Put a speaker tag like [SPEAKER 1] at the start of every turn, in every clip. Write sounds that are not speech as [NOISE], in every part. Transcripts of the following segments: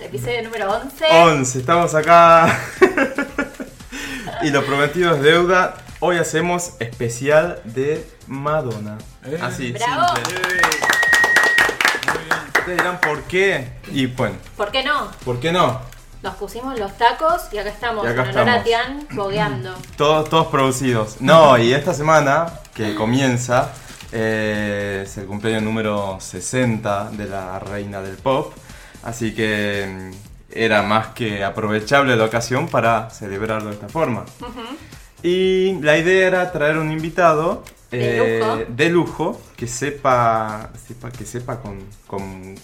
[SPEAKER 1] episodio número 11.
[SPEAKER 2] 11, estamos acá. [LAUGHS] y lo prometido es deuda. Hoy hacemos especial de Madonna.
[SPEAKER 3] Eh.
[SPEAKER 2] Así,
[SPEAKER 1] Bravo.
[SPEAKER 2] simple.
[SPEAKER 3] Muy bien.
[SPEAKER 2] Ustedes dirán por qué. Y bueno,
[SPEAKER 1] ¿Por qué no?
[SPEAKER 2] ¿por qué no?
[SPEAKER 1] Nos pusimos los tacos y acá estamos,
[SPEAKER 2] Y acá
[SPEAKER 1] en honor a
[SPEAKER 2] estamos.
[SPEAKER 1] Tian, bogueando.
[SPEAKER 2] Todos, todos producidos. No, y esta semana que comienza eh, es el cumpleaños número 60 de la reina del pop. Así que mm, era más que aprovechable la ocasión para celebrarlo de esta forma. Y la idea era traer un invitado
[SPEAKER 1] De
[SPEAKER 2] eh,
[SPEAKER 1] lujo.
[SPEAKER 2] de lujo, que sepa, sepa que sepa con, con,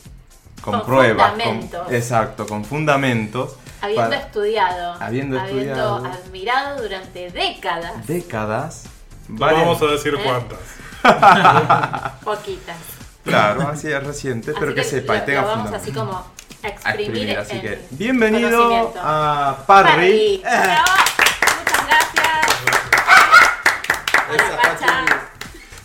[SPEAKER 2] con
[SPEAKER 1] Con
[SPEAKER 2] pruebas,
[SPEAKER 1] fundamentos.
[SPEAKER 2] exacto, con fundamentos.
[SPEAKER 1] Habiendo
[SPEAKER 2] para-
[SPEAKER 1] estudiado.
[SPEAKER 2] Habiendo estudiado.
[SPEAKER 1] admirado durante décadas.
[SPEAKER 2] décadas.
[SPEAKER 3] No
[SPEAKER 2] varias-
[SPEAKER 3] Vamos a decir
[SPEAKER 1] Eh.
[SPEAKER 3] cuántas.
[SPEAKER 1] Poquitas.
[SPEAKER 2] Claro, así es reciente, pero
[SPEAKER 1] Así
[SPEAKER 2] que, sepa y
[SPEAKER 1] lo-
[SPEAKER 2] tenga
[SPEAKER 1] lo vamos así
[SPEAKER 2] fundamento.
[SPEAKER 1] como a
[SPEAKER 2] A
[SPEAKER 1] exprimir,
[SPEAKER 2] exprimir, así
[SPEAKER 1] en
[SPEAKER 2] que bienvenido
[SPEAKER 1] conocimiento.
[SPEAKER 2] a
[SPEAKER 1] Parry.
[SPEAKER 2] Parry. [LAUGHS] Eh,
[SPEAKER 1] Bravo. Muchas gracias. Hola, Pacha.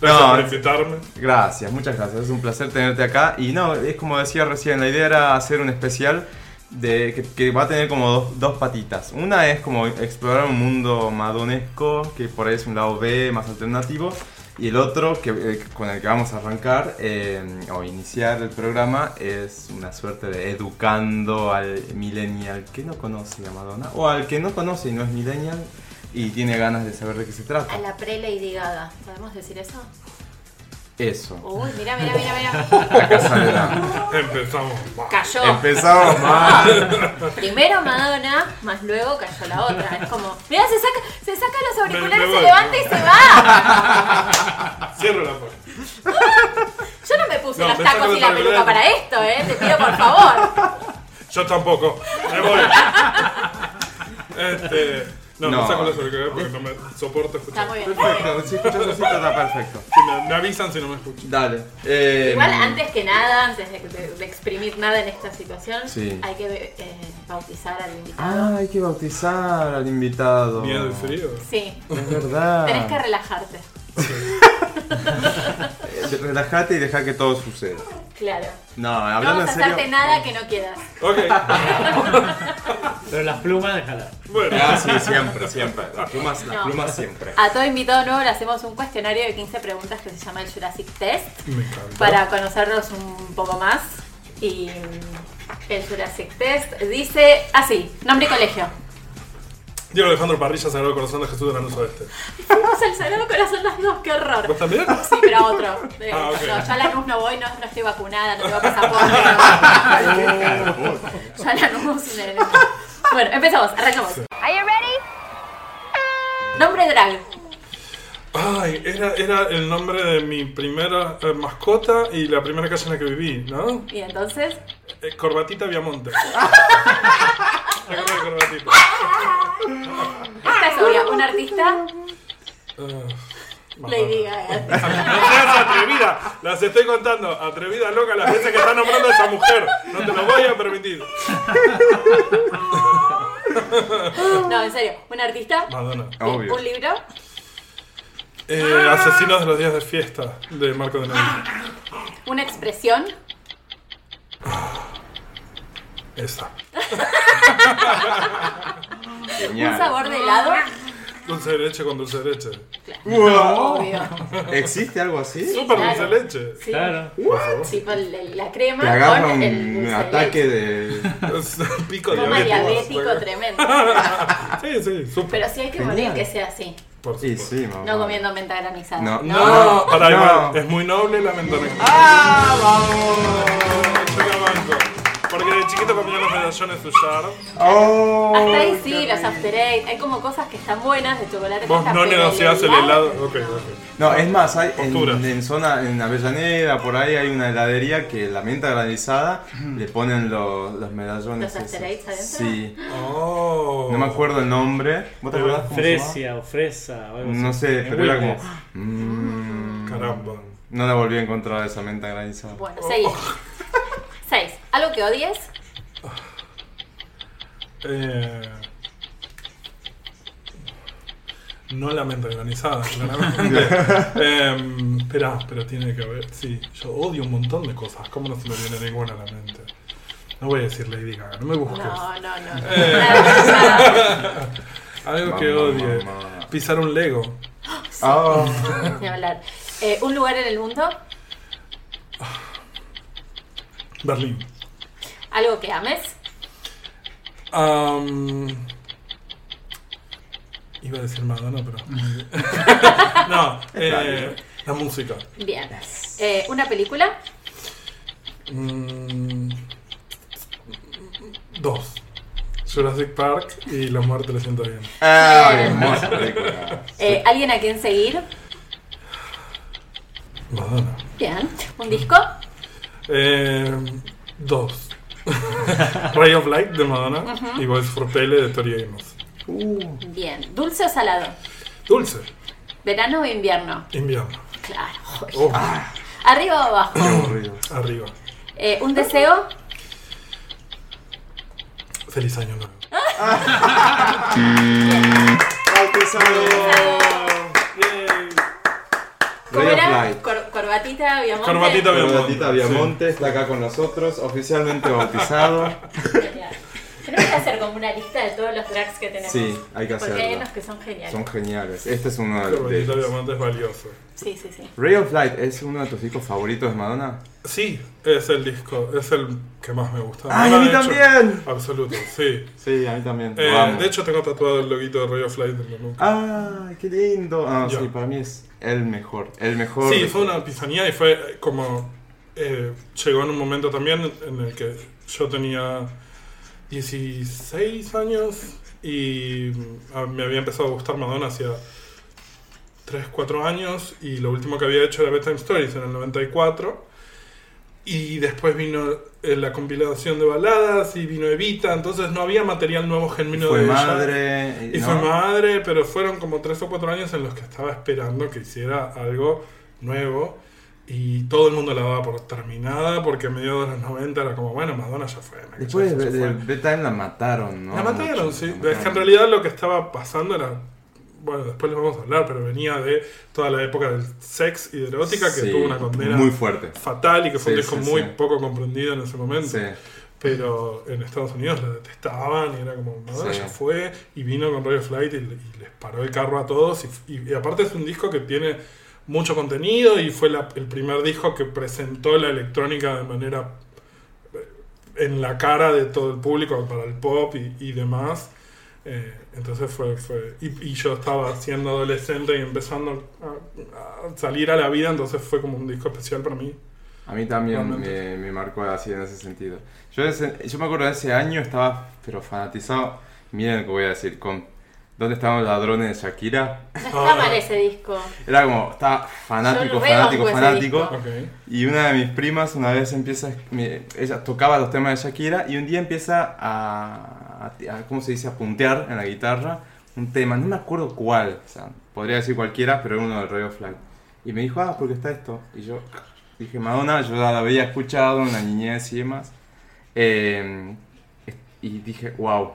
[SPEAKER 3] Gracias
[SPEAKER 2] No.
[SPEAKER 3] por invitarme.
[SPEAKER 2] Gracias, muchas gracias. Es un placer tenerte acá. Y no, es como decía recién, la idea era hacer un especial de, que, que va a tener como dos, dos patitas. Una es como explorar un mundo madonesco, que por ahí es un lado B más alternativo. Y el otro que, eh, con el que vamos a arrancar eh, o iniciar el programa es una suerte de educando al millennial que no conoce a Madonna o al que no conoce y no es millennial y tiene ganas de saber de qué se trata.
[SPEAKER 1] A la pre-Lady Gaga. ¿Podemos decir eso?
[SPEAKER 2] Eso.
[SPEAKER 1] [LAUGHS] Uy, mira, mira, mira, mira.
[SPEAKER 2] [LAUGHS] Acá sale la-
[SPEAKER 3] [LAUGHS] Empezamos. Va.
[SPEAKER 1] Cayó. [LAUGHS]
[SPEAKER 2] Empezamos mal.
[SPEAKER 1] Primero Madonna, más luego cayó la otra. Es como, mira, se saca, se saca los auriculares,
[SPEAKER 3] Me- me
[SPEAKER 1] se
[SPEAKER 3] voy.
[SPEAKER 1] levanta y se va.
[SPEAKER 3] Cierro la puerta.
[SPEAKER 1] Yo no me puse
[SPEAKER 3] No,
[SPEAKER 1] los
[SPEAKER 3] me saco
[SPEAKER 1] tacos y
[SPEAKER 3] los
[SPEAKER 1] la peluca
[SPEAKER 3] auriculares.
[SPEAKER 1] para esto, ¿eh? Te pido por favor.
[SPEAKER 3] Yo tampoco. Me voy. Este. No,
[SPEAKER 2] No.
[SPEAKER 3] me saco los auriculares porque no me
[SPEAKER 1] Está
[SPEAKER 3] soporto escuchar.
[SPEAKER 1] muy bien.
[SPEAKER 2] Perfecto, si escuchas así está perfecto.
[SPEAKER 3] Si me, me avisan si no me escuchan.
[SPEAKER 2] Dale. eh,
[SPEAKER 1] Igual, antes que nada, antes de, de- de exprimir nada en esta situación,
[SPEAKER 2] Sí.
[SPEAKER 1] hay que eh, bautizar al invitado.
[SPEAKER 2] Ah, hay que bautizar al invitado.
[SPEAKER 3] Miedo y frío.
[SPEAKER 1] Sí,
[SPEAKER 2] Es verdad.
[SPEAKER 1] tenés que relajarte.
[SPEAKER 2] Eh, Relájate y deja que todo suceda.
[SPEAKER 1] Claro.
[SPEAKER 2] No,
[SPEAKER 1] No
[SPEAKER 2] hablando
[SPEAKER 1] vamos a
[SPEAKER 2] en serio.
[SPEAKER 1] hacerte nada que no quieras.
[SPEAKER 2] [LAUGHS]
[SPEAKER 3] Ok.
[SPEAKER 4] Pero las plumas, déjala.
[SPEAKER 3] Bueno.
[SPEAKER 2] Ah, sí, siempre, siempre. Las plumas, las
[SPEAKER 1] No. Ah,
[SPEAKER 2] plumas siempre.
[SPEAKER 1] A todo invitado nuevo le hacemos un cuestionario de 15 preguntas que se llama el Jurassic Test.
[SPEAKER 3] Me encanta.
[SPEAKER 1] para conocerlos un poco más. Y el Jurassic Test dice así, nombre y colegio.
[SPEAKER 3] Diego Alejandro Parrilla, Sagrado Corazón de Jesús de Lanús Oeste.
[SPEAKER 1] Fuimos al Sagrado Corazón las dos, qué
[SPEAKER 3] ¿Vos
[SPEAKER 1] horror.
[SPEAKER 3] también?
[SPEAKER 1] Sí, pero a otro. Eh,
[SPEAKER 3] Ah, ok.
[SPEAKER 1] No, yo a Lanús no voy, no, no estoy vacunada, no tengo pasaporte. no. yo a Lanús... no, no. Bueno, empezamos, arrancamos.
[SPEAKER 5] Are you ready?
[SPEAKER 1] Nombre drag.
[SPEAKER 3] Ay, era, era el nombre de mi primera eh, mascota y la primera calle en la que viví, ¿no?
[SPEAKER 1] Y entonces,
[SPEAKER 3] Eh, Corbatita Viamonte. [LAUGHS] Me acuerdo de Corbatita.
[SPEAKER 1] esta es obvia, un artista,
[SPEAKER 3] Eh,
[SPEAKER 1] Lady
[SPEAKER 3] Madonna.
[SPEAKER 1] Gaga.
[SPEAKER 3] No seas atrevida, las estoy contando. Atrevida, loca, las veces que está nombrando a esa mujer. No te lo voy a permitir.
[SPEAKER 1] No, en serio, un artista,
[SPEAKER 3] Madonna.
[SPEAKER 2] Obvio.
[SPEAKER 1] un libro,
[SPEAKER 3] Eh, Asesinos de los días de fiesta de Marco de Navia.
[SPEAKER 1] una expresión,
[SPEAKER 3] Esa.
[SPEAKER 1] un
[SPEAKER 2] Genial.
[SPEAKER 1] sabor de helado.
[SPEAKER 3] Dulce de leche con dulce de leche.
[SPEAKER 2] Wow.
[SPEAKER 1] Obvio.
[SPEAKER 2] ¿Existe algo así?
[SPEAKER 3] Súper dulce de
[SPEAKER 1] claro.
[SPEAKER 3] leche.
[SPEAKER 1] Sí.
[SPEAKER 4] Claro.
[SPEAKER 3] Por favor.
[SPEAKER 1] Sí, con el- la
[SPEAKER 2] Te
[SPEAKER 1] crema
[SPEAKER 2] agarra
[SPEAKER 1] con
[SPEAKER 2] un,
[SPEAKER 1] el dulce de
[SPEAKER 2] ataque
[SPEAKER 1] leche.
[SPEAKER 2] de.
[SPEAKER 3] Es un pico
[SPEAKER 1] Coma
[SPEAKER 3] diabético. Pues.
[SPEAKER 1] diabético tremendo.
[SPEAKER 2] [LAUGHS]
[SPEAKER 3] [LAUGHS] Sí, sí, súper.
[SPEAKER 1] Pero sí hay que morir que sea así.
[SPEAKER 3] Por
[SPEAKER 2] Sí,
[SPEAKER 3] supuesto.
[SPEAKER 2] sí, mamá.
[SPEAKER 1] No comiendo menta granizada.
[SPEAKER 2] No.
[SPEAKER 3] No, para
[SPEAKER 2] No.
[SPEAKER 3] igual, es muy noble la mentona.
[SPEAKER 2] ¡Ah, vamos!
[SPEAKER 3] Yo la banco. Porque de chiquito comía los medallones Suyar.
[SPEAKER 2] Oh,
[SPEAKER 1] Hasta ahí sí,
[SPEAKER 2] qué
[SPEAKER 1] los
[SPEAKER 2] rico.
[SPEAKER 1] after eight. Hay como cosas que están buenas de chocolate.
[SPEAKER 3] Vos
[SPEAKER 1] que
[SPEAKER 3] no
[SPEAKER 1] está
[SPEAKER 3] negociás el
[SPEAKER 1] helado.
[SPEAKER 3] helado. Ok, ok.
[SPEAKER 2] No, es más, hay
[SPEAKER 3] Postura.
[SPEAKER 2] en, en zona, en Avellaneda, por ahí hay una heladería que la menta granizada le ponen lo- los medallones.
[SPEAKER 1] ¿Los After Eights
[SPEAKER 2] esos.
[SPEAKER 1] adentro?
[SPEAKER 2] Sí,
[SPEAKER 3] Oh.
[SPEAKER 2] no me acuerdo el nombre. ¿Vos te acordás cómo se llamaba?
[SPEAKER 4] Fresia o fresa o algo
[SPEAKER 2] No
[SPEAKER 4] así.
[SPEAKER 2] sé,
[SPEAKER 4] En
[SPEAKER 2] pero era como.
[SPEAKER 4] Wilkes.
[SPEAKER 2] mm,
[SPEAKER 3] Caramba.
[SPEAKER 2] No la volví a encontrar esa menta granizada.
[SPEAKER 1] Bueno, seis.
[SPEAKER 3] Oh.
[SPEAKER 1] [LAUGHS] Seis. ¿Algo que odies?
[SPEAKER 3] Eh, no la mente organizada, claramente.
[SPEAKER 2] [LAUGHS]
[SPEAKER 3] Em, espera, pero tiene que haber. Sí, yo odio un montón de cosas. ¿Cómo no se me viene ninguna a la mente? No voy a decir Lady Gaga, no me busques.
[SPEAKER 1] No, no, no. no.
[SPEAKER 3] Eh.
[SPEAKER 1] Nada,
[SPEAKER 3] Algo que
[SPEAKER 2] Mamá,
[SPEAKER 3] odie.
[SPEAKER 2] mamá.
[SPEAKER 3] Pisar un Lego.
[SPEAKER 2] Ah,
[SPEAKER 1] nada, ni hablar. Eh, ¿Un lugar en el mundo?
[SPEAKER 3] Berlín.
[SPEAKER 1] ¿Algo que ames?
[SPEAKER 3] Am, iba a decir Madonna, pero. [LAUGHS] no, eh, la música.
[SPEAKER 1] Bien. Eh, ¿Una película?
[SPEAKER 3] Mm, dos. Jurassic Park y La Muerte le siento bien.
[SPEAKER 2] ah, hermosa película.
[SPEAKER 1] Eh, ¿Alguien a quien seguir?
[SPEAKER 3] Madonna.
[SPEAKER 1] Bien. ¿Un disco?
[SPEAKER 3] Eh, dos. [LAUGHS] Ray of Light de Madonna y Voice for Pele de Tori Amos.
[SPEAKER 2] Uh,
[SPEAKER 1] Bien. ¿Dulce o salado?
[SPEAKER 3] Dulce,
[SPEAKER 1] ¿Verano o invierno?
[SPEAKER 3] invierno.
[SPEAKER 1] Claro. joder.
[SPEAKER 3] Oh,
[SPEAKER 1] ¿Arriba o abajo?
[SPEAKER 2] qué aburrido.
[SPEAKER 3] Arriba.
[SPEAKER 1] Eh, ¿Un deseo?
[SPEAKER 3] Feliz año nuevo.
[SPEAKER 1] ¿Cómo
[SPEAKER 2] Ray of
[SPEAKER 1] era?
[SPEAKER 2] Light.
[SPEAKER 1] Cor- ¿Corbatita, Viamonte?
[SPEAKER 3] Corbatita,
[SPEAKER 2] Tita
[SPEAKER 3] Sí.
[SPEAKER 2] Viamonte está acá con nosotros, oficialmente bautizado.
[SPEAKER 1] Genial. Tenemos que hacer como una lista de todos los tracks que tenemos.
[SPEAKER 2] Sí, hay que
[SPEAKER 1] Porque hay
[SPEAKER 2] hacerlo.
[SPEAKER 1] unos que son geniales.
[SPEAKER 2] Son geniales. Este es uno de los. de
[SPEAKER 3] Corbatita
[SPEAKER 2] ellos.
[SPEAKER 3] Diamante es valioso.
[SPEAKER 1] Sí, sí, sí.
[SPEAKER 2] Ray of Light es uno de tus discos favoritos de Madonna.
[SPEAKER 3] Sí, es el disco, es el que más me gusta.
[SPEAKER 2] ¡Ay,
[SPEAKER 3] No
[SPEAKER 2] a
[SPEAKER 3] lo
[SPEAKER 2] mí
[SPEAKER 3] he hecho.
[SPEAKER 2] también!
[SPEAKER 3] Absoluto, sí.
[SPEAKER 2] Ah, Sí, a mí también.
[SPEAKER 3] Eh,
[SPEAKER 2] Lo amo.
[SPEAKER 3] de hecho, tengo tatuado el loguito de Ray of Light en la nuca.
[SPEAKER 2] ¡Ay, qué lindo! Ah,
[SPEAKER 3] Yo.
[SPEAKER 2] sí, para mí es el mejor. El mejor.
[SPEAKER 3] Sí, fue una epifanía y fue como. eh, llegó en un momento también en el que yo tenía 16 años y mm, a- me había empezado a gustar Madonna hacía 3, 4 años y lo último que había hecho era Bedtime Stories en el 94. Y después vino eh, la compilación de baladas y vino Evita, entonces no había material nuevo genuino
[SPEAKER 2] Fue
[SPEAKER 3] de ella.
[SPEAKER 2] madre.
[SPEAKER 3] Y
[SPEAKER 2] ¿no?
[SPEAKER 3] fue madre, pero fueron como tres o cuatro años en los que estaba esperando que hiciera algo nuevo. Y todo el mundo la daba por terminada, porque a mediados de los 90 era como, bueno, Madonna ya fue. Michael
[SPEAKER 2] Después de,
[SPEAKER 3] Jackson ya
[SPEAKER 2] de
[SPEAKER 3] fue.
[SPEAKER 2] Bedtime la mataron, ¿no?
[SPEAKER 3] La mataron,
[SPEAKER 2] Mucho,
[SPEAKER 3] sí.
[SPEAKER 2] la
[SPEAKER 3] Es que en
[SPEAKER 2] mataron.
[SPEAKER 3] realidad lo que estaba pasando era. Bueno, después les vamos a hablar, pero venía de toda la época del sex y de la erótica, que
[SPEAKER 2] Sí,
[SPEAKER 3] tuvo una condena
[SPEAKER 2] Muy fuerte.
[SPEAKER 3] fatal y que fue un
[SPEAKER 2] Sí,
[SPEAKER 3] disco
[SPEAKER 2] sí,
[SPEAKER 3] muy
[SPEAKER 2] sí.
[SPEAKER 3] poco comprendido en ese momento.
[SPEAKER 2] Sí.
[SPEAKER 3] Pero en Estados Unidos la detestaban y era como, Madonna
[SPEAKER 2] Sí.
[SPEAKER 3] ya fue y vino con Radio Flight y, le- y les paró el carro a todos. Y, y- y aparte es un disco que tiene mucho contenido y fue la- el primer disco que presentó la electrónica de manera eh, en la cara de todo el público para el pop y, y demás. Eh, entonces fue... fue y, y yo estaba siendo adolescente y empezando a- a salir a la vida, entonces fue como un disco especial para mí.
[SPEAKER 2] A mí también me,
[SPEAKER 3] Realmente.
[SPEAKER 2] me marcó así en ese sentido. Yo, ese- yo me acuerdo de ese año, estaba pero fanatizado. Miren lo que voy a decir, con ¿Dónde estaban los ladrones de Shakira?
[SPEAKER 1] No
[SPEAKER 3] Ah.
[SPEAKER 1] está mal ese disco.
[SPEAKER 2] Era como, estaba
[SPEAKER 1] Yo
[SPEAKER 2] fanático,
[SPEAKER 1] re banco
[SPEAKER 2] fanático,
[SPEAKER 1] ese
[SPEAKER 2] fanático.
[SPEAKER 1] disco.
[SPEAKER 3] Ok.
[SPEAKER 2] Y una de mis primas una vez empieza, me- ella tocaba los temas de Shakira y un día empieza a, a- a- ¿cómo se dice?, a puntear en la guitarra un tema, no me acuerdo cuál, o sea, podría decir cualquiera, pero era uno de Radio Flag. Y me dijo, ah, porque está esto. Y yo dije, Madonna, yo la había escuchado en la niñez y demás. Eh, y dije, wow.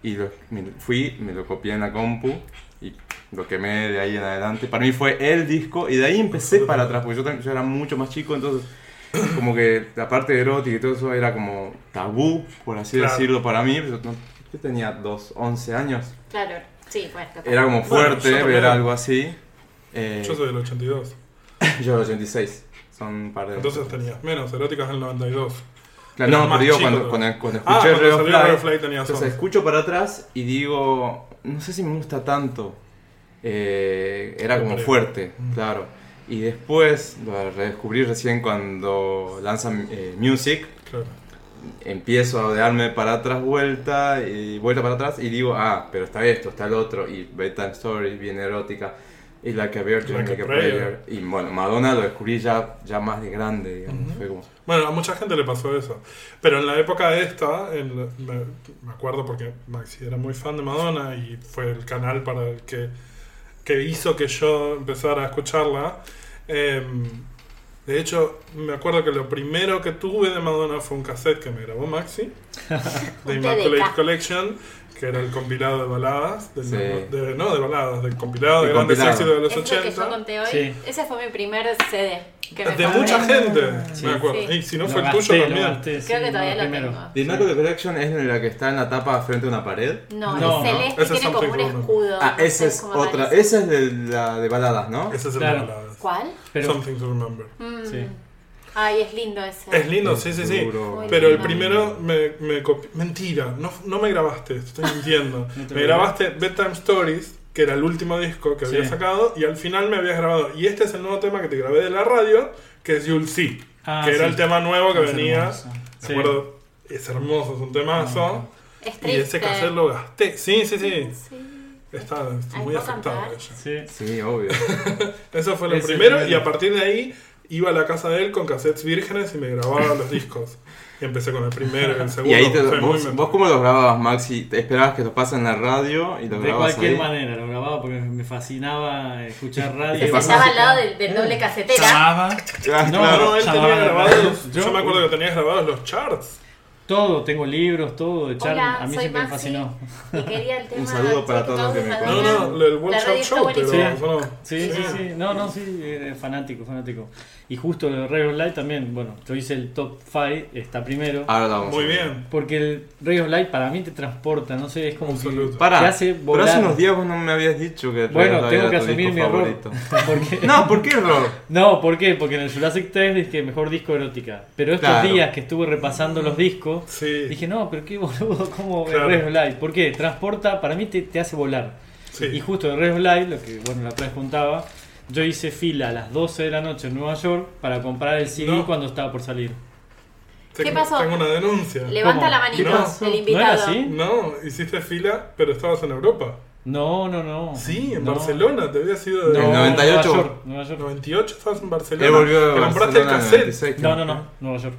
[SPEAKER 2] Y lo- me lo- fui, me lo copié en la compu y lo quemé de ahí en adelante. Para mí fue el disco y de ahí empecé para atrás, porque yo, tam- yo era mucho más chico, entonces como que la parte de erótica y todo eso era como tabú, por así
[SPEAKER 3] Claro.
[SPEAKER 2] decirlo, para mí. Yo, no- yo tenía dos, 11 años.
[SPEAKER 1] Claro. Sí, pues. capaz.
[SPEAKER 2] Era como
[SPEAKER 3] Bueno,
[SPEAKER 2] fuerte
[SPEAKER 3] yo también.
[SPEAKER 2] ver algo así. Eh,
[SPEAKER 3] Yo soy del 82.
[SPEAKER 2] yo del 86. Son un par de...
[SPEAKER 3] Entonces tenías menos, eróticas del 92.
[SPEAKER 2] Claro,
[SPEAKER 3] Eras
[SPEAKER 2] no,
[SPEAKER 3] más
[SPEAKER 2] pero digo, cuando,
[SPEAKER 3] chico todavía.
[SPEAKER 2] cuando, cuando
[SPEAKER 3] Ah,
[SPEAKER 2] escuché
[SPEAKER 3] cuando
[SPEAKER 2] Ray of
[SPEAKER 3] salió Ray
[SPEAKER 2] Light,
[SPEAKER 3] of Light tenías
[SPEAKER 2] entonces
[SPEAKER 3] once.
[SPEAKER 2] escucho para atrás y digo, no sé si me gusta tanto. Eh, era
[SPEAKER 3] Te
[SPEAKER 2] como
[SPEAKER 3] parece.
[SPEAKER 2] fuerte,
[SPEAKER 3] Mm.
[SPEAKER 2] claro. Y después lo redescubrí recién cuando lanzan eh, Music.
[SPEAKER 3] Claro.
[SPEAKER 2] Empiezo a darme para atrás vuelta y vuelta para atrás y digo, ah, pero está esto, está el otro. Y Bedtime Story, bien erótica. Y la que Virgin,
[SPEAKER 3] Like a
[SPEAKER 2] Like a
[SPEAKER 3] Prayer.
[SPEAKER 2] Prayer. Y bueno, Madonna lo descubrí ya, ya más de grande, digamos. Fue como,
[SPEAKER 3] Bueno, a mucha gente le pasó eso. Pero en la época esta, en la- me, me acuerdo porque Maxi era muy fan de Madonna y fue el canal para el que, que hizo que yo empezara a escucharla. em, De hecho, me acuerdo que lo primero que tuve de Madonna fue un cassette que me
[SPEAKER 1] [LAUGHS]
[SPEAKER 3] grabó Maxi, de
[SPEAKER 1] Un
[SPEAKER 3] Immaculate
[SPEAKER 1] TDK.
[SPEAKER 3] Collection, que era el compilado de baladas, del-
[SPEAKER 2] Sí.
[SPEAKER 3] de- no de baladas, del compilado de
[SPEAKER 2] El
[SPEAKER 3] grandes
[SPEAKER 2] compilado.
[SPEAKER 3] éxitos de los
[SPEAKER 1] Ese que yo
[SPEAKER 3] 80.
[SPEAKER 1] conté hoy,
[SPEAKER 4] Sí.
[SPEAKER 1] ese fue mi primer CD. Que me
[SPEAKER 3] De
[SPEAKER 1] compré.
[SPEAKER 3] mucha gente,
[SPEAKER 4] Sí.
[SPEAKER 3] me acuerdo.
[SPEAKER 1] Sí.
[SPEAKER 3] Y si no
[SPEAKER 4] Lo
[SPEAKER 3] fue el
[SPEAKER 4] gasté,
[SPEAKER 3] tuyo
[SPEAKER 4] lo
[SPEAKER 3] también.
[SPEAKER 4] gasté, sí,
[SPEAKER 1] Creo que todavía
[SPEAKER 4] no,
[SPEAKER 1] lo
[SPEAKER 4] primero.
[SPEAKER 1] tengo.
[SPEAKER 2] The Immaculate Collection es la que está en la tapa frente a una pared.
[SPEAKER 1] No,
[SPEAKER 4] No,
[SPEAKER 1] el
[SPEAKER 4] no.
[SPEAKER 1] celeste
[SPEAKER 3] Ese es
[SPEAKER 1] tiene como un
[SPEAKER 3] Something Wrong.
[SPEAKER 1] escudo.
[SPEAKER 2] Ah, esa
[SPEAKER 1] entonces
[SPEAKER 2] es
[SPEAKER 1] como
[SPEAKER 2] otra.
[SPEAKER 1] varios-
[SPEAKER 2] Esa es de la de baladas, ¿no?
[SPEAKER 3] Ese es el
[SPEAKER 4] Claro.
[SPEAKER 3] de baladas.
[SPEAKER 1] ¿Cuál?
[SPEAKER 4] Pero,
[SPEAKER 3] Something to remember.
[SPEAKER 1] Mm.
[SPEAKER 4] sí.
[SPEAKER 1] Ay, es lindo ese.
[SPEAKER 3] Es lindo, sí, sí, sí.
[SPEAKER 2] Seguro.
[SPEAKER 1] Muy
[SPEAKER 3] Pero el
[SPEAKER 1] lindo.
[SPEAKER 3] primero me, me copi- Mentira, no, no me grabaste, estoy mintiendo.
[SPEAKER 4] [LAUGHS] No te
[SPEAKER 3] me
[SPEAKER 4] lo
[SPEAKER 3] grabaste Bedtime Stories, que era el último disco que había
[SPEAKER 4] Sí.
[SPEAKER 3] sacado, y al final me habías grabado. Y este es el nuevo tema que te grabé de la radio, que es You'll See,
[SPEAKER 4] Ah,
[SPEAKER 3] que era
[SPEAKER 4] sí.
[SPEAKER 3] el tema nuevo que
[SPEAKER 4] Es
[SPEAKER 3] venía.
[SPEAKER 4] hermoso.
[SPEAKER 3] ¿De
[SPEAKER 4] Sí.
[SPEAKER 3] acuerdo? Es hermoso, es un temazo.
[SPEAKER 4] Ah,
[SPEAKER 1] Es
[SPEAKER 3] Y
[SPEAKER 1] triste.
[SPEAKER 3] ese cassette lo gasté. Sí, sí, sí.
[SPEAKER 1] Sí.
[SPEAKER 3] Está, está
[SPEAKER 1] Ay,
[SPEAKER 3] muy
[SPEAKER 1] ¿puedo
[SPEAKER 3] afectado
[SPEAKER 1] cantar?
[SPEAKER 3] ella.
[SPEAKER 4] Sí.
[SPEAKER 2] Sí,
[SPEAKER 3] [LAUGHS]
[SPEAKER 2] obvio.
[SPEAKER 3] Eso fue lo
[SPEAKER 4] Ese
[SPEAKER 3] primero
[SPEAKER 4] primero.
[SPEAKER 3] y a partir de ahí iba a la casa de él con cassettes vírgenes y me grababa los discos. Y empecé con el
[SPEAKER 2] [LAUGHS]
[SPEAKER 3] primero y el segundo.
[SPEAKER 2] y ahí te,
[SPEAKER 3] Soy muy
[SPEAKER 2] vos,
[SPEAKER 3] metódico.
[SPEAKER 2] vos cómo los grababas, Maxi? ¿Te esperabas que los pasen en la radio y los
[SPEAKER 4] De
[SPEAKER 2] grababas
[SPEAKER 4] cualquier
[SPEAKER 2] ahí?
[SPEAKER 4] manera, lo grababa porque me
[SPEAKER 2] [LAUGHS]
[SPEAKER 4] fascinaba escuchar radio.
[SPEAKER 2] ¿Qué
[SPEAKER 1] Se
[SPEAKER 2] pasó?
[SPEAKER 1] sentaba al lado del, del doble casetera.
[SPEAKER 4] Llamaba.
[SPEAKER 2] Ah,
[SPEAKER 4] No,
[SPEAKER 3] No,
[SPEAKER 2] claro.
[SPEAKER 3] no, él tenía
[SPEAKER 4] Llamaban a
[SPEAKER 1] [LAUGHS]
[SPEAKER 4] la
[SPEAKER 3] grabados.
[SPEAKER 4] radio.
[SPEAKER 3] Yo, me acuerdo que tenías grabados los charts.
[SPEAKER 4] Todo, tengo libros, todo de Charlie.
[SPEAKER 1] Hola,
[SPEAKER 4] A mí
[SPEAKER 1] soy
[SPEAKER 4] siempre me
[SPEAKER 1] Maxi.
[SPEAKER 4] fascinó.
[SPEAKER 1] Y quería el tema.
[SPEAKER 2] saludo para
[SPEAKER 1] Check
[SPEAKER 2] todos los que me
[SPEAKER 1] Out
[SPEAKER 3] No,
[SPEAKER 1] Madonna.
[SPEAKER 3] no, el World
[SPEAKER 1] Ah. La radio
[SPEAKER 3] Show
[SPEAKER 1] está
[SPEAKER 3] Show te
[SPEAKER 1] buenísima.
[SPEAKER 3] grabas, ¿o no?
[SPEAKER 4] Sí, sí, sí. No, no, sí, eh, fanático, fanático. Y justo el Ray of Light también, bueno, yo hice el top 5, está primero.
[SPEAKER 2] Ahora la vamos.
[SPEAKER 3] Muy
[SPEAKER 2] a ver.
[SPEAKER 3] bien.
[SPEAKER 4] Porque el Ray of Light para mí te transporta, no sé, es como
[SPEAKER 3] Absoluto.
[SPEAKER 4] que
[SPEAKER 2] Pará,
[SPEAKER 4] te hace
[SPEAKER 2] pero
[SPEAKER 4] volar.
[SPEAKER 2] hace unos días vos no me habías dicho que
[SPEAKER 4] Bueno,
[SPEAKER 2] Radiohead
[SPEAKER 4] tengo
[SPEAKER 2] era
[SPEAKER 4] que
[SPEAKER 2] tu disco
[SPEAKER 4] asumir mi error. [LAUGHS]
[SPEAKER 2] favorito.
[SPEAKER 4] Porque-
[SPEAKER 2] No, ¿por qué error?
[SPEAKER 4] No, ¿por qué? Porque en el Jurassic 3 dije mejor disco erótica. Pero estos
[SPEAKER 2] Claro.
[SPEAKER 4] días que estuve repasando los discos,
[SPEAKER 3] Sí.
[SPEAKER 4] dije, no, pero qué boludo, como
[SPEAKER 3] Claro.
[SPEAKER 4] el Ray of Light. ¿Por qué? Transporta, para mí te, te hace volar.
[SPEAKER 3] Sí.
[SPEAKER 4] Y justo el Red Light, lo que bueno la otra vez contaba, yo hice fila a las 12 de la noche en Nueva York para comprar el CD
[SPEAKER 3] No.
[SPEAKER 4] cuando estaba por salir.
[SPEAKER 1] ¿Qué
[SPEAKER 3] Tengo-
[SPEAKER 1] pasó?
[SPEAKER 3] Tengo una denuncia.
[SPEAKER 1] Levanta
[SPEAKER 4] ¿Cómo?
[SPEAKER 1] la manito,
[SPEAKER 3] ¿Qué pasó?
[SPEAKER 1] el
[SPEAKER 4] ¿No era
[SPEAKER 1] invitado.
[SPEAKER 4] así?
[SPEAKER 3] No, hiciste fila, pero estabas en Europa.
[SPEAKER 4] No, no, no.
[SPEAKER 3] Sí, en
[SPEAKER 4] No.
[SPEAKER 3] Barcelona, te había sido
[SPEAKER 4] No,
[SPEAKER 2] En
[SPEAKER 3] de
[SPEAKER 2] el 98.
[SPEAKER 4] Nueva York, Nueva York.
[SPEAKER 3] 98, estabas en Barcelona.
[SPEAKER 2] Él volvió
[SPEAKER 3] Te
[SPEAKER 2] a
[SPEAKER 3] compraste el
[SPEAKER 2] Barcelona en el
[SPEAKER 3] cassette.
[SPEAKER 2] 96.
[SPEAKER 4] No, no, no, ¿Eh? Nueva York.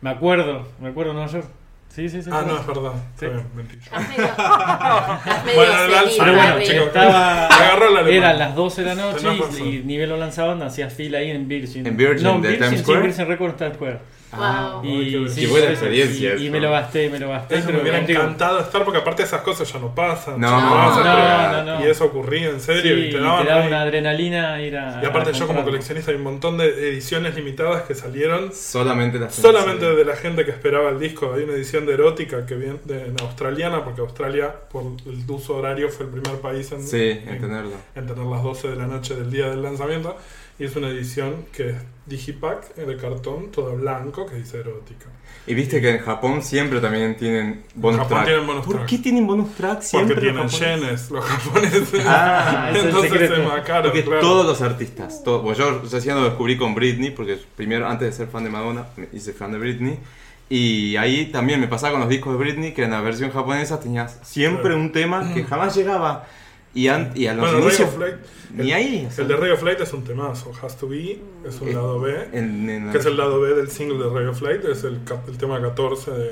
[SPEAKER 4] Me acuerdo, me acuerdo Nueva York. Sí, sí, sí.
[SPEAKER 3] Ah,
[SPEAKER 4] sí.
[SPEAKER 3] no, es verdad.
[SPEAKER 4] Sí.
[SPEAKER 3] Está bien, mentira.
[SPEAKER 1] Has
[SPEAKER 3] [LAUGHS]
[SPEAKER 1] medio- has medio
[SPEAKER 3] Bueno, el
[SPEAKER 1] seguido,
[SPEAKER 4] Pero bueno,
[SPEAKER 1] Harry.
[SPEAKER 3] chicos,
[SPEAKER 4] estaba.
[SPEAKER 3] Agarró la alemana.
[SPEAKER 4] Eran las 12 de la noche
[SPEAKER 3] Tenés
[SPEAKER 4] y-
[SPEAKER 3] razón.
[SPEAKER 4] y, nivel lo lanzaban, hacías fila ahí en Virgin.
[SPEAKER 2] En Virgin,
[SPEAKER 4] no, en
[SPEAKER 2] de
[SPEAKER 4] Virgin,
[SPEAKER 2] Times
[SPEAKER 4] sí,
[SPEAKER 2] Square.
[SPEAKER 4] Virgin Records Times Square.
[SPEAKER 1] Wow.
[SPEAKER 3] Ay, Oh, qué
[SPEAKER 4] Y,
[SPEAKER 3] bueno.
[SPEAKER 4] sí,
[SPEAKER 2] Qué buena
[SPEAKER 4] por eso,
[SPEAKER 2] experiencia
[SPEAKER 4] Y, y
[SPEAKER 2] eso.
[SPEAKER 4] me lo gasté, me lo gasté.
[SPEAKER 3] Eso me
[SPEAKER 4] pero
[SPEAKER 3] hubiera
[SPEAKER 4] digo,
[SPEAKER 3] encantado estar, porque aparte esas cosas ya no pasan.
[SPEAKER 2] No,
[SPEAKER 3] ya pasan,
[SPEAKER 4] no,
[SPEAKER 3] pero-
[SPEAKER 4] no, no.
[SPEAKER 3] Y eso ocurría, en serio.
[SPEAKER 4] sí,
[SPEAKER 3] y te daban ahí.
[SPEAKER 4] una adrenalina ir a.
[SPEAKER 3] Y aparte
[SPEAKER 4] a
[SPEAKER 3] yo como
[SPEAKER 4] comprarlo.
[SPEAKER 3] coleccionista hay un montón de ediciones limitadas que salieron
[SPEAKER 2] Solamente las
[SPEAKER 3] solamente de la gente que esperaba el disco. Hay una edición de erótica que viene de, en australiana, porque Australia, por el uso horario, fue el primer país en,
[SPEAKER 2] Sí,
[SPEAKER 3] en-
[SPEAKER 2] entenderlo.
[SPEAKER 3] en tener las 12 de la noche del día del lanzamiento. Y es una edición que es digipack, de cartón, todo blanco, que dice erótica.
[SPEAKER 2] Y viste que en Japón siempre también tienen bonus
[SPEAKER 3] Japón
[SPEAKER 2] track.
[SPEAKER 3] tienen bonus
[SPEAKER 2] ¿Por
[SPEAKER 3] track.
[SPEAKER 2] qué tienen bonus track siempre?
[SPEAKER 3] Porque
[SPEAKER 2] los
[SPEAKER 3] tienen
[SPEAKER 2] japoneses?
[SPEAKER 3] yenes los japoneses.
[SPEAKER 2] [LAUGHS] Ah,
[SPEAKER 4] es
[SPEAKER 3] [LAUGHS]
[SPEAKER 4] el
[SPEAKER 3] Entonces
[SPEAKER 4] secreto.
[SPEAKER 3] se macaron,
[SPEAKER 2] Porque
[SPEAKER 3] claro.
[SPEAKER 2] todos los artistas, todo, bueno, yo recién lo descubrí con Britney, porque primero, antes de ser fan de Madonna, me hice fan de Britney. Y ahí también me pasaba con los discos de Britney, que en la versión japonesa tenías siempre
[SPEAKER 3] Claro.
[SPEAKER 2] un tema
[SPEAKER 4] Mm.
[SPEAKER 2] que jamás llegaba. Y, an- y a los
[SPEAKER 3] Bueno, Ray
[SPEAKER 2] inicios,
[SPEAKER 3] of Light,
[SPEAKER 2] ni ahí. o sea,
[SPEAKER 3] el de Ray of Light es un temazo. Has to Be es un
[SPEAKER 2] Eh,
[SPEAKER 3] lado B.
[SPEAKER 2] en- en-
[SPEAKER 3] Que es el lado B del single de Ray of Light, es el, cap- el tema 14 de,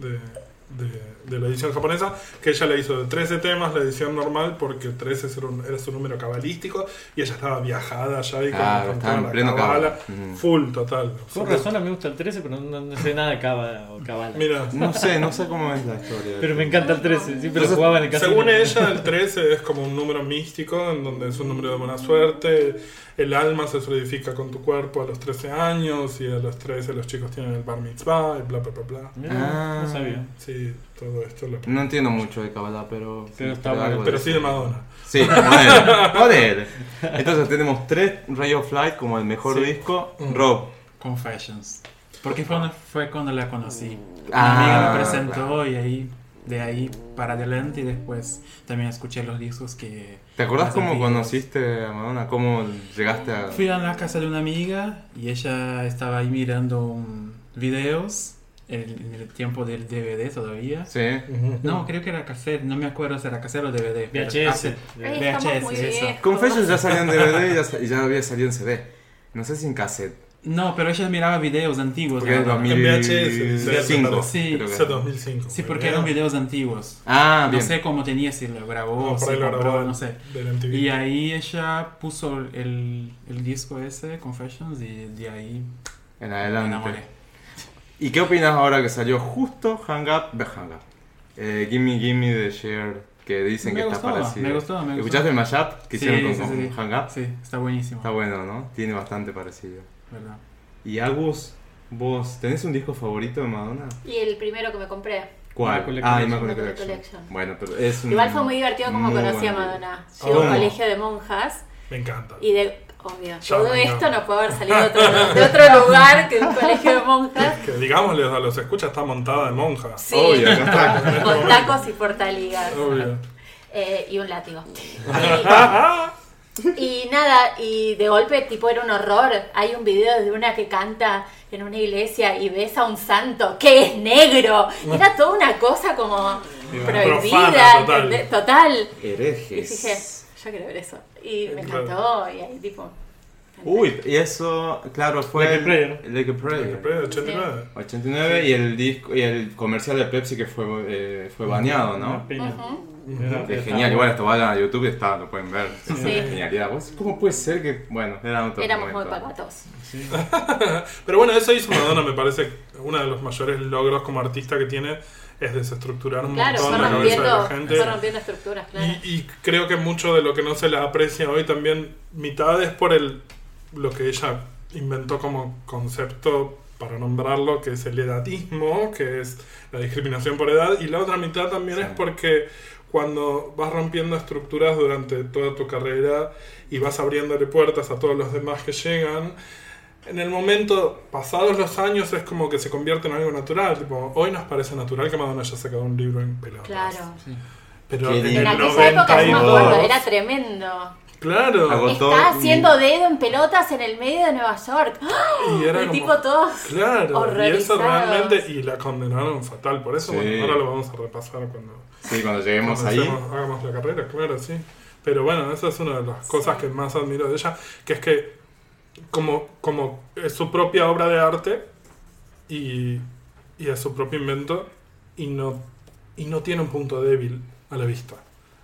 [SPEAKER 3] de- de- de la edición japonesa, que ella le hizo de 13 temas la edición normal, porque 13 era, un- era su número cabalístico, y ella estaba viajada ya ahí con-
[SPEAKER 2] Claro,
[SPEAKER 3] con
[SPEAKER 2] estaba
[SPEAKER 3] toda
[SPEAKER 2] en
[SPEAKER 3] la
[SPEAKER 2] pleno cabala.
[SPEAKER 3] cabala,
[SPEAKER 2] Mm. Ujú.
[SPEAKER 3] full total.
[SPEAKER 4] Por razón a mí me gusta el 13, pero no, no sé nada de cava- o cabala.
[SPEAKER 3] Mira,
[SPEAKER 2] No sé, no sé cómo es la historia.
[SPEAKER 4] Pero me encanta el 13, siempre lo
[SPEAKER 2] Entonces,
[SPEAKER 4] jugaba en el casino.
[SPEAKER 3] Según ella, el 13 es como un número místico, en donde es un número de buena suerte, el alma se solidifica con tu cuerpo a los 13 años, y a los 13 los chicos tienen el bar mitzvah, y bla, bla, bla, bla.
[SPEAKER 4] Mira,
[SPEAKER 2] Ah.
[SPEAKER 4] no sabía.
[SPEAKER 3] Sí, todo esto lo...
[SPEAKER 2] No entiendo mucho de Kabbalah, pero.
[SPEAKER 4] Pero está
[SPEAKER 2] algo
[SPEAKER 4] bueno.
[SPEAKER 2] de
[SPEAKER 3] Pero
[SPEAKER 2] eso.
[SPEAKER 3] sí de Madonna.
[SPEAKER 2] Sí, ponele, ponele. Entonces tenemos tres Ray of Light como el mejor
[SPEAKER 4] Sí.
[SPEAKER 2] disco.
[SPEAKER 3] Mm.
[SPEAKER 2] Rob.
[SPEAKER 5] Confessions. Porque fue cuando, fue cuando la conocí.
[SPEAKER 2] Ah,
[SPEAKER 5] Una amiga me presentó
[SPEAKER 2] claro.
[SPEAKER 5] y ahí, de ahí para adelante y después también escuché los discos que...
[SPEAKER 2] ¿Te acordás
[SPEAKER 5] más
[SPEAKER 2] cómo
[SPEAKER 5] antiguos.
[SPEAKER 2] conociste a Madonna? ¿Cómo llegaste a.?
[SPEAKER 5] Fui a la casa de una amiga y ella estaba ahí mirando um, videos el- en el tiempo del DVD todavía.
[SPEAKER 2] Sí.
[SPEAKER 5] No, creo que era cassette, no me acuerdo si era cassette o DVD. pero
[SPEAKER 4] VHS.
[SPEAKER 5] hace-
[SPEAKER 1] Ay,
[SPEAKER 5] VHS,
[SPEAKER 1] estamos muy
[SPEAKER 5] eso.
[SPEAKER 1] viejos.
[SPEAKER 2] Confessions ya salió en DVD y ya, sa- y ya había salido en CD. No sé si en cassette.
[SPEAKER 5] No, pero ella miraba videos antiguos.
[SPEAKER 2] Porque es
[SPEAKER 5] ahora.
[SPEAKER 3] En VHS.
[SPEAKER 2] 2005.
[SPEAKER 5] Sí,
[SPEAKER 2] creo que
[SPEAKER 3] Ese
[SPEAKER 2] es.
[SPEAKER 3] 2005.
[SPEAKER 5] Sí, porque eran videos antiguos.
[SPEAKER 2] Ah,
[SPEAKER 5] No
[SPEAKER 2] bien.
[SPEAKER 5] sé cómo tenía, si lo grabó,
[SPEAKER 3] No,
[SPEAKER 5] si
[SPEAKER 3] por ahí lo
[SPEAKER 5] compró,
[SPEAKER 3] grabó
[SPEAKER 5] no sé.
[SPEAKER 3] Del MTV.
[SPEAKER 5] Y ahí ella puso el, el disco ese, Confessions, y de ahí
[SPEAKER 2] En
[SPEAKER 5] me
[SPEAKER 2] adelante.
[SPEAKER 5] enamoré.
[SPEAKER 2] ¿Y qué opinas ahora que salió justo Hang Up de Hang Up? Eh, gimme Gimme de Cher, que dicen
[SPEAKER 5] Me
[SPEAKER 2] que
[SPEAKER 5] gustó,
[SPEAKER 2] está parecido.
[SPEAKER 5] me gustó, me gustó.
[SPEAKER 2] ¿Escuchaste el mashup que
[SPEAKER 5] Sí,
[SPEAKER 2] hicieron
[SPEAKER 5] sí,
[SPEAKER 2] con,
[SPEAKER 5] sí,
[SPEAKER 2] con
[SPEAKER 5] sí.
[SPEAKER 2] Hang Up?
[SPEAKER 5] Sí, está buenísimo.
[SPEAKER 2] Está bueno, ¿no? Tiene bastante parecido.
[SPEAKER 5] ¿verdad?
[SPEAKER 2] Y Agus, vos, ¿tenés un disco favorito de Madonna?
[SPEAKER 1] Y el primero que me compré.
[SPEAKER 2] ¿Cuál?
[SPEAKER 4] Immaculate
[SPEAKER 2] Ah,
[SPEAKER 4] Collection.
[SPEAKER 2] Immaculate
[SPEAKER 1] Immaculate
[SPEAKER 2] Collection.
[SPEAKER 1] Collection.
[SPEAKER 2] Bueno, pero es
[SPEAKER 3] Mm.
[SPEAKER 2] un.
[SPEAKER 1] Igual fue muy divertido como
[SPEAKER 2] muy
[SPEAKER 1] conocí a
[SPEAKER 2] buen
[SPEAKER 1] Madonna.
[SPEAKER 3] disco.
[SPEAKER 1] Llegué a un
[SPEAKER 3] ¿Cómo?
[SPEAKER 1] colegio de monjas
[SPEAKER 3] Me encanta.
[SPEAKER 1] y de. Obvio,
[SPEAKER 3] Ya
[SPEAKER 1] todo
[SPEAKER 3] me
[SPEAKER 1] esto
[SPEAKER 3] encanta.
[SPEAKER 1] no puede haber salido
[SPEAKER 3] [LAUGHS]
[SPEAKER 1] de otro, de otro lugar que de un colegio de monjas.
[SPEAKER 3] Que digámosles a los escucha, está montada de monja.
[SPEAKER 1] Sí,
[SPEAKER 2] Obvio, acá está.
[SPEAKER 1] con tacos y portaligas.
[SPEAKER 3] Obvio.
[SPEAKER 1] Eh, y un
[SPEAKER 3] [LAUGHS]
[SPEAKER 1] látigo. Y, y nada, y de golpe, tipo, era un horror. Hay un video de una que canta en una iglesia y ves a un santo que es negro. Era toda una cosa como prohibida,
[SPEAKER 3] Profana, total.
[SPEAKER 1] ¿entendés? total. Y
[SPEAKER 2] [LAUGHS] Herejes.
[SPEAKER 1] dije, yo quiero ver eso. Y me encantó, y ahí, tipo.
[SPEAKER 2] Uy, y eso, claro, fue.
[SPEAKER 4] Like a Prayer.
[SPEAKER 2] el- Like a Prayer.
[SPEAKER 3] Después de 89.
[SPEAKER 2] 89 y el disco y el comercial de Pepsi que fue eh, fue baneado, ¿no?
[SPEAKER 4] Una pena.
[SPEAKER 1] ujú.
[SPEAKER 4] Era-
[SPEAKER 2] Es
[SPEAKER 4] era-
[SPEAKER 2] genial, igual esto vayan a YouTube y está, lo pueden ver. Es
[SPEAKER 1] Sí.
[SPEAKER 2] una genialidad. ¿Vos? ¿Cómo puede ser que, bueno, eran otros
[SPEAKER 1] Éramos muy
[SPEAKER 2] momentos.
[SPEAKER 1] pacatos.
[SPEAKER 4] sí.
[SPEAKER 3] Pero bueno, eso hizo Madonna, me parece uno de los mayores logros como artista que tiene es desestructurar un
[SPEAKER 1] Claro, fue
[SPEAKER 3] montón la cabeza de
[SPEAKER 1] rompiendo,
[SPEAKER 3] la
[SPEAKER 1] fue
[SPEAKER 3] gente.
[SPEAKER 1] rompiendo estructuras, claro.
[SPEAKER 3] Y, y creo que mucho de lo que no se la aprecia hoy también, mitad es por el lo que ella inventó como concepto para nombrarlo, que es el edatismo, que es la discriminación por edad, y la otra mitad también
[SPEAKER 2] Sí.
[SPEAKER 3] es porque cuando vas rompiendo estructuras durante toda tu carrera y vas abriéndole puertas a todos los demás que llegan, en el momento, pasados los años, es como que se convierte en algo natural. Tipo, hoy nos parece natural que Madonna haya sacado un libro en pelotas.
[SPEAKER 1] Claro.
[SPEAKER 3] Pero
[SPEAKER 2] Qué
[SPEAKER 3] en
[SPEAKER 2] lindo.
[SPEAKER 1] En
[SPEAKER 3] el
[SPEAKER 1] aquella época, yo me
[SPEAKER 3] 92.
[SPEAKER 1] acuerdo, era tremendo.
[SPEAKER 3] Claro.
[SPEAKER 2] Agotó
[SPEAKER 1] Está
[SPEAKER 2] mi-
[SPEAKER 1] haciendo dedo en pelotas en el medio de Nueva York. ¡Ah!
[SPEAKER 3] Y era
[SPEAKER 1] El
[SPEAKER 3] como-
[SPEAKER 1] tipo todos.
[SPEAKER 3] Claro. Y eso
[SPEAKER 1] horrorizados.
[SPEAKER 3] realmente. Y la condenaron fatal. Por eso,
[SPEAKER 2] Sí.
[SPEAKER 3] bueno, ahora lo vamos a repasar cuando
[SPEAKER 2] Sí, cuando lleguemos
[SPEAKER 3] cuando
[SPEAKER 2] ahí.
[SPEAKER 3] hacemos- hagamos la carrera, claro, sí. Pero bueno, esa es una de las cosas que más admiro de ella, que es que como, como es su propia obra de arte y, y es su propio invento y no, y no tiene un punto débil a la vista.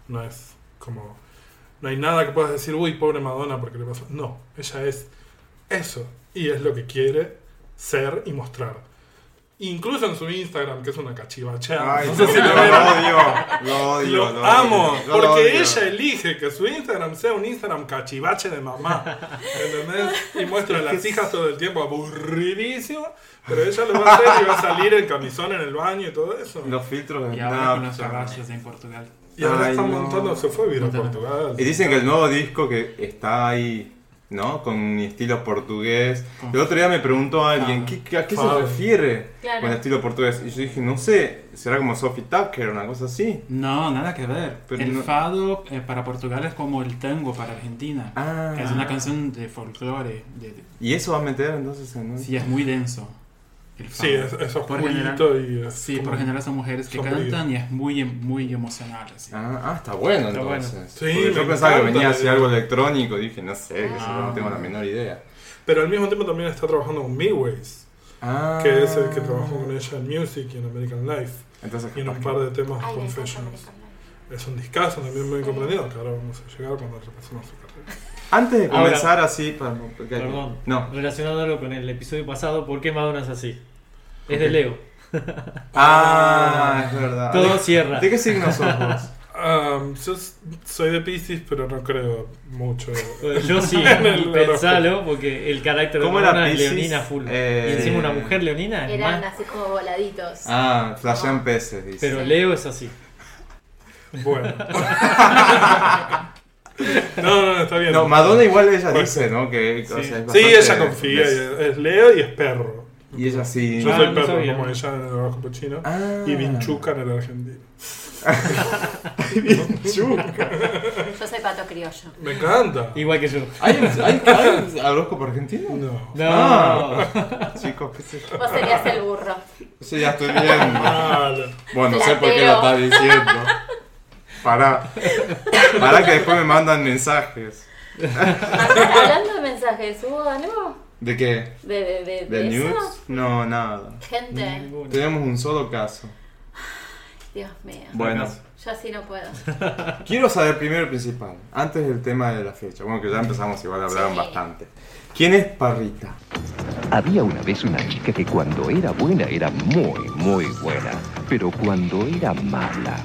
[SPEAKER 3] No es como... No hay nada que puedas decir, uy, pobre Madonna, porque le pasó. No, ella es eso y es lo que quiere ser y mostrar. Incluso en su Instagram, que es una cachivacheada.
[SPEAKER 2] Ay,
[SPEAKER 3] no sé si lo
[SPEAKER 2] [LAUGHS]
[SPEAKER 3] vieron.
[SPEAKER 2] odio, lo odio,
[SPEAKER 3] Lo
[SPEAKER 2] odio,
[SPEAKER 3] amo,
[SPEAKER 2] lo
[SPEAKER 3] porque
[SPEAKER 2] odio.
[SPEAKER 3] ella elige que su Instagram sea un Instagram cachivache de mamá. ¿Entendés? Y muestra a las hijas todo el tiempo aburridísimo, pero ella lo va a hacer y va a salir en camisón en el baño y todo eso.
[SPEAKER 2] Los filtros de
[SPEAKER 5] Y ahora con los
[SPEAKER 2] Snapchat.
[SPEAKER 5] caballos en Portugal.
[SPEAKER 3] Y ahora
[SPEAKER 2] Ay,
[SPEAKER 3] están
[SPEAKER 2] no.
[SPEAKER 3] montando, se fue a vivir a
[SPEAKER 5] Montando.
[SPEAKER 3] Portugal.
[SPEAKER 2] Y dicen que el nuevo disco que está ahí, ¿no? Con un estilo portugués. El otro día me preguntó a alguien,
[SPEAKER 5] Ah.
[SPEAKER 2] ¿qué- qué- ¿a qué se
[SPEAKER 3] Fado.
[SPEAKER 2] refiere
[SPEAKER 1] Claro.
[SPEAKER 2] con estilo portugués? Y yo dije, no sé, será como Sophie Tucker, una cosa así.
[SPEAKER 5] No, nada que ver.
[SPEAKER 2] Pero
[SPEAKER 5] el
[SPEAKER 2] no-
[SPEAKER 5] fado eh, para Portugal es como el tango para Argentina.
[SPEAKER 2] Ah,
[SPEAKER 5] Es una canción de folclore. de- de-
[SPEAKER 2] ¿y eso va a meter entonces en un-
[SPEAKER 5] sí, es muy denso. El fado.
[SPEAKER 3] Sí, es, es
[SPEAKER 5] Por general-
[SPEAKER 3] oscurito y es
[SPEAKER 5] Sí,
[SPEAKER 3] como-
[SPEAKER 5] por lo general son mujeres que
[SPEAKER 3] sombrío.
[SPEAKER 5] cantan y es muy, muy emocional. así.
[SPEAKER 2] Ah, ah, está bueno
[SPEAKER 4] Está
[SPEAKER 2] entonces.
[SPEAKER 4] bueno.
[SPEAKER 3] Sí,
[SPEAKER 2] Porque
[SPEAKER 3] me
[SPEAKER 2] yo pensaba que
[SPEAKER 3] encanta
[SPEAKER 2] venía
[SPEAKER 3] la
[SPEAKER 2] hacia
[SPEAKER 3] idea.
[SPEAKER 2] algo electrónico, dije, no sé, que
[SPEAKER 5] Ah.
[SPEAKER 2] no tengo la menor idea.
[SPEAKER 3] Pero al mismo tiempo también está trabajando con Midways,
[SPEAKER 2] Ah.
[SPEAKER 3] que es el que trabajó con ella en Music y en American Life.
[SPEAKER 2] Entonces,
[SPEAKER 3] Y en un
[SPEAKER 2] capaz
[SPEAKER 3] par de temas
[SPEAKER 1] Ay, me encanta
[SPEAKER 3] Confessions.
[SPEAKER 1] American Life.
[SPEAKER 3] Es un discazo también muy comprendido, que ahora vamos a llegar cuando repasemos su carrera.
[SPEAKER 2] Antes de
[SPEAKER 4] Ahora-
[SPEAKER 2] comenzar así, perdón, porque-
[SPEAKER 4] Perdón.
[SPEAKER 2] No.
[SPEAKER 4] Relacionándolo con el episodio pasado, ¿por qué Madonna es así? Es
[SPEAKER 2] Ok.
[SPEAKER 4] de Leo.
[SPEAKER 2] Ah, es verdad.
[SPEAKER 4] Todo cierra.
[SPEAKER 2] ¿De qué signo sos
[SPEAKER 4] [LAUGHS]
[SPEAKER 2] vos?
[SPEAKER 3] Um, yo s- soy de Pisces, pero no creo mucho.
[SPEAKER 4] Bueno, Pues
[SPEAKER 2] [LAUGHS]
[SPEAKER 4] Yo sí,
[SPEAKER 3] En el
[SPEAKER 4] y pensalo, porque el carácter de
[SPEAKER 2] ¿Cómo era
[SPEAKER 4] Madonna es
[SPEAKER 2] Piscis?
[SPEAKER 4] leonina full.
[SPEAKER 2] Eh,
[SPEAKER 4] Y encima una mujer leonina es
[SPEAKER 1] Eran
[SPEAKER 4] más.
[SPEAKER 1] así como voladitos.
[SPEAKER 2] Ah, flashean peces, dice.
[SPEAKER 4] Pero Leo es así.
[SPEAKER 3] Bueno. No, no, no, está bien.
[SPEAKER 2] No, Madonna igual ella
[SPEAKER 3] Bueno.
[SPEAKER 2] dice, ¿no? Que, o
[SPEAKER 4] Sí.
[SPEAKER 2] sea, es
[SPEAKER 3] sí, ella
[SPEAKER 2] bastante-
[SPEAKER 3] confía, y es Leo y es perro.
[SPEAKER 2] Y ella sí.
[SPEAKER 3] Yo
[SPEAKER 4] Ah,
[SPEAKER 3] soy
[SPEAKER 4] no
[SPEAKER 3] perro,
[SPEAKER 4] sabía.
[SPEAKER 3] como ella en el bajo puchino.
[SPEAKER 2] Ah.
[SPEAKER 3] Y
[SPEAKER 2] [LAUGHS]
[SPEAKER 3] Vinchuca en el argentino.
[SPEAKER 1] Yo soy pato criollo.
[SPEAKER 3] Me encanta.
[SPEAKER 4] Igual que yo.
[SPEAKER 2] ¿Hay, hay, hay horóscopo argentino?
[SPEAKER 3] No.
[SPEAKER 4] No.
[SPEAKER 2] Ah. Chicos, qué sé yo.
[SPEAKER 1] Vos serías el
[SPEAKER 3] [LAUGHS]
[SPEAKER 1] burro.
[SPEAKER 2] Sí, ya estoy viendo.
[SPEAKER 3] Claro.
[SPEAKER 2] Bueno, no sé por qué lo estás diciendo. Pará. Pará que después me mandan mensajes.
[SPEAKER 1] Hablando de mensajes, hubo, ¿no?
[SPEAKER 2] ¿De qué?
[SPEAKER 1] ¿De, de, de,
[SPEAKER 2] ¿De
[SPEAKER 1] de
[SPEAKER 2] news?
[SPEAKER 1] eso?
[SPEAKER 2] No, nada.
[SPEAKER 3] Mm.
[SPEAKER 1] Gente,
[SPEAKER 4] Ninguno.
[SPEAKER 2] Tenemos un solo caso.
[SPEAKER 1] Dios mío.
[SPEAKER 2] Bueno,
[SPEAKER 1] Yo así no puedo.
[SPEAKER 2] quiero saber primero el principal, antes del tema de la fecha. Bueno, que ya empezamos igual, hablaron
[SPEAKER 1] Sí.
[SPEAKER 2] bastante. ¿Quién es Parrita?
[SPEAKER 6] Había una vez una chica que cuando era buena era muy, muy buena, pero cuando era mala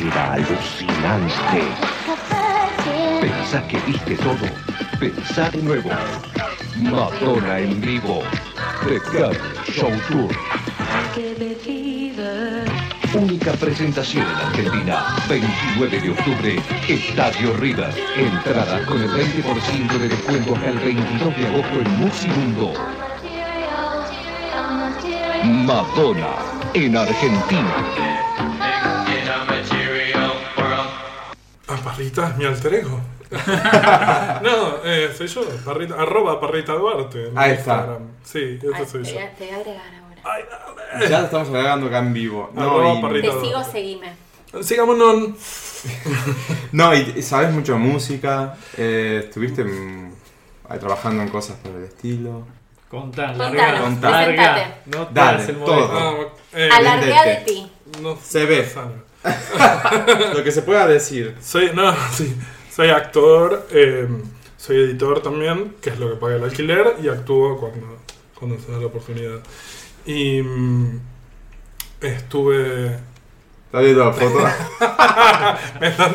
[SPEAKER 6] era alucinante. Pensás que viste todo, pensá de nuevo. Madonna en vivo, The Girl Show Tour. Única presentación en Argentina, 29 de octubre, Estadio River. Entrada con el 20% de descuento hasta el 22 de agosto en Musimundo. Madonna en Argentina.
[SPEAKER 3] Ah, Parrita es mi
[SPEAKER 2] [LAUGHS]
[SPEAKER 3] alter ego. no, eh, soy yo, Parrita, arroba Parrita Duarte. en
[SPEAKER 2] Ahí está.
[SPEAKER 3] Sí,
[SPEAKER 1] Ay,
[SPEAKER 3] ese
[SPEAKER 1] te,
[SPEAKER 3] soy
[SPEAKER 1] voy
[SPEAKER 3] yo.
[SPEAKER 1] a, te voy a agregar ahora.
[SPEAKER 3] Ay,
[SPEAKER 2] Ya lo estamos agregando acá en vivo.
[SPEAKER 3] Arroba
[SPEAKER 2] No, y,
[SPEAKER 3] Parrita.
[SPEAKER 1] Te
[SPEAKER 3] no.
[SPEAKER 1] sigo, seguime.
[SPEAKER 3] Sigámonos.
[SPEAKER 2] no, y sabes mucho de música, eh, estuviste mm, ahí trabajando en cosas por el estilo.
[SPEAKER 4] Contá,
[SPEAKER 1] Contanos,
[SPEAKER 4] largá,
[SPEAKER 2] presentate.
[SPEAKER 4] largá. No te
[SPEAKER 2] Dale,
[SPEAKER 4] hagas el
[SPEAKER 2] todo.
[SPEAKER 4] molesto.
[SPEAKER 3] Ah, eh,
[SPEAKER 1] Alarguea de
[SPEAKER 2] vendete.
[SPEAKER 1] ti.
[SPEAKER 3] no-
[SPEAKER 2] Se ve. Lo que se pueda decir.
[SPEAKER 3] Soy, no, [LAUGHS] sí, soy actor, eh, soy editor también, que es lo que paga el alquiler, y actúo cuando, cuando se da la oportunidad. Y mm, estuve... [LAUGHS]
[SPEAKER 2] Está viendo la foto.
[SPEAKER 3] Me están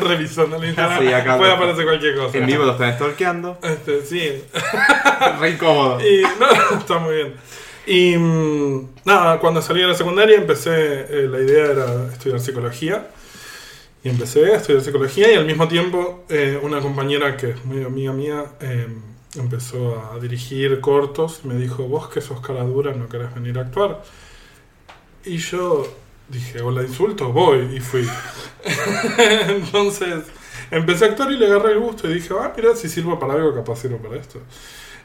[SPEAKER 2] [LAUGHS]
[SPEAKER 3] revisando el Instagram.
[SPEAKER 2] Sí, acá
[SPEAKER 3] Puede
[SPEAKER 2] lo-
[SPEAKER 3] aparecer cualquier cosa.
[SPEAKER 2] En vivo lo están stalkeando.
[SPEAKER 3] Este, sí,
[SPEAKER 2] Re incómodo.
[SPEAKER 3] Y no, [LAUGHS] está muy bien. Y mm, nada, cuando salí de la secundaria empecé, eh, la idea era estudiar psicología. Y empecé a estudiar psicología y al mismo tiempo eh, una compañera que es muy amiga mía eh, empezó a dirigir cortos y me dijo, vos que sos cara dura, no querés venir a actuar. Y yo dije, o la insulto, voy y fui. [LAUGHS] Entonces empecé a actuar y le agarré el gusto y dije, ah, mira, si sirvo para algo, capaz sirvo para esto.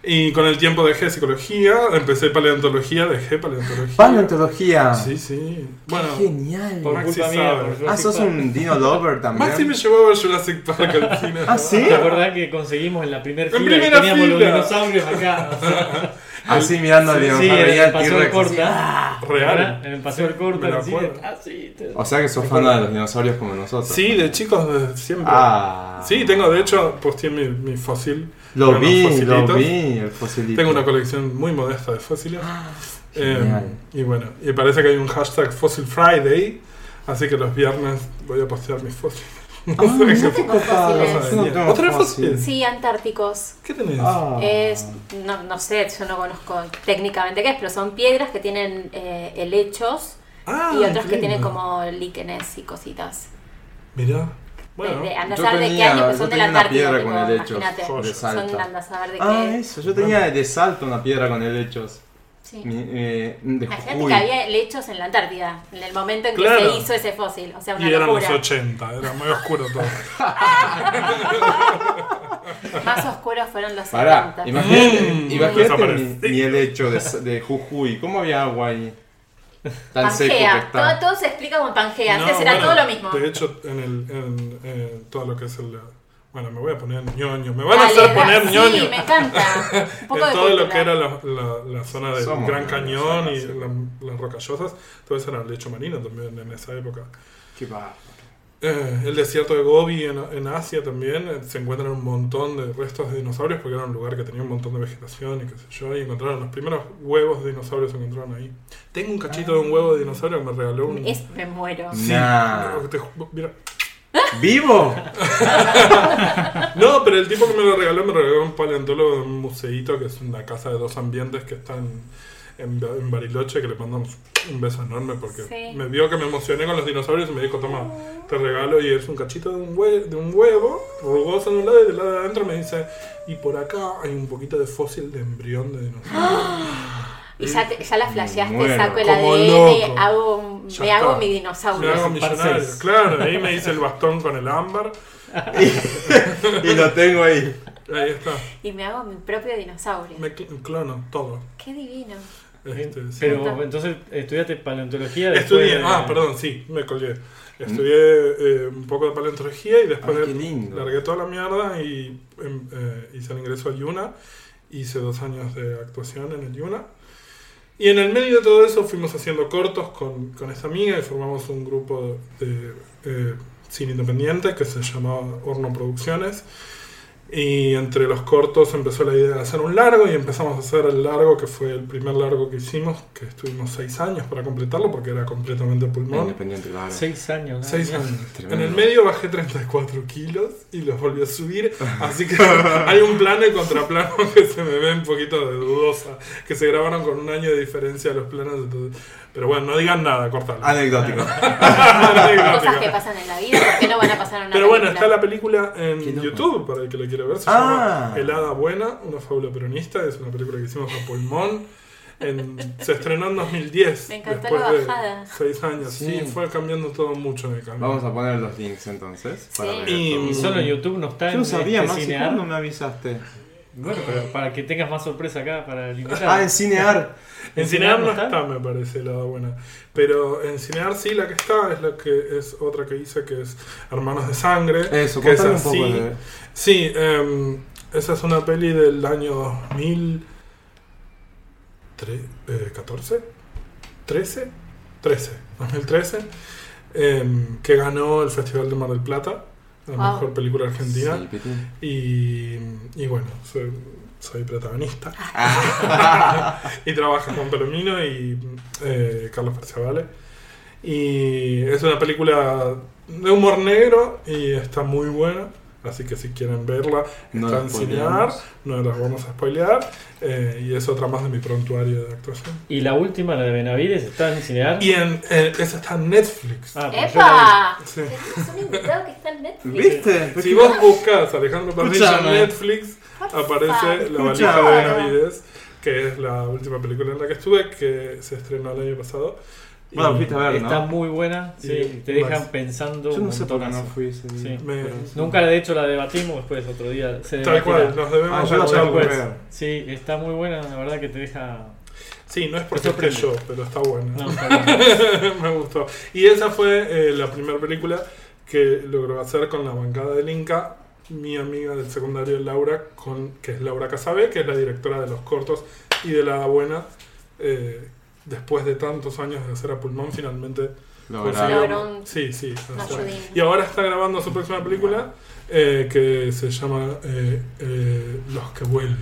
[SPEAKER 3] Y con el tiempo dejé psicología, empecé paleontología, dejé paleontología.
[SPEAKER 2] Paleontología.
[SPEAKER 3] Sí, sí. Bueno,
[SPEAKER 2] Ah. Genial.
[SPEAKER 4] Por
[SPEAKER 3] Maxi
[SPEAKER 4] culpa mía,
[SPEAKER 3] sabe.
[SPEAKER 4] por Jurassic
[SPEAKER 2] Ah, sos
[SPEAKER 4] Park.
[SPEAKER 2] un dino lover también.
[SPEAKER 3] Maxi me llevó a ver Jurassic Park al cine.
[SPEAKER 2] Ah, sí.
[SPEAKER 4] ¿Te acordás que conseguimos en la primera
[SPEAKER 3] En
[SPEAKER 4] fila y
[SPEAKER 3] primera
[SPEAKER 4] teníamos los
[SPEAKER 3] fila.
[SPEAKER 2] [LAUGHS]
[SPEAKER 4] dinosaurios acá? O sea,
[SPEAKER 2] Así mirando al
[SPEAKER 4] sí,
[SPEAKER 2] dinosaurio
[SPEAKER 4] en
[SPEAKER 2] y al
[SPEAKER 4] el paseo del
[SPEAKER 2] T-Rex.
[SPEAKER 4] corta.
[SPEAKER 3] Real.
[SPEAKER 4] ¿Verdad? En el paseo del corta.
[SPEAKER 3] Me lo
[SPEAKER 4] en el cine.
[SPEAKER 3] acuerdo.
[SPEAKER 4] Ah, sí. te-
[SPEAKER 2] O sea que sos fan de los dinosaurios como nosotros.
[SPEAKER 3] Sí, de chicos de siempre.
[SPEAKER 2] Ah.
[SPEAKER 3] Sí, tengo, de hecho, posteé mi, mi fósil.
[SPEAKER 2] Lo
[SPEAKER 3] Bueno,
[SPEAKER 2] vi, lo
[SPEAKER 3] fosilitos.
[SPEAKER 2] vi, el fosilito.
[SPEAKER 3] Tengo una colección muy modesta de fósiles.
[SPEAKER 1] Ah,
[SPEAKER 3] Eh,
[SPEAKER 2] genial.
[SPEAKER 3] y bueno, y parece que hay un hashtag Fossil Friday, así que los viernes voy a postear mis fósiles. [LAUGHS] No
[SPEAKER 2] Ah,
[SPEAKER 3] sé
[SPEAKER 2] mira
[SPEAKER 3] qué-
[SPEAKER 2] qué copado.
[SPEAKER 1] fósiles.
[SPEAKER 2] Yo no tengo
[SPEAKER 3] ¿Otra vez
[SPEAKER 2] fósil.
[SPEAKER 3] fósil?
[SPEAKER 1] Sí, Antárticos.
[SPEAKER 3] ¿Qué tenés?
[SPEAKER 2] Ah.
[SPEAKER 1] Es, no, no sé, yo no conozco técnicamente qué es, pero son piedras que tienen eh, helechos
[SPEAKER 3] Ah,
[SPEAKER 1] y otras que
[SPEAKER 3] entiendo.
[SPEAKER 1] tienen como líquenes y cositas.
[SPEAKER 3] Mirá. Bueno,
[SPEAKER 1] de, de,
[SPEAKER 2] Yo
[SPEAKER 1] anda a saber de qué
[SPEAKER 2] tenía-
[SPEAKER 1] año, que
[SPEAKER 2] yo
[SPEAKER 1] son de la
[SPEAKER 2] tenía una
[SPEAKER 1] Antártida.
[SPEAKER 2] piedra
[SPEAKER 1] tipo,
[SPEAKER 2] con helechos
[SPEAKER 1] imagínate. Son
[SPEAKER 2] de Salta.
[SPEAKER 1] anda a saber de qué.
[SPEAKER 2] Ah, eso. Yo tenía de salto una piedra con helechos.
[SPEAKER 1] Sí.
[SPEAKER 2] Mi- eh, de
[SPEAKER 1] Imagínate
[SPEAKER 2] Jujuy.
[SPEAKER 1] que había helechos en la Antártida, en el momento en que
[SPEAKER 3] Claro.
[SPEAKER 1] se hizo ese fósil. O sea, una
[SPEAKER 3] y eran los
[SPEAKER 1] locura.
[SPEAKER 3] 80, era muy oscuro
[SPEAKER 1] [LAUGHS]
[SPEAKER 3] todo.
[SPEAKER 1] Más oscuros fueron los
[SPEAKER 2] Pará,
[SPEAKER 1] 70.
[SPEAKER 2] imagínate,
[SPEAKER 3] Mm,
[SPEAKER 2] imagínate mi,
[SPEAKER 3] desaparecí.
[SPEAKER 2] mi helecho de, de Jujuy. ¿Cómo había agua ahí? Tan seco que
[SPEAKER 1] Pangea, todo,
[SPEAKER 2] está.
[SPEAKER 1] todo se explica como Pangea, antes
[SPEAKER 3] No,
[SPEAKER 1] era
[SPEAKER 3] bueno,
[SPEAKER 1] todo lo mismo.
[SPEAKER 3] De hecho, en, el, en eh, todo lo que es el. Bueno, me voy a poner ñoño. Me van a
[SPEAKER 1] Dale,
[SPEAKER 3] hacer poner
[SPEAKER 1] da-
[SPEAKER 3] ñoño.
[SPEAKER 1] Sí, me encanta. Un
[SPEAKER 3] [LAUGHS]
[SPEAKER 1] poco
[SPEAKER 3] en
[SPEAKER 1] de
[SPEAKER 3] todo lo
[SPEAKER 1] cultura.
[SPEAKER 3] que era la, la- la zona del
[SPEAKER 2] Somos
[SPEAKER 3] Gran
[SPEAKER 2] ñoños,
[SPEAKER 3] Cañón y
[SPEAKER 2] sí.
[SPEAKER 3] la- las rocallosas, todo eso era lecho marino también en esa época.
[SPEAKER 2] Qué bárbaro.
[SPEAKER 3] Eh, el desierto de Gobi en, en Asia también eh, se encuentran un montón de restos de dinosaurios porque era un lugar que tenía un montón de vegetación y qué sé yo. Y encontraron los primeros huevos de dinosaurios se encontraron ahí. Tengo un cachito de un huevo de dinosaurio que me regaló un.
[SPEAKER 1] Es- me muero.
[SPEAKER 3] Sí,
[SPEAKER 2] Nah.
[SPEAKER 3] te ju- mira,
[SPEAKER 2] ¿Vivo?
[SPEAKER 3] No, pero el tipo que me lo regaló me regaló un paleontólogo de un museito que es una casa de dos ambientes que está en, en, Ba- en Bariloche, que le mandamos un beso enorme porque
[SPEAKER 1] Sí.
[SPEAKER 3] me vio que me emocioné con los dinosaurios y me dijo, toma, te regalo y es un cachito de un, hue- de un huevo, rugoso de un lado y del lado de adentro me dice, y por acá hay un poquito de fósil de embrión de dinosaurio.
[SPEAKER 1] Y ya, te- ya la flasheaste,
[SPEAKER 2] Bueno,
[SPEAKER 1] saco el
[SPEAKER 3] como
[SPEAKER 1] ADN,
[SPEAKER 3] loco.
[SPEAKER 1] hago, un-
[SPEAKER 3] Ya
[SPEAKER 1] me
[SPEAKER 3] está.
[SPEAKER 1] hago mi
[SPEAKER 3] Me
[SPEAKER 1] dinosaurio.
[SPEAKER 3] hago millonario.
[SPEAKER 4] parcels. [LAUGHS]
[SPEAKER 3] Claro, ahí me hice el bastón con el ámbar.
[SPEAKER 2] y lo tengo ahí.
[SPEAKER 3] Ahí está,
[SPEAKER 1] Y me hago mi propio dinosaurio.
[SPEAKER 3] me cl- clono todo.
[SPEAKER 1] Qué divino.
[SPEAKER 3] Este, sí.
[SPEAKER 4] Pero entonces estudiaste paleontología después
[SPEAKER 3] Estudié,
[SPEAKER 4] de-
[SPEAKER 3] ah, perdón, sí, me colgué. Estudié eh, un poco de paleontología y después
[SPEAKER 2] Ay, qué lindo.
[SPEAKER 3] largué toda la mierda y em, eh, hice el ingreso a Yuna. hice dos años de actuación en el Yuna. Y en el medio de todo eso fuimos haciendo cortos con, con esta amiga y formamos un grupo de eh, cine independiente que se llamaba Horno Producciones. Y entre los cortos empezó la idea de hacer un largo y empezamos a hacer el largo, que fue el primer largo que hicimos, que estuvimos seis años para completarlo porque era completamente pulmón.
[SPEAKER 2] Independiente, claro.
[SPEAKER 4] Seis años.
[SPEAKER 3] Seis años. En
[SPEAKER 2] Tremendo.
[SPEAKER 3] el medio bajé 34 kilos y los volví a subir. Así que hay un plano y contraplano [LAUGHS] que se me ve un poquito de dudosa. Que se grabaron con un año de diferencia los planos. entonces- Pero bueno, no digan nada, cortalo.
[SPEAKER 2] Anecdótico.
[SPEAKER 3] [LAUGHS]
[SPEAKER 1] Cosas que pasan en la vida, ¿por qué no van a pasar en una
[SPEAKER 3] Pero bueno, está
[SPEAKER 1] película?
[SPEAKER 3] la película
[SPEAKER 5] Qué
[SPEAKER 3] en
[SPEAKER 5] loco.
[SPEAKER 3] YouTube para el que la quiera ver. Se
[SPEAKER 2] Ah.
[SPEAKER 3] llama El Hada Buena, una fábula peronista. Es una película que hicimos a pulmón. En- se estrenó en 2010.
[SPEAKER 1] Me encantó
[SPEAKER 3] después
[SPEAKER 1] la
[SPEAKER 3] de
[SPEAKER 1] bajada.
[SPEAKER 3] seis años. Sí.
[SPEAKER 2] Sí.
[SPEAKER 3] fue cambiando todo mucho en el camino.
[SPEAKER 2] Vamos a poner los links entonces. para
[SPEAKER 1] Sí.
[SPEAKER 2] ver
[SPEAKER 3] Y-
[SPEAKER 4] Y
[SPEAKER 2] todo.
[SPEAKER 4] solo en YouTube no está
[SPEAKER 2] Yo no
[SPEAKER 4] en
[SPEAKER 2] sabía,
[SPEAKER 4] este
[SPEAKER 2] Maxi,
[SPEAKER 4] cinear.
[SPEAKER 2] ¿cuándo me avisaste?
[SPEAKER 4] Bueno, pero para que tengas más sorpresa acá para el invitado.
[SPEAKER 2] Ah, en Cinear.
[SPEAKER 3] En Cinear no está, me parece, la buena. Pero en Cinear sí, la que está es la que es otra que hice que es Hermanos de Sangre.
[SPEAKER 2] Eso,
[SPEAKER 3] que es
[SPEAKER 2] contame un poco.
[SPEAKER 3] así.
[SPEAKER 2] de-
[SPEAKER 3] Sí, em, esa es una peli del año eh, 2014, 13, 13, 2013, em, que ganó el Festival de Mar del Plata, la
[SPEAKER 1] Wow.
[SPEAKER 3] mejor película argentina.
[SPEAKER 2] Sí, Pitín.
[SPEAKER 3] Y, y bueno, soy, soy protagonista.
[SPEAKER 2] Ah.
[SPEAKER 3] [LAUGHS] y trabaja con Palomino y eh, Carlos Perciavale. Y es una película de humor negro y está muy buena. Así que si quieren verla,
[SPEAKER 2] No
[SPEAKER 3] está
[SPEAKER 2] la
[SPEAKER 3] en Cinear,
[SPEAKER 2] spoileamos.
[SPEAKER 3] no las vamos a spoilear. eh, y es otra más de mi prontuario de actuación.
[SPEAKER 4] Y la última, la de Benavides, está en cinear.
[SPEAKER 3] Y en, eh, esa está en Netflix.
[SPEAKER 4] Ah, pero yo la
[SPEAKER 1] ¡Epa!
[SPEAKER 3] Sí.
[SPEAKER 1] Tenemos un invitado que está en Netflix.
[SPEAKER 2] ¿Viste?
[SPEAKER 3] Si vos buscas Alejandro Parrilla en
[SPEAKER 5] Escuchame.
[SPEAKER 3] Netflix, aparece La valija
[SPEAKER 2] Escuchame.
[SPEAKER 3] de Benavides, que es la última película en la que estuve, que se estrenó el año pasado. Y
[SPEAKER 2] Bueno, fuiste a
[SPEAKER 4] vi.
[SPEAKER 2] ver,
[SPEAKER 4] Está
[SPEAKER 2] ¿no?
[SPEAKER 4] muy buena. Sí,
[SPEAKER 3] Y
[SPEAKER 4] te dejan
[SPEAKER 3] más.
[SPEAKER 4] pensando
[SPEAKER 2] Yo
[SPEAKER 4] un
[SPEAKER 2] no sé por qué no
[SPEAKER 4] montonazo.
[SPEAKER 2] fui ese día.
[SPEAKER 4] Sí.
[SPEAKER 3] Me-
[SPEAKER 4] Nunca de hecho la debatimos, después otro día se
[SPEAKER 3] Tal
[SPEAKER 4] debatirá.
[SPEAKER 3] cual, nos debemos
[SPEAKER 2] Ah, yo la
[SPEAKER 3] escuchar
[SPEAKER 2] tengo que
[SPEAKER 3] después.
[SPEAKER 2] ver.
[SPEAKER 4] Sí, está muy buena, la verdad que te deja.
[SPEAKER 3] Sí, no es porque esté yo,
[SPEAKER 4] sorprende.
[SPEAKER 3] pero está
[SPEAKER 2] [LAUGHS]
[SPEAKER 3] buena.
[SPEAKER 4] No, está buena.
[SPEAKER 2] Ah.
[SPEAKER 3] [LAUGHS] Me gustó. Y esa fue eh, la primera película que logró hacer con la bancada del Inca, mi amiga del secundario Laura, con, que es Laura Casabé, que es la directora de los cortos y de la buena. eh, después de tantos años de hacer a pulmón, finalmente
[SPEAKER 2] Lo
[SPEAKER 3] consiguió-
[SPEAKER 2] grabé.
[SPEAKER 1] Logró un-
[SPEAKER 3] Sí, sí.
[SPEAKER 1] un
[SPEAKER 3] o sea.
[SPEAKER 1] ayudín.
[SPEAKER 3] Y ahora está grabando su próxima película eh, que se llama eh, eh, Los que vuelven.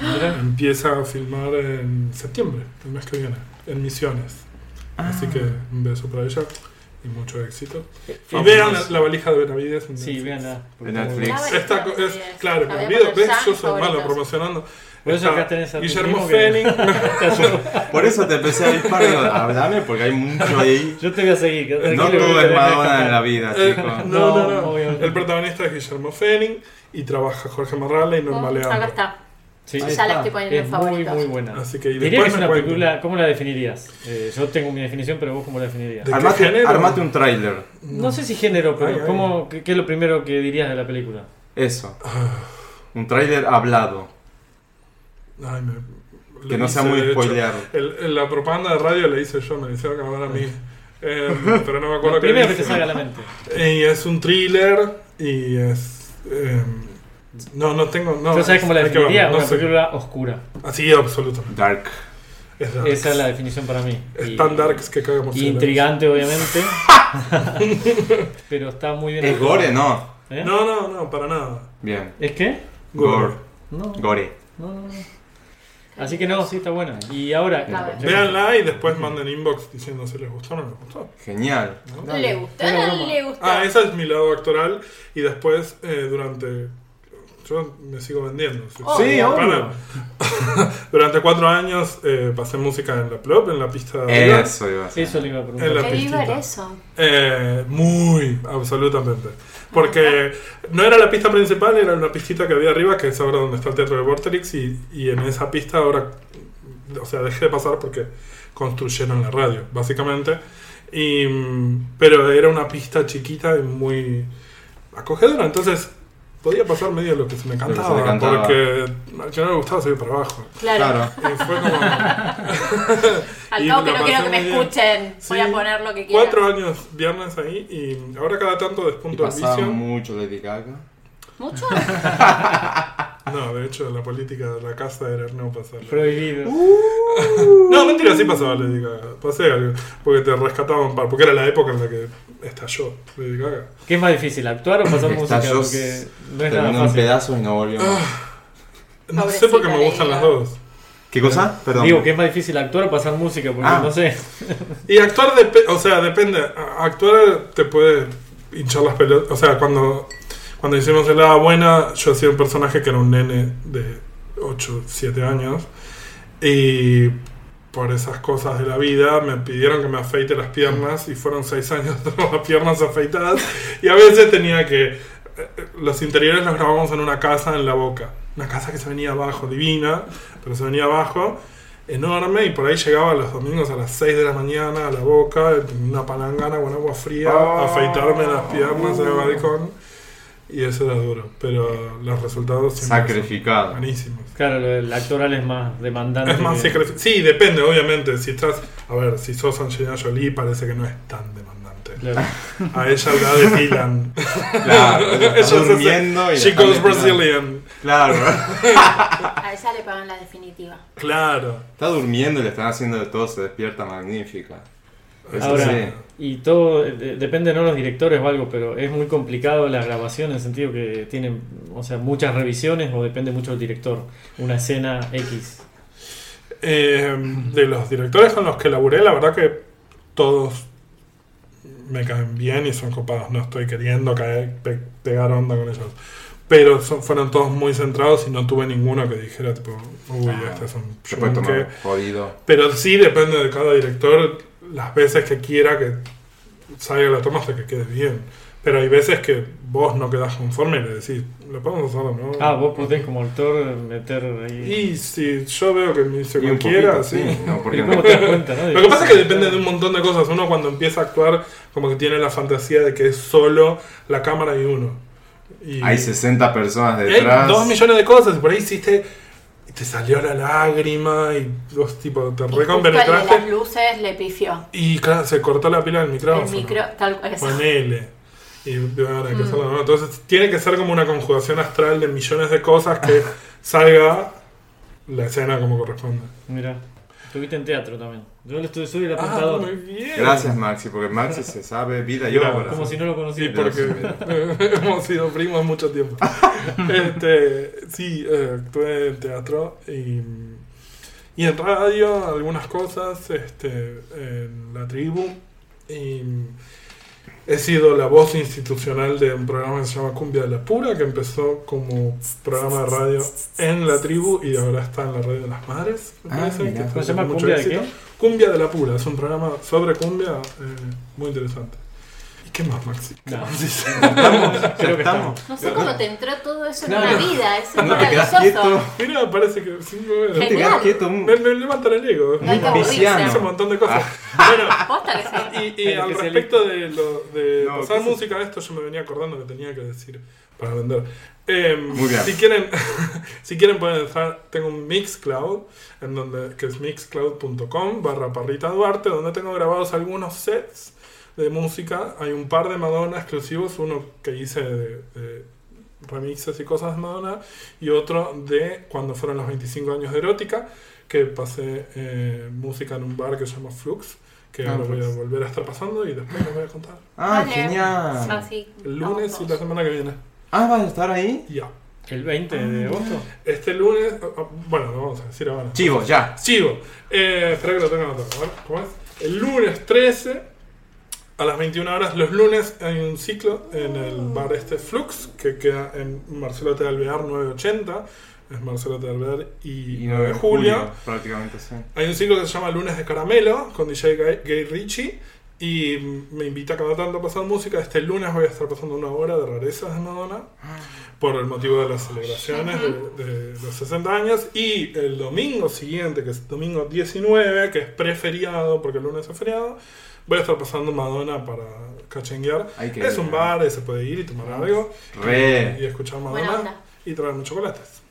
[SPEAKER 4] Mirá.
[SPEAKER 3] Empieza a filmar en septiembre, el mes que viene, en Misiones.
[SPEAKER 4] Ah.
[SPEAKER 3] Así que un beso para ella y mucho éxito. Y vean la, la valija de Benavides. en
[SPEAKER 4] Sí,
[SPEAKER 3] Netflix.
[SPEAKER 4] véanla.
[SPEAKER 2] En Netflix.
[SPEAKER 1] Ah, bueno,
[SPEAKER 3] Esta co- es,
[SPEAKER 1] Benavides.
[SPEAKER 3] claro,
[SPEAKER 1] La voy a
[SPEAKER 3] convido,
[SPEAKER 1] poner
[SPEAKER 3] ves,
[SPEAKER 1] ya en
[SPEAKER 3] yo soy
[SPEAKER 1] favoritos.
[SPEAKER 3] malo promocionando.
[SPEAKER 4] Por eso
[SPEAKER 3] Está
[SPEAKER 4] acá tenés a tu
[SPEAKER 3] Guillermo
[SPEAKER 4] primo que-
[SPEAKER 3] Fenning.
[SPEAKER 2] Por eso te empecé a disparar. digo, Hablame porque hay mucho ahí.
[SPEAKER 4] Yo te voy a seguir. que-
[SPEAKER 2] No
[SPEAKER 4] que-
[SPEAKER 2] todo
[SPEAKER 4] que-
[SPEAKER 2] es Madonna en la vida,
[SPEAKER 3] [LAUGHS] Eh,
[SPEAKER 2] chicos.
[SPEAKER 3] no, no,
[SPEAKER 4] No,
[SPEAKER 3] no.
[SPEAKER 4] obviamente.
[SPEAKER 3] El protagonista es Guillermo Fenning y trabaja Jorge Marrala y Norma
[SPEAKER 1] Mm, Acá
[SPEAKER 3] Leandro.
[SPEAKER 1] está.
[SPEAKER 4] Sí,
[SPEAKER 2] Ahí
[SPEAKER 1] Ya
[SPEAKER 4] es
[SPEAKER 1] la
[SPEAKER 2] está.
[SPEAKER 1] estoy poniendo en
[SPEAKER 4] muy,
[SPEAKER 1] favoritos.
[SPEAKER 4] muy buena.
[SPEAKER 3] Así que, y
[SPEAKER 4] Diría que
[SPEAKER 3] después
[SPEAKER 4] es
[SPEAKER 3] me
[SPEAKER 4] una
[SPEAKER 3] cuentan.
[SPEAKER 4] película. ¿Cómo la definirías? Eh, yo tengo mi definición, pero vos, ¿cómo la definirías?
[SPEAKER 3] ¿De qué
[SPEAKER 2] Armate,
[SPEAKER 3] género?
[SPEAKER 2] armate un tráiler.
[SPEAKER 4] No sé si género,
[SPEAKER 3] Ay,
[SPEAKER 4] pero
[SPEAKER 3] ay.
[SPEAKER 4] ¿cómo, qué, qué es lo primero que dirías de la película?
[SPEAKER 3] [SIGHS]
[SPEAKER 2] Eso. Un tráiler hablado.
[SPEAKER 3] Ay, me- lo
[SPEAKER 2] Que no sea
[SPEAKER 3] hice,
[SPEAKER 2] muy
[SPEAKER 3] de hecho.
[SPEAKER 2] spoileado.
[SPEAKER 3] El- el- la propaganda de radio la hice yo, me la hicieron grabar a
[SPEAKER 2] Ah.
[SPEAKER 3] mí. Eh, pero no me acuerdo
[SPEAKER 4] [LAUGHS] Lo
[SPEAKER 3] qué
[SPEAKER 4] primero que
[SPEAKER 3] dije.
[SPEAKER 4] te salga a
[SPEAKER 3] [LAUGHS]
[SPEAKER 4] la mente.
[SPEAKER 3] Y es un thriller y es. eh, no, no tengo. No,
[SPEAKER 4] Yo sabes cómo la
[SPEAKER 3] hay que
[SPEAKER 4] definiría,
[SPEAKER 3] verlo,
[SPEAKER 4] una
[SPEAKER 3] no sé.
[SPEAKER 4] película oscura.
[SPEAKER 3] Así, absolutamente.
[SPEAKER 2] Dark.
[SPEAKER 3] Es dark.
[SPEAKER 4] Esa es la definición para mí.
[SPEAKER 3] Es
[SPEAKER 4] Y-
[SPEAKER 3] tan darks que caga por
[SPEAKER 4] y intrigante, obviamente.
[SPEAKER 3] [LAUGHS]
[SPEAKER 4] pero está muy bien.
[SPEAKER 2] Es gore, ¿no?
[SPEAKER 4] ¿Eh?
[SPEAKER 3] No, no, no, para nada.
[SPEAKER 2] Bien.
[SPEAKER 4] ¿Es qué?
[SPEAKER 2] Gore.
[SPEAKER 4] No,
[SPEAKER 2] Gore.
[SPEAKER 4] no, no. no. Así que no, sí, está buena. Y ahora. eh,
[SPEAKER 1] A ver.
[SPEAKER 3] Veanla y después manden inbox diciendo si les gustó o no les gustó.
[SPEAKER 2] Genial.
[SPEAKER 1] ¿Le gustó
[SPEAKER 4] Una
[SPEAKER 1] o no
[SPEAKER 4] broma.
[SPEAKER 1] le gustó?
[SPEAKER 3] Ah, ese es mi lado actoral y después eh, durante... Yo me sigo vendiendo. Sí,
[SPEAKER 4] Oh,
[SPEAKER 1] Obvio. Sí,
[SPEAKER 2] obvio.
[SPEAKER 3] durante cuatro años eh, pasé música en la plop, en la pista de...
[SPEAKER 2] Eso iba a ser.
[SPEAKER 4] Eso le iba a preguntar.
[SPEAKER 3] En la
[SPEAKER 1] ¿Qué viva
[SPEAKER 3] pistita.
[SPEAKER 1] era eso?
[SPEAKER 3] Eh, muy, absolutamente. Porque no era la pista principal, era una pistita que había arriba, que es ahora donde está el Teatro de Vorterix, y, y en esa pista ahora, o sea, dejé de pasar porque construyeron la radio, básicamente. Y, mm, pero era una pista chiquita y muy acogedora, entonces podía pasar medio lo que se me
[SPEAKER 2] que se
[SPEAKER 3] cantaba,
[SPEAKER 2] le cantaba.
[SPEAKER 3] porque al que no le gustaba subir para abajo.
[SPEAKER 1] Claro.
[SPEAKER 3] Y fue como...
[SPEAKER 1] Al
[SPEAKER 3] Y
[SPEAKER 1] cabo que
[SPEAKER 3] la
[SPEAKER 1] no quiero que
[SPEAKER 3] pasé muy
[SPEAKER 1] me
[SPEAKER 3] bien.
[SPEAKER 1] escuchen. Voy
[SPEAKER 3] Sí.
[SPEAKER 1] a poner lo que quiero.
[SPEAKER 3] Cuatro años viernes ahí y ahora cada tanto
[SPEAKER 2] Y
[SPEAKER 3] despunto el
[SPEAKER 2] pasaba
[SPEAKER 3] vicio.
[SPEAKER 2] mucho Lady Gaga.
[SPEAKER 1] ¿Mucho?
[SPEAKER 3] No, de hecho, la política de la casa era no pasar.
[SPEAKER 4] [LAUGHS] Prohibido.
[SPEAKER 3] No, mentira, sí pasaba Lady Gaga. Pasé algo. Porque te rescataban para. Porque era la época en la que estalló Lady Gaga.
[SPEAKER 4] ¿Qué es más difícil, actuar o pasar música?
[SPEAKER 2] Estalló
[SPEAKER 4] Porque no es
[SPEAKER 2] terminó
[SPEAKER 4] nada
[SPEAKER 2] en
[SPEAKER 4] fácil.
[SPEAKER 2] pedazos y no volvió. más.
[SPEAKER 3] No sé
[SPEAKER 1] Pobrecita
[SPEAKER 3] por qué me
[SPEAKER 1] Lady
[SPEAKER 3] gustan las
[SPEAKER 1] Gaga.
[SPEAKER 3] dos.
[SPEAKER 2] ¿Qué cosa? Perdón.
[SPEAKER 4] Digo, que es más difícil actuar o pasar música, porque
[SPEAKER 2] Ah.
[SPEAKER 4] no sé.
[SPEAKER 3] Y actuar, depe- o sea, depende. A- Actuar te puede hinchar las pelotas. O sea, cuando, cuando hicimos el Hada Buena, yo hacía un personaje que era un nene de 8, 7 años. Y por esas cosas de la vida me pidieron que me afeite las piernas y fueron 6 años [LAUGHS] de las piernas afeitadas. Y a veces tenía que... eh, Los interiores los grabamos en una casa en la boca. Una casa que se venía abajo, divina, pero se venía abajo enorme y por ahí llegaba los domingos a las 6 de la mañana a la boca, en una palangana con agua fría,
[SPEAKER 2] Ah.
[SPEAKER 3] afeitarme las piernas en el balcón y eso era duro, pero los resultados siempre son
[SPEAKER 2] Sacrificado.
[SPEAKER 3] [LAUGHS] buenísimos.
[SPEAKER 4] Claro, lo del actoral es más demandante.
[SPEAKER 3] Es más,
[SPEAKER 4] que-
[SPEAKER 3] sacri- sí, depende, obviamente, si estás, a ver, si sos Angelina Jolie parece que no es tan demandante.
[SPEAKER 4] Claro.
[SPEAKER 3] A ella la depilan.
[SPEAKER 2] Claro,
[SPEAKER 3] [LAUGHS] ella
[SPEAKER 2] está
[SPEAKER 3] se hace-
[SPEAKER 2] durmiendo y
[SPEAKER 3] She
[SPEAKER 2] la
[SPEAKER 3] goes
[SPEAKER 2] están destinando.
[SPEAKER 3] Brazilian.
[SPEAKER 2] Claro.
[SPEAKER 1] A ella le pagan la definitiva.
[SPEAKER 3] Claro.
[SPEAKER 2] Está durmiendo y le están haciendo de todo, se despierta magnífica. Eso
[SPEAKER 4] Ahora,
[SPEAKER 2] sí.
[SPEAKER 4] y todo, de- depende no los directores o algo, pero es muy complicado la grabación en el sentido que tienen, o sea, muchas revisiones o depende mucho del director. Una escena X.
[SPEAKER 3] Eh, de los directores con los que laburé, la verdad que todos me caen bien y son copados. No estoy queriendo caer, pe- pegar onda con ellos. Pero son- fueron todos muy centrados y no tuve ninguno que dijera, tipo, uy,
[SPEAKER 2] Ah,
[SPEAKER 3] este es un
[SPEAKER 2] Se puede
[SPEAKER 3] yunque".
[SPEAKER 2] tomar jodido.
[SPEAKER 3] Pero sí depende de cada director las veces que quiera que salga la toma hasta que quede bien. Pero hay veces que vos no quedás conforme y le decís, lo podemos hacer o no.
[SPEAKER 4] Ah, vos podés como actor meter ahí.
[SPEAKER 3] Y si yo veo que me dice
[SPEAKER 2] Y un
[SPEAKER 3] cualquiera,
[SPEAKER 2] poquito,
[SPEAKER 3] sí.
[SPEAKER 2] No, porque
[SPEAKER 4] Pero
[SPEAKER 2] no.
[SPEAKER 4] ¿cómo te das cuenta, no? "Ah".
[SPEAKER 3] Lo que pasa es que depende de un montón de cosas. Uno cuando empieza a actuar como que tiene la fantasía de que es solo la cámara y uno. Y
[SPEAKER 2] Hay 60 personas
[SPEAKER 3] y hay
[SPEAKER 2] detrás.
[SPEAKER 3] dos millones de cosas. y Por ahí hiciste... y Te salió la lágrima y dos tipos te
[SPEAKER 1] Y justo el de las
[SPEAKER 3] reconvertraste.
[SPEAKER 1] luces le pifió.
[SPEAKER 3] Y claro, se cortó la pila del
[SPEAKER 1] El
[SPEAKER 3] micrófono.
[SPEAKER 1] micro, tal cual. eso. Mm.
[SPEAKER 3] Ponele. Y ahora hay que hacerlo, ¿no? Entonces tiene que ser como una conjugación astral de millones de cosas
[SPEAKER 2] [LAUGHS]
[SPEAKER 3] que salga la escena como corresponde.
[SPEAKER 4] Mira, estuviste en teatro también. Yo le estoy, soy el
[SPEAKER 3] Ah,
[SPEAKER 4] apuntador.
[SPEAKER 3] muy bien.
[SPEAKER 2] Gracias, Maxi, porque Maxi se sabe vida y
[SPEAKER 3] Mira,
[SPEAKER 2] obra.
[SPEAKER 4] como si no lo
[SPEAKER 3] Sí,
[SPEAKER 4] conociera.
[SPEAKER 2] Pero
[SPEAKER 3] porque [LAUGHS] hemos sido primos mucho tiempo. este, sí, eh, actué en teatro y, y en radio, algunas cosas, este, en la tribu. Y he sido la voz institucional de un programa que se llama Cumbia de la Pura, que empezó como programa de radio en la tribu y ahora está en la radio de las madres. me
[SPEAKER 2] Ah,
[SPEAKER 3] parece, que
[SPEAKER 2] mirá.
[SPEAKER 3] está
[SPEAKER 4] ¿Cómo se llama?
[SPEAKER 3] teniendo mucho
[SPEAKER 4] ¿Cumbia de qué?
[SPEAKER 3] éxito. Cumbia de la Pura, es un programa sobre cumbia eh, muy interesante. ¿Y qué más, Maxi?
[SPEAKER 4] No.
[SPEAKER 2] Ya
[SPEAKER 4] Creo que
[SPEAKER 2] estamos.
[SPEAKER 1] No sé cómo te entró todo eso en
[SPEAKER 4] No,
[SPEAKER 1] una
[SPEAKER 4] no.
[SPEAKER 1] vida, es
[SPEAKER 2] No te quedas quieto.
[SPEAKER 1] maravilloso.
[SPEAKER 3] Mira, parece que. sí, bueno.
[SPEAKER 2] No te
[SPEAKER 1] Genial.
[SPEAKER 2] quedas quieto. un-
[SPEAKER 3] me, me levanta el ego. Es
[SPEAKER 1] No hay que
[SPEAKER 3] muy-
[SPEAKER 1] aburrirse.
[SPEAKER 3] Hace un montón de cosas. Bueno,
[SPEAKER 1] Posta que sí.
[SPEAKER 3] y, y
[SPEAKER 4] Pero
[SPEAKER 3] al
[SPEAKER 4] que se
[SPEAKER 3] respecto de, lo, de
[SPEAKER 2] Ah. No,
[SPEAKER 3] pasar
[SPEAKER 2] que se-
[SPEAKER 3] música a esto, yo me venía acordando que tenía que decir para vender. Em,
[SPEAKER 2] Muy bien.
[SPEAKER 3] Si quieren, [LAUGHS] si quieren pueden entrar. Tengo un Mixcloud, en donde, que es mixcloud.com barra parrita Duarte, donde tengo grabados algunos sets de música. Hay un par de Madonna exclusivos, uno que hice de, de remixes y cosas de Madonna, y otro de cuando fueron los 25 años de erótica, que pasé eh, música en un bar que se llama Flux, que
[SPEAKER 2] Ah,
[SPEAKER 3] ahora voy a
[SPEAKER 2] Flux.
[SPEAKER 3] volver a estar pasando y después les voy a contar.
[SPEAKER 2] Ah,
[SPEAKER 1] Vale. Ah,
[SPEAKER 2] genial.
[SPEAKER 1] sí.
[SPEAKER 3] El lunes y
[SPEAKER 1] Vamos.
[SPEAKER 3] la semana que viene.
[SPEAKER 2] Ah, ¿vas a estar ahí?
[SPEAKER 3] Ya.
[SPEAKER 4] El 20 de agosto.
[SPEAKER 3] Este lunes, ah, ah, bueno, lo vamos a decir ahora.
[SPEAKER 2] Chivos, ya.
[SPEAKER 3] Sigo. Eh, espera que lo tenga anotado. A ver, ¿cómo es? El lunes 13 a las 21 horas. Los lunes hay un ciclo en el bar este Flux que queda en Marcelo T. de Alvear 980. Es Marcelo T. de Alvear y, 9 de julio.
[SPEAKER 2] Prácticamente, sí.
[SPEAKER 3] Hay un ciclo que se llama Lunes de Caramelo con DJ Gay, Gay Ritchie. Y mm, me invita cada tanto a pasar música. Este lunes voy a estar pasando una hora de rarezas de Madonna por el motivo de las celebraciones de, de los 60 años. Y el domingo siguiente, que es domingo 19, que es preferiado porque el lunes es feriado, voy a estar pasando Madonna para cachenguear.
[SPEAKER 2] Hay que
[SPEAKER 3] es
[SPEAKER 2] ir,
[SPEAKER 3] un
[SPEAKER 2] ¿eh?
[SPEAKER 3] bar, y se puede ir y tomar algo.
[SPEAKER 2] Re.
[SPEAKER 3] Y escuchar
[SPEAKER 1] Buena
[SPEAKER 3] Madonna
[SPEAKER 1] onda.
[SPEAKER 3] y traerme chocolates.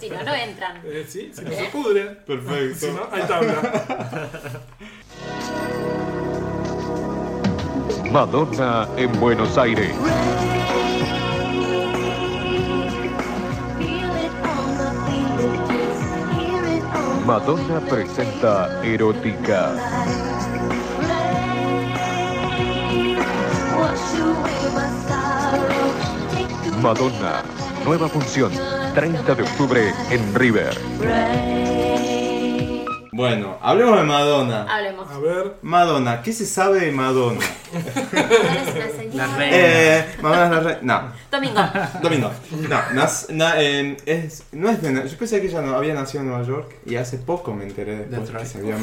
[SPEAKER 1] Si no, no entran.
[SPEAKER 3] Eh, sí, si no se pudre. Si
[SPEAKER 2] Perfecto.
[SPEAKER 3] no, hay tabla.
[SPEAKER 6] Madonna en Buenos Aires. Madonna presenta Erótica. Madonna, nueva función, 30 de octubre en River.
[SPEAKER 2] Bueno, hablemos de Madonna.
[SPEAKER 1] Hablemos.
[SPEAKER 3] A ver,
[SPEAKER 2] Madonna, ¿qué se sabe de Madonna?
[SPEAKER 1] Madonna es una
[SPEAKER 5] La
[SPEAKER 1] señora.
[SPEAKER 5] reina.
[SPEAKER 2] Eh, Madonna es la reina. No.
[SPEAKER 1] Domingo.
[SPEAKER 2] Domingo. No, nas- na- eh, es, no es de Na- Yo pensé que ella no había nacido en Nueva York y hace poco me enteré después
[SPEAKER 5] Detroit.
[SPEAKER 2] que se, había,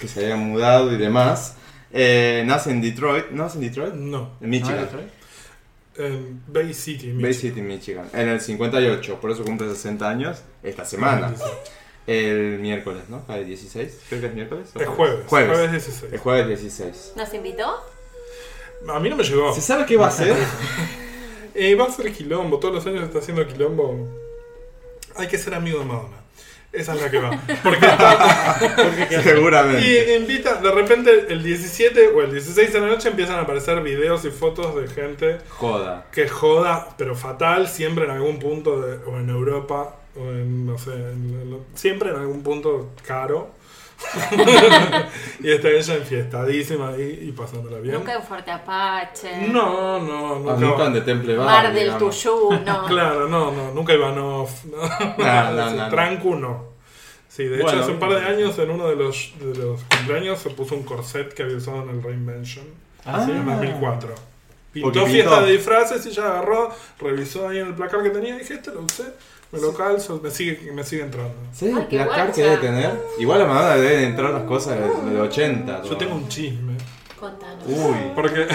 [SPEAKER 2] que se había mudado y demás. Eh, nace en Detroit. ¿No nace en Detroit?
[SPEAKER 3] no.
[SPEAKER 2] En Michigan.
[SPEAKER 3] En Bay City,
[SPEAKER 2] Bay
[SPEAKER 3] Michigan.
[SPEAKER 2] City, Michigan. En el 58, por eso cumple 60 años esta semana. El miércoles, ¿no? Cae 16, creo que es miércoles. ¿o
[SPEAKER 3] Es jueves,
[SPEAKER 2] Jueves.
[SPEAKER 3] jueves 16.
[SPEAKER 2] El jueves 16.
[SPEAKER 1] ¿Nos invitó?
[SPEAKER 3] A mí no me llegó.
[SPEAKER 2] ¿Se sabe qué va a
[SPEAKER 3] [LAUGHS]
[SPEAKER 2] hacer?
[SPEAKER 3] Eh, va a ser quilombo, todos los años está haciendo quilombo. Hay que ser amigo de Madonna. Esa es la que va.
[SPEAKER 2] [LAUGHS]
[SPEAKER 3] Porque está- y
[SPEAKER 2] [LAUGHS] Seguramente.
[SPEAKER 3] invita, de repente el 17 o el 16 de la noche empiezan a aparecer videos y fotos de gente
[SPEAKER 2] Joda.
[SPEAKER 3] que joda, pero fatal, siempre en algún punto, de- o en Europa, o en, no sé, en- en- siempre en algún punto caro. [LAUGHS] y está ella enfiestadísima ahí y pasándola bien.
[SPEAKER 1] Nunca en Fuerte Apache.
[SPEAKER 3] No, no, nunca.
[SPEAKER 2] Nunca de Temple Bar.
[SPEAKER 1] Mar del
[SPEAKER 2] digamos.
[SPEAKER 1] Tuyuno.
[SPEAKER 3] [LAUGHS] Claro, no, no, nunca
[SPEAKER 2] [LAUGHS]
[SPEAKER 3] Ivanov. No,
[SPEAKER 2] No, no,
[SPEAKER 3] Sí,
[SPEAKER 2] no, no.
[SPEAKER 3] Trancu no. Sí, de
[SPEAKER 2] Bueno.
[SPEAKER 3] hecho hace un par de años en uno de los, de los cumpleaños se puso un corset que había usado en el Reinvention
[SPEAKER 4] Ah, sí.
[SPEAKER 3] en 2004. Pintó
[SPEAKER 2] Porque
[SPEAKER 3] fiesta
[SPEAKER 2] pintó.
[SPEAKER 3] de disfraces y ya agarró, revisó ahí en el placar que tenía y dije, este lo usé, me lo calzo, me sigue, me sigue entrando.
[SPEAKER 2] ¿Sabes
[SPEAKER 1] Ay,
[SPEAKER 2] el
[SPEAKER 1] qué
[SPEAKER 2] placar
[SPEAKER 1] guacha.
[SPEAKER 2] que debe tener? Igual a Madonna le deben entrar las cosas del,
[SPEAKER 1] Ah.
[SPEAKER 2] del 80.
[SPEAKER 3] Yo
[SPEAKER 2] todo.
[SPEAKER 3] tengo un chisme.
[SPEAKER 1] Contanos.
[SPEAKER 2] Ah. Uy.
[SPEAKER 3] Porque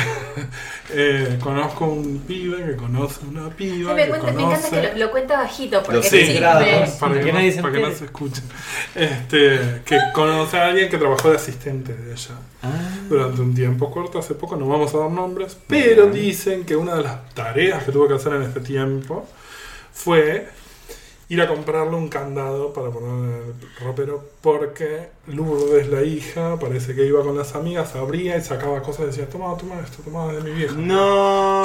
[SPEAKER 3] [LAUGHS] eh, conozco un pibe que conoce a una
[SPEAKER 1] Sí,
[SPEAKER 3] piba.
[SPEAKER 1] me,
[SPEAKER 3] que
[SPEAKER 1] cuenta- me
[SPEAKER 3] conoce...
[SPEAKER 1] encanta que lo, lo cuenta bajito porque
[SPEAKER 2] Los
[SPEAKER 1] sí,
[SPEAKER 3] Sí,
[SPEAKER 2] grados.
[SPEAKER 1] me-
[SPEAKER 3] para que,
[SPEAKER 4] Que
[SPEAKER 3] no,
[SPEAKER 4] nadie se
[SPEAKER 3] para que no
[SPEAKER 4] entere.
[SPEAKER 3] se escuche. Este, que conoce a alguien que trabajó de asistente de ella durante un tiempo corto, hace poco, no vamos a dar nombres, pero dicen que una de las tareas que tuvo que hacer en este tiempo fue ir a comprarle un candado para poner en el ropero, porque Lourdes, la hija, parece que iba con las amigas, abría y sacaba cosas y decía, toma, toma esto, toma de mi vieja.
[SPEAKER 2] No.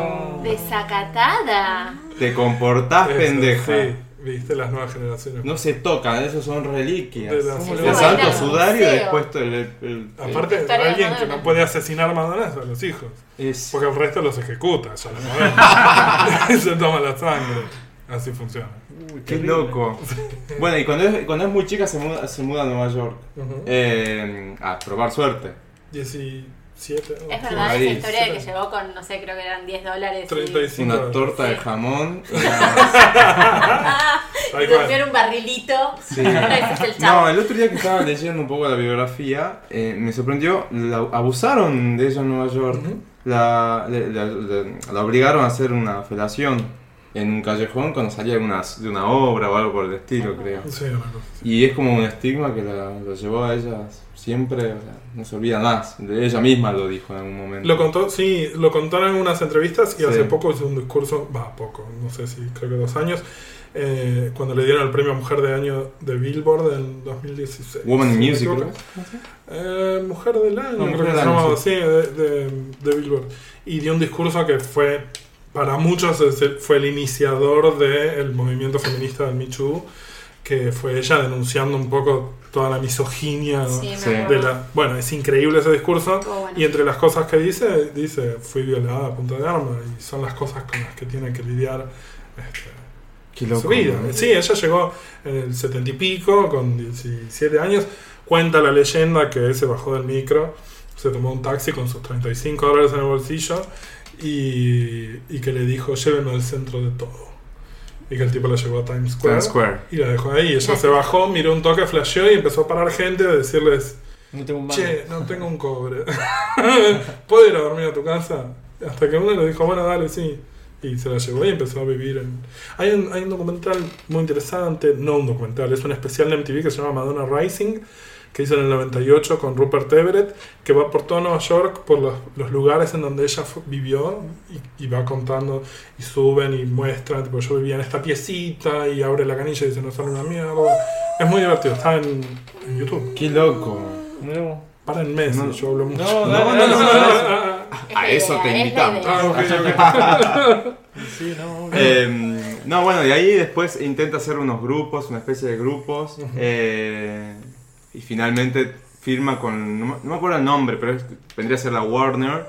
[SPEAKER 3] [LAUGHS]
[SPEAKER 1] desacatada.
[SPEAKER 2] Te comportás,
[SPEAKER 3] Eso,
[SPEAKER 2] pendeja.
[SPEAKER 3] Sí, viste las nuevas generaciones.
[SPEAKER 2] No se tocan, esos son reliquias.
[SPEAKER 3] De las-
[SPEAKER 2] El
[SPEAKER 3] Bueno,
[SPEAKER 2] santo
[SPEAKER 1] era
[SPEAKER 2] sudario
[SPEAKER 1] museo.
[SPEAKER 2] y después todo el. el- el-
[SPEAKER 3] Aparte,
[SPEAKER 1] La historia de
[SPEAKER 3] alguien que
[SPEAKER 1] Madonna.
[SPEAKER 3] no puede asesinar Madonna es a los hijos.
[SPEAKER 2] es-
[SPEAKER 3] Porque el resto los ejecuta, ya lo sabemos. [LAUGHS] Se toma la sangre. Así funciona.
[SPEAKER 4] Uy,
[SPEAKER 2] Qué
[SPEAKER 4] terrible.
[SPEAKER 2] loco. Bueno, y cuando es, cuando es muy chica se muda, se muda a Nueva York
[SPEAKER 3] Ujú.
[SPEAKER 2] eh, a probar suerte.
[SPEAKER 3] 17. oh,
[SPEAKER 1] Es verdad
[SPEAKER 2] Ahí,
[SPEAKER 1] esa historia de que
[SPEAKER 3] sí.
[SPEAKER 1] llegó con, no sé, creo que eran 10 dólares. y-
[SPEAKER 3] 35.
[SPEAKER 2] Una torta de jamón. y nada más.
[SPEAKER 1] Y
[SPEAKER 3] Tal cual.
[SPEAKER 1] durmió en un barrilito.
[SPEAKER 2] Sí.
[SPEAKER 1] Ahora ese es el chavo.
[SPEAKER 2] No, el otro día que estaba leyendo un poco la biografía, eh, me sorprendió, la abusaron de ella en Nueva York.
[SPEAKER 3] Ujú.
[SPEAKER 2] la, le- le- le- la obligaron a hacer una felación en un callejón cuando salía de una, de una obra o algo por el estilo, creo.
[SPEAKER 3] Sí, una cosa así.
[SPEAKER 2] Y es como un estigma que la, lo llevó a ella siempre, o sea, no se olvida más. De ella misma lo dijo en algún momento.
[SPEAKER 3] Lo contó, sí, lo contaron en unas entrevistas y
[SPEAKER 2] Sí.
[SPEAKER 3] hace poco hizo un discurso, va poco, no sé si creo que dos años, eh, cuando le dieron el premio Mujer de Año de Billboard en 2016.
[SPEAKER 2] Woman in
[SPEAKER 3] Si me
[SPEAKER 2] Music,
[SPEAKER 3] equivoco.
[SPEAKER 2] creo.
[SPEAKER 3] Eh, mujer del año,
[SPEAKER 2] No,
[SPEAKER 3] creo
[SPEAKER 2] Mujer
[SPEAKER 3] que
[SPEAKER 2] del
[SPEAKER 3] se
[SPEAKER 2] Año,
[SPEAKER 3] llamaba, sí, de, de- de Billboard. Y dio un discurso que fue, para muchos, es el- fue el iniciador del movimiento feminista del Me Too, que fue ella denunciando un poco toda la misoginia. ¿no?
[SPEAKER 1] Sí, me
[SPEAKER 2] Sí.
[SPEAKER 1] acuerdo.
[SPEAKER 3] De la, bueno, es increíble ese discurso.
[SPEAKER 1] Estuvo bueno.
[SPEAKER 3] Y entre las cosas que dice, dice, fui violada a punta de arma. Y son las cosas con las que tiene que lidiar este,
[SPEAKER 2] Qué loco,
[SPEAKER 3] su vida.
[SPEAKER 2] ¿no?
[SPEAKER 3] Sí, ella llegó en el setenta y pico, con 17 años. Cuenta la leyenda que se bajó del micro, se tomó un taxi con sus 35 dólares en el bolsillo y, y que le dijo, llévenme al centro de todo. Y que el tipo la llevó a Times Square.
[SPEAKER 2] Times Square.
[SPEAKER 3] Y la dejó ahí. Ella se bajó, miró un toque, flasheó y empezó a parar gente a decirles,
[SPEAKER 4] No tengo un mango.
[SPEAKER 3] Che, no tengo un cobre. [LAUGHS] ¿Puedo ir a dormir a tu casa? Hasta que uno le dijo, bueno, dale, sí. Y se la llevó y empezó a vivir en... Hay un, hay un documental muy interesante, no un documental, es un especial de MTV que se llama Madonna Rising, que hizo en el 98 con Rupert Everett, que va por toda Nueva York, por los, los lugares en donde ella fu- vivió, y, y va contando, y suben y muestran, tipo, yo vivía en esta piecita, y abre la canilla y dice, no sale una mierda. Es muy divertido, está en, en YouTube.
[SPEAKER 2] Qué loco.
[SPEAKER 4] No.
[SPEAKER 3] Párenme si
[SPEAKER 2] No.
[SPEAKER 3] yo hablo mucho.
[SPEAKER 4] No, no, no, no, no, no.
[SPEAKER 1] Es
[SPEAKER 2] A
[SPEAKER 1] la
[SPEAKER 2] eso
[SPEAKER 1] idea,
[SPEAKER 2] te
[SPEAKER 1] es la
[SPEAKER 2] [LAUGHS] invitamos.
[SPEAKER 1] idea.
[SPEAKER 3] Ah, ok, ok. Sí, no, obvio.
[SPEAKER 2] Eh, no, bueno, y ahí después intenta hacer unos grupos, una especie de grupos. eh, y finalmente firma con. No, me- no me acuerdo el nombre, pero es- vendría a ser la Warner.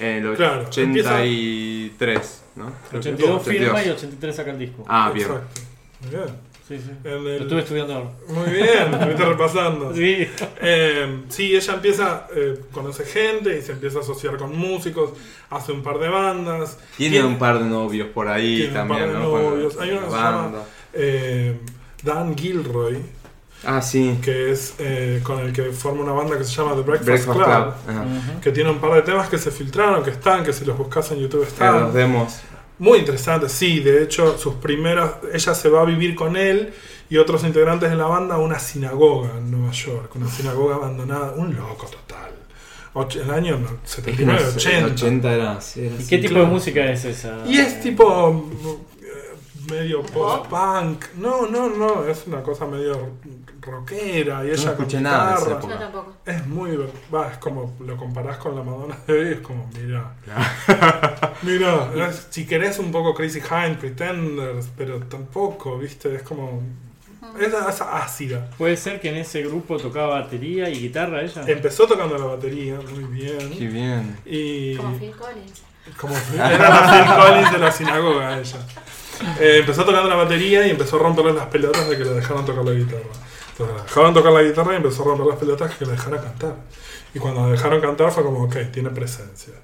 [SPEAKER 2] eh, En el
[SPEAKER 3] Claro,
[SPEAKER 2] 83, ¿no? Creo que-
[SPEAKER 4] 82 firma y
[SPEAKER 2] 82.
[SPEAKER 4] 83 saca el disco.
[SPEAKER 2] Ah, bien.
[SPEAKER 3] Exacto. Muy bien.
[SPEAKER 4] Sí, sí.
[SPEAKER 3] En
[SPEAKER 4] Lo
[SPEAKER 3] el-
[SPEAKER 4] estuve estudiando ahora.
[SPEAKER 3] Muy bien, estuviste repasando.
[SPEAKER 4] [LAUGHS] Sí.
[SPEAKER 3] Eh, sí, ella empieza, eh, conoce gente y se empieza a asociar con músicos, hace un par de bandas.
[SPEAKER 2] Tiene un par de novios por ahí
[SPEAKER 3] Tiene un
[SPEAKER 2] también,
[SPEAKER 3] par de
[SPEAKER 2] ¿no? Con la-
[SPEAKER 3] novios. Hay uno
[SPEAKER 2] la
[SPEAKER 3] que se llama-
[SPEAKER 2] banda.
[SPEAKER 3] eh, Dan Gilroy,
[SPEAKER 2] Ah, sí.
[SPEAKER 3] que es eh, con el que forma una banda que se llama The Breakfast,
[SPEAKER 2] Breakfast
[SPEAKER 3] Club,
[SPEAKER 2] Club. ajá.
[SPEAKER 3] que tiene un par de temas que se filtraron, que están, que si los buscas en YouTube
[SPEAKER 2] Pero
[SPEAKER 3] están.
[SPEAKER 2] los demos.
[SPEAKER 3] Muy interesante, sí, de hecho, sus primeras. Ella se va a vivir con él y otros integrantes de la banda a una sinagoga en Nueva York, una sinagoga abandonada, un loco total. Och- el año no, 79, 80.
[SPEAKER 2] 80 era así. era
[SPEAKER 4] ¿Y
[SPEAKER 2] así.
[SPEAKER 4] qué tipo de música es esa?
[SPEAKER 3] Y es tipo. mm, eh, medio post-punk. No, no, no, es una cosa medio rockera y ella con
[SPEAKER 2] escuché nada de esa
[SPEAKER 3] guitarra.
[SPEAKER 2] época.
[SPEAKER 1] Yo tampoco.
[SPEAKER 3] Es muy divertido. Es como lo comparás con la Madonna de hoy. Es como, mira. mira, es- si querés un poco Crazy Hind, Pretenders, pero tampoco, viste. Es como. Es, es ácida.
[SPEAKER 4] ¿Puede ser que en ese grupo tocaba batería y guitarra ella?
[SPEAKER 3] Empezó tocando la batería, muy
[SPEAKER 2] Qué
[SPEAKER 3] bien.
[SPEAKER 2] bien.
[SPEAKER 3] Y.
[SPEAKER 1] Como Phil Collins.
[SPEAKER 3] [LAUGHS] Como era la Phil Collins de la sinagoga ella. Eh, empezó tocando la batería y empezó a romperle las pelotas de que le dejaran tocar la guitarra. Entonces la dejaron tocar la guitarra y empezó a romper las pelotas que la dejara cantar. Y cuando la dejaron cantar fue como, ok, tiene presencia.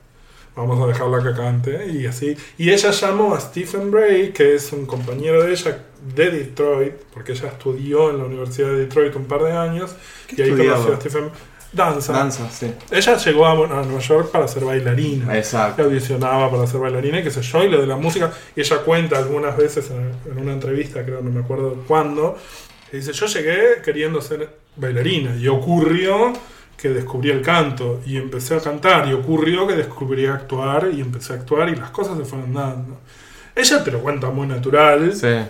[SPEAKER 3] Vamos a dejarla que cante. Y así. Y ella llamó a Stephen Bray, que es un compañero de ella de Detroit, porque ella estudió en la Universidad de Detroit un par de años. Y ahí
[SPEAKER 2] estudiaba?
[SPEAKER 3] conoció a Stephen. Danza.
[SPEAKER 2] Danza, sí.
[SPEAKER 3] Ella llegó a, a Nueva York para ser bailarina que
[SPEAKER 2] Exacto.
[SPEAKER 3] audicionaba para ser bailarina y qué sé yo, y lo de la música. Y ella cuenta algunas veces en, en una entrevista, creo, no me acuerdo cuándo, que dice, yo llegué queriendo ser bailarina y ocurrió que descubrí el canto y empecé a cantar y ocurrió que descubrí actuar y empecé a actuar y las cosas se fueron dando. Ella te lo cuenta muy natural,
[SPEAKER 2] Sí.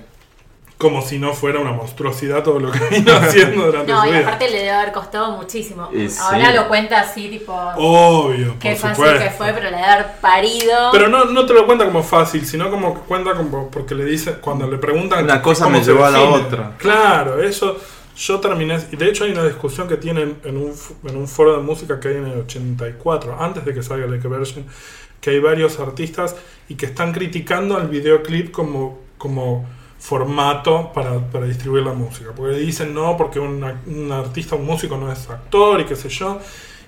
[SPEAKER 3] como si no fuera una monstruosidad todo lo que vino [LAUGHS] haciendo durante
[SPEAKER 1] No,
[SPEAKER 3] su
[SPEAKER 1] y
[SPEAKER 3] vida.
[SPEAKER 1] aparte le debe haber costado muchísimo.
[SPEAKER 2] Y sí.
[SPEAKER 1] Ahora lo cuenta así, tipo.
[SPEAKER 3] Obvio, Oh, por
[SPEAKER 1] qué fácil
[SPEAKER 3] supuesto.
[SPEAKER 1] que fue, pero le debe haber parido.
[SPEAKER 3] Pero no, no te lo cuenta como fácil, sino como que cuenta como porque le dice, cuando le preguntan...
[SPEAKER 2] Una cosa
[SPEAKER 3] cómo
[SPEAKER 2] me
[SPEAKER 3] se
[SPEAKER 2] llevó a la
[SPEAKER 3] define.
[SPEAKER 2] otra.
[SPEAKER 3] Claro, eso yo terminé... y De hecho hay una discusión que tienen en un, f- en un foro de música que hay en el 84, antes de que salga Like a Virgin, que hay varios artistas y que están criticando al videoclip como, como formato para, para distribuir la música. Porque dicen no, porque una- un artista, un músico no es actor y qué sé yo.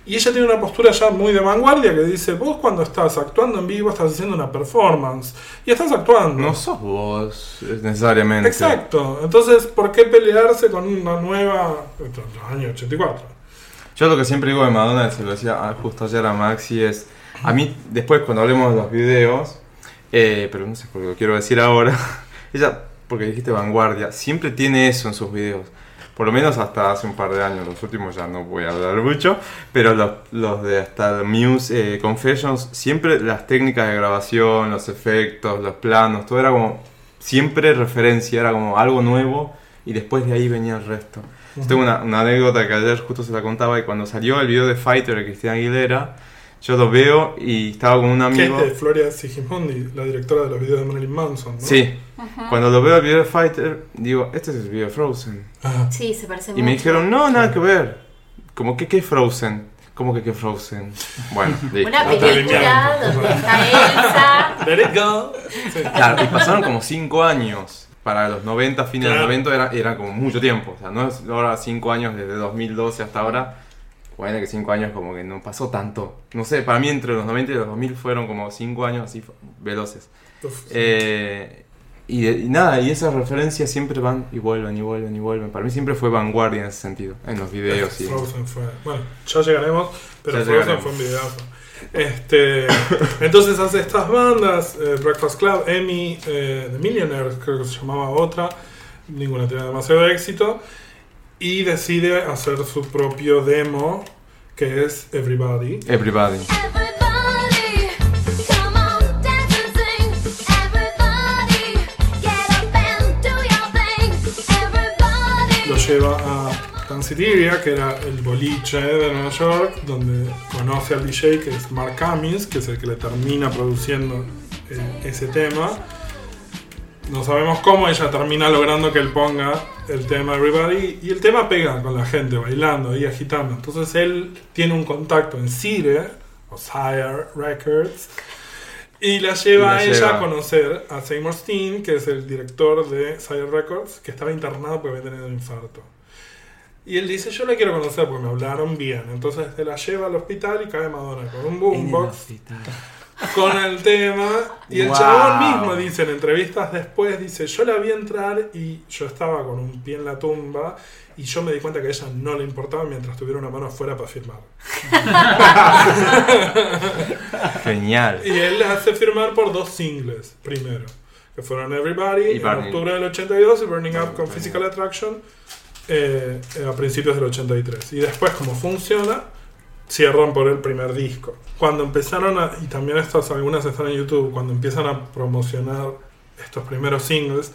[SPEAKER 3] Y ella tiene una postura ya muy de vanguardia que dice, vos cuando estás actuando en vivo estás haciendo una performance. Y estás actuando.
[SPEAKER 2] No sos vos, eh, necesariamente.
[SPEAKER 3] Exacto. Entonces, ¿por qué pelearse con una nueva... Esto es los años 84.
[SPEAKER 2] Yo lo que siempre digo de Madonna, se lo decía ah, justo ayer a Maxi, es. A mí, después cuando hablemos de los videos, eh, pero no sé por qué lo quiero decir ahora. [LAUGHS] Ella, porque dijiste vanguardia, siempre tiene eso en sus videos. Por lo menos hasta hace un par de años, los últimos ya no voy a hablar mucho, pero los, los de hasta Muse eh, Confessions, siempre las técnicas de grabación, los efectos, los planos, todo era como siempre referencia, era como algo nuevo y después de ahí venía el resto. Yo Tengo una, una anécdota que ayer justo se la contaba y cuando salió el video de Fighter de Cristina Aguilera, yo lo veo y estaba con un
[SPEAKER 3] Que es
[SPEAKER 2] amigo.
[SPEAKER 3] de Floria Sigismondi, la directora de los videos de Marilyn Manson. ¿no?
[SPEAKER 2] Sí. Cuando lo veo el video de Fighter, digo, este es el video de Frozen.
[SPEAKER 3] Ah,
[SPEAKER 1] Sí, se parece
[SPEAKER 2] Y
[SPEAKER 1] mucho.
[SPEAKER 2] me dijeron, no, nada que ver. Como que, ¿qué es Frozen? Como que, ¿qué es Frozen? Bueno, listo.
[SPEAKER 1] Una película
[SPEAKER 3] Está
[SPEAKER 1] donde está
[SPEAKER 3] [LAUGHS]
[SPEAKER 1] Elsa.
[SPEAKER 3] Let it go.
[SPEAKER 2] Claro, y pasaron como 5 años. Para los 90, fines
[SPEAKER 3] Claro.
[SPEAKER 2] de los 90 era, era como mucho tiempo. O sea, no es ahora 5 años desde 2012 hasta ahora. Bueno, que 5 años como que no pasó tanto. No sé, para mí entre los 90 y los 2000 fueron como 5 años así veloces.
[SPEAKER 3] Uf, sí.
[SPEAKER 2] Eh, y, y nada, y esas referencias siempre van y vuelven y vuelven y vuelven. Para mí siempre fue vanguardia en ese sentido, en los
[SPEAKER 3] [LAUGHS]
[SPEAKER 2] videos. Y,
[SPEAKER 3] Frozen fue. Bueno, ya llegaremos, pero
[SPEAKER 2] Ya
[SPEAKER 3] Frozen
[SPEAKER 2] llegaremos.
[SPEAKER 3] fue un videazo. Este, [LAUGHS] entonces hace estas bandas, eh, Breakfast Club, Emmy, eh, The Millionaires, creo que se llamaba otra, ninguna tenía demasiado éxito, y decide hacer su propio demo, que es Everybody.
[SPEAKER 2] Everybody.
[SPEAKER 7] Everybody, come on, dance and sing. Everybody, get up and do your thing.
[SPEAKER 3] Lo
[SPEAKER 7] Everybody,
[SPEAKER 3] lleva a Transitiria, que era el boliche de Nueva York, donde conoce al DJ, que es Mark Cummings, que es el que le termina produciendo eh, ese tema. No sabemos cómo ella termina logrando que él ponga el tema Everybody y el tema pega con la gente bailando y agitando. Entonces él tiene un contacto en Sire, o Sire Records, y la lleva
[SPEAKER 2] Y la
[SPEAKER 3] a ella
[SPEAKER 2] lleva.
[SPEAKER 3] a conocer a Seymour Steen, que es el director de Sire Records, que estaba internado porque había tenido un infarto. Y él dice, yo la quiero conocer porque me hablaron bien. Entonces se la lleva al hospital y cae Madonna con un
[SPEAKER 5] En el
[SPEAKER 3] boombox
[SPEAKER 5] hospital.
[SPEAKER 3] con el tema. Y el
[SPEAKER 2] Wow.
[SPEAKER 3] chabón mismo dice en entrevistas después, dice, yo la vi entrar y yo estaba con un pie en la tumba y yo me di cuenta que a ella no le importaba mientras tuviera una mano afuera para firmar.
[SPEAKER 2] Genial.
[SPEAKER 3] Y él la hace firmar por dos singles primero, que fueron Everybody
[SPEAKER 2] Y
[SPEAKER 3] en
[SPEAKER 2] Burning.
[SPEAKER 3] octubre del 82 y Burning Up con
[SPEAKER 2] Burning.
[SPEAKER 3] Physical Attraction eh, eh, a principios del 83. Y después, como funciona, cierran por el primer disco. Cuando empezaron a, y también estas algunas están en YouTube, cuando empiezan a promocionar estos primeros singles,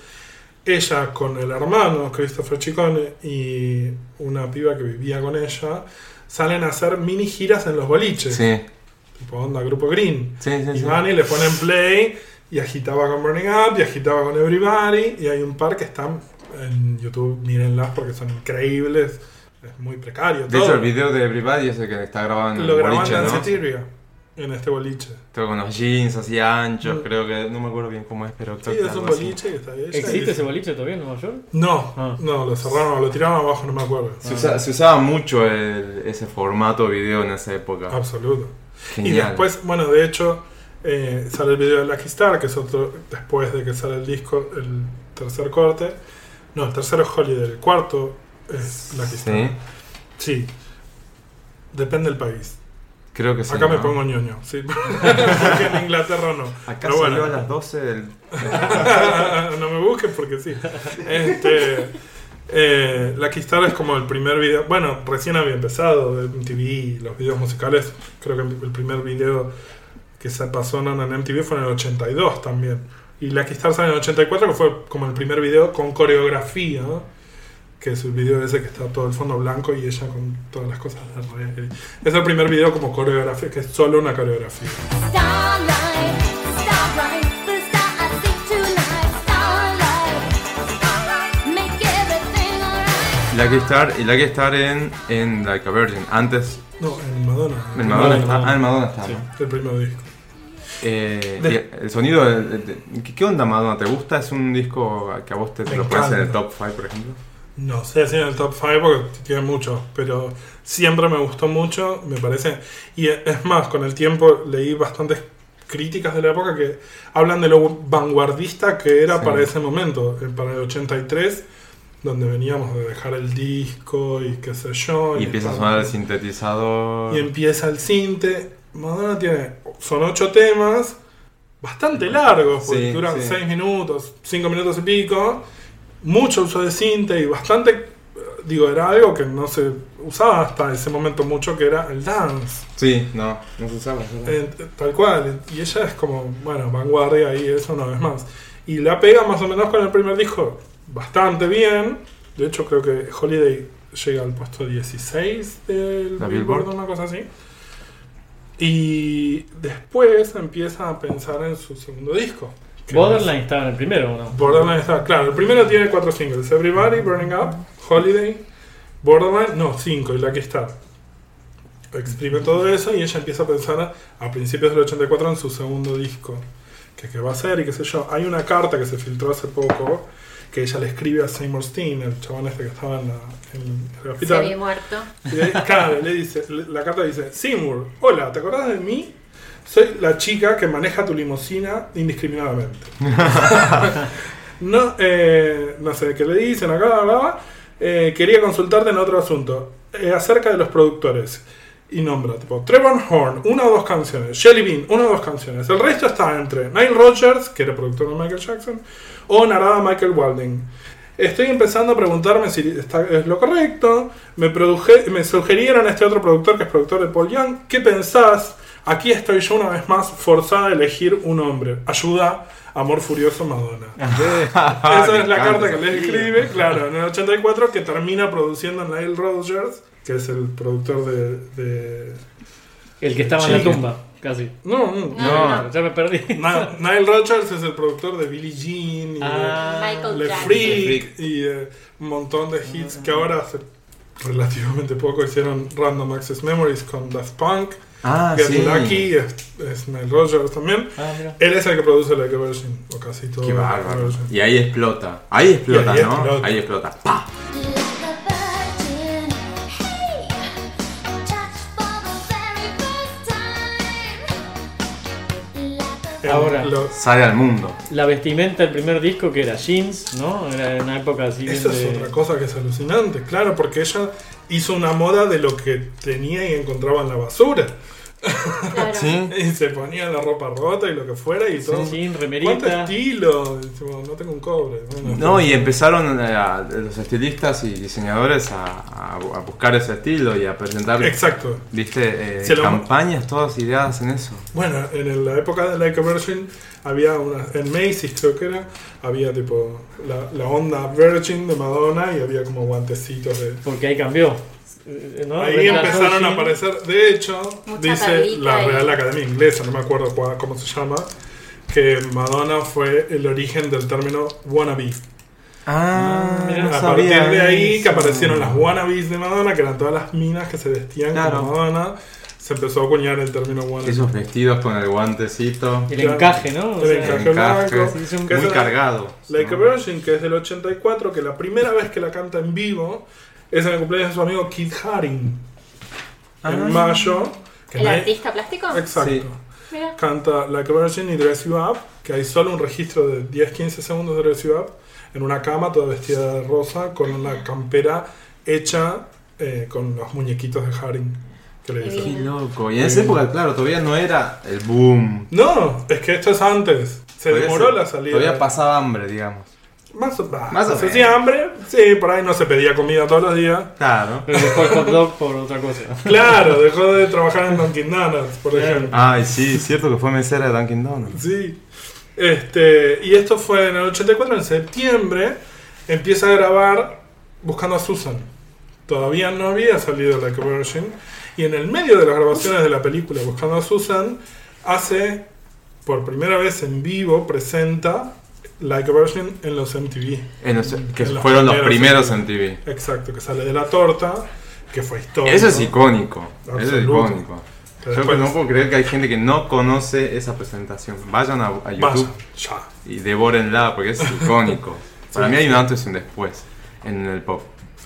[SPEAKER 3] ella con el hermano Christopher Chicone y una piba que vivía con ella, salen a hacer mini giras en los boliches,
[SPEAKER 2] Sí,
[SPEAKER 3] tipo onda Grupo Green.
[SPEAKER 2] sí, sí.
[SPEAKER 3] Y
[SPEAKER 2] sí.
[SPEAKER 3] van y le ponen play y agitaba con Burning Up y agitaba con Everybody. Y hay un par que están en YouTube, mírenlas porque son increíbles. Es muy precario.
[SPEAKER 2] De
[SPEAKER 3] todo.
[SPEAKER 2] hecho, el video de Everybody es el que está grabado en
[SPEAKER 3] lo
[SPEAKER 2] el
[SPEAKER 3] graban
[SPEAKER 2] boliche,
[SPEAKER 3] en
[SPEAKER 2] ¿no?
[SPEAKER 3] Ceteria, en este boliche.
[SPEAKER 2] Todo con los jeans así anchos,
[SPEAKER 3] Mm.
[SPEAKER 2] creo que. No me acuerdo bien cómo es, pero
[SPEAKER 3] Sí,
[SPEAKER 2] creo que
[SPEAKER 3] es un
[SPEAKER 2] algo así.
[SPEAKER 3] boliche que está ahí.
[SPEAKER 4] ¿Existe ese boliche todavía en Nueva York?
[SPEAKER 3] No,
[SPEAKER 4] Ah.
[SPEAKER 3] no, lo cerraron, lo tiraron abajo, no me acuerdo.
[SPEAKER 2] Se, usa- se usaba mucho el- ese formato video en esa época.
[SPEAKER 3] Absoluto.
[SPEAKER 2] Genial.
[SPEAKER 3] Ah, Y después, bueno, de hecho, eh, sale el video de Lucky Star, que es otro, después de que sale el disco, el tercer corte. No, el tercero es Holiday, el cuarto es Lucky
[SPEAKER 2] Sí,
[SPEAKER 3] Star. Sí. Depende del país.
[SPEAKER 2] creo que sí.
[SPEAKER 3] Acá me
[SPEAKER 2] ¿no?
[SPEAKER 3] pongo ñoño,
[SPEAKER 2] [LAUGHS]
[SPEAKER 3] sí. Porque en Inglaterra no.
[SPEAKER 2] Acá
[SPEAKER 3] Pero
[SPEAKER 2] salió
[SPEAKER 3] bueno.
[SPEAKER 2] a las 12 del.
[SPEAKER 3] [LAUGHS] no me busques porque sí. Este, eh, Lucky Star es como el primer video. Bueno, recién había empezado MTV, los videos musicales. Creo que el primer video que se pasó en en MTV fue en el 82 también. Y Lucky Star sale en el 84, que fue como el primer video con coreografía. ¿no? Que es el video ese que está todo el fondo blanco y ella con todas las cosas de red. Es el primer video como coreografía, que es solo una coreografía.
[SPEAKER 7] Starlight, starlight, the star I see tonight. Starlight, starlight, make everything alright.
[SPEAKER 2] Lucky Star y Lucky Star en, en Like a Virgin. Antes.
[SPEAKER 3] No, en Madonna.
[SPEAKER 2] En Madonna
[SPEAKER 4] Madonna,
[SPEAKER 2] está.
[SPEAKER 4] Madonna.
[SPEAKER 2] Ah, en Madonna está.
[SPEAKER 4] Sí.
[SPEAKER 2] ¿no?
[SPEAKER 3] El primer disco.
[SPEAKER 2] Eh,
[SPEAKER 3] De-
[SPEAKER 2] y el sonido. el- el- el- ¿qué- ¿Qué onda Madonna? ¿Te gusta? ¿Es un disco que a vos te,
[SPEAKER 3] Me
[SPEAKER 2] lo pones en el
[SPEAKER 3] encanta.
[SPEAKER 2] top 5, por ejemplo?
[SPEAKER 3] No sé si en el top 5 porque tiene muchos, pero siempre me gustó mucho, me parece. Y e- es más, con el tiempo leí bastantes críticas de la época que hablan de lo vanguardista que era
[SPEAKER 2] Sí.
[SPEAKER 3] para ese momento, eh, para el 83, donde veníamos de dejar el disco y qué sé yo.
[SPEAKER 2] Y empieza a
[SPEAKER 3] estar-
[SPEAKER 2] sonar el sintetizador.
[SPEAKER 3] y empieza el cinte. Madonna tiene. Son ocho temas. Bastante largos. Porque
[SPEAKER 2] Sí,
[SPEAKER 3] duran
[SPEAKER 2] sí.
[SPEAKER 3] seis minutos, cinco minutos y pico. Mucho uso de cinte y bastante. eh, Digo, era algo que no se usaba hasta ese momento mucho, que era el dance.
[SPEAKER 2] Sí, no, no se usaba. es verdad.
[SPEAKER 3] Eh, tal cual. Y ella es como, bueno, vanguardia y eso una vez más. Y la pega más o menos con el primer disco bastante bien. De hecho, creo que Holiday llega al puesto 16 del
[SPEAKER 2] La
[SPEAKER 3] Billboard,
[SPEAKER 2] Billboard.
[SPEAKER 3] una cosa así. Y después empieza a pensar en su segundo disco. que
[SPEAKER 4] Borderline estaba en el primero, ¿o no?
[SPEAKER 3] es- Borderline está, claro, el primero tiene cuatro singles: Everybody, Burning Up, Holiday, Borderline, no, cinco, y la que está. Exprime todo eso y ella empieza a pensar a, a principios del 84 en su segundo disco. Que, que va a ser y qué sé yo. Hay una carta que se filtró hace poco que ella le escribe a Seymour Steen, el chabón este que estaba en, la, en el
[SPEAKER 1] Se
[SPEAKER 3] hospital.
[SPEAKER 1] vi muerto.
[SPEAKER 3] Y ahí, claro, le dice, le- la carta dice, Seymour, hola, ¿te acordás de mí? Soy la chica que maneja tu limusina indiscriminadamente. [LAUGHS] no, eh, no sé qué le dicen acá, bla, bla, bla. Eh, quería consultarte en otro asunto, eh, acerca de los productores. Y nombra, tipo, Trevor Horn, una o dos canciones, Jelly Bean, una o dos canciones. El resto está entre Nile Rogers, que era productor de Michael Jackson, o Narada Michael Walding. Estoy empezando a preguntarme si está- es lo correcto. Me, produje- me sugirieron a este otro productor que es productor de Paul Young. ¿Qué pensás? Aquí estoy yo una vez más forzada a elegir un hombre. Ayuda, amor furioso, Madonna. Esa
[SPEAKER 2] [LAUGHS] Me
[SPEAKER 3] es la
[SPEAKER 2] encanta
[SPEAKER 3] carta que
[SPEAKER 2] esa
[SPEAKER 3] le
[SPEAKER 2] película.
[SPEAKER 3] escribe, claro, en el 84, que termina produciendo a Nile Rogers, que es el productor de. de-
[SPEAKER 4] El que estaba en
[SPEAKER 3] Sí.
[SPEAKER 4] la tumba. casi.
[SPEAKER 3] No, no.
[SPEAKER 1] No, no.
[SPEAKER 4] Ya me perdí.
[SPEAKER 3] Na- Nile Rodgers es el productor de Billie Jean y
[SPEAKER 4] Ah,
[SPEAKER 1] Michael
[SPEAKER 3] de Le
[SPEAKER 1] Jackson.
[SPEAKER 3] Freak y eh, un montón de hits que ahora hace relativamente poco hicieron Random Access Memories con Daft Punk.
[SPEAKER 2] Ah,
[SPEAKER 3] Get
[SPEAKER 2] sí.
[SPEAKER 3] Lucky es, es Nile Rodgers también.
[SPEAKER 4] ah, mira.
[SPEAKER 3] Él es el que produce la Virgin, o casi todo.
[SPEAKER 2] Qué
[SPEAKER 3] Like a
[SPEAKER 2] bárbaro.
[SPEAKER 3] Virgin.
[SPEAKER 2] Y ahí explota. Ahí explota,
[SPEAKER 3] eh, Y ahí
[SPEAKER 2] ¿no?
[SPEAKER 3] explota.
[SPEAKER 2] Ahí explota. ¡Pa!
[SPEAKER 3] Él
[SPEAKER 4] Ahora.
[SPEAKER 3] lo-
[SPEAKER 2] Sale al mundo.
[SPEAKER 4] La vestimenta del primer disco que era jeans, ¿no? Era en una época así. bien
[SPEAKER 3] Esa es
[SPEAKER 4] de-
[SPEAKER 3] otra cosa que es alucinante, claro, porque ella hizo una moda de lo que tenía y encontraba en la basura. [LAUGHS]
[SPEAKER 1] Claro.
[SPEAKER 2] ¿Sí?
[SPEAKER 3] Y se ponía la ropa rota y lo que fuera y todo.
[SPEAKER 4] Sin jean,
[SPEAKER 3] ¿Cuánto
[SPEAKER 4] remerita.
[SPEAKER 3] estilo? Tipo, no tengo un cobre. Bueno,
[SPEAKER 2] No, y empezaron eh, a- los estilistas y diseñadores a, a- a buscar ese estilo y a presentar,
[SPEAKER 3] Exacto.
[SPEAKER 2] viste, eh,
[SPEAKER 3] Se lo-
[SPEAKER 2] campañas todas ideadas en eso.
[SPEAKER 3] Bueno, en la época de Like a Virgin había una, en Macy's creo que era, había tipo la, la onda Virgin de Madonna y había como guantecitos de...
[SPEAKER 4] Porque ahí cambió. eh,
[SPEAKER 2] Ah,
[SPEAKER 4] ¿no?
[SPEAKER 3] Ahí
[SPEAKER 4] Reemplazó
[SPEAKER 3] empezaron a
[SPEAKER 4] jean.
[SPEAKER 3] aparecer, de hecho,
[SPEAKER 1] Mucha
[SPEAKER 3] dice
[SPEAKER 1] perlita
[SPEAKER 3] la
[SPEAKER 1] ahí.
[SPEAKER 3] Real Academia Inglesa, no me acuerdo cuál- cómo se llama, que Madonna fue el origen del término wannabe.
[SPEAKER 2] Ah,
[SPEAKER 4] mira,
[SPEAKER 2] no
[SPEAKER 3] a
[SPEAKER 2] sabía
[SPEAKER 3] partir de ahí que
[SPEAKER 2] eso.
[SPEAKER 3] aparecieron las wannabes de Madonna, que eran todas las minas que se vestían
[SPEAKER 2] Claro.
[SPEAKER 3] como Madonna, se empezó a acuñar el término wannabe.
[SPEAKER 2] Esos vestidos con el guantecito.
[SPEAKER 4] El
[SPEAKER 3] Claro.
[SPEAKER 4] encaje, ¿no? O
[SPEAKER 3] El
[SPEAKER 4] sea,
[SPEAKER 3] encaje
[SPEAKER 2] encaje.
[SPEAKER 3] blanco.
[SPEAKER 4] Sí, sí, un-
[SPEAKER 3] que
[SPEAKER 2] Muy
[SPEAKER 3] eso-
[SPEAKER 2] cargado.
[SPEAKER 3] Like a
[SPEAKER 2] ¿no?
[SPEAKER 3] Virgin, que es del 84, que la primera vez que la canta en vivo es en el cumpleaños de su amigo Keith Haring. En mayo. Que
[SPEAKER 1] ¿El
[SPEAKER 3] nadie-
[SPEAKER 1] artista plástico?
[SPEAKER 3] Exacto.
[SPEAKER 2] Ah. Sí.
[SPEAKER 1] Mira.
[SPEAKER 3] Canta Like a Virgin y Dress You Up, que hay solo un registro de 10-15 segundos de Dress You Up, en una cama toda vestida de rosa, con una campera hecha eh, con los muñequitos de Haring. Que le hizo.
[SPEAKER 1] Sí.
[SPEAKER 2] Qué loco. Y en esa época, claro, todavía no era el boom.
[SPEAKER 3] No, es que esto es antes. Se
[SPEAKER 2] Todavía
[SPEAKER 3] demoró
[SPEAKER 2] se-
[SPEAKER 3] la salida.
[SPEAKER 2] Todavía pasaba hambre, digamos.
[SPEAKER 3] Más o, bah,
[SPEAKER 2] Más o
[SPEAKER 3] se
[SPEAKER 2] menos.
[SPEAKER 3] hacía hambre, sí, por ahí no se pedía comida todos los días.
[SPEAKER 2] Claro.
[SPEAKER 4] Pero dejó el hot dog por otra cosa.
[SPEAKER 3] Claro, dejó de trabajar en Dunkin' Donuts, por ejemplo.
[SPEAKER 2] Ay, sí, cierto que fue mesera de Dunkin' Donuts.
[SPEAKER 3] Sí. Este, y esto fue en el 84, en septiembre, empieza a grabar Buscando a Susan. Todavía no había salido la Virgin. Y en el medio de las grabaciones de la película Buscando a Susan, hace por primera vez en vivo, presenta Like a Virgin en los MTV.
[SPEAKER 2] En los- que
[SPEAKER 3] En los
[SPEAKER 2] fueron los
[SPEAKER 3] primeros
[SPEAKER 2] primeros en TV.
[SPEAKER 3] Exacto, que sale de la torta, que fue histórico.
[SPEAKER 2] Eso es icónico. Eso es
[SPEAKER 3] Absoluto.
[SPEAKER 2] icónico.
[SPEAKER 3] Que
[SPEAKER 2] Yo
[SPEAKER 3] después-
[SPEAKER 2] no puedo creer que hay gente que no conoce esa presentación. Vayan a, a YouTube
[SPEAKER 3] Vaya, ya.
[SPEAKER 2] y devórenla porque es
[SPEAKER 3] [LAUGHS]
[SPEAKER 2] icónico. Para
[SPEAKER 3] Sí,
[SPEAKER 2] mí hay
[SPEAKER 3] sí.
[SPEAKER 2] un antes y un después en el pop.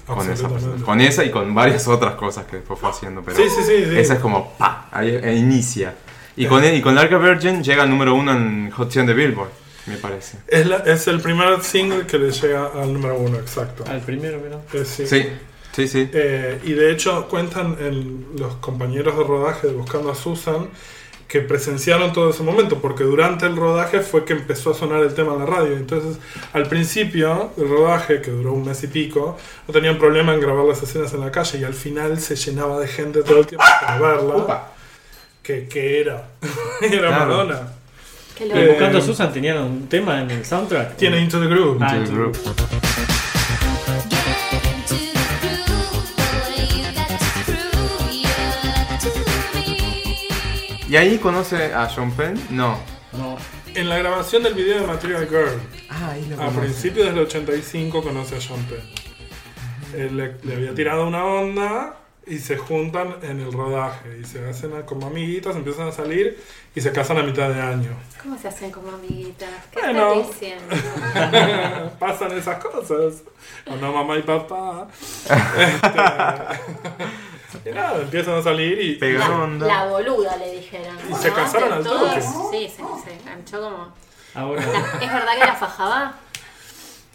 [SPEAKER 2] Con esa,
[SPEAKER 3] Absolutamente.
[SPEAKER 2] presentación. con esa y con varias otras cosas que después fue haciendo. Pero
[SPEAKER 3] Sí, sí, sí, sí.
[SPEAKER 2] Esa es como pa, ahí ahí inicia. Y con, y con Like a Virgin llega al número uno en Hot 100 de Billboard, me parece.
[SPEAKER 3] Es, la- es el primer single que le llega al número uno, exacto.
[SPEAKER 4] Al primero, mira.
[SPEAKER 3] Eh, sí.
[SPEAKER 2] Sí, sí, sí.
[SPEAKER 3] Eh, y de hecho cuentan en los compañeros de rodaje de Buscando a Susan que presenciaron todo ese momento, porque durante el rodaje fue que empezó a sonar el tema en la radio. Entonces, al principio del rodaje, que duró un mes y pico, no tenían problema en grabar las escenas en la calle y al final se llenaba de gente todo el tiempo para verla.
[SPEAKER 2] Upa.
[SPEAKER 3] Que, que era, [LAUGHS] era
[SPEAKER 2] Claro.
[SPEAKER 3] Madonna.
[SPEAKER 1] Qué
[SPEAKER 4] Pero
[SPEAKER 1] loco.
[SPEAKER 3] Eh,
[SPEAKER 4] buscando a Susan tenían un tema en el soundtrack.
[SPEAKER 3] Tiene Into the Groove.
[SPEAKER 4] Ah,
[SPEAKER 2] Into the Group. ¿Y ahí conoce a Sean Penn? No.
[SPEAKER 4] No.
[SPEAKER 3] En la grabación del video de Material Girl,
[SPEAKER 2] Ah, ahí lo
[SPEAKER 3] a principios del 85, conoce a Sean Penn. Él le, le había tirado una onda y se juntan en el rodaje. Y se hacen a- como amiguitas, empiezan a salir y se casan a mitad de año.
[SPEAKER 1] ¿Cómo se hacen como amiguitas? ¿Qué
[SPEAKER 3] Bueno.
[SPEAKER 1] estás diciendo?
[SPEAKER 3] Pasan esas cosas. O no, mamá y papá. Este, [LAUGHS] y nada, empiezan a salir y.
[SPEAKER 2] Pegaron.
[SPEAKER 1] La,
[SPEAKER 2] onda.
[SPEAKER 1] la boluda le dijeron.
[SPEAKER 3] Y se casaron al
[SPEAKER 1] Todo-
[SPEAKER 3] toque.
[SPEAKER 1] Sí, se, se enganchó como.
[SPEAKER 4] Ahora.
[SPEAKER 1] ¿Es verdad que la fajaba?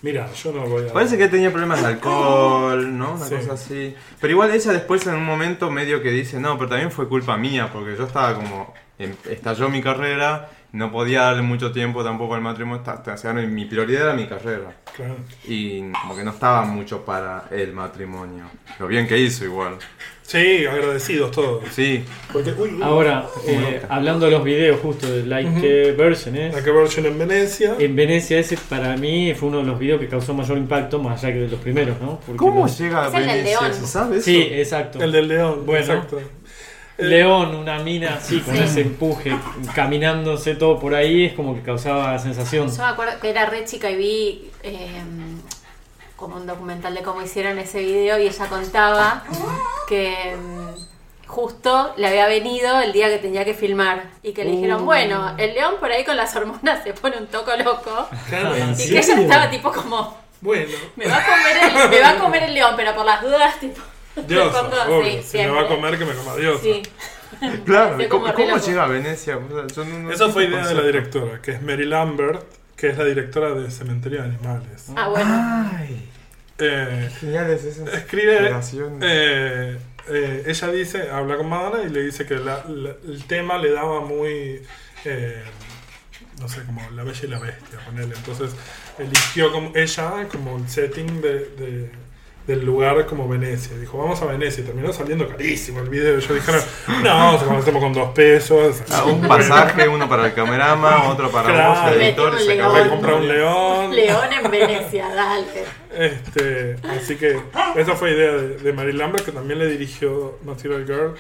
[SPEAKER 3] Mira, yo no voy a.
[SPEAKER 2] Parece que tenía problemas de alcohol, ¿no? Una
[SPEAKER 3] Ah. Sí.
[SPEAKER 2] cosa así. Pero igual ella después en un momento medio que dice, no, pero también fue culpa mía, porque yo estaba como, em- estalló mi carrera, no podía darle mucho tiempo tampoco al matrimonio, está- está- o sea, mi mi prioridad era mi carrera.
[SPEAKER 3] Claro.
[SPEAKER 2] Y como que no estaba mucho para el matrimonio. Lo bien que hizo igual.
[SPEAKER 3] Sí, agradecidos todos.
[SPEAKER 2] Sí,
[SPEAKER 3] Porque, uy, uy,
[SPEAKER 4] Ahora, eh, hablando de los videos justo de Like eh, Version, ¿eh?
[SPEAKER 3] la que versión en Venecia.
[SPEAKER 4] En Venecia ese para mí fue uno de los videos que causó mayor impacto, más allá que de los primeros, ¿no? Porque
[SPEAKER 2] ¿Cómo
[SPEAKER 4] los-
[SPEAKER 2] llega a
[SPEAKER 1] Es el del
[SPEAKER 2] Venecia?
[SPEAKER 1] león.
[SPEAKER 2] ¿Se sabe eso?
[SPEAKER 4] Sí, exacto.
[SPEAKER 3] El del león,
[SPEAKER 4] Bueno.
[SPEAKER 3] exacto.
[SPEAKER 4] León, una mina así, con ese empuje, caminándose todo por ahí, es como que causaba sensación.
[SPEAKER 1] Yo me acuerdo que era re chica y vi eh, como un documental de cómo hicieron ese video y ella contaba que mm, justo le había venido el día que tenía que filmar y que le
[SPEAKER 3] Uh.
[SPEAKER 1] dijeron, bueno, el león por ahí con las hormonas se pone un toco loco
[SPEAKER 3] Claro,
[SPEAKER 4] ¿En
[SPEAKER 1] y que ella
[SPEAKER 4] serio?
[SPEAKER 1] estaba tipo como,
[SPEAKER 3] bueno.
[SPEAKER 1] me va a comer el, me va a comer el león, pero por las dudas
[SPEAKER 3] [LAUGHS]
[SPEAKER 1] tipo... me
[SPEAKER 3] Dios,
[SPEAKER 1] pongo así,
[SPEAKER 3] si me va
[SPEAKER 1] siempre.
[SPEAKER 3] a comer que me coma Dios.
[SPEAKER 1] Sí.
[SPEAKER 2] Claro,
[SPEAKER 1] Parece
[SPEAKER 2] ¿cómo,
[SPEAKER 1] como
[SPEAKER 2] cómo
[SPEAKER 1] reloj.
[SPEAKER 2] llega a Venecia? O sea, yo no- no
[SPEAKER 3] Esa
[SPEAKER 2] sé
[SPEAKER 3] fue
[SPEAKER 2] qué
[SPEAKER 3] idea de la
[SPEAKER 2] concepto.
[SPEAKER 3] directora, que es Mary Lambert, que es la directora de Cementerio de Animales.
[SPEAKER 1] Ah, bueno.
[SPEAKER 2] Ay,
[SPEAKER 3] Eh,
[SPEAKER 2] geniales
[SPEAKER 3] [LAUGHS]
[SPEAKER 2] esas
[SPEAKER 3] escribe.
[SPEAKER 2] relaciones.
[SPEAKER 3] eh, eh, ella dice, habla con Madonna y le dice que la- la- el tema le daba muy. eh, no sé, como la bella y la bestia, ponele. Entonces eligió como ella como el setting de- de- del lugar como Venecia. Dijo, vamos a Venecia. Y terminó saliendo carísimo el video. Yo dije, no, o sea, como hacemos con dos pesos.
[SPEAKER 2] Ah, un pasaje, uno para el camerama, otro para
[SPEAKER 3] Claro.
[SPEAKER 2] vos, el editor, y se acabó.
[SPEAKER 3] Me compré un león.
[SPEAKER 1] León en Venecia, dale.
[SPEAKER 3] Este, así que esa fue idea de, de Mary Lambert, que también le dirigió Material Girl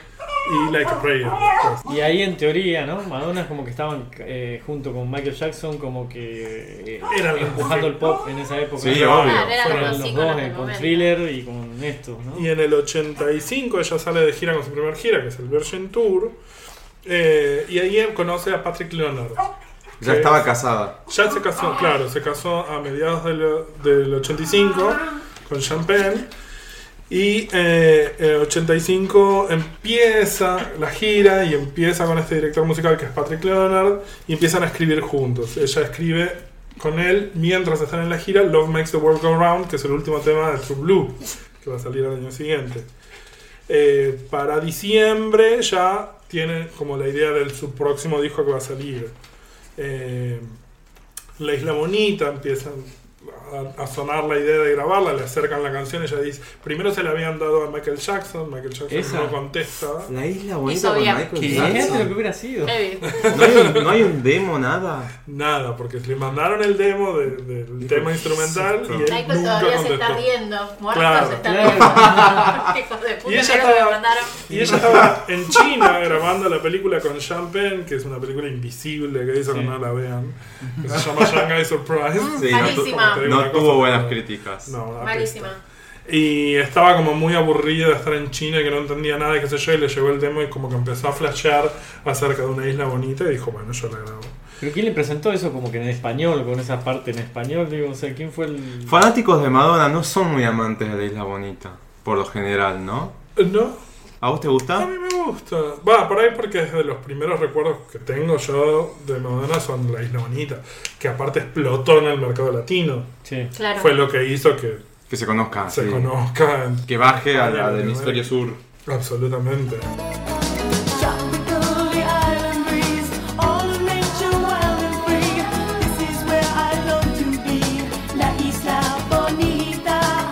[SPEAKER 3] y Like a Prayer. pues. después.
[SPEAKER 4] Y ahí en teoría, ¿no? Madonna es como que estaban eh, junto con Michael Jackson como que eh,
[SPEAKER 3] Eran los-
[SPEAKER 4] empujando el pop en esa época.
[SPEAKER 2] Sí,
[SPEAKER 4] Claro,
[SPEAKER 2] obvio.
[SPEAKER 1] Ah, eran
[SPEAKER 4] Fueron
[SPEAKER 1] los
[SPEAKER 4] los
[SPEAKER 1] íconos
[SPEAKER 4] dos
[SPEAKER 1] del
[SPEAKER 4] eh, con
[SPEAKER 1] momento.
[SPEAKER 4] Thriller y con esto, ¿no?
[SPEAKER 3] Y en el 85 ella sale de gira con su primer gira, que es el Virgin Tour. eh, y ahí conoce a Patrick Leonard.
[SPEAKER 2] Ya estaba casada.
[SPEAKER 3] Ya se casó, claro, se casó a mediados del, del 85 con Champagne. Y eh, en el 85 empieza la gira y empieza con este director musical que es Patrick Leonard y empiezan a escribir juntos. Ella escribe con él mientras están en la gira Love Makes the World Go Round, que es el último tema de True Blue, que va a salir al año siguiente. Eh, para diciembre ya tiene como la idea del su próximo disco que va a salir. Eh, la Isla Bonita empiezan a, a sonar la idea de grabarla, le acercan la canción, ella dice, primero se la habían dado a Michael Jackson, Michael Jackson
[SPEAKER 4] Esa.
[SPEAKER 3] no contesta.
[SPEAKER 2] La isla
[SPEAKER 1] bonita Hizo con bien.
[SPEAKER 2] Michael
[SPEAKER 5] ¿Qué?
[SPEAKER 4] Imagínate lo que hubiera sido.
[SPEAKER 3] [LAUGHS]
[SPEAKER 1] Heavy.
[SPEAKER 2] No hay, [LAUGHS] no hay un demo, nada.
[SPEAKER 3] Nada, porque le mandaron el demo de- del tema instrumental y él
[SPEAKER 1] Michael
[SPEAKER 3] nunca
[SPEAKER 1] todavía se está
[SPEAKER 3] contestó.
[SPEAKER 1] riendo. Muerto
[SPEAKER 3] Claro.
[SPEAKER 1] se está
[SPEAKER 3] [LAUGHS]
[SPEAKER 1] riendo. Hijos de
[SPEAKER 3] Y
[SPEAKER 1] puta, mira lo
[SPEAKER 3] ella Ah,
[SPEAKER 1] que
[SPEAKER 3] estaba-
[SPEAKER 1] me mandaron.
[SPEAKER 3] Y ella estaba en China grabando la película con Sean Penn, que es una película invisible que dicen que no la vean, que se llama Shanghai Surprise.
[SPEAKER 2] Sí, no tu-
[SPEAKER 1] Mm, Malísima.
[SPEAKER 2] no,
[SPEAKER 3] Una cosa
[SPEAKER 2] tuvo buenas
[SPEAKER 3] que-
[SPEAKER 2] críticas.
[SPEAKER 3] No, una
[SPEAKER 1] Malísima.
[SPEAKER 3] Y estaba como muy aburrido de estar en China, que no entendía nada, qué sé yo, y le llegó el demo y como que empezó a flashear acerca de una isla bonita y dijo, bueno, yo la grabo.
[SPEAKER 4] Pero ¿quién le presentó eso como que en español, con esa parte en español? Digo, o sea, ¿quién fue el...?
[SPEAKER 2] Fanáticos de Madonna no son muy amantes de la isla bonita, por lo general, ¿no?
[SPEAKER 3] No,
[SPEAKER 2] ¿A vos te
[SPEAKER 3] a
[SPEAKER 2] gusta?
[SPEAKER 3] mí me gusta. Va, por ahí porque es de los primeros recuerdos que tengo yo de Madonna son la isla bonita, que aparte explotó en el mercado latino.
[SPEAKER 4] Sí.
[SPEAKER 1] Claro. Eh,
[SPEAKER 3] Fue lo que hizo que
[SPEAKER 2] Que se conozca.
[SPEAKER 3] se
[SPEAKER 2] sí.
[SPEAKER 3] conozca en-
[SPEAKER 2] Que baje a la del hemisferio sur.
[SPEAKER 3] absolutamente.
[SPEAKER 8] Tropical, the island breeze, all of nature wild and free. This is where I long to be, La Isla Bonita.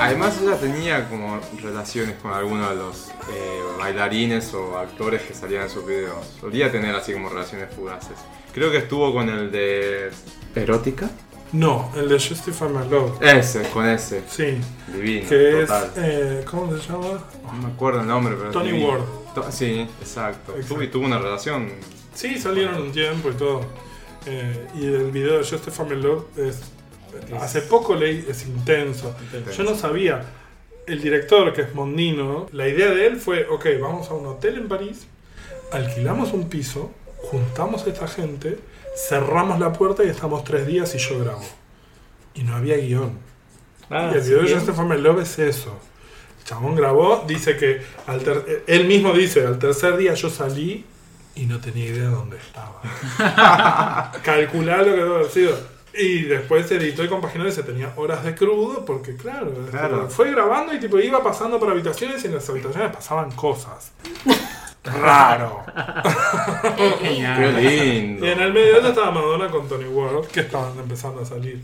[SPEAKER 2] Además ella tenía como relaciones con algunos de los eh, bailarines o actores que salían en sus videos. Solía tener así como relaciones fugaces. Creo que estuvo con el de... ¿Erótica?
[SPEAKER 3] No, el de Justify My Love.
[SPEAKER 2] Ese, con ese.
[SPEAKER 3] Sí,
[SPEAKER 2] Divino,
[SPEAKER 3] que es...
[SPEAKER 2] total.
[SPEAKER 3] eh, ¿Cómo se llama?
[SPEAKER 2] No me acuerdo el nombre, pero...
[SPEAKER 3] Tony
[SPEAKER 2] divino.
[SPEAKER 3] Ward.
[SPEAKER 2] To- sí, exacto.
[SPEAKER 3] Exacto.
[SPEAKER 2] Tuvo- y tuvo una relación.
[SPEAKER 3] Sí, salieron un tiempo y todo. Eh, y el video de Yo Stefan Melo es. Hace poco leí, es intenso. Yo no sabía. El director, que es Mondino, la idea de él fue: ok, vamos a un hotel en París, alquilamos un piso, juntamos a esta gente, cerramos la puerta y estamos tres días y yo grabo. Y no había guión.
[SPEAKER 4] Ah,
[SPEAKER 3] Y el
[SPEAKER 4] sí,
[SPEAKER 3] video de
[SPEAKER 4] bien.
[SPEAKER 3] Justin Farmer Love es eso. El chabón grabó, dice que al ter- él mismo dice, al tercer día yo salí y no tenía idea de dónde estaba. Calculá lo que debe haber sido. Y después se editó y compaginó y se tenía horas de crudo porque claro, este,
[SPEAKER 2] Claro.
[SPEAKER 3] fue grabando y tipo iba pasando por habitaciones y en las habitaciones pasaban cosas. Raro.
[SPEAKER 1] eh,
[SPEAKER 2] Qué
[SPEAKER 3] Y
[SPEAKER 2] lindo.
[SPEAKER 3] en el medio de eso estaba Madonna con Tony Ward, que estaban empezando a salir.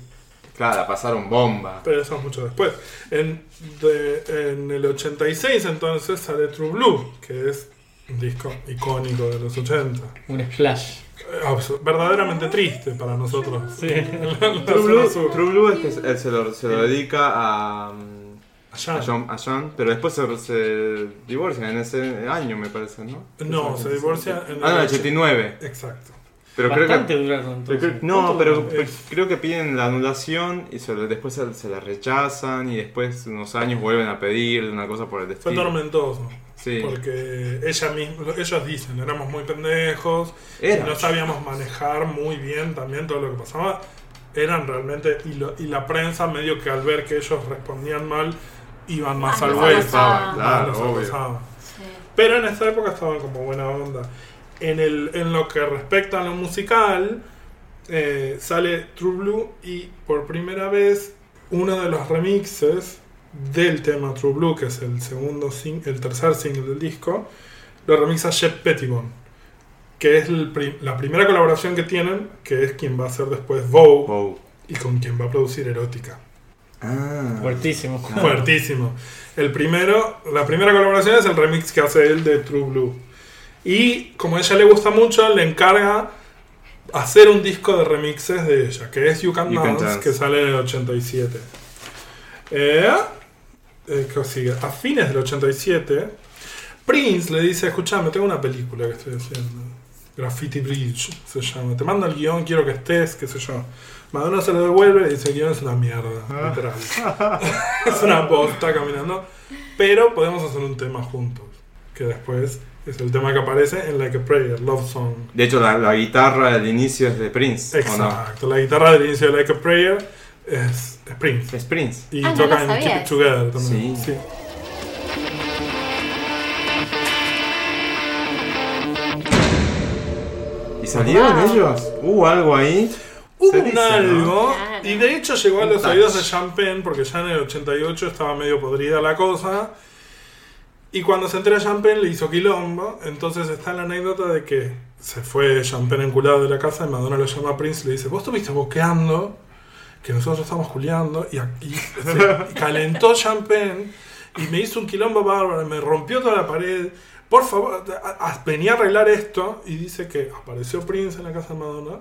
[SPEAKER 2] Claro, la pasaron bomba.
[SPEAKER 3] Pero eso es mucho después. En, de- en el 86 entonces sale True Blue, que es un disco icónico de los 80.
[SPEAKER 4] Un splash.
[SPEAKER 3] Eh, absu- verdaderamente triste para nosotros. [LAUGHS]
[SPEAKER 4] Sí.
[SPEAKER 3] La- la
[SPEAKER 2] True Blue,
[SPEAKER 3] zona sur.
[SPEAKER 2] True Blue es que se- él se lo, se lo dedica a... mm,
[SPEAKER 3] Allá.
[SPEAKER 2] a John, a John, pero después se, se divorcian en ese año, me parece, ¿no?
[SPEAKER 3] No, se divorcia en
[SPEAKER 2] Ah, no,
[SPEAKER 3] el
[SPEAKER 2] el 89.
[SPEAKER 3] Exacto.
[SPEAKER 2] Pero creo que,
[SPEAKER 4] Bastante duraron
[SPEAKER 2] pero
[SPEAKER 4] entonces.
[SPEAKER 2] creo- no,
[SPEAKER 4] ¿Cuánto
[SPEAKER 2] pero
[SPEAKER 4] duraron?
[SPEAKER 2] pero creo que piden la anulación y se lo- después se, se la rechazan y después unos años vuelven a pedir una cosa por el
[SPEAKER 3] Fue
[SPEAKER 2] destino.
[SPEAKER 3] tormentoso.
[SPEAKER 2] Sí.
[SPEAKER 3] Porque ella misma, ellos dicen, éramos muy pendejos,
[SPEAKER 2] Era.
[SPEAKER 3] y no sabíamos manejar muy bien también todo lo que pasaba. Eran realmente, y, lo- y la prensa medio que al ver que ellos respondían mal, iban más
[SPEAKER 1] Ah,
[SPEAKER 3] al
[SPEAKER 1] los
[SPEAKER 3] güey.
[SPEAKER 1] acosaba.
[SPEAKER 2] Claro,
[SPEAKER 3] Los
[SPEAKER 2] obvio.
[SPEAKER 3] acosaba.
[SPEAKER 1] Sí.
[SPEAKER 3] Pero en esa época estaban como buena onda. En, el, en lo que respecta a lo musical, eh, sale True Blue y por primera vez uno de los remixes del tema True Blue, que es el segundo sing- el tercer single del disco, lo remixa Jeff Pettibone, que es el pri- la primera colaboración que tienen, que es quien va a hacer después Vogue
[SPEAKER 2] Wow.
[SPEAKER 3] y con quien va a producir Erótica.
[SPEAKER 2] Ah.
[SPEAKER 4] Fuertísimo.
[SPEAKER 3] Fuertísimo. El primero, la primera colaboración es el remix que hace él de True Blue. Y como a ella le gusta mucho, le encarga hacer un disco de remixes de ella, que es You Can,
[SPEAKER 2] You Can
[SPEAKER 3] Dance,
[SPEAKER 2] Dance.
[SPEAKER 3] que sale en el 87. Eh, eh, ¿qué sigue? A fines del 87, Prince le dice, escuchame, tengo una película que estoy haciendo. Graffiti Bridge se llama. Te mando el guión, quiero que estés, qué sé yo. Madonna se lo devuelve y dice, el guión es una mierda,
[SPEAKER 2] Ah.
[SPEAKER 3] literal. [LAUGHS] es una posta caminando. Pero podemos hacer un tema juntos, que después es el tema que aparece en Like a Prayer, Love Song.
[SPEAKER 2] De hecho, la, la guitarra del inicio es de Prince, ¿o no?
[SPEAKER 3] Exacto, la guitarra del inicio de Like a Prayer es, es Prince.
[SPEAKER 2] Es Prince.
[SPEAKER 3] Y
[SPEAKER 1] Ah, no
[SPEAKER 3] tocan
[SPEAKER 1] lo sabía.
[SPEAKER 3] Keep It Together también.
[SPEAKER 2] Sí.
[SPEAKER 3] Sí.
[SPEAKER 2] ¿Y salieron ellos? ¿Hubo algo ahí?
[SPEAKER 3] Hubo
[SPEAKER 2] Se
[SPEAKER 3] un
[SPEAKER 2] dice,
[SPEAKER 3] algo,
[SPEAKER 1] Claro.
[SPEAKER 3] y de hecho llegó a
[SPEAKER 2] Un
[SPEAKER 3] los
[SPEAKER 2] touch.
[SPEAKER 3] oídos de Champagne, porque ya en el 88 estaba medio podrida la cosa. Y cuando se entera Champagne le hizo quilombo, entonces está la anécdota de que se fue Champagne enculado de la casa y Madonna lo llama a Prince y le dice, vos estuviste boqueando, que nosotros estamos culeando, y, a-
[SPEAKER 2] [LAUGHS]
[SPEAKER 3] y se- y calentó Champagne y me hizo un quilombo bárbaro, me rompió toda la pared. Por favor, a- a- venía a arreglar esto. Y dice que apareció Prince en la casa de Madonna,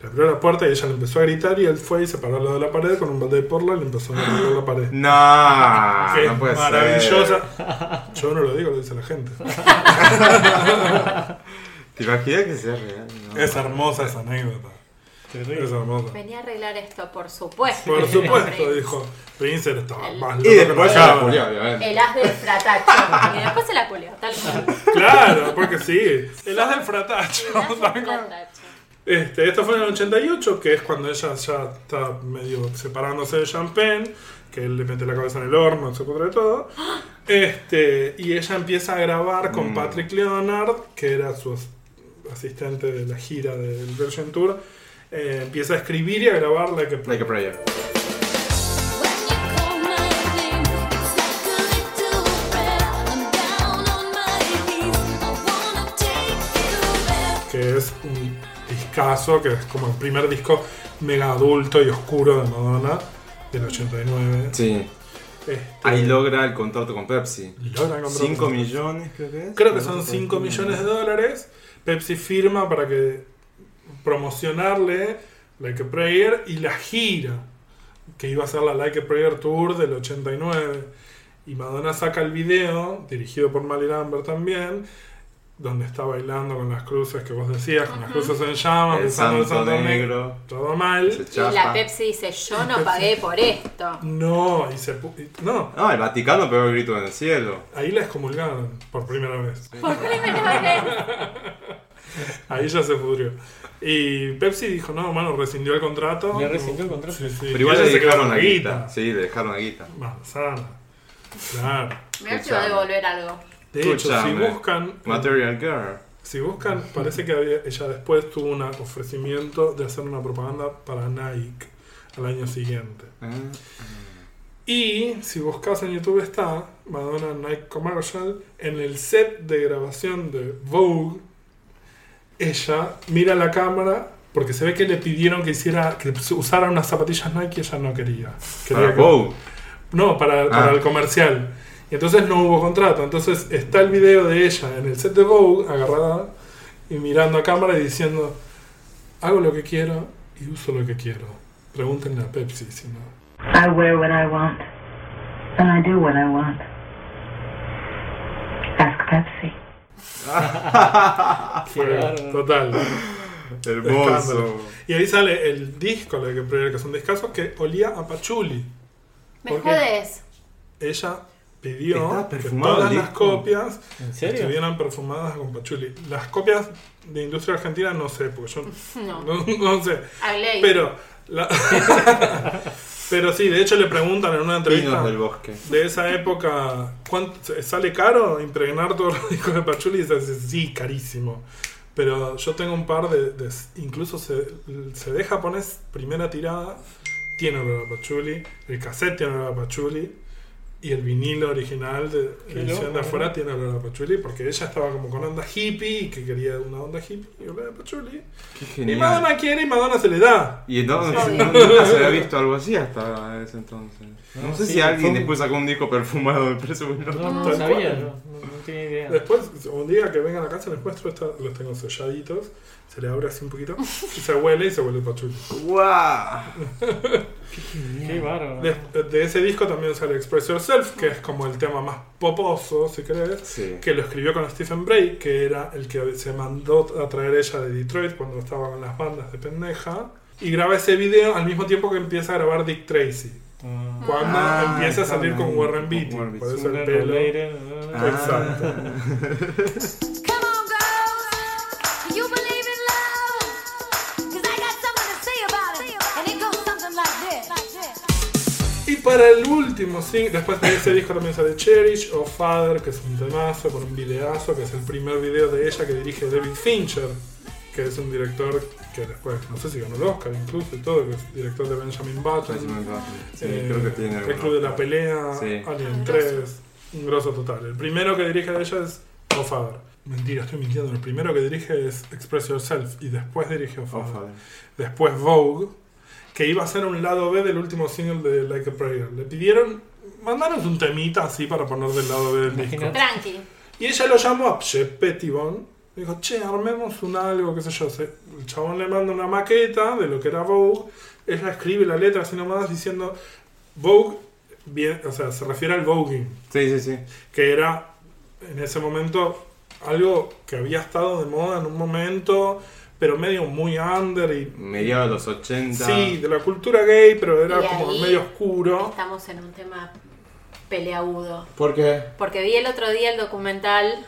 [SPEAKER 3] le abrió la puerta y ella le empezó a gritar y él fue y se paró al lado de la pared con un balde de porla y le empezó a gritar
[SPEAKER 2] [GASPS]
[SPEAKER 3] la pared. [LAUGHS]
[SPEAKER 2] No,
[SPEAKER 3] Qué
[SPEAKER 2] no puede ser.
[SPEAKER 3] maravillosa. Yo no lo digo, lo dice
[SPEAKER 2] [LAUGHS]
[SPEAKER 3] la gente.
[SPEAKER 2] ¿Te imaginas que sea real? No.
[SPEAKER 3] Es hermosa esa anécdota. Es hermosa.
[SPEAKER 1] Venía a arreglar esto, por supuesto.
[SPEAKER 3] Por
[SPEAKER 1] [LAUGHS]
[SPEAKER 3] supuesto, dijo. Prince era- estaba más loco
[SPEAKER 2] Y después
[SPEAKER 3] que
[SPEAKER 2] se
[SPEAKER 3] la
[SPEAKER 2] la
[SPEAKER 3] cabra.
[SPEAKER 2] culió, Ah, obviamente.
[SPEAKER 1] El as del fratacho. y después se la culió, tal cual.
[SPEAKER 3] [LAUGHS] Claro, porque sí. El as del fratacho.
[SPEAKER 1] El as del
[SPEAKER 3] ¿saben cómo?
[SPEAKER 1] fratacho.
[SPEAKER 3] Este, esto fue en el 88, que es cuando ella ya está medio separándose de Champagne, que él le mete la cabeza en el horno, se pudre todo. Este, y ella empieza a grabar con
[SPEAKER 2] Mm.
[SPEAKER 3] Patrick Leonard, que era su as- asistente de la gira del Virgin Tour. Eh, empieza a escribir y a grabar la que
[SPEAKER 2] Like a prayer.
[SPEAKER 7] When you call my name, it's like a little prayer. I'm down on my knees. I wanna take you there.
[SPEAKER 3] que es un discazo, que es como el primer disco mega adulto y oscuro de Madonna, del 89.
[SPEAKER 2] Sí.
[SPEAKER 3] Este,
[SPEAKER 2] Ahí logra el contrato con Pepsi.
[SPEAKER 3] logran comprar
[SPEAKER 2] 5
[SPEAKER 3] un-
[SPEAKER 2] millones, creo que es.
[SPEAKER 3] Creo que son 5 millones de dólares. Pepsi firma para que promocionarle Like a Prayer y la gira que iba a ser la Like a Prayer Tour del 89. Y Madonna saca el video, dirigido por Mali Lambert también, donde está bailando con las cruces que vos decías, con las cruces en llamas,
[SPEAKER 2] El
[SPEAKER 3] besando el
[SPEAKER 2] santo
[SPEAKER 3] santo
[SPEAKER 2] negro.
[SPEAKER 3] negro. Todo mal.
[SPEAKER 2] Se
[SPEAKER 1] Y la
[SPEAKER 2] chapa.
[SPEAKER 1] Pepsi dice, yo no pagué por
[SPEAKER 3] [LAUGHS]
[SPEAKER 1] esto.
[SPEAKER 3] No, y se. pu- y- No,
[SPEAKER 2] No, el Vaticano pegó el grito en el cielo.
[SPEAKER 3] ahí la excomulgaron por primera vez.
[SPEAKER 1] Por primera vez.
[SPEAKER 3] Ahí ya se pudrió. Y Pepsi dijo, no, mano, rescindió el contrato.
[SPEAKER 4] ¿Le rescindió el contrato?
[SPEAKER 3] Sí, sí.
[SPEAKER 2] Pero igual
[SPEAKER 3] Y
[SPEAKER 2] le
[SPEAKER 3] ella se quedó
[SPEAKER 2] dejaron
[SPEAKER 3] con
[SPEAKER 2] la guita. Sí, le dejaron la guita.
[SPEAKER 3] Manzana. Claro.
[SPEAKER 1] Me ver si va a devolver algo.
[SPEAKER 3] De hecho,
[SPEAKER 2] Escúchame.
[SPEAKER 3] si buscan...
[SPEAKER 2] Material Girl.
[SPEAKER 3] Si buscan, parece que había- ella después tuvo un ofrecimiento de hacer una propaganda para Nike al año siguiente.
[SPEAKER 2] Ah.
[SPEAKER 3] Y si buscas en YouTube está Madonna Nike Commercial. En el set de grabación de Vogue, ella mira la cámara porque se ve que le pidieron que hiciera que usara unas zapatillas Nike y ella no quería. Quería
[SPEAKER 2] Para
[SPEAKER 3] que-
[SPEAKER 2] Bow.
[SPEAKER 3] No, para, para
[SPEAKER 2] Ah.
[SPEAKER 3] el comercial. Y entonces no hubo contrato. Entonces está el video de ella en el set de Vogue, agarrada y mirando a cámara y diciendo: Hago lo que quiero y uso lo que quiero. Pregúntenle a Pepsi si no.
[SPEAKER 9] I wear what I want. and I do what I want. Ask Pepsi.
[SPEAKER 3] Fue
[SPEAKER 4] bárbaro.
[SPEAKER 3] total.
[SPEAKER 2] Hermoso.
[SPEAKER 3] Escándalo. Y ahí sale el disco, la que primera que son descasos, que olía a Pachuli.
[SPEAKER 1] Me
[SPEAKER 3] ¿Por qué?
[SPEAKER 1] jodes.
[SPEAKER 3] ella pidió
[SPEAKER 2] Está
[SPEAKER 3] que
[SPEAKER 2] perfumado
[SPEAKER 3] todas
[SPEAKER 2] el
[SPEAKER 3] las
[SPEAKER 2] disco.
[SPEAKER 3] copias
[SPEAKER 4] ¿En serio?
[SPEAKER 3] estuvieran perfumadas con pachuli. Las copias de industria argentina no sé, porque yo
[SPEAKER 1] No.
[SPEAKER 3] no, [LAUGHS] no sé.
[SPEAKER 1] Hablé.
[SPEAKER 3] Pero la- [LAUGHS] pero sí, de hecho le preguntan en una entrevista
[SPEAKER 2] Vinos del bosque.
[SPEAKER 3] de esa época, ¿cuánto, ¿sale caro impregnar todos los discos de Pachuli? Y dice, sí, carísimo. Pero yo tengo un par de, de- incluso se, CD japonés, primera tirada, tiene olor a Pachuli, el cassette tiene olor a Pachuli, y el vinilo original de
[SPEAKER 4] Qué
[SPEAKER 3] edición
[SPEAKER 4] loco,
[SPEAKER 3] de afuera
[SPEAKER 4] ¿no?
[SPEAKER 3] tiene olor a Pachuli, porque ella estaba como con onda hippie, y que quería una onda hippie y olor a Pachuli.
[SPEAKER 2] Qué
[SPEAKER 3] Y
[SPEAKER 2] genial.
[SPEAKER 3] Madonna quiere y Madonna se le da.
[SPEAKER 2] Y entonces
[SPEAKER 1] Sí.
[SPEAKER 2] no- nunca se había visto algo así hasta ese entonces. No,
[SPEAKER 4] No,
[SPEAKER 2] sé
[SPEAKER 4] sí,
[SPEAKER 2] si
[SPEAKER 4] fue
[SPEAKER 2] alguien
[SPEAKER 4] un-
[SPEAKER 2] después sacó un disco perfumado, me parece muy loco.
[SPEAKER 4] No, no
[SPEAKER 3] Tal
[SPEAKER 4] sabía,
[SPEAKER 3] cual.
[SPEAKER 4] no, no- no tenía idea.
[SPEAKER 3] Después, un día que vengan a casa les muestro, esta- los tengo selladitos, se le abre así un poquito y se huele y se huele el pachuli.
[SPEAKER 2] ¡Wow!
[SPEAKER 4] Qué bárbaro.
[SPEAKER 3] De, de ese disco también sale Express Yourself, que es como el tema más poposo, si querés,
[SPEAKER 2] Sí.
[SPEAKER 3] que lo escribió con Stephen Bray, que era el que se mandó a traer ella de Detroit cuando estaba con las bandas de pendeja. Y graba ese video al mismo tiempo que empieza a grabar Dick Tracy.
[SPEAKER 4] Ah,
[SPEAKER 3] Cuando
[SPEAKER 2] Ah,
[SPEAKER 3] empieza a
[SPEAKER 2] está
[SPEAKER 3] salir con
[SPEAKER 2] bien,
[SPEAKER 3] Warren
[SPEAKER 2] con
[SPEAKER 3] Beatty.
[SPEAKER 2] Warren
[SPEAKER 3] Por
[SPEAKER 2] Beatty.
[SPEAKER 3] eso el
[SPEAKER 4] Sooner or
[SPEAKER 3] pelo.
[SPEAKER 4] later, ah,
[SPEAKER 7] Come on, girls. Do you believe in love? 'Cause I got something to say about it. And it goes something like this.
[SPEAKER 3] Y para el último, sí, después de ese disco también sale Cherish o Father, que es un temazo con un videazo, que es el primer video de ella que dirige David Fincher, que es un director que después, no sé si ganó el Oscar incluso y todo, que es director de Benjamin Button.
[SPEAKER 2] Sí,
[SPEAKER 3] eh,
[SPEAKER 2] creo que tiene
[SPEAKER 3] El Club de la Pelea,
[SPEAKER 2] Sí.
[SPEAKER 3] Alien 3, un grosso total. El primero que dirige de ella es O Father. Mentira, estoy mintiendo. El primero que dirige es Express Yourself y después dirige
[SPEAKER 2] Oh
[SPEAKER 3] O Father
[SPEAKER 2] Ojalá.
[SPEAKER 3] después Vogue, que iba a ser un lado B del último single de Like a Prayer. Le pidieron, mandaron un temita así para poner del lado B del disco.
[SPEAKER 4] Imagínate.
[SPEAKER 1] Tranqui.
[SPEAKER 3] Y ella lo llamó a Jeff Pettibon. Dijo, che, armemos un algo, qué sé yo. Se- El chabón le manda una maqueta de lo que era Vogue. Ella escribe la letra así nomás diciendo, Vogue, bien, o sea, se refiere al voguing
[SPEAKER 2] Sí, sí, sí.
[SPEAKER 3] que era en ese momento algo que había estado de moda en un momento, pero medio muy under y
[SPEAKER 2] Mediados de los 80.
[SPEAKER 3] Sí, de la cultura gay, pero era
[SPEAKER 1] Y
[SPEAKER 3] como
[SPEAKER 1] ahí-
[SPEAKER 3] medio oscuro.
[SPEAKER 1] Estamos en un tema peleagudo.
[SPEAKER 2] ¿Por qué?
[SPEAKER 1] Porque vi el otro día el documental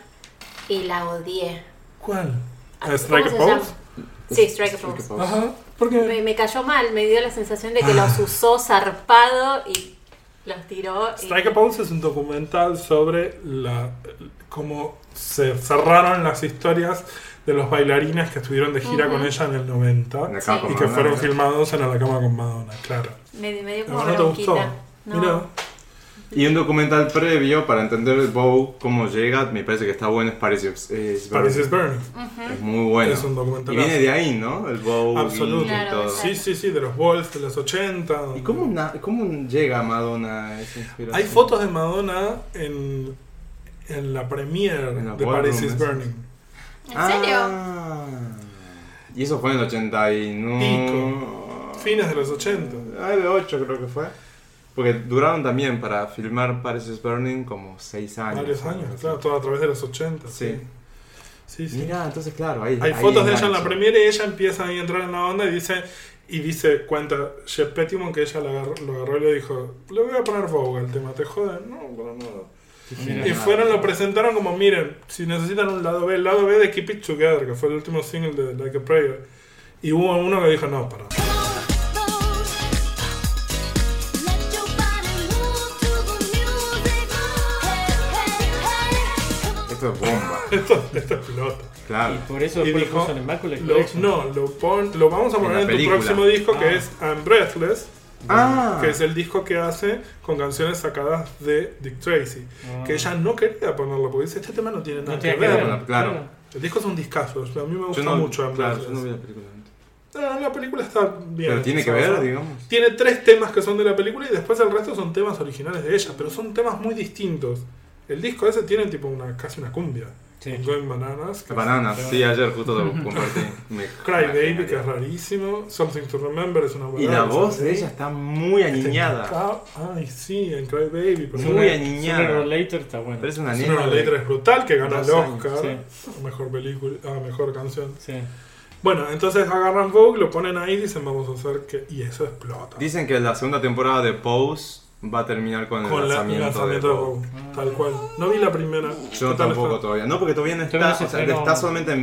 [SPEAKER 1] y la odié.
[SPEAKER 3] ¿Cuál?
[SPEAKER 1] Ah, ¿Cómo
[SPEAKER 3] ¿Strike
[SPEAKER 1] se
[SPEAKER 3] a pose?
[SPEAKER 1] llama? Sí, Strike a Pose.
[SPEAKER 3] Ajá. ¿Por qué?
[SPEAKER 1] Me, me cayó mal, me dio la sensación de que
[SPEAKER 3] Ah.
[SPEAKER 1] los usó zarpado y los tiró. y-
[SPEAKER 3] Strike a Pose es un documental sobre la cómo se cerraron las historias de los bailarines que estuvieron de gira con ella en el 90
[SPEAKER 2] La cama
[SPEAKER 3] y
[SPEAKER 2] con
[SPEAKER 3] que
[SPEAKER 2] Madonna.
[SPEAKER 3] fueron filmados en A la cama con Madonna, claro.
[SPEAKER 1] me, me dio como
[SPEAKER 3] No, no te gustó.
[SPEAKER 1] bronquita. No.
[SPEAKER 3] Mira,
[SPEAKER 2] Y un documental previo para entender el Bow, cómo llega, me parece que está bueno, es Paris is, is
[SPEAKER 3] Paris
[SPEAKER 2] Burning.
[SPEAKER 3] is Burning.
[SPEAKER 2] Es muy bueno.
[SPEAKER 3] Es un documental.
[SPEAKER 2] Y viene de ahí, ¿no? El Bow
[SPEAKER 3] Absoluto.
[SPEAKER 2] y
[SPEAKER 1] Claro,
[SPEAKER 2] todo.
[SPEAKER 1] exacto.
[SPEAKER 3] Sí, sí, sí, de los Wolves de los 80.
[SPEAKER 2] ¿Y cómo, na- cómo llega Madonna a esa inspiración?
[SPEAKER 3] Hay fotos de Madonna en, en la premiere
[SPEAKER 2] En la
[SPEAKER 3] de
[SPEAKER 2] ballroom,
[SPEAKER 3] Paris is
[SPEAKER 2] ¿eh?
[SPEAKER 3] Burning.
[SPEAKER 1] ¿En serio?
[SPEAKER 2] Ah. Y eso fue en el 89.
[SPEAKER 3] Fines de los 80.
[SPEAKER 2] Ah, el 8 creo que fue. Porque duraron también para filmar Paris is Burning como 6 años.
[SPEAKER 3] Varios años,
[SPEAKER 2] Así.
[SPEAKER 3] claro, todo a través de los 80.
[SPEAKER 2] Sí.
[SPEAKER 3] Sí, sí.
[SPEAKER 2] Mira, entonces claro, ahí
[SPEAKER 3] Hay
[SPEAKER 2] ahí
[SPEAKER 3] fotos de ella en la
[SPEAKER 2] engancha.
[SPEAKER 3] premiere y ella empieza ahí a entrar en la onda y dice, y dice, cuenta Jeff Pettymon que ella la agarró- lo agarró y le dijo, le voy a poner Vogue al tema, ¿te joden? No, para nada.
[SPEAKER 4] mira.
[SPEAKER 3] Y fueron, lo presentaron como, miren, si necesitan un lado B, el lado B de Keep It Together, que fue el último single de Like a Prayer. Y hubo uno que dijo, no, para. [LAUGHS]
[SPEAKER 7] Come on, move. Let your body move to the music. Hey, hey, hey. Come on.
[SPEAKER 2] Esto es bomba,
[SPEAKER 3] Esto, esto explota.
[SPEAKER 2] claro.
[SPEAKER 4] Y por eso
[SPEAKER 3] Y
[SPEAKER 4] después
[SPEAKER 3] dijo,
[SPEAKER 4] lo puso en el Immaculate
[SPEAKER 3] Lo-
[SPEAKER 4] Collection.
[SPEAKER 3] no, lo, pon- lo vamos a
[SPEAKER 2] En la
[SPEAKER 3] poner en, tu
[SPEAKER 2] película.
[SPEAKER 3] próximo disco
[SPEAKER 4] Ah.
[SPEAKER 3] que es I'm Breathless,
[SPEAKER 2] Ah,
[SPEAKER 3] que es el disco que hace con canciones sacadas de Dick Tracy.
[SPEAKER 4] Ah.
[SPEAKER 3] Que ella no quería ponerlo porque dice: Este tema no tiene nada
[SPEAKER 4] No
[SPEAKER 3] que,
[SPEAKER 4] tiene que
[SPEAKER 3] ver.
[SPEAKER 4] ver,
[SPEAKER 2] Claro.
[SPEAKER 3] El disco es un discazo, a mí me gusta
[SPEAKER 2] yo no,
[SPEAKER 3] mucho I'm
[SPEAKER 2] claro, yo
[SPEAKER 3] Breathless.
[SPEAKER 2] no vi la película antes.
[SPEAKER 3] Ah, la película está bien.
[SPEAKER 2] Pero tiene que
[SPEAKER 3] ¿sabes?
[SPEAKER 2] ver, digamos.
[SPEAKER 3] Tiene tres temas que son de la película y después el resto son temas originales de ella, pero son temas muy distintos. El disco ese tiene tipo una casi una cumbia.
[SPEAKER 4] Sí.
[SPEAKER 3] Going Bananas. que es-
[SPEAKER 2] Bananas, sí, ayer justo lo compartí. [LAUGHS] Me-
[SPEAKER 3] Cry Baby, que es rarísimo. Something to Remember es una
[SPEAKER 2] Y
[SPEAKER 3] balada.
[SPEAKER 2] la voz de
[SPEAKER 3] ¿sabes?
[SPEAKER 2] ella está muy
[SPEAKER 3] Este,
[SPEAKER 2] aniñada.
[SPEAKER 3] ah, Ay, sí, en Cry Baby. Pero
[SPEAKER 2] Muy
[SPEAKER 3] es una-
[SPEAKER 2] aniñada.
[SPEAKER 4] Sooner or Later está bueno.
[SPEAKER 2] Pero es una
[SPEAKER 3] es una
[SPEAKER 2] nena.
[SPEAKER 3] letra
[SPEAKER 2] de-
[SPEAKER 3] es brutal que gana el
[SPEAKER 2] dos años,
[SPEAKER 3] Oscar.
[SPEAKER 4] sí.
[SPEAKER 3] a Mejor película, a mejor canción.
[SPEAKER 4] Sí.
[SPEAKER 3] Bueno, entonces agarran Vogue, lo ponen ahí y dicen vamos a hacer que. Y eso explota.
[SPEAKER 2] Dicen que la segunda temporada de Pose va a terminar con el
[SPEAKER 3] Con la- el
[SPEAKER 2] lanzamiento,
[SPEAKER 3] lanzamiento
[SPEAKER 2] de
[SPEAKER 3] de
[SPEAKER 2] Pose.
[SPEAKER 3] Vogue. Tal cual. No vi la primera.
[SPEAKER 2] Yo
[SPEAKER 3] ¿Qué tal
[SPEAKER 2] tampoco
[SPEAKER 3] está?
[SPEAKER 2] todavía. No, porque todavía no está.
[SPEAKER 4] Todavía no se
[SPEAKER 2] o sea,
[SPEAKER 4] estrenó.
[SPEAKER 2] está solamente en,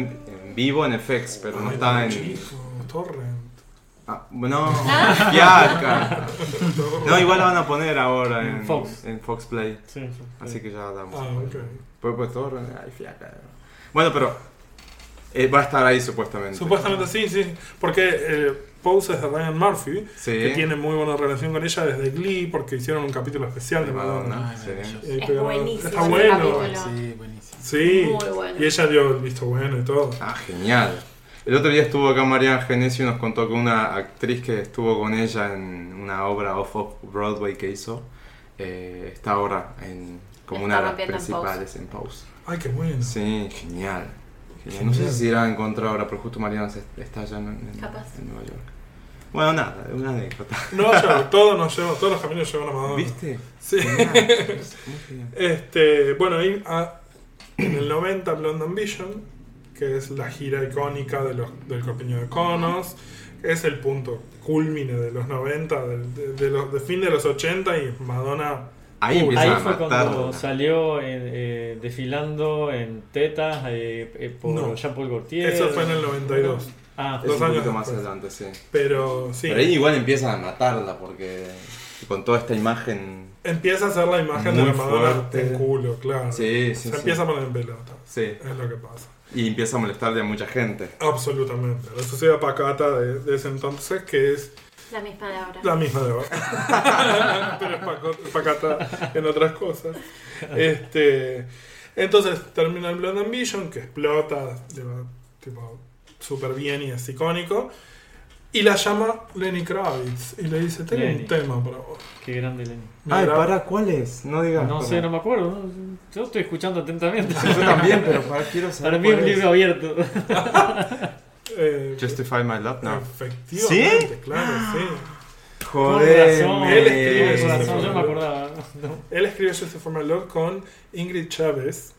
[SPEAKER 2] en vivo en FX, pero no
[SPEAKER 3] Ay,
[SPEAKER 2] está en.
[SPEAKER 3] chico, Torrent.
[SPEAKER 2] Ah, no. [LAUGHS] Fiaca. No, igual la van a poner ahora en
[SPEAKER 4] En Fox.
[SPEAKER 2] en Fox Play.
[SPEAKER 4] Sí, sí.
[SPEAKER 2] Así que ya damos.
[SPEAKER 3] Ah, ok.
[SPEAKER 2] Pues, pues todo. Ay, fiaca. Bueno, pero. eh, va a estar ahí supuestamente.
[SPEAKER 3] Supuestamente sí, sí. Porque eh, Pose es de Ryan Murphy,
[SPEAKER 2] Sí.
[SPEAKER 3] que tiene muy buena relación con ella desde Glee, porque hicieron un capítulo especial de Madonna.
[SPEAKER 2] Madonna.
[SPEAKER 5] Ay,
[SPEAKER 2] sí.
[SPEAKER 5] maravilloso.
[SPEAKER 3] Y ahí
[SPEAKER 1] Es
[SPEAKER 3] pegaron-
[SPEAKER 1] buenísimo
[SPEAKER 3] Está
[SPEAKER 1] ese
[SPEAKER 3] bueno.
[SPEAKER 1] capítulo.
[SPEAKER 5] Sí, buenísimo.
[SPEAKER 3] Sí.
[SPEAKER 1] Muy bueno.
[SPEAKER 3] Y ella dio el visto bueno y todo.
[SPEAKER 2] Ah, genial. El otro día estuvo acá María Genesio y nos contó que una actriz que estuvo con ella en una obra off-Broadway que hizo eh, está ahora en, como
[SPEAKER 1] Está
[SPEAKER 2] una de las
[SPEAKER 1] rompiendo en Pose.
[SPEAKER 2] principales en Pause.
[SPEAKER 3] Ay, qué bueno.
[SPEAKER 2] Sí, genial. Genial. No sé si se irá a encontrar ahora, pero justo Mariana se- está allá en, en-
[SPEAKER 1] Capaz.
[SPEAKER 2] en Nueva York. Bueno, nada, una anécdota.
[SPEAKER 3] No, ya, todo nos lleva, todos los caminos llevan a Madonna.
[SPEAKER 2] ¿Viste?
[SPEAKER 3] Sí.
[SPEAKER 2] Genial. Muy genial.
[SPEAKER 3] Este, bueno, ahí a- en el 90 Blonde Ambition, que es la gira icónica de los- del Corpiño de Conos, es el punto culmine de los 90, del- de, de los, de fin de los 80 y Madonna.
[SPEAKER 2] Ahí
[SPEAKER 3] Uy,
[SPEAKER 2] empieza
[SPEAKER 4] Ahí
[SPEAKER 2] a
[SPEAKER 4] fue cuando
[SPEAKER 2] matar.
[SPEAKER 4] salió en, eh, desfilando en tetas eh, eh, por
[SPEAKER 3] No.
[SPEAKER 4] Jean-Paul Gaultier.
[SPEAKER 3] Eso fue en el 92.
[SPEAKER 4] Ah,
[SPEAKER 2] Es un
[SPEAKER 3] Dos años
[SPEAKER 2] poquito más
[SPEAKER 3] después.
[SPEAKER 2] adelante, sí.
[SPEAKER 3] Pero sí,
[SPEAKER 2] Pero ahí igual empiezan a matarla porque con toda esta imagen.
[SPEAKER 3] empieza a ser la imagen de
[SPEAKER 2] Muy
[SPEAKER 3] la Madonna
[SPEAKER 2] fuerte.
[SPEAKER 3] en culo, claro.
[SPEAKER 2] Sí, sí,
[SPEAKER 3] Se
[SPEAKER 2] sí.
[SPEAKER 3] empieza a poner en pelota,
[SPEAKER 2] Sí.
[SPEAKER 3] es lo que pasa.
[SPEAKER 2] Y empieza a molestarle a mucha gente.
[SPEAKER 3] Absolutamente. La sociedad pacata de, de ese entonces, que es
[SPEAKER 1] La misma palabra.
[SPEAKER 3] La misma de ahora. [LAUGHS] Pero es paco- pacata en otras cosas. Este, entonces termina el Blonde Ambition, que explota, tipo, tipo, súper bien y es icónico. Y la llama Lenny Kravitz y le dice, tengo
[SPEAKER 4] Lenny.
[SPEAKER 3] un tema para vos.
[SPEAKER 4] Qué grande Lenny.
[SPEAKER 2] Ay,
[SPEAKER 3] Mira,
[SPEAKER 2] para, ¿cuál es? No digas.
[SPEAKER 4] No
[SPEAKER 2] pará.
[SPEAKER 4] sé, no me acuerdo. ¿no? Yo estoy escuchando atentamente.
[SPEAKER 2] [LAUGHS] Yo también,
[SPEAKER 4] [LAUGHS]
[SPEAKER 2] pero para, quiero saber.
[SPEAKER 4] Para mí es un
[SPEAKER 2] cuál es.
[SPEAKER 4] libro abierto.
[SPEAKER 3] eh,
[SPEAKER 2] Justify My Love, no. Ah.
[SPEAKER 3] Efectivamente, claro, sí.
[SPEAKER 2] Joder.
[SPEAKER 4] Con razón,
[SPEAKER 3] él escribe
[SPEAKER 4] con
[SPEAKER 3] ese
[SPEAKER 4] razón, yo
[SPEAKER 3] libro.
[SPEAKER 4] me acordaba. No.
[SPEAKER 3] Él escribió Just for My Love con Ingrid Chávez,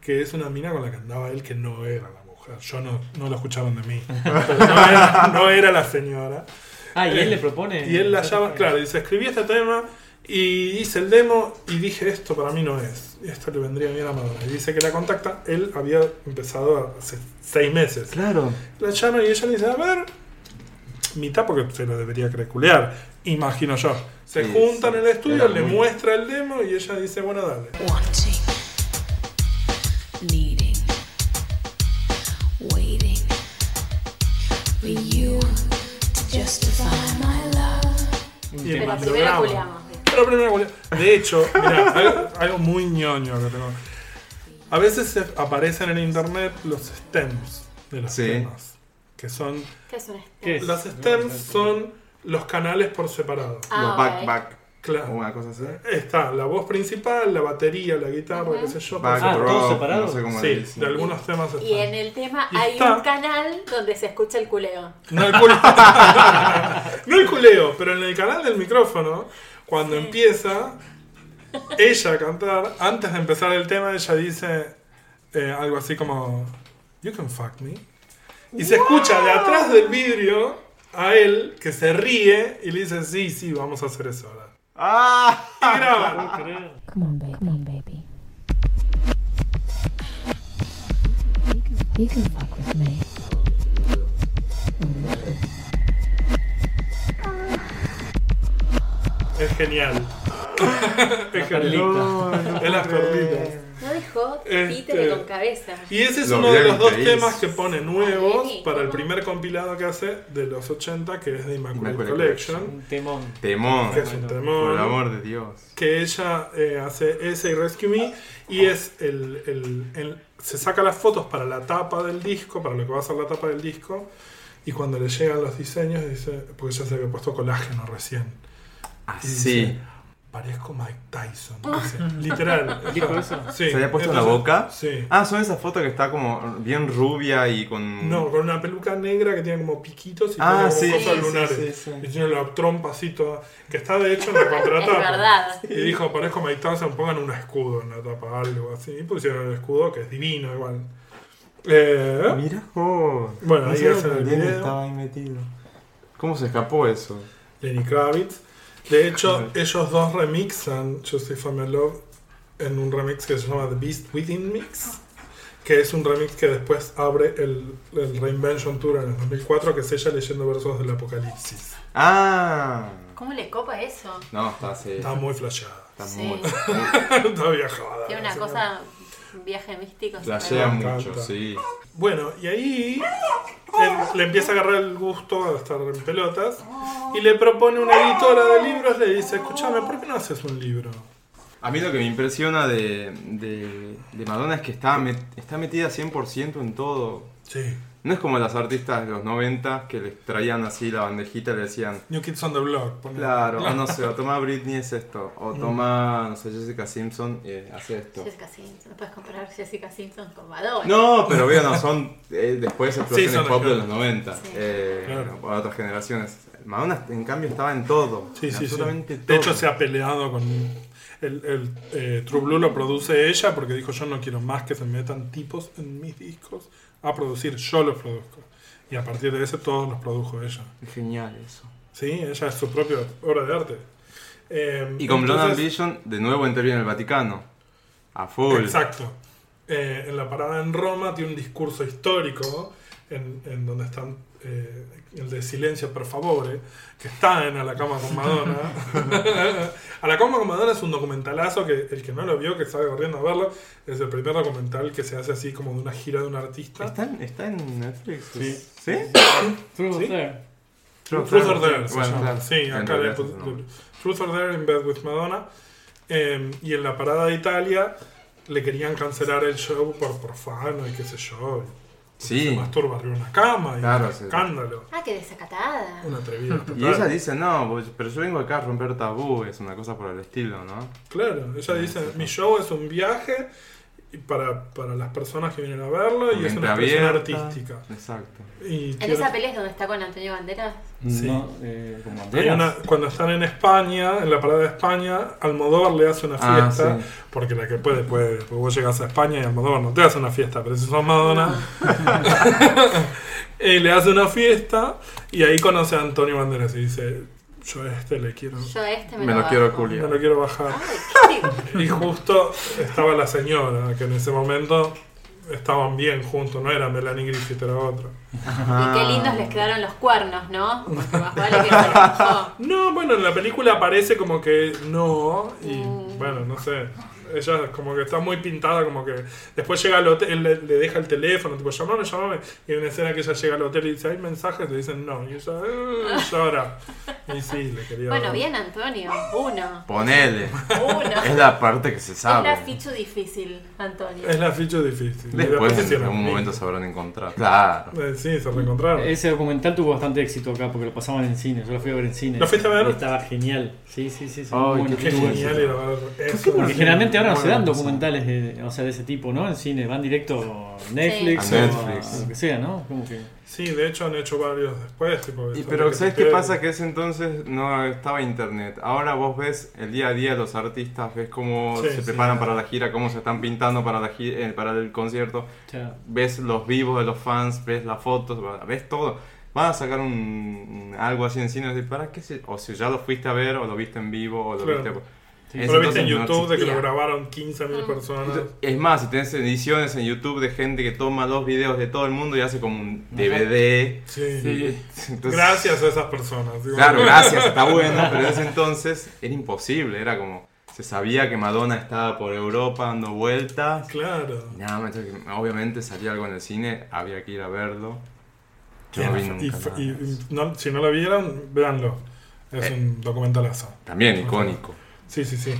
[SPEAKER 3] que es una mina con la que andaba él que no era la mujer. Yo no, no lo escucharon de
[SPEAKER 2] [LAUGHS]
[SPEAKER 3] mí. Pero no, era, no era la señora.
[SPEAKER 4] Ah, y
[SPEAKER 3] Eh,
[SPEAKER 4] él le propone.
[SPEAKER 3] Y él la llama, claro, dice, escribí este tema y hice el demo y dije, esto para mí no es. Y esto le vendría bien a Madonna. Y dice que la contacta, él había empezado hace seis meses.
[SPEAKER 2] Claro.
[SPEAKER 3] La llama y ella le dice, a ver, mitad porque se lo debería creculear, imagino yo. Se
[SPEAKER 2] Sí,
[SPEAKER 3] juntan
[SPEAKER 2] sí,
[SPEAKER 3] en el estudio,
[SPEAKER 2] era
[SPEAKER 3] le
[SPEAKER 2] muy-
[SPEAKER 3] muestra el demo y ella dice, bueno, dale.
[SPEAKER 7] Wanting, needing, waiting for you to justify my love.
[SPEAKER 3] Y
[SPEAKER 1] Pero
[SPEAKER 3] el
[SPEAKER 1] primero
[SPEAKER 3] programa.
[SPEAKER 1] culiamos.
[SPEAKER 3] Pero primero culea. De hecho, mirá, [LAUGHS] algo, algo muy ñoño que tengo. A veces se aparecen en internet los stems de los
[SPEAKER 2] Sí.
[SPEAKER 3] temas. Que son.
[SPEAKER 1] ¿Qué es un este?
[SPEAKER 4] ¿Qué es?
[SPEAKER 3] Los stems son los canales por separado.
[SPEAKER 1] Ah,
[SPEAKER 2] Los
[SPEAKER 1] ok.
[SPEAKER 2] back, back. O
[SPEAKER 3] Claro.
[SPEAKER 2] una cosa así.
[SPEAKER 4] Ah,
[SPEAKER 3] Está la voz principal, la batería, la guitarra, qué sé yo.
[SPEAKER 2] Back,
[SPEAKER 4] Ah,
[SPEAKER 2] drop,
[SPEAKER 4] ¿todo separado?
[SPEAKER 2] No sé cómo le
[SPEAKER 3] Sí,
[SPEAKER 2] dicen.
[SPEAKER 3] de algunos temas
[SPEAKER 1] Y
[SPEAKER 3] está.
[SPEAKER 1] en el tema
[SPEAKER 3] Y
[SPEAKER 1] hay
[SPEAKER 3] está-
[SPEAKER 1] un canal donde se escucha el culeo.
[SPEAKER 3] No el culeo. [LAUGHS] no el culeo, pero en el canal del micrófono, cuando empieza ella a cantar, antes de empezar el tema, ella dice eh, algo así como: You can fuck me. Y se escucha de atrás del vidrio a él que se ríe y le dice: Sí, sí, vamos a hacer eso ahora.
[SPEAKER 2] ¡Ah!
[SPEAKER 3] Y graban.
[SPEAKER 9] Come on, baby. Come on, baby. You can fuck with me.
[SPEAKER 3] Es genial. [LAUGHS] es genial. Es las perlitas.
[SPEAKER 1] No dejó
[SPEAKER 3] Este-
[SPEAKER 1] títere con cabeza.
[SPEAKER 3] Y ese es
[SPEAKER 2] Lo
[SPEAKER 3] uno de los
[SPEAKER 2] bien
[SPEAKER 3] dos
[SPEAKER 2] que hizo.
[SPEAKER 3] temas que pone nuevos
[SPEAKER 1] Ay,
[SPEAKER 3] para el
[SPEAKER 1] ¿cómo?
[SPEAKER 3] primer compilado que hace de los 80, que es de Immaculate,
[SPEAKER 2] Immaculate
[SPEAKER 3] Collection,
[SPEAKER 4] Un temón.
[SPEAKER 2] Temón.
[SPEAKER 3] que es un
[SPEAKER 2] Por
[SPEAKER 3] temón,
[SPEAKER 2] el amor de Dios.
[SPEAKER 3] que ella eh, hace ese y Rescue Me, y es el, el- el- se saca las fotos para la tapa del disco, para lo que va a ser la tapa del disco, y cuando le llegan los diseños, dice, porque ella se había puesto colágeno recién,
[SPEAKER 2] Así.
[SPEAKER 3] Parezco Mike Tyson. dice. Literal. O
[SPEAKER 4] ¿Dijo
[SPEAKER 3] sea,
[SPEAKER 4] eso?
[SPEAKER 3] sí.
[SPEAKER 2] ¿Se había puesto en la
[SPEAKER 3] Entonces,
[SPEAKER 2] boca?
[SPEAKER 3] Sí.
[SPEAKER 2] Ah, son esas fotos que está como bien rubia y con.
[SPEAKER 3] No, con una peluca negra que tiene como piquitos y
[SPEAKER 2] Mm. Ah, sí,
[SPEAKER 3] tiene como cosas
[SPEAKER 2] sí,
[SPEAKER 3] lunares.
[SPEAKER 2] sí, sí, sí.
[SPEAKER 3] Y tiene la trompa así toda. Que está de hecho
[SPEAKER 2] [LAUGHS]
[SPEAKER 3] en la
[SPEAKER 1] Es
[SPEAKER 3] contratapa.
[SPEAKER 1] verdad.
[SPEAKER 3] Y dijo, parezco Mike Tyson, pongan un escudo en la tapa, algo así. Y pusieron el escudo, que es divino igual. Eh,
[SPEAKER 2] Ah, Mira, jo.
[SPEAKER 3] Bueno,
[SPEAKER 2] No
[SPEAKER 3] ahí
[SPEAKER 2] sabía
[SPEAKER 3] hacen
[SPEAKER 2] que
[SPEAKER 3] el
[SPEAKER 2] Lenny
[SPEAKER 3] video.
[SPEAKER 2] estaba ahí metido. ¿Cómo se escapó eso?
[SPEAKER 3] Lenny Kravitz. De hecho, ellos dos remixan Joseph Love en un remix que se llama The Beast Within Mix. Que es un remix que después abre el, el Reinvention Tour en el 2004, que es ella leyendo versos del Apocalipsis.
[SPEAKER 2] Ah.
[SPEAKER 1] ¿Cómo le copa eso?
[SPEAKER 2] No, está así.
[SPEAKER 3] Está muy flasheada.
[SPEAKER 2] Está
[SPEAKER 1] Sí.
[SPEAKER 2] muy.
[SPEAKER 3] [LAUGHS] Está viajada.
[SPEAKER 1] Tiene una
[SPEAKER 3] Ah, Sí.
[SPEAKER 1] cosa, un viaje místico.
[SPEAKER 2] Flashea
[SPEAKER 3] Me
[SPEAKER 2] mucho,
[SPEAKER 3] encanta.
[SPEAKER 2] sí.
[SPEAKER 3] Bueno, y ahí él le empieza a agarrar el gusto a estar en pelotas y le propone una editora de libros, le dice, escúchame, ¿por qué no haces un libro?
[SPEAKER 2] A mí lo que me impresiona de, de, de Madonna es que está, met- está metida 100% en todo.
[SPEAKER 3] Sí.
[SPEAKER 2] No es como las artistas de los 90 que les traían así la bandejita y le decían,
[SPEAKER 3] New Kids on the Block. ponele.
[SPEAKER 2] claro, o no sé, o toma Britney es esto, o
[SPEAKER 3] Mm.
[SPEAKER 2] toma, no sé, Jessica Simpson eh, hace esto.
[SPEAKER 1] Jessica Simpson. No puedes comparar Jessica Simpson con Madonna.
[SPEAKER 2] No, pero vean, no, son eh, después explosiones
[SPEAKER 3] Sí, son
[SPEAKER 2] pop de
[SPEAKER 3] ejemplos.
[SPEAKER 2] los 90,
[SPEAKER 1] Sí.
[SPEAKER 2] eh,
[SPEAKER 3] Claro.
[SPEAKER 2] para otras generaciones. Madonna, en cambio, estaba en todo.
[SPEAKER 3] Sí,
[SPEAKER 2] en
[SPEAKER 3] sí, sí.
[SPEAKER 2] absolutamente
[SPEAKER 3] De
[SPEAKER 2] todo.
[SPEAKER 3] hecho, se ha peleado con... El, el, eh, True Blue lo produce ella porque dijo, yo no quiero más que se metan tipos en mis discos a producir, yo los produzco. Y a partir de ese todos los produjo ella.
[SPEAKER 2] Genial eso.
[SPEAKER 3] Sí, ella es su propia obra de arte. Eh,
[SPEAKER 2] Y con Blonde
[SPEAKER 3] entonces-
[SPEAKER 2] Ambition, de nuevo interviene el Vaticano. A full.
[SPEAKER 3] Exacto. Eh, en la parada en Roma tiene un discurso histórico en, en donde están eh, el de Silencio per favore, que está en A la cama
[SPEAKER 2] [LAUGHS]
[SPEAKER 3] con Madonna. a la cama con Madonna es un documentalazo que el que no lo vio, que sabe corriendo a verlo, es el primer documental que se hace así como de una gira de un artista.
[SPEAKER 2] ¿Está en, está en Netflix?
[SPEAKER 3] Sí.
[SPEAKER 2] ¿Sí?
[SPEAKER 4] True
[SPEAKER 3] ¿Sí?
[SPEAKER 4] There.
[SPEAKER 2] True,
[SPEAKER 3] Truth or Dare, se
[SPEAKER 2] Bueno,
[SPEAKER 3] llama.
[SPEAKER 2] claro.
[SPEAKER 3] Sí,
[SPEAKER 2] En
[SPEAKER 3] acá le
[SPEAKER 2] realidad
[SPEAKER 3] pus-
[SPEAKER 2] es un nombre.
[SPEAKER 3] Truth or Dare in Bed with Madonna. Eh, y en la parada de Italia le querían cancelar el show por profano y qué sé yo. Se
[SPEAKER 2] Sí.
[SPEAKER 3] masturba arriba de una cama y
[SPEAKER 2] Claro,
[SPEAKER 3] un
[SPEAKER 2] sí.
[SPEAKER 3] escándalo.
[SPEAKER 1] Ah, qué desacatada.
[SPEAKER 3] Una atrevida.
[SPEAKER 2] Y
[SPEAKER 3] total.
[SPEAKER 2] ella dice, no, vos- pero yo vengo acá a romper tabúes, una cosa por el estilo, ¿no?
[SPEAKER 3] Claro, ella dice, mi show es un viaje y para, para las personas que vienen a verlo y es
[SPEAKER 2] Mente
[SPEAKER 3] una expresión
[SPEAKER 2] abierta.
[SPEAKER 3] artística.
[SPEAKER 2] Exacto.
[SPEAKER 3] Y
[SPEAKER 1] En
[SPEAKER 3] quiero-
[SPEAKER 1] esa pelea es donde está con Antonio Banderas.
[SPEAKER 3] Sí.
[SPEAKER 4] No, eh, con
[SPEAKER 3] hay
[SPEAKER 4] banderas.
[SPEAKER 3] una- cuando están en España, en la parada de España, Almodóvar le hace una
[SPEAKER 2] Ah,
[SPEAKER 3] fiesta,
[SPEAKER 2] sí.
[SPEAKER 3] porque la que puede, puede, porque vos llegas a España y Almodóvar no te hace una fiesta, pero si
[SPEAKER 2] [LAUGHS]
[SPEAKER 3] sos Madonna, [LAUGHS] Eh, le hace una fiesta y ahí conoce a Antonio Banderas y dice, yo a este le quiero,
[SPEAKER 1] Yo a este me,
[SPEAKER 2] Ah, Me lo
[SPEAKER 1] bajo.
[SPEAKER 2] quiero culiar.
[SPEAKER 3] no lo quiero bajar.
[SPEAKER 1] Ay, qué digo.
[SPEAKER 3] Y justo estaba la señora, que en ese momento estaban bien juntos, no era Melanie Griffith, era otra.
[SPEAKER 1] Y qué lindos les quedaron los cuernos, ¿no? Porque más vale que se los bajó.
[SPEAKER 3] No, bueno, en la película aparece como que no, y
[SPEAKER 1] Mm.
[SPEAKER 3] bueno, no sé. Ella como que está muy pintada, como que después llega al hotel, él le, le deja el teléfono, tipo, llamame, llamame. Y hay una escena que ella llega al hotel y dice, ¿hay mensajes? Le dicen no, y ella, "Eh, llora. Y sí, le quería.
[SPEAKER 1] Bueno,
[SPEAKER 3] dar.
[SPEAKER 1] bien, Antonio. Uno.
[SPEAKER 2] Ponele.
[SPEAKER 1] Uno.
[SPEAKER 2] Es la parte que se
[SPEAKER 1] Es la
[SPEAKER 2] sabe.
[SPEAKER 1] ficha difícil, Antonio.
[SPEAKER 3] Es la ficha difícil. Y
[SPEAKER 2] Después en
[SPEAKER 3] se
[SPEAKER 2] algún
[SPEAKER 3] reencuentran.
[SPEAKER 2] momento sabrán encontrar. Claro.
[SPEAKER 3] Eh, Sí, se reencontraron.
[SPEAKER 4] Ese documental tuvo bastante éxito acá porque lo pasaban en cine. Yo lo fui a ver en cine.
[SPEAKER 3] ¿Lo fuiste a ver?
[SPEAKER 4] Y Estaba genial. Sí, sí, sí. sí.
[SPEAKER 2] Ay,
[SPEAKER 4] muy
[SPEAKER 2] qué
[SPEAKER 4] bueno.
[SPEAKER 3] Qué
[SPEAKER 4] Tuvo
[SPEAKER 3] genial
[SPEAKER 4] éxito.
[SPEAKER 3] era ver eso.
[SPEAKER 4] Porque generalmente ahora no se dan
[SPEAKER 3] Bueno,
[SPEAKER 4] documentales de, o sea, de ese tipo, ¿no? En cine, van directo a Netflix,
[SPEAKER 2] Sí. A
[SPEAKER 4] o
[SPEAKER 2] Netflix.
[SPEAKER 4] a lo que sea, ¿no? Como que...
[SPEAKER 3] Sí, de hecho han hecho varios después. Tipo,
[SPEAKER 2] Y,
[SPEAKER 3] esto de
[SPEAKER 2] pero
[SPEAKER 3] que
[SPEAKER 2] ¿sabes
[SPEAKER 3] te
[SPEAKER 2] qué
[SPEAKER 3] quede-
[SPEAKER 2] pasa? Que ese entonces no estaba internet. Ahora vos ves el día a día los artistas, ves cómo
[SPEAKER 3] Sí,
[SPEAKER 2] se
[SPEAKER 3] sí.
[SPEAKER 2] preparan para la gira, cómo se están pintando para, la gi- eh, para el concierto.
[SPEAKER 4] ya.
[SPEAKER 2] ves los vivos de los fans, ves las fotos, ves todo. Vas a sacar un, un- algo así en cine y decir, ¿para qué? se- o si ya lo fuiste a ver, o lo viste en vivo, o lo
[SPEAKER 3] Claro.
[SPEAKER 2] viste.
[SPEAKER 4] Sí.
[SPEAKER 2] En
[SPEAKER 3] Ahora viste en
[SPEAKER 2] entonces no
[SPEAKER 3] YouTube de que lo
[SPEAKER 2] existía.
[SPEAKER 3] grabaron 15.000 personas.
[SPEAKER 2] Es más, si tenés ediciones en YouTube de gente que toma los videos de todo el mundo y hace como un DVD.
[SPEAKER 3] Sí.
[SPEAKER 2] [LAUGHS] Entonces-
[SPEAKER 3] Gracias a esas personas. digo.
[SPEAKER 2] Claro, gracias, está bueno, pero en ese entonces era imposible, era como. Se sabía que Madonna estaba por Europa dando vueltas.
[SPEAKER 3] Claro.
[SPEAKER 2] Y Nada, entonces, obviamente salía algo en el cine, había que ir a verlo. Yo no vi
[SPEAKER 3] Y-
[SPEAKER 2] nunca nada
[SPEAKER 3] y-
[SPEAKER 2] de eso.
[SPEAKER 3] y no- si no lo vieron, véanlo. Es
[SPEAKER 2] Eh.
[SPEAKER 3] un documentalazo.
[SPEAKER 2] También icónico.
[SPEAKER 3] Sí, sí, sí.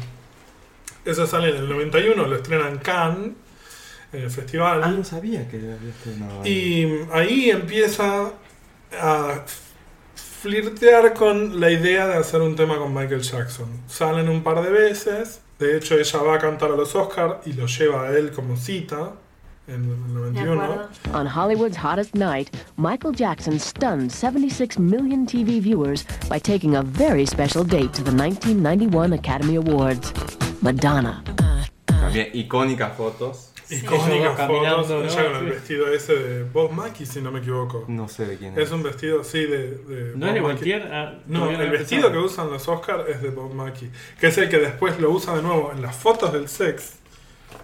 [SPEAKER 3] Eso sale en el 91, lo estrenan en Cannes, en el festival.
[SPEAKER 2] no sabía que había estrenado.
[SPEAKER 3] Y ahí empieza a flirtear con la idea de hacer un tema con Michael Jackson. Salen un par de veces, de hecho ella va a cantar a los Oscars y lo lleva a él como cita en el
[SPEAKER 1] Me
[SPEAKER 3] 91.
[SPEAKER 1] acuerdo.
[SPEAKER 10] On Hollywood's hottest night, Michael Jackson stunned 76 million TV viewers by taking a very special date to the 1991 Academy Awards. Madonna.
[SPEAKER 2] También icónicas fotos.
[SPEAKER 3] Icónicas
[SPEAKER 4] Ella va
[SPEAKER 3] fotos,
[SPEAKER 4] caminando,
[SPEAKER 3] ella
[SPEAKER 4] ¿no?
[SPEAKER 3] con el
[SPEAKER 4] Sí.
[SPEAKER 3] vestido ese de Bob Mackie, si no me equivoco.
[SPEAKER 2] No sé de quién es.
[SPEAKER 3] Es un vestido así de... de Bob
[SPEAKER 4] No es de
[SPEAKER 3] Mackie.
[SPEAKER 4] cualquier. ah,
[SPEAKER 3] No,
[SPEAKER 4] todavía
[SPEAKER 3] el
[SPEAKER 4] había
[SPEAKER 3] vestido que
[SPEAKER 4] pensado.
[SPEAKER 3] usan los Oscars es de Bob Mackie, que es el que después lo usa de nuevo en las fotos del sex.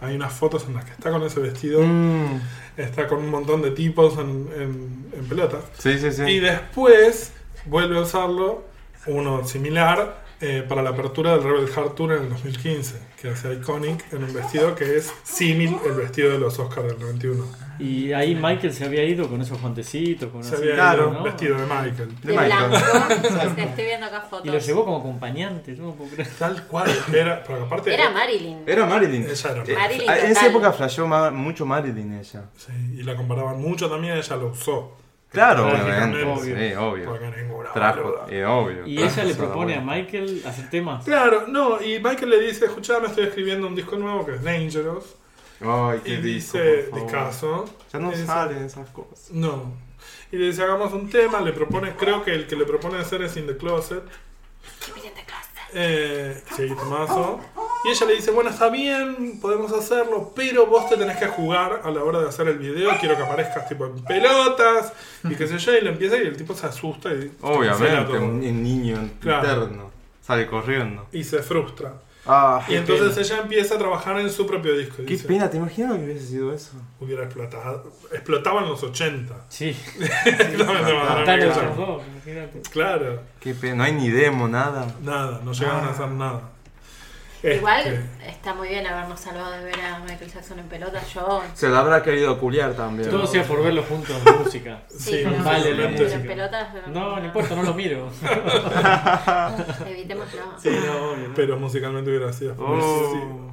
[SPEAKER 3] Hay unas fotos en las que está con ese vestido,
[SPEAKER 2] Mm,
[SPEAKER 3] está con un montón de tipos en, en- en pelotas.
[SPEAKER 2] sí, sí, sí.
[SPEAKER 3] Y después vuelve a usarlo, uno similar, eh, para la apertura del Rebel Heart Tour en el 2015, que hace Iconic en un vestido que es símil el vestido de los Oscars del 91.
[SPEAKER 4] Y ahí Michael se había ido con esos guantecitos. Con
[SPEAKER 3] Se
[SPEAKER 4] así,
[SPEAKER 3] había
[SPEAKER 2] claro,
[SPEAKER 3] ido
[SPEAKER 4] ¿no?
[SPEAKER 3] vestido de Michael.
[SPEAKER 2] De
[SPEAKER 1] De
[SPEAKER 2] Michael.
[SPEAKER 1] blanco. Te estoy viendo acá fotos.
[SPEAKER 4] Y lo llevó como acompañante. Yo no puedo creer.
[SPEAKER 3] Tal cual era, pero aparte...
[SPEAKER 1] Era Marilyn.
[SPEAKER 2] Era Marilyn.
[SPEAKER 3] Ella era
[SPEAKER 2] Eh,
[SPEAKER 1] Marilyn
[SPEAKER 2] En esa
[SPEAKER 1] total.
[SPEAKER 2] época flasheó ma- mucho Marilyn ella.
[SPEAKER 3] Sí, y la comparaban mucho también, ella lo usó.
[SPEAKER 2] Claro,
[SPEAKER 3] Lógicamente,
[SPEAKER 2] obviamente. Sí, obvio.
[SPEAKER 3] Porque ninguna
[SPEAKER 2] Trajo,
[SPEAKER 3] boluda.
[SPEAKER 2] eh, obvio.
[SPEAKER 4] Y
[SPEAKER 2] trajo
[SPEAKER 4] ella le
[SPEAKER 2] esa
[SPEAKER 4] propone a
[SPEAKER 2] labor.
[SPEAKER 4] Michael hacer temas.
[SPEAKER 3] Claro, no, y Michael le dice, escuchá, me estoy escribiendo un disco nuevo que es Dangerous.
[SPEAKER 2] Ay,
[SPEAKER 3] Y
[SPEAKER 2] qué disco.
[SPEAKER 3] dice,
[SPEAKER 2] por favor.
[SPEAKER 3] discazo.
[SPEAKER 2] Ya no
[SPEAKER 3] Y dice,
[SPEAKER 2] salen esas cosas.
[SPEAKER 3] No. Y le dice, hagamos un tema, le propone, creo que el que le propone hacer es In the Closet. Eh, sí, tomazo. Y ella le dice, bueno, está bien, podemos hacerlo, pero vos te tenés que jugar a la hora de hacer el video, quiero que aparezcas tipo en pelotas, y qué sé yo, y le empieza y el tipo se asusta y cancela
[SPEAKER 2] Obviamente,
[SPEAKER 3] todo.
[SPEAKER 2] un un niño
[SPEAKER 3] Claro.
[SPEAKER 2] interno. Sale corriendo.
[SPEAKER 3] y se frustra.
[SPEAKER 2] Ah,
[SPEAKER 3] Y entonces ella empieza a trabajar en su propio disco. y
[SPEAKER 2] Qué
[SPEAKER 3] dice,
[SPEAKER 2] pena, ¿te imaginas que hubiese sido eso?
[SPEAKER 3] Hubiera explotado. Explotaba en los 80.
[SPEAKER 4] [LAUGHS] Sí.
[SPEAKER 3] No, no, no, no,
[SPEAKER 4] Tal
[SPEAKER 3] no,
[SPEAKER 4] los
[SPEAKER 3] no.
[SPEAKER 4] dos, imagínate.
[SPEAKER 3] Claro,
[SPEAKER 2] Qué pena, no hay ni demo, nada.
[SPEAKER 3] nada, no llegaron a hacer nada. eh,
[SPEAKER 1] Igual está muy bien habernos salvado de ver a Michael Jackson en pelota. Yo.
[SPEAKER 2] Se la habrá querido culiar también.
[SPEAKER 4] Todo sea por verlos juntos en música.
[SPEAKER 3] Este, Sí,
[SPEAKER 1] no,
[SPEAKER 4] vale,
[SPEAKER 1] no,
[SPEAKER 4] la
[SPEAKER 1] pero
[SPEAKER 4] música.
[SPEAKER 1] en pelotas. pero
[SPEAKER 4] No, no importa, no lo [LAUGHS] miro.
[SPEAKER 1] Evitemos, no. Ah,
[SPEAKER 4] Sí, no, obvio, ¿no?
[SPEAKER 3] Pero musicalmente hubiera sido
[SPEAKER 2] Oh.
[SPEAKER 3] sí.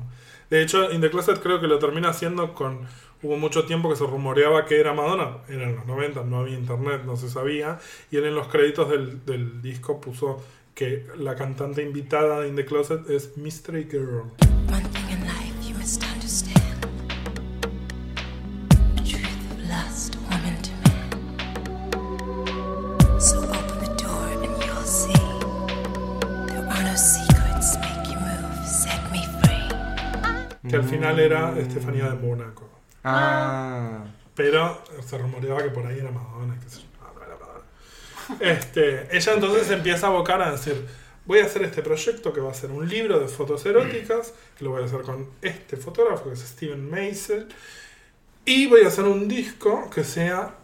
[SPEAKER 3] De hecho, In the Closet creo que lo termina haciendo con. Hubo mucho tiempo que se rumoreaba que era Madonna. Eran los 90, no había internet, no se sabía. Y él en los créditos del, del disco puso que la cantante invitada de In the Closet es Mystery Girl.
[SPEAKER 7] One thing in life you must understand the truth of lust, woman to man. So open the door and you'll see there are no secrets. Make you move, set me free.
[SPEAKER 3] Que al final era Estefanía de Mónaco.
[SPEAKER 2] Ah.
[SPEAKER 3] Pero se rumoreaba que por ahí era Madonna. qué sé yo. Ah, no era Madonna. Este, ella entonces empieza a abocar a decir, voy a hacer este proyecto que va a ser un libro de fotos eróticas, que lo voy a hacer con este fotógrafo, que es Steven Meisel, y voy a hacer un disco que sea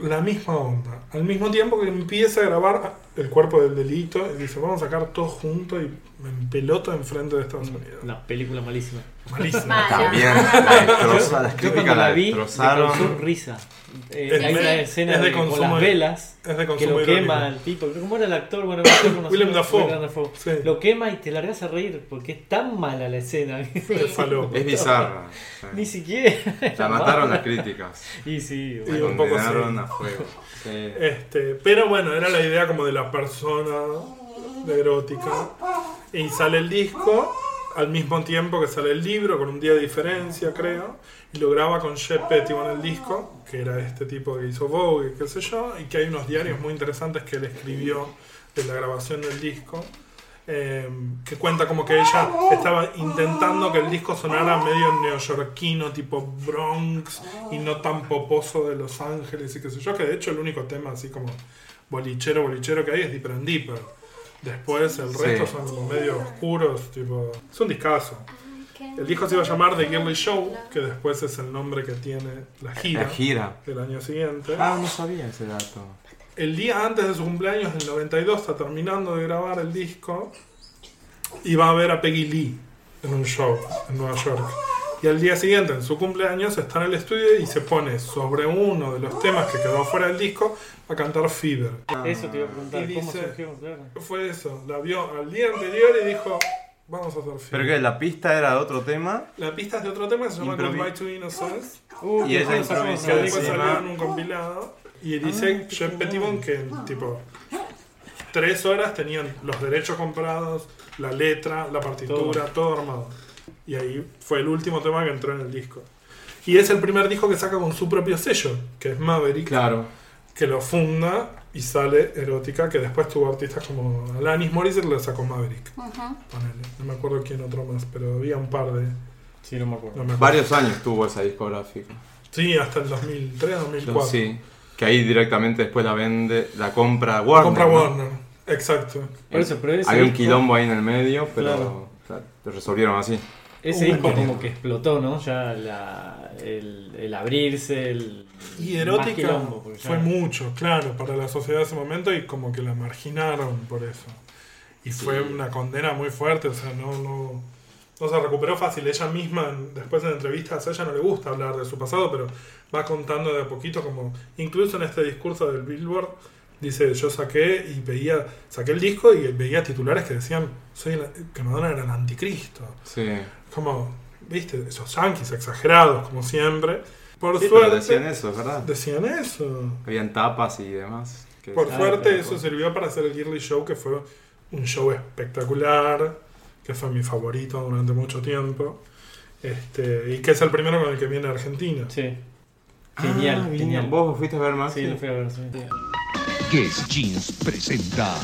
[SPEAKER 3] la misma onda. Al mismo tiempo que empieza a grabar el cuerpo del delito, y dice, vamos a sacar todo junto y en peloto enfrente de
[SPEAKER 4] Mm.
[SPEAKER 3] Estados Unidos.
[SPEAKER 4] No, película malísima.
[SPEAKER 3] Malísimo.
[SPEAKER 1] Mala.
[SPEAKER 2] También, la destroza, las
[SPEAKER 4] Yo
[SPEAKER 2] críticas
[SPEAKER 4] cuando
[SPEAKER 2] la
[SPEAKER 4] la vi, me causó
[SPEAKER 2] destrozaron.
[SPEAKER 4] risa. Eh,
[SPEAKER 3] Es
[SPEAKER 4] hay
[SPEAKER 3] de-
[SPEAKER 4] una escena
[SPEAKER 3] es de
[SPEAKER 4] de con
[SPEAKER 3] consumo
[SPEAKER 4] las
[SPEAKER 3] de-
[SPEAKER 4] velas.
[SPEAKER 3] Es de
[SPEAKER 4] Que lo
[SPEAKER 3] consumo
[SPEAKER 4] quema
[SPEAKER 3] irónico.
[SPEAKER 4] el tipo. ¿Cómo era el actor? Bueno, no
[SPEAKER 3] [LAUGHS]
[SPEAKER 4] sé, no sé,
[SPEAKER 3] Willem
[SPEAKER 4] no sé,
[SPEAKER 3] Dafoe.
[SPEAKER 4] Willem Dafoe.
[SPEAKER 3] Sí.
[SPEAKER 4] Lo quema y te largas a reír porque es tan mala la escena.
[SPEAKER 3] Es falopa.
[SPEAKER 2] Es bizarra. sí.
[SPEAKER 4] [LAUGHS] Ni siquiera.
[SPEAKER 2] La mataron las
[SPEAKER 4] [LAUGHS]
[SPEAKER 2] críticas.
[SPEAKER 4] Y sí,
[SPEAKER 3] Y
[SPEAKER 2] La
[SPEAKER 3] un poco
[SPEAKER 2] condenaron
[SPEAKER 3] sí.
[SPEAKER 2] a fuego. Sí.
[SPEAKER 3] Este, pero bueno, era la idea como de la persona de erótica. Y sale el disco al mismo tiempo que sale el libro, con un día de diferencia, creo. Y lo graba con Jeb Pettyman el disco, que era este tipo que hizo Vogue, qué sé yo. Y que hay unos diarios muy interesantes que él escribió de la grabación del disco. eh, que cuenta como que ella estaba intentando que el disco sonara medio neoyorquino, tipo Bronx, y no tan poposo de Los Ángeles y qué sé yo, que de hecho el único tema así como bolichero, bolichero que hay es Deeper and Deeper. Después el
[SPEAKER 2] Sí.
[SPEAKER 3] resto son como medio oscuros, tipo... Es un discazo. El disco se iba a llamar The Girly Show, que después es el nombre que tiene la gira
[SPEAKER 2] La gira.
[SPEAKER 3] del año siguiente.
[SPEAKER 2] Ah, no sabía ese dato.
[SPEAKER 3] El día antes de su cumpleaños, del 92, está terminando de grabar el disco y va a ver a Peggy Lee en un show en Nueva York. Y al día siguiente, en su cumpleaños, está en el estudio y se pone sobre uno de los temas que quedó fuera del disco a cantar Fever.
[SPEAKER 4] Eso te iba a preguntar.
[SPEAKER 3] Y
[SPEAKER 4] ¿Cómo
[SPEAKER 3] dice-
[SPEAKER 4] surgió? Claro.
[SPEAKER 3] Fue eso, la vio al día anterior y dijo, vamos a hacer
[SPEAKER 2] Pero
[SPEAKER 3] Fever.
[SPEAKER 2] que la pista era de otro tema.
[SPEAKER 3] La pista es de otro tema que se llama
[SPEAKER 2] Improvi-
[SPEAKER 3] Goodbye to Innocence.
[SPEAKER 4] Uh,
[SPEAKER 2] Y
[SPEAKER 4] qué
[SPEAKER 2] ella
[SPEAKER 4] cosa,
[SPEAKER 2] improvisó
[SPEAKER 3] que
[SPEAKER 4] ¿no?
[SPEAKER 2] Sí,
[SPEAKER 3] después
[SPEAKER 2] sí.
[SPEAKER 3] salió en un compilado y dice Jeff Pettibon que tipo tres horas tenían los derechos comprados, la letra, la partitura, todo, armado. Y ahí fue el último tema que entró en el disco. Y es el primer disco que saca con su propio sello, que es Maverick,
[SPEAKER 2] Claro.
[SPEAKER 3] que lo funda y sale Erótica, que después tuvo artistas como Alanis Morissette, le sacó Maverick. ponele. No me acuerdo quién otro más, pero había un par de...
[SPEAKER 4] Sí, no me acuerdo.
[SPEAKER 3] no me acuerdo.
[SPEAKER 2] Varios años tuvo esa discográfica.
[SPEAKER 3] Sí, hasta el 2003, 2004.
[SPEAKER 2] Sí. Que ahí directamente después la vende, la compra Warner.
[SPEAKER 3] Compra
[SPEAKER 2] ¿no? Eh,
[SPEAKER 3] Warner, exacto.
[SPEAKER 4] Por eso, pero ese
[SPEAKER 2] Había un
[SPEAKER 4] disco-
[SPEAKER 2] quilombo ahí en el medio, pero
[SPEAKER 4] Claro.
[SPEAKER 2] claro, lo resolvieron así.
[SPEAKER 4] Ese
[SPEAKER 3] Un
[SPEAKER 4] disco
[SPEAKER 3] genio.
[SPEAKER 4] como que explotó, ¿no? Ya la- el, el abrirse, el.
[SPEAKER 3] Y
[SPEAKER 4] más
[SPEAKER 3] erótica
[SPEAKER 4] quilombo, pues, porque ya-
[SPEAKER 3] fue mucho, claro, para la sociedad de ese momento y como que la marginaron por eso. Y fue una condena muy fuerte, o sea, no, no, no se recuperó fácil. Ella misma, en- después en entrevistas, a ella no le gusta hablar de su pasado, pero va contando de a poquito, como incluso en este discurso del Billboard, dice, yo saqué y veía, saqué el disco y veía titulares que decían, soy la- que Madonna era el anticristo.
[SPEAKER 2] Sí.
[SPEAKER 3] Como, viste, esos yanquis exagerados, como siempre. Por
[SPEAKER 2] Sí, pero
[SPEAKER 3] suerte,
[SPEAKER 2] decían eso, es verdad.
[SPEAKER 3] Decían eso.
[SPEAKER 2] Habían tapas y demás. que-
[SPEAKER 3] Por
[SPEAKER 2] Ah,
[SPEAKER 3] suerte
[SPEAKER 2] claro.
[SPEAKER 3] eso sirvió para hacer el Girly Show, que fue un show espectacular, que fue mi favorito durante mucho tiempo, este, y que es el primero con el que viene a Argentina.
[SPEAKER 4] Sí.
[SPEAKER 2] Ah,
[SPEAKER 4] Genial,
[SPEAKER 2] bien.
[SPEAKER 4] genial.
[SPEAKER 2] ¿Vos fuiste a ver más?
[SPEAKER 4] Sí, lo fui a ver, sí.
[SPEAKER 6] Guess Jeans presenta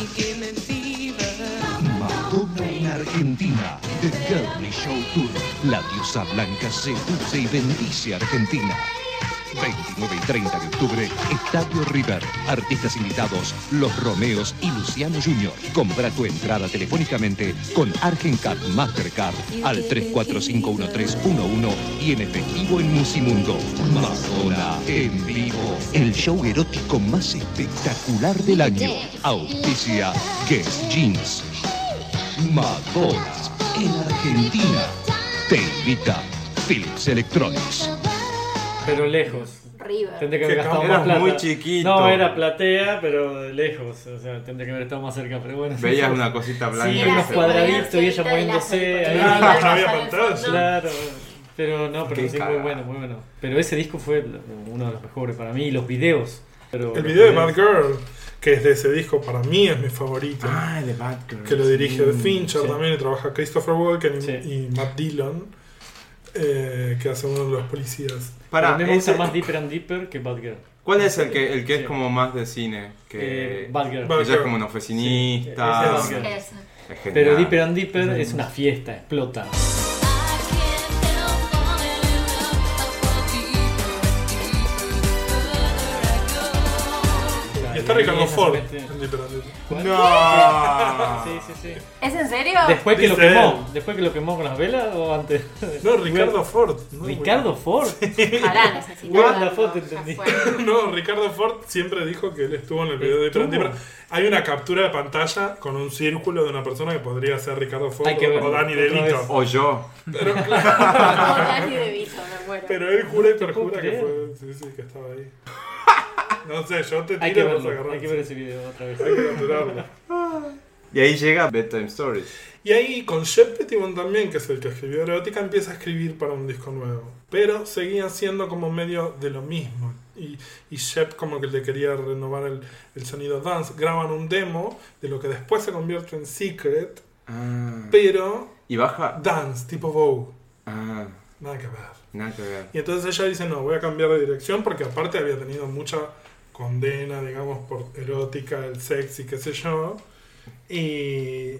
[SPEAKER 6] Madonna en Argentina The Girly Show Tour La diosa blanca seduce y bendice a Argentina 29 y 30 de octubre Estadio River Artistas invitados Los Romeos y Luciano Junior Compra tu entrada telefónicamente con Argencat Mastercard al 34513111 y en efectivo en Musimundo Madonna en vivo El show erótico más espectacular del año Auspicia Guess Jeans Madonna en Argentina. Te invita Philips Electronics.
[SPEAKER 4] Pero lejos.
[SPEAKER 1] River.
[SPEAKER 4] Tendría que haber
[SPEAKER 3] Que
[SPEAKER 4] gastado
[SPEAKER 2] eras
[SPEAKER 4] más plata.
[SPEAKER 2] muy chiquito.
[SPEAKER 4] No, era platea, pero de lejos. O sea, tendría que haber estado más cerca, pero bueno.
[SPEAKER 2] Veías una
[SPEAKER 4] [LAUGHS]
[SPEAKER 2] cosita blanca.
[SPEAKER 4] Sí,
[SPEAKER 2] y
[SPEAKER 4] unos
[SPEAKER 2] se-
[SPEAKER 4] cuadraditos y ella
[SPEAKER 1] de la
[SPEAKER 4] moviéndose.
[SPEAKER 1] gente.
[SPEAKER 4] ahí.
[SPEAKER 3] Ah,
[SPEAKER 1] Claro,
[SPEAKER 3] no había
[SPEAKER 1] pasa en el
[SPEAKER 3] pantalla.
[SPEAKER 1] fondo.
[SPEAKER 4] Claro. Pero no, pero
[SPEAKER 2] Qué
[SPEAKER 4] sí, muy
[SPEAKER 2] cagada.
[SPEAKER 4] bueno, muy bueno. Pero ese disco fue uno de los mejores para mí. Y los videos. Pero
[SPEAKER 3] El
[SPEAKER 4] los
[SPEAKER 3] video de Bad
[SPEAKER 4] videos-
[SPEAKER 3] Girl, que es de ese disco, para mí es mi favorito,
[SPEAKER 2] Ah, de Bad Girls.
[SPEAKER 3] que lo dirige
[SPEAKER 2] Mm.
[SPEAKER 3] Fincher
[SPEAKER 4] sí.
[SPEAKER 3] también, y trabaja Christopher Walken y,
[SPEAKER 4] Sí.
[SPEAKER 3] y Matt Dillon, eh, que hace uno de los policías.
[SPEAKER 2] Pará,
[SPEAKER 4] A mí me gusta
[SPEAKER 2] ese-
[SPEAKER 4] más Deeper and Deeper que Bad Girl.
[SPEAKER 2] ¿Cuál es el que, el que es
[SPEAKER 4] Sí.
[SPEAKER 2] como más de cine? Que
[SPEAKER 4] Eh, Bad Girl.
[SPEAKER 3] Bad
[SPEAKER 2] ella es
[SPEAKER 3] Girl.
[SPEAKER 2] como una
[SPEAKER 4] Sí,
[SPEAKER 2] oficinista.
[SPEAKER 4] ese es Bad Girl.
[SPEAKER 1] Eso.
[SPEAKER 2] Es genial.
[SPEAKER 4] Pero Deeper and Deeper es una fiesta, explota.
[SPEAKER 7] I can't help falling in love. I fall deeper and deeper the further I go.
[SPEAKER 3] Y está Ricardo Ford,
[SPEAKER 4] Sí,
[SPEAKER 3] en Deeper and Deeper.
[SPEAKER 2] No.
[SPEAKER 4] Ah, sí, sí.
[SPEAKER 1] ¿Es en serio?
[SPEAKER 4] [LAUGHS] Después que lo
[SPEAKER 3] Ah. Dice
[SPEAKER 4] quemó, después que lo quemó con las velas o antes.
[SPEAKER 3] No, Ricardo Ford. no,
[SPEAKER 4] Ricardo Ford.
[SPEAKER 1] Ojalá
[SPEAKER 4] [LAUGHS]
[SPEAKER 1] necesitaba.
[SPEAKER 4] Guarda la
[SPEAKER 1] algo.
[SPEAKER 4] foto,
[SPEAKER 1] Ya
[SPEAKER 4] entendí.
[SPEAKER 1] fue.
[SPEAKER 3] [LAUGHS] No, Ricardo Ford siempre dijo que él estuvo en el video de Deeper and
[SPEAKER 4] Estuvo.
[SPEAKER 3] Deeper. Hay una captura de pantalla con un círculo de una persona que podría ser Ricardo Ford
[SPEAKER 4] Hay que
[SPEAKER 3] o
[SPEAKER 4] verlo,
[SPEAKER 3] Dani
[SPEAKER 4] otra
[SPEAKER 3] DeVito.
[SPEAKER 2] O yo.
[SPEAKER 1] Como Dani de Vito, me muero.
[SPEAKER 3] Pero él jura y
[SPEAKER 4] No te puedo
[SPEAKER 3] perjura que
[SPEAKER 4] creer.
[SPEAKER 3] fue. Sí, sí, que estaba ahí. [LAUGHS] No sé, yo te
[SPEAKER 4] Hay que
[SPEAKER 3] tiro por
[SPEAKER 4] verlo, hay que
[SPEAKER 3] agarrar.
[SPEAKER 4] ver ese video otra vez.
[SPEAKER 3] Hay que capturarlo.
[SPEAKER 2] Y ahí llega Bedtime Stories.
[SPEAKER 3] Y ahí con Jeff Pettibon también, que es el que escribió Erótica, empieza a escribir para un disco nuevo. Pero seguían siendo como medio de lo mismo. Y, y Shep como que le quería renovar el, el sonido dance. Graban un demo de lo que después se convierte en Secret,
[SPEAKER 4] Ah.
[SPEAKER 3] pero
[SPEAKER 2] Y baja.
[SPEAKER 3] dance, tipo Vogue.
[SPEAKER 2] Ah,
[SPEAKER 3] Nada que ver.
[SPEAKER 2] nada que ver.
[SPEAKER 3] Y entonces ella dice, no, voy a cambiar de dirección porque aparte había tenido mucha condena, digamos, por erótica, el sexy, qué sé yo. Y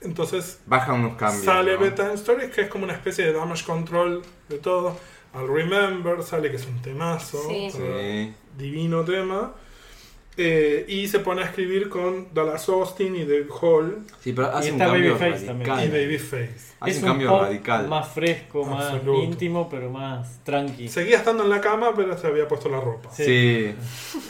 [SPEAKER 3] entonces
[SPEAKER 2] Baja unos cambios.
[SPEAKER 3] sale
[SPEAKER 2] ¿no?
[SPEAKER 3] Bedtime Stories, que es como una especie de damage control de todo. Al Remember sale, que es un temazo,
[SPEAKER 1] Sí.
[SPEAKER 2] Sí.
[SPEAKER 3] divino tema. Eh, y se pone a escribir con Dallas Austin y Dave Hall
[SPEAKER 2] Sí, pero hace un
[SPEAKER 4] está
[SPEAKER 2] cambio
[SPEAKER 4] Babyface también.
[SPEAKER 2] radical.
[SPEAKER 3] y Babyface.
[SPEAKER 2] Hace
[SPEAKER 4] es
[SPEAKER 2] un cambio
[SPEAKER 4] pop
[SPEAKER 2] radical.
[SPEAKER 4] Más fresco, más
[SPEAKER 3] Absoluto.
[SPEAKER 4] íntimo, pero más tranqui.
[SPEAKER 3] Seguía estando en la cama, pero se había puesto la ropa.
[SPEAKER 2] Sí.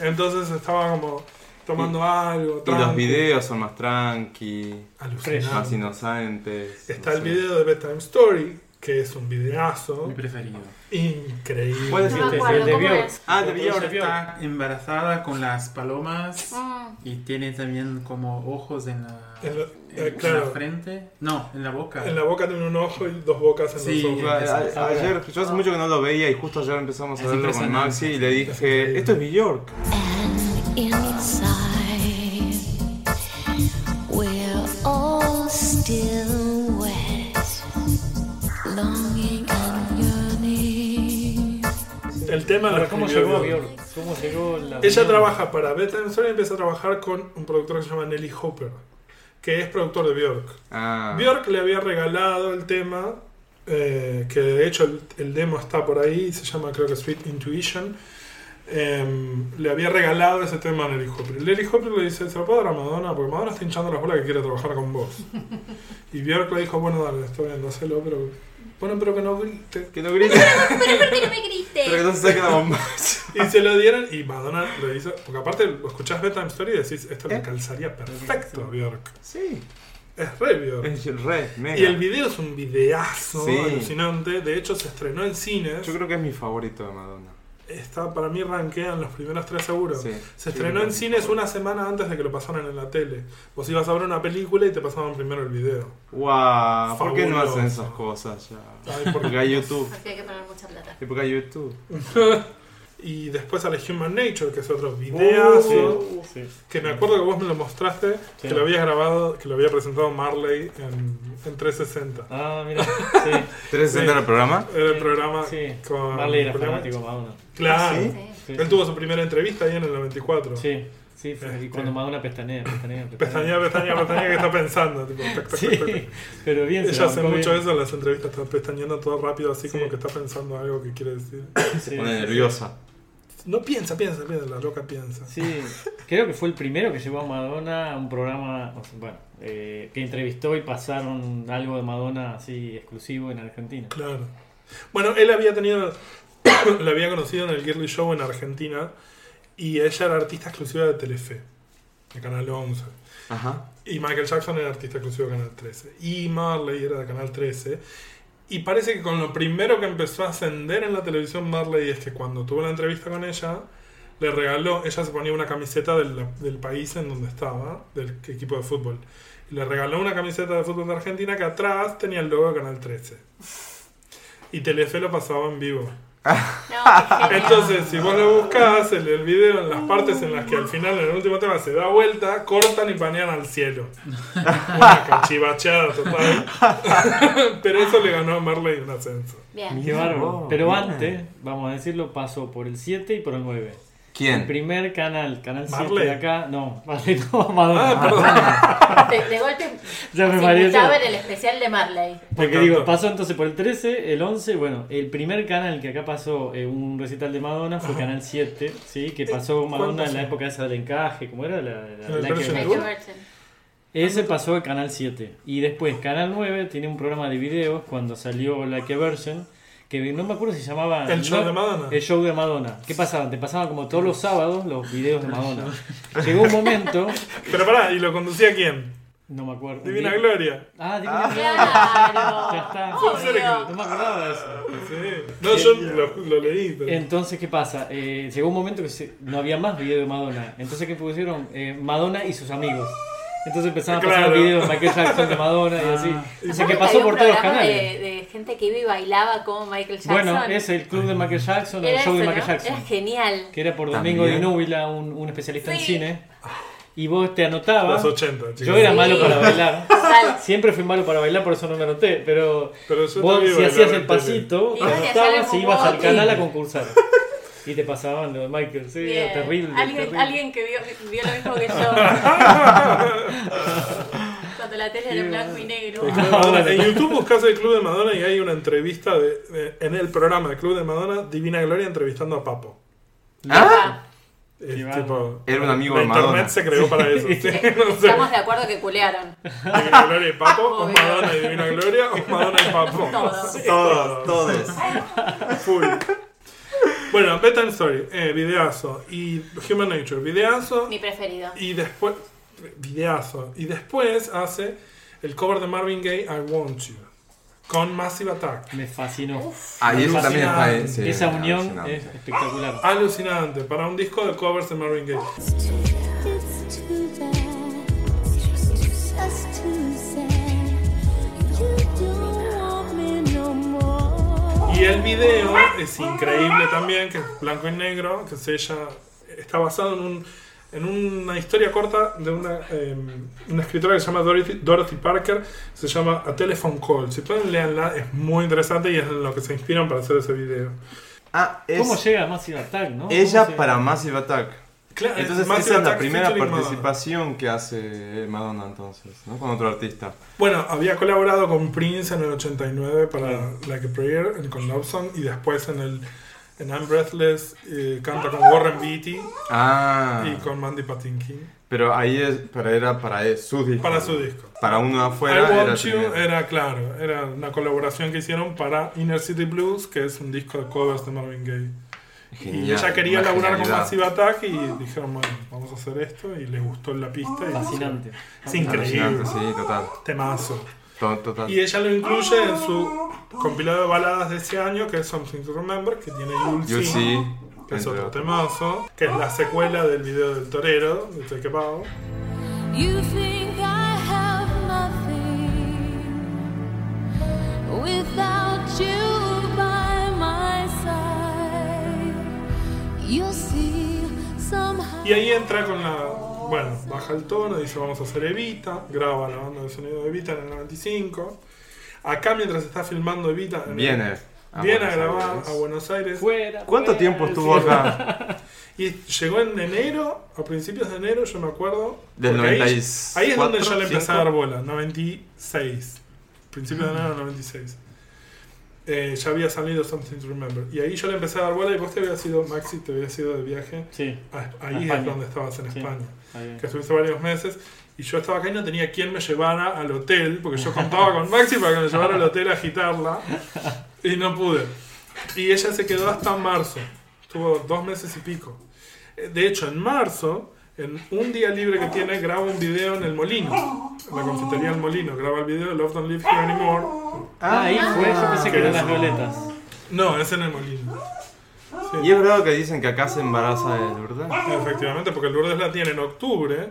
[SPEAKER 3] Entonces estaba como tomando algo.
[SPEAKER 2] Y los
[SPEAKER 3] tranqui,
[SPEAKER 2] videos Ah, son más tranqui.
[SPEAKER 3] alucinante.
[SPEAKER 2] Más inocentes.
[SPEAKER 3] Está
[SPEAKER 2] no
[SPEAKER 3] el
[SPEAKER 2] sé.
[SPEAKER 3] video de Bedtime Story, que es un videazo
[SPEAKER 5] Mi preferido.
[SPEAKER 3] increíble.
[SPEAKER 2] ¿Cuál es
[SPEAKER 1] No me
[SPEAKER 2] este?
[SPEAKER 1] acuerdo
[SPEAKER 4] el de
[SPEAKER 1] cómo
[SPEAKER 4] Björk.
[SPEAKER 1] es.
[SPEAKER 2] Ah, de Björk.
[SPEAKER 4] Ese
[SPEAKER 5] Está embarazada con las palomas
[SPEAKER 1] Mm.
[SPEAKER 5] y tiene también como ojos en la,
[SPEAKER 3] En la-
[SPEAKER 5] en-
[SPEAKER 3] eh,
[SPEAKER 5] en
[SPEAKER 3] claro.
[SPEAKER 5] la frente. No, en la boca.
[SPEAKER 3] En la boca tiene un ojo y dos bocas en
[SPEAKER 5] Sí.
[SPEAKER 3] los ojos.
[SPEAKER 2] A- a- Ayer, yo hace mucho que no lo veía y justo ayer empezamos a
[SPEAKER 5] Es
[SPEAKER 2] verlo con
[SPEAKER 5] impresionante.
[SPEAKER 2] Maxi y le dije, esto es New York.
[SPEAKER 7] And inside
[SPEAKER 3] el tema lo
[SPEAKER 4] Ahora, ¿Cómo
[SPEAKER 3] escribió
[SPEAKER 4] llegó
[SPEAKER 3] Bjork.
[SPEAKER 4] Bjork? ¿Cómo llegó la.?
[SPEAKER 3] Ella trabaja para Bedtime Story y empieza a trabajar con un productor que se llama Nelly Hopper, que es productor de Bjork.
[SPEAKER 2] Ah.
[SPEAKER 3] Bjork le había regalado el tema, eh, que de hecho el, el demo está por ahí, se llama creo que Sweet Intuition. Em, le había regalado ese tema a Nelly Hopper. Y Nelly Hopper le dice, se lo puedo dar a Madonna, porque Madonna está hinchando las bolas que quiere trabajar con vos. y Bjork le dijo, bueno, dale, está bien, hacelo, pero... Bueno, pero que no grite.
[SPEAKER 2] Que no
[SPEAKER 3] [LAUGHS]
[SPEAKER 2] grite.
[SPEAKER 7] Pero ¿por qué no me
[SPEAKER 2] Pero que
[SPEAKER 7] grites?
[SPEAKER 2] no se saque la bomba.
[SPEAKER 3] Y se lo dieron y Madonna lo hizo. Porque aparte lo escuchás Bedtime Story y decís, esto
[SPEAKER 2] ¿Eh?
[SPEAKER 3] le calzaría perfecto a Bjork.
[SPEAKER 2] Sí.
[SPEAKER 3] Es re Bjork.
[SPEAKER 2] Es el re, mega.
[SPEAKER 3] Y el video es un videazo
[SPEAKER 2] Sí.
[SPEAKER 3] alucinante. De hecho, se estrenó en cines.
[SPEAKER 2] Yo creo que es mi favorito de Madonna.
[SPEAKER 3] Está, para mí rankean los primeros tres seguros.
[SPEAKER 2] Sí.
[SPEAKER 3] se
[SPEAKER 2] Sí,
[SPEAKER 3] estrenó en
[SPEAKER 2] sí.
[SPEAKER 3] cines una semana antes de que lo pasaran en la tele. Vos ibas a ver una película y te pasaban primero el video.
[SPEAKER 2] Wow, ¿por qué no
[SPEAKER 3] Fabuloso.
[SPEAKER 2] hacen esas cosas ya?
[SPEAKER 3] Ay, por-
[SPEAKER 2] Porque hay YouTube.
[SPEAKER 1] Porque hay que poner mucha plata.
[SPEAKER 2] Y porque hay YouTube.
[SPEAKER 3] y después a la Human Nature, que es otro
[SPEAKER 2] Uh,
[SPEAKER 3] videazo.
[SPEAKER 4] Uh, Sí.
[SPEAKER 3] Que me acuerdo que vos me lo mostraste,
[SPEAKER 4] Sí.
[SPEAKER 3] que lo habías grabado, que lo había presentado Marley en, en 360.
[SPEAKER 4] Ah,
[SPEAKER 3] [LAUGHS]
[SPEAKER 4] mira. Sí.
[SPEAKER 2] ¿Tres
[SPEAKER 3] Sí.
[SPEAKER 2] en el programa?
[SPEAKER 3] Era el programa
[SPEAKER 4] Sí.
[SPEAKER 3] con.
[SPEAKER 4] Marley era
[SPEAKER 3] Julián.
[SPEAKER 4] fanático de Madonna.
[SPEAKER 3] Claro.
[SPEAKER 1] Sí.
[SPEAKER 4] Sí,
[SPEAKER 3] Él tuvo su primera entrevista ahí en el 94.
[SPEAKER 4] Sí, sí, fue-
[SPEAKER 3] Este.
[SPEAKER 4] y cuando Madonna pestañea, pestañea,
[SPEAKER 3] Pestaña, pestaña, pestaña, que está pensando. Tipo, tac, tac, tac, tac.
[SPEAKER 4] [LAUGHS] Sí, pero bien se
[SPEAKER 3] Ella hace
[SPEAKER 4] bancó
[SPEAKER 3] mucho
[SPEAKER 4] bien.
[SPEAKER 3] eso en las entrevistas, está pestañeando todo rápido, así como
[SPEAKER 4] Sí.
[SPEAKER 3] que está pensando algo que quiere decir.
[SPEAKER 4] Sí,
[SPEAKER 2] Pone
[SPEAKER 4] sí,
[SPEAKER 2] nerviosa.
[SPEAKER 3] No piensa, piensa, piensa, la loca piensa.
[SPEAKER 4] Sí, Sí, creo que fue el primero que llevó a Madonna a un programa, o sea, bueno, eh, que entrevistó y pasaron algo de Madonna así exclusivo en Argentina.
[SPEAKER 3] Claro. Bueno, él había tenido. [COUGHS] la había conocido en el Girly Show en Argentina y ella era artista exclusiva de Telefe, de Canal 11.
[SPEAKER 2] Ajá.
[SPEAKER 3] Y Michael Jackson era artista exclusivo de Canal 13. Y Marley era de Canal 13. Y parece que con lo primero que empezó a ascender en la televisión Marley es que cuando tuvo la entrevista con ella, le regaló, ella se ponía una camiseta del, del país en donde estaba, del equipo de fútbol. Y le regaló una camiseta de fútbol de Argentina que atrás tenía el logo de Canal 13. Y Telefe lo pasaba en vivo.
[SPEAKER 1] No, qué genial.
[SPEAKER 3] Entonces, si vos lo buscas, el, el video en las partes en las que al final, en el último tema, se da vuelta, cortan y panean al
[SPEAKER 4] [LAUGHS]
[SPEAKER 3] cielo. Una cachivacheada total. [LAUGHS] Pero eso le ganó a Marley un ascenso.
[SPEAKER 1] Bien.
[SPEAKER 4] Qué bárbaro.
[SPEAKER 2] vos,
[SPEAKER 4] Pero
[SPEAKER 2] bien.
[SPEAKER 4] antes, vamos a decirlo, pasó por el 7 y por el 9. El
[SPEAKER 2] ¿Quién?
[SPEAKER 4] primer canal, Canal 7
[SPEAKER 3] Marley. Ah,
[SPEAKER 4] de acá, no, Marley no, Madonna.
[SPEAKER 1] De, de golpe
[SPEAKER 4] Ya me
[SPEAKER 1] se
[SPEAKER 4] pareció.
[SPEAKER 1] invitaba en el especial de Marley.
[SPEAKER 4] Porque
[SPEAKER 3] Me
[SPEAKER 4] digo,
[SPEAKER 3] encantó.
[SPEAKER 4] pasó entonces por el 13, el 11, bueno, el primer canal que acá pasó eh, un recital de Madonna fue Canal 7, ¿sí? Que pasó
[SPEAKER 3] ¿cuál
[SPEAKER 4] Madonna en
[SPEAKER 3] pasó?
[SPEAKER 4] la época esa del encaje, ¿cómo era? La, la-
[SPEAKER 3] ¿El
[SPEAKER 4] la que-
[SPEAKER 3] Virgin
[SPEAKER 1] Michael
[SPEAKER 3] Tour?
[SPEAKER 1] Burton.
[SPEAKER 4] ese pasó a Canal 7. Y después Canal 9 tiene un programa de videos cuando salió la que version, que no me acuerdo si se llamaba...
[SPEAKER 3] El show
[SPEAKER 4] no-
[SPEAKER 3] de Madonna.
[SPEAKER 4] El show de Madonna. ¿Qué pasaban? Te pasaban como todos los sábados los videos de Madonna. Llegó un momento,
[SPEAKER 3] Pero pará, ¿y lo conducía quién?
[SPEAKER 4] no me acuerdo.
[SPEAKER 3] Divina
[SPEAKER 4] Di-
[SPEAKER 3] Gloria. Ah,
[SPEAKER 4] Ah, Divina Gloria.
[SPEAKER 1] Claro.
[SPEAKER 4] [LAUGHS] Ya está.
[SPEAKER 1] Obvio.
[SPEAKER 4] No me acordaba de eso.
[SPEAKER 3] Sí. No, yo lo, lo leí. pero-
[SPEAKER 4] Entonces, ¿qué pasa? Eh, llegó un momento que se- no había más video de Madonna. Entonces, ¿qué pusieron? Eh, Madonna y sus amigos. Entonces empezaron a pasar
[SPEAKER 3] Claro.
[SPEAKER 4] videos de Michael Jackson, de Madonna
[SPEAKER 1] Ah.
[SPEAKER 4] y así. O sea, que
[SPEAKER 1] Aparte
[SPEAKER 4] pasó
[SPEAKER 1] había
[SPEAKER 4] por
[SPEAKER 1] un
[SPEAKER 4] todos los
[SPEAKER 1] programa
[SPEAKER 4] canales.
[SPEAKER 1] De, de gente que iba y bailaba como Michael Jackson.
[SPEAKER 4] Bueno, es el club de Michael Jackson, el
[SPEAKER 1] Era
[SPEAKER 4] show
[SPEAKER 1] eso,
[SPEAKER 4] de
[SPEAKER 1] ¿no?
[SPEAKER 4] Michael Jackson.
[SPEAKER 1] Era genial.
[SPEAKER 4] Que era por
[SPEAKER 2] También.
[SPEAKER 4] Domingo de Núbila, un, un especialista en
[SPEAKER 1] Sí.
[SPEAKER 4] cine. Y vos te anotabas.
[SPEAKER 3] Los 80, chicos.
[SPEAKER 4] Yo era
[SPEAKER 1] Sí.
[SPEAKER 4] malo para bailar.
[SPEAKER 1] Total.
[SPEAKER 4] Siempre fui malo para bailar, por eso no me anoté. Pero,
[SPEAKER 3] Pero yo
[SPEAKER 4] vos,
[SPEAKER 3] también
[SPEAKER 4] si
[SPEAKER 3] bailaba
[SPEAKER 4] hacías
[SPEAKER 3] en
[SPEAKER 4] el
[SPEAKER 3] tele. [LAUGHS]
[SPEAKER 4] pasito, [LAUGHS]
[SPEAKER 1] Ibas y hacías
[SPEAKER 4] anotabas
[SPEAKER 1] el
[SPEAKER 4] y ibas al
[SPEAKER 1] bombondi.
[SPEAKER 4] canal a concursar. Y te pasaban lo de Michael, sí,
[SPEAKER 1] Bien.
[SPEAKER 4] era terrible.
[SPEAKER 1] Alguien,
[SPEAKER 4] terrible.
[SPEAKER 1] alguien que vio, vio lo mismo que yo.
[SPEAKER 4] [LAUGHS]
[SPEAKER 1] Cuando la tele era blanco y negro.
[SPEAKER 3] El Club de Madonna. En YouTube buscas el Club de Madonna y hay una entrevista de- de- en el programa del Club de Madonna, Divina Gloria entrevistando a Papo.
[SPEAKER 1] Ah,
[SPEAKER 3] Es
[SPEAKER 4] Qué
[SPEAKER 3] tipo-
[SPEAKER 2] Era un amigo
[SPEAKER 3] la
[SPEAKER 2] de Madonna.
[SPEAKER 3] Internet se creó para eso. sí, [LAUGHS] no sé.
[SPEAKER 4] [LAUGHS]
[SPEAKER 1] Eh, Estamos de acuerdo que culearon. [LAUGHS]
[SPEAKER 3] Divina Gloria y Papo, o
[SPEAKER 1] Obvio.
[SPEAKER 3] Madonna y Divina Gloria, o Madonna
[SPEAKER 1] [LAUGHS]
[SPEAKER 3] y Papo.
[SPEAKER 1] Todos.
[SPEAKER 3] Sí,
[SPEAKER 2] Todos, todos.
[SPEAKER 3] Ah, Full. Bueno, Bedtime Story, eh, videazo. Y Human Nature, videazo.
[SPEAKER 1] Mi preferido.
[SPEAKER 3] Y después. Videazo. Y después hace el cover de Marvin Gaye, I Want You. Con Massive Attack.
[SPEAKER 4] Me fascinó.
[SPEAKER 2] Ah, y eso
[SPEAKER 4] Fascinante.
[SPEAKER 2] también está ahí, sí,
[SPEAKER 4] Esa unión
[SPEAKER 2] alucinante.
[SPEAKER 4] es espectacular.
[SPEAKER 2] Ah,
[SPEAKER 3] Alucinante, para un disco de covers de Marvin Gaye.
[SPEAKER 7] It's too bad. It's just too sad. You don't want me no more.
[SPEAKER 3] Y el video es increíble también, que es blanco y negro, que se ella está basado en, un, en una historia corta de una, eh, una escritora que se llama Dorothy, Dorothy Parker, se llama A Telephone Call. Si pueden leanla, es muy interesante y es en lo que se inspiran para hacer ese video.
[SPEAKER 2] Ah, es
[SPEAKER 4] ¿Cómo llega Massive Attack, no? ¿Cómo
[SPEAKER 2] ella
[SPEAKER 4] se-
[SPEAKER 2] para Massive Attack.
[SPEAKER 3] Claro,
[SPEAKER 2] Entonces
[SPEAKER 3] Massive
[SPEAKER 2] esa es la
[SPEAKER 3] Attack
[SPEAKER 2] primera
[SPEAKER 3] featuring Madonna.
[SPEAKER 2] participación que hace Madonna entonces, ¿no? Con otro artista.
[SPEAKER 3] Bueno, había colaborado con Prince en el 89 para Like a Prayer, en- con Love Song, y después en el en I'm Breathless eh, canta con Warren Beatty
[SPEAKER 2] Ah.
[SPEAKER 3] y con Mandy Patinkin.
[SPEAKER 2] Pero ahí es, pero era para él- su disco.
[SPEAKER 3] Para su disco.
[SPEAKER 2] Para uno
[SPEAKER 3] I
[SPEAKER 2] afuera era
[SPEAKER 3] Want You
[SPEAKER 2] primero.
[SPEAKER 3] era claro, era una colaboración que hicieron para Inner City Blues, que es un disco de covers de Marvin Gaye. eh, y
[SPEAKER 2] Genial,
[SPEAKER 3] ella quería
[SPEAKER 2] una
[SPEAKER 3] laburar con
[SPEAKER 2] genialidad.
[SPEAKER 3] Massive Attack y dijeron, bueno, vamos a hacer esto y le gustó la pista. y-
[SPEAKER 4] Fascinante.
[SPEAKER 3] Es increíble.
[SPEAKER 2] Alucinante, Sí, total.
[SPEAKER 3] Temazo.
[SPEAKER 2] To- total.
[SPEAKER 3] Y ella lo incluye en su compilado de baladas de ese año, que es Something to Remember, que tiene
[SPEAKER 2] You'll
[SPEAKER 3] Yulsi,
[SPEAKER 2] See,
[SPEAKER 3] que es
[SPEAKER 2] entre
[SPEAKER 3] otro
[SPEAKER 2] otros.
[SPEAKER 3] temazo, que es la secuela del video del torero, de Take a Bow.
[SPEAKER 7] You think I have nothing without you by my side. You'll see somehow.
[SPEAKER 3] Y ahí entra con la. Bueno, baja el tono, dice vamos a hacer Evita, graba la banda de sonido de Evita en el 95. Acá mientras está filmando Evita. en el-
[SPEAKER 2] Viene. a
[SPEAKER 3] Viene a
[SPEAKER 2] Buenos
[SPEAKER 3] grabar
[SPEAKER 2] Aires.
[SPEAKER 3] a Buenos Aires.
[SPEAKER 4] Fuera, pues,
[SPEAKER 2] ¿Cuánto
[SPEAKER 4] fuera,
[SPEAKER 2] tiempo estuvo
[SPEAKER 4] sí.
[SPEAKER 3] [LAUGHS]
[SPEAKER 2] acá?
[SPEAKER 3] Y llegó en enero, a principios de enero, yo me acuerdo.
[SPEAKER 2] Del
[SPEAKER 3] porque ahí-
[SPEAKER 2] 94,
[SPEAKER 3] Ahí, es donde yo le empecé a dar
[SPEAKER 2] 5.
[SPEAKER 3] bola, 96. Principios de enero, 96. Eh, ya había salido Something to Remember. Y ahí yo le empecé a dar bola y vos te habías ido, Maxi, te habías ido de viaje.
[SPEAKER 4] Sí,
[SPEAKER 3] a-
[SPEAKER 4] A
[SPEAKER 3] ahí es
[SPEAKER 4] España.
[SPEAKER 3] donde estabas en
[SPEAKER 4] Sí.
[SPEAKER 3] España.
[SPEAKER 4] ahí
[SPEAKER 3] Que estuviste varios meses. Y yo estaba acá y no tenía quien me llevara al hotel, porque yo contaba con Maxi para que me llevara al hotel a agitarla. Y no pude. Y ella se quedó hasta marzo. Estuvo dos meses y pico. Eh, De hecho, en marzo, en un día libre que tiene, graba un video en el Molino. En la confitería del Molino. Graba el video de Love Don't Live Here Anymore.
[SPEAKER 4] Ah, ahí fue, yo pensé que
[SPEAKER 3] que
[SPEAKER 4] eran
[SPEAKER 2] ah,
[SPEAKER 3] es-
[SPEAKER 4] las violetas.
[SPEAKER 3] No, es en el Molino.
[SPEAKER 2] Y es verdad que dicen que acá se embaraza de verdad.
[SPEAKER 3] Efectivamente, porque Lourdes la tiene en octubre.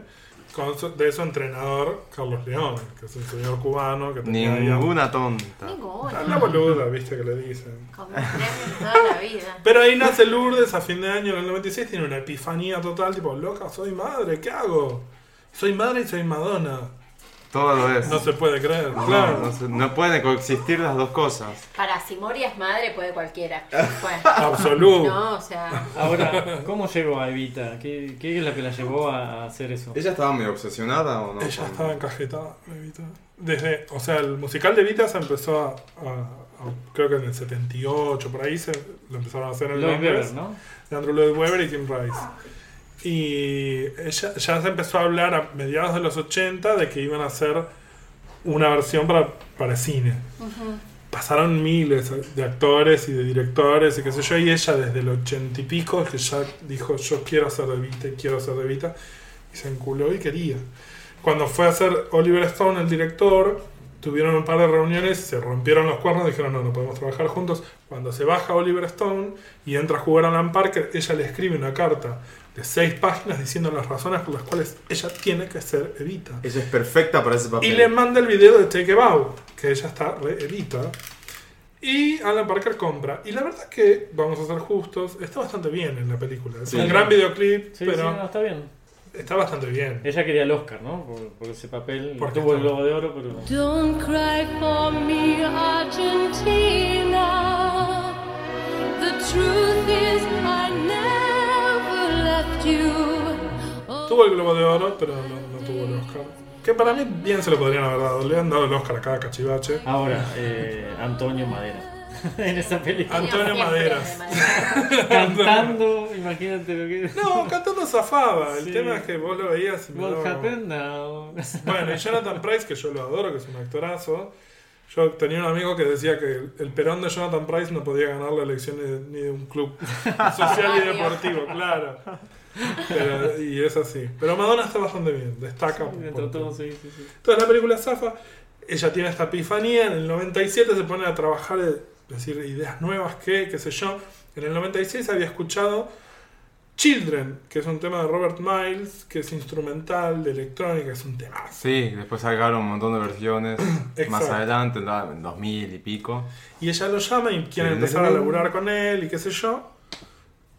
[SPEAKER 3] Con su- de su entrenador, Carlos León, que es un señor cubano que tenía ahí a-
[SPEAKER 2] Ninguna tonta.
[SPEAKER 3] Ah, La boluda, viste que le dicen.
[SPEAKER 1] Como premios toda la vida.
[SPEAKER 3] Pero ahí nace Lourdes a fin de año en el 96, tiene una epifanía total, tipo, loca, soy madre, ¿qué hago? Soy madre y soy Madonna.
[SPEAKER 2] Todo lo es.
[SPEAKER 3] No se puede creer,
[SPEAKER 2] No,
[SPEAKER 3] claro.
[SPEAKER 2] no se- no pueden coexistir las dos cosas.
[SPEAKER 1] Para si Mori es madre, puede cualquiera. Bueno,
[SPEAKER 3] Absoluto.
[SPEAKER 1] no, o
[SPEAKER 4] [LAUGHS]
[SPEAKER 1] sea,
[SPEAKER 2] [LAUGHS]
[SPEAKER 4] Ahora, ¿cómo llegó a Evita? ¿Qué, qué es la que la llevó a a hacer eso?
[SPEAKER 2] ¿Ella estaba medio obsesionada o no?
[SPEAKER 3] Ella
[SPEAKER 2] Con-
[SPEAKER 3] estaba encajetada, Evita. Desde, o sea, el musical de Evita se empezó a, a- a- creo que en el 78, por ahí se lo empezaron a hacer en
[SPEAKER 4] Lloyd
[SPEAKER 3] Londres.
[SPEAKER 4] Webber, ¿no?
[SPEAKER 3] de Andrew Lloyd Webber y Tim Rice. Y ella ya se empezó a hablar a mediados de los 80 de que iban a hacer una versión para, para cine. Pasaron miles de actores y de directores y qué sé yo, y ella desde el 80 y pico que ya dijo yo quiero hacer de Vita, quiero hacer de Vita, y se enculó y quería. Cuando fue a hacer Oliver Stone, el director, tuvieron un par de reuniones, se rompieron los cuernos, dijeron, no, no podemos trabajar juntos. Cuando se baja Oliver Stone y entra a jugar a Alan Parker, ella le escribe una carta de seis páginas diciendo las razones por las cuales ella tiene que ser Evita.
[SPEAKER 2] Ella es perfecta para ese papel.
[SPEAKER 3] Y le manda el video de Take a Bow, que ella está re Evita. Y Alan Parker compra. Y la verdad que, vamos a ser justos, está bastante bien en la película. Es
[SPEAKER 2] Sí.
[SPEAKER 3] un gran videoclip,
[SPEAKER 4] Sí, sí, no,
[SPEAKER 3] pero
[SPEAKER 4] está bien.
[SPEAKER 3] está bastante bien.
[SPEAKER 4] Ella quería el Oscar, ¿no? Por, por ese papel.
[SPEAKER 3] Porque
[SPEAKER 4] tuvo el
[SPEAKER 3] está-
[SPEAKER 4] Globo de Oro, pero...
[SPEAKER 7] Don't cry for me, Argentina. The truth is, I never left you.
[SPEAKER 3] Tuvo el Globo de Oro, pero no, no tuvo el Oscar. Que para mí bien se lo podrían haber dado. Le han dado el Oscar a cada cachivache.
[SPEAKER 4] Ahora, eh, Antonio Madera. [LAUGHS] en esa película.
[SPEAKER 3] Antonio
[SPEAKER 1] siempre
[SPEAKER 3] Maderas.
[SPEAKER 1] de Maderas.
[SPEAKER 4] Cantando, imagínate lo que...
[SPEAKER 3] No, cantando zafaba. El
[SPEAKER 4] Sí.
[SPEAKER 3] tema es que vos lo veías y
[SPEAKER 4] What
[SPEAKER 3] no-
[SPEAKER 4] happened now?
[SPEAKER 3] Bueno, y Jonathan Price, que yo lo adoro, que es un actorazo. Yo tenía un amigo que decía que el, el Perón de Jonathan Price no podía ganar la elección ni de, ni de un
[SPEAKER 4] [LAUGHS]
[SPEAKER 3] club social y deportivo, claro. Pero- y es así. Pero Madonna está bastante bien, destaca. por-
[SPEAKER 4] Entre todos, sí, sí, sí.
[SPEAKER 3] Entonces la película zafa, ella tiene esta epifanía, en el 97 se pone a trabajar, eh, decir ideas nuevas, qué, qué sé yo. En el 96 había escuchado Children, que es un tema de Robert Miles, que es instrumental, de electrónica, es un tema.
[SPEAKER 2] Sí, después sacaron un montón de versiones más
[SPEAKER 3] [COUGHS] Exacto.
[SPEAKER 2] adelante, en la- en 2000 y pico.
[SPEAKER 3] Y ella lo llama y quiere empezar a laburar con él y qué sé yo.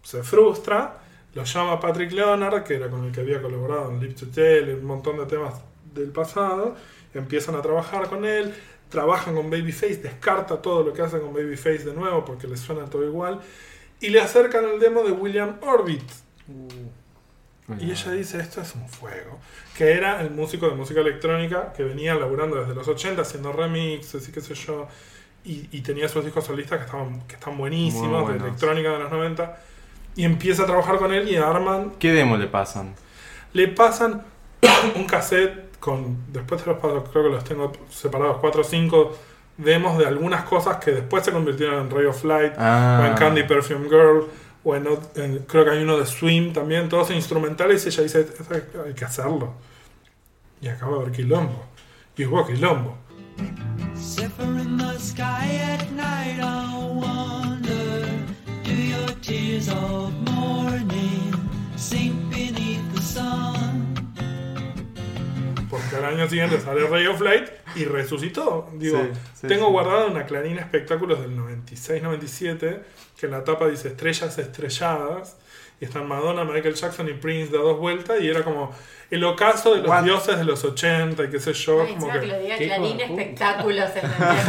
[SPEAKER 3] Se frustra, lo llama Patrick Leonard, que era con el que había colaborado en Live to Tell, un montón de temas del pasado. Empiezan a trabajar con él, trabajan con Babyface, descarta todo lo que hace con Babyface de nuevo porque le suena todo igual. y le acercan el demo de William Orbit. Y ella dice, esto es un fuego. Que era el músico de música electrónica que venía laburando desde los 80 haciendo remixes y qué sé yo. Y, y tenía sus discos solistas que estaban, que están
[SPEAKER 2] Muy
[SPEAKER 3] buenísimos, de
[SPEAKER 2] buenos.
[SPEAKER 3] electrónica de los 90. Y empieza a trabajar con él y arman
[SPEAKER 2] ¿Qué demo le pasan?
[SPEAKER 3] le pasan [COUGHS] un cassette con. Después te los paso, creo que los tengo separados, 4 o 5 demos de algunas cosas que después se convirtieron en Ray of Light,
[SPEAKER 2] Ah.
[SPEAKER 3] o en Candy Perfume Girl, o en, ot- en- Creo que hay uno de Swim también, todos instrumentales, y ella dice: "Esto hay que hacerlo. Y acaba de haber quilombo. Y hubo quilombo.
[SPEAKER 8] Zephyr in the sky at night, I'll wander. Do your tears of morning sink beneath the sun?
[SPEAKER 3] Porque al año siguiente sale Ray of Light y resucitó. Digo,
[SPEAKER 2] Sí, sí,
[SPEAKER 3] tengo
[SPEAKER 2] sí.
[SPEAKER 3] guardada una clarina espectáculos del 96-97, que en la tapa dice estrellas estrelladas, y están Madonna, Michael Jackson y Prince de dos vueltas, y era como el ocaso de los
[SPEAKER 2] What?
[SPEAKER 3] dioses de los 80 y qué sé yo.
[SPEAKER 1] Ay,
[SPEAKER 3] como
[SPEAKER 1] encima que lo diga
[SPEAKER 4] Qué
[SPEAKER 1] Clarín
[SPEAKER 4] hijo de puta.
[SPEAKER 1] espectáculos,
[SPEAKER 4] [LAUGHS]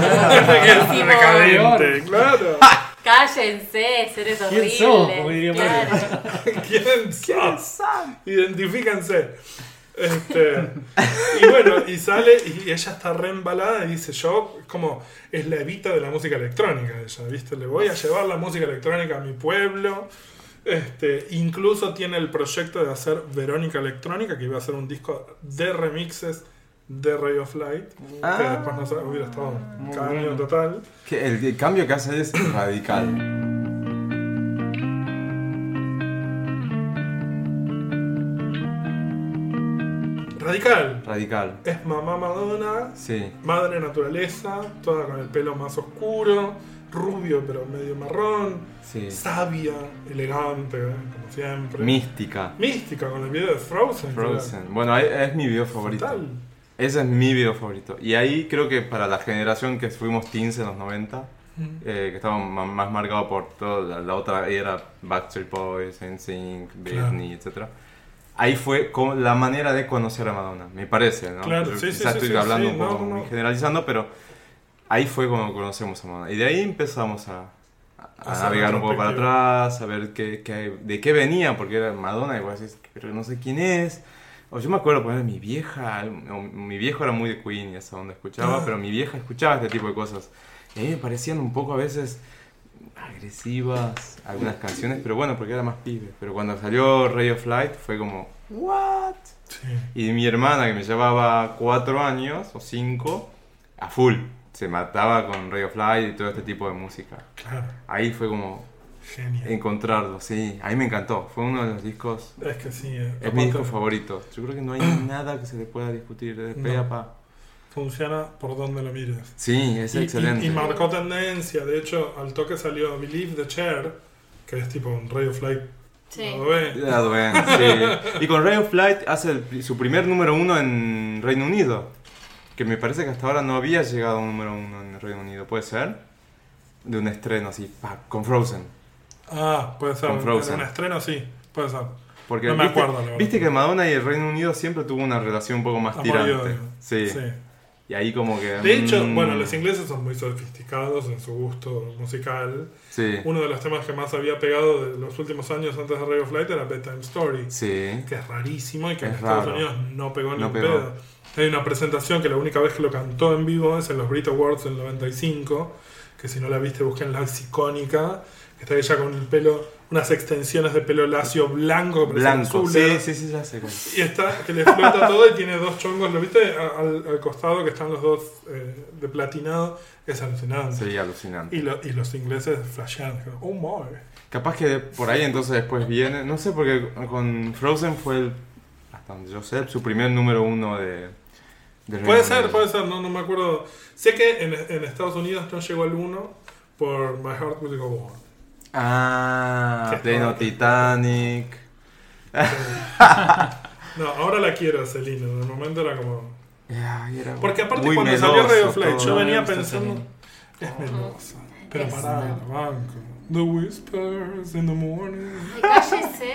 [SPEAKER 3] que
[SPEAKER 1] ¿entendés?
[SPEAKER 3] recadente, claro.
[SPEAKER 1] Cállense, seres
[SPEAKER 4] ¿Quién
[SPEAKER 1] horribles.
[SPEAKER 4] sos? Como diría Mario.
[SPEAKER 1] claro.
[SPEAKER 3] ¿Quién sos? Identifíquense. Este, y bueno, y sale y ella está re embalada y dice, yo como es la evita de la música electrónica, ella, ¿viste? Le voy a llevar la música electrónica a mi pueblo. Este, incluso tiene el proyecto de hacer Verónica Electrónica, que iba a hacer un disco de remixes de Ray of Light, que
[SPEAKER 2] Ah.
[SPEAKER 3] después no sé, hubiera estado un
[SPEAKER 4] Muy
[SPEAKER 3] caño
[SPEAKER 4] bueno.
[SPEAKER 3] total.
[SPEAKER 2] Que el, el cambio que hace es [COUGHS] radical.
[SPEAKER 3] Radical.
[SPEAKER 2] Radical.
[SPEAKER 3] Es mamá Madonna,
[SPEAKER 2] Sí.
[SPEAKER 3] Madre naturaleza, toda con el pelo más oscuro, rubio pero medio marrón,
[SPEAKER 2] Sí.
[SPEAKER 3] sabia, elegante, ¿eh? como siempre.
[SPEAKER 2] Mística.
[SPEAKER 3] Mística con el video de Frozen.
[SPEAKER 2] Frozen. Bueno, ahí- es mi video favorito.
[SPEAKER 3] Total.
[SPEAKER 2] Ese es mi video favorito. Y ahí creo que para la generación que fuimos teens en los 90, eh, que estaba ma- más marcado por toda la, la otra era Backstreet Boys, NSYNC,
[SPEAKER 3] Claro.
[SPEAKER 2] Britney, etc. Ahí fue como la manera de conocer a Madonna, me parece, ¿no?
[SPEAKER 3] Claro,
[SPEAKER 2] Pero
[SPEAKER 3] sí, sí,
[SPEAKER 2] Quizás
[SPEAKER 3] sí,
[SPEAKER 2] estoy
[SPEAKER 3] sí,
[SPEAKER 2] hablando
[SPEAKER 3] sí,
[SPEAKER 2] un poco
[SPEAKER 3] no, no.
[SPEAKER 2] generalizando, pero ahí fue como conocemos a Madonna. Y de ahí empezamos a, a- a
[SPEAKER 3] Hacer
[SPEAKER 2] navegar un poco para
[SPEAKER 3] retrospectiva.
[SPEAKER 2] atrás atrás, a ver qué, qué- de qué venía, porque era Madonna y vos decís, pero no sé quién es. O yo me acuerdo poner mi vieja, o mi viejo era muy de Queen y esa onda escuchaba,
[SPEAKER 3] Ah.
[SPEAKER 2] pero mi vieja escuchaba este tipo de cosas. Y a mí me parecían un poco a veces agresivas algunas canciones, pero bueno, porque era más pibe. Pero cuando salió Ray of Light fue como, ¿what?
[SPEAKER 3] Sí.
[SPEAKER 2] Y mi hermana, que me llevaba cuatro años o cinco, a full, se mataba con Ray of Light y todo este tipo de música.
[SPEAKER 3] Claro,
[SPEAKER 2] Ahí fue como,
[SPEAKER 3] genial.
[SPEAKER 2] Eh, Encontrarlo, sí. A mí me encantó. Fue uno de los discos.
[SPEAKER 3] Es que sí, eh.
[SPEAKER 2] Es mi disco
[SPEAKER 3] Aparte,
[SPEAKER 2] favorito. Yo creo que
[SPEAKER 3] [CLEARS THROAT]
[SPEAKER 2] no hay nada que se le pueda discutir de pe
[SPEAKER 3] No.
[SPEAKER 2] a pa.
[SPEAKER 3] funciona por donde lo mires.
[SPEAKER 2] Sí, es
[SPEAKER 3] y,
[SPEAKER 2] excelente.
[SPEAKER 3] y- y marcó tendencia, de hecho, al toque salió Believe the Chair, que es tipo un Radio Flight.
[SPEAKER 1] Sí.
[SPEAKER 3] lado B.
[SPEAKER 2] La Duende, eh, sí. Y con Ray of Light hace el- su primer número uno en Reino Unido. Que me parece que hasta ahora no había llegado a un número uno en Reino Unido. ¿Puede ser? De un estreno así, pa, con Frozen.
[SPEAKER 3] Ah, puede ser.
[SPEAKER 2] Con
[SPEAKER 3] En
[SPEAKER 2] Frozen.
[SPEAKER 3] un estreno, sí, puede ser.
[SPEAKER 2] Porque
[SPEAKER 3] No me
[SPEAKER 2] viste,
[SPEAKER 3] acuerdo, la verdad.
[SPEAKER 2] viste que Madonna y el Reino Unido siempre tuvo una relación un poco más
[SPEAKER 3] Amor y
[SPEAKER 2] tirante.
[SPEAKER 3] odio.
[SPEAKER 2] Sí.
[SPEAKER 3] sí.
[SPEAKER 2] Y ahí como que.
[SPEAKER 3] De hecho,
[SPEAKER 2] mm,
[SPEAKER 3] bueno, los ingleses son muy sofisticados en su gusto musical.
[SPEAKER 2] Sí.
[SPEAKER 3] Uno de los temas que más había pegado de los últimos años antes de Ray of Light era Bedtime Story,
[SPEAKER 2] Sí.
[SPEAKER 3] que es rarísimo y que en
[SPEAKER 2] Es
[SPEAKER 3] Estados
[SPEAKER 2] raro.
[SPEAKER 3] Unidos no pegó ni
[SPEAKER 2] No
[SPEAKER 3] un
[SPEAKER 2] pegó.
[SPEAKER 3] pedo. Hay una presentación que la única vez que lo cantó en vivo es en los Brit Awards del 95, que si no la viste busquenla, es icónica, que está ella con el pelo, unas extensiones de pelo lacio blanco, que parecen
[SPEAKER 2] Blanco. Sí,
[SPEAKER 3] azules.
[SPEAKER 2] sí, sí, ya sé. cuál.
[SPEAKER 3] Y está, que le flota todo y tiene dos chongos, ¿lo viste? A- Al, al costado que están los dos eh, de platinado, es alucinante.
[SPEAKER 2] Sería alucinante.
[SPEAKER 3] Y, lo- y los ingleses flashean, como, oh my.
[SPEAKER 2] Capaz que por ahí entonces después viene. No sé, porque con Frozen fue el. Hasta donde yo sé, su primer número uno de. de
[SPEAKER 3] Puede
[SPEAKER 2] Reino
[SPEAKER 3] ser,
[SPEAKER 2] Unido.
[SPEAKER 3] puede ser, no, no me acuerdo. Sé que en, en Estados Unidos no llegó al 1 por My Heart Will Go On.
[SPEAKER 2] Ah,
[SPEAKER 3] Qué
[SPEAKER 2] Pleno
[SPEAKER 3] fuerte.
[SPEAKER 2] Titanic.
[SPEAKER 3] No, ahora la quiero, Celina, en el momento era como...
[SPEAKER 2] Ay, era
[SPEAKER 3] Porque aparte
[SPEAKER 2] muy
[SPEAKER 3] cuando salió
[SPEAKER 2] meloso
[SPEAKER 3] Radio Flight,
[SPEAKER 2] todo.
[SPEAKER 3] yo
[SPEAKER 5] No me
[SPEAKER 3] venía
[SPEAKER 5] gusta
[SPEAKER 3] pensando...
[SPEAKER 5] Selena.
[SPEAKER 3] Es melosa, pero
[SPEAKER 1] Es-
[SPEAKER 3] pará, la banco. The whispers in the morning.
[SPEAKER 1] Ay, Cállense.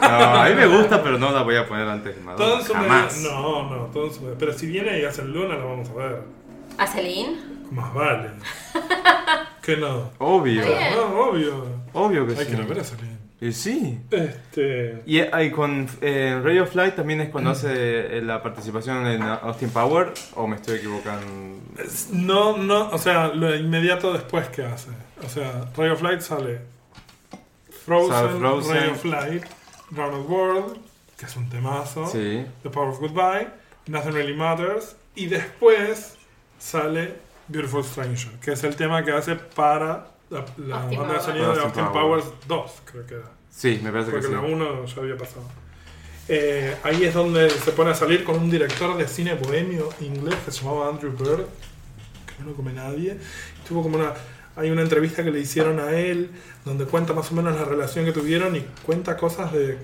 [SPEAKER 2] No, a mí me gusta, pero no la voy a poner antes de Madonna.
[SPEAKER 3] Todo en su medida.
[SPEAKER 2] Jamás.
[SPEAKER 3] No, no, todo en su medida. Pero si viene y hace luna, la vamos a ver.
[SPEAKER 2] [LAUGHS]
[SPEAKER 1] ¿A Celine?
[SPEAKER 3] Más vale. que no.
[SPEAKER 2] Obvio.
[SPEAKER 1] Está bien.
[SPEAKER 3] No, obvio.
[SPEAKER 2] Obvio que
[SPEAKER 3] Hay
[SPEAKER 2] Pues sí.
[SPEAKER 3] que la ver a salir.
[SPEAKER 2] Y sí.
[SPEAKER 3] Este.
[SPEAKER 2] Y eh, ahí con eh, Radio Flight también es
[SPEAKER 3] Mm.
[SPEAKER 2] cuando hace eh, la participación en Austin Power, o me estoy equivocando.
[SPEAKER 3] es- No, no, o sea, lo inmediato después que hace. O sea, Ray of Light
[SPEAKER 2] Sale
[SPEAKER 3] sale Frozen,
[SPEAKER 2] Frozen.
[SPEAKER 3] Ray of Light, Round of World, que es un temazo.
[SPEAKER 2] Sí.
[SPEAKER 3] The Power of Goodbye, Nothing Really Matters, y después sale Beautiful Stranger, que es el tema que hace para la, la
[SPEAKER 1] Austin
[SPEAKER 3] banda de
[SPEAKER 1] Powers.
[SPEAKER 3] sonido de
[SPEAKER 2] Austin
[SPEAKER 3] Austin
[SPEAKER 2] Powers.
[SPEAKER 3] Powers 2, creo que era.
[SPEAKER 2] Sí, me parece que
[SPEAKER 3] Porque
[SPEAKER 2] sí.
[SPEAKER 3] la 1 ya había pasado. Eh, ahí es donde se pone a salir con un director de cine bohemio inglés que se llamaba Andrew Bird, que no lo come nadie. Tuvo como una. Hay una entrevista que le hicieron a él, donde cuenta más o menos la relación que tuvieron y cuenta cosas de.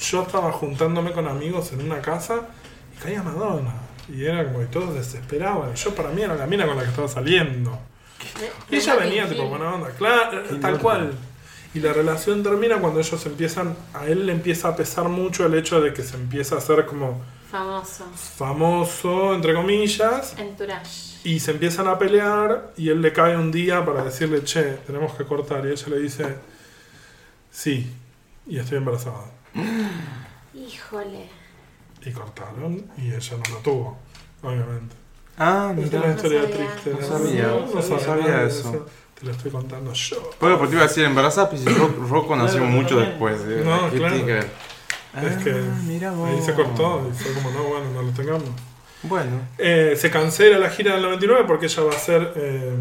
[SPEAKER 3] Yo estaba juntándome con amigos en una casa y caía Madonna. Y era como que todos desesperaban. Y yo, para mí, era la mina con la que estaba saliendo. Y ella venía tipo buena onda, claro, tal cual. Y la relación termina cuando ellos empiezan, a él le empieza a pesar mucho el hecho de que se empieza a hacer como
[SPEAKER 1] Famoso.
[SPEAKER 3] famoso, entre comillas,
[SPEAKER 1] Entourage.
[SPEAKER 3] y se empiezan a pelear y él le cae un día para decirle, che, tenemos que cortar. Y ella le dice, sí, y estoy embarazada.
[SPEAKER 1] Híjole.
[SPEAKER 3] Y cortaron y ella no lo tuvo, obviamente.
[SPEAKER 2] Ah,
[SPEAKER 3] Esta es una
[SPEAKER 2] mira.
[SPEAKER 3] historia
[SPEAKER 1] sabía.
[SPEAKER 3] triste.
[SPEAKER 2] No sabía, no sabía
[SPEAKER 3] nada de
[SPEAKER 2] eso.
[SPEAKER 3] Te lo estoy contando yo.
[SPEAKER 2] Porque por ti iba a decir embarazadas, pero si Ro- Rocco nació
[SPEAKER 4] Claro,
[SPEAKER 2] mucho
[SPEAKER 4] también.
[SPEAKER 2] después. de
[SPEAKER 3] No,
[SPEAKER 2] ¿qué
[SPEAKER 3] claro.
[SPEAKER 2] tiene que ver?
[SPEAKER 3] Es que
[SPEAKER 2] Ah, mira vos.
[SPEAKER 3] Ahí se cortó y fue como, no, bueno, no lo tengamos. [LAUGHS]
[SPEAKER 2] Bueno.
[SPEAKER 3] Eh, se cancela la gira del 99 porque ella va a hacer eh,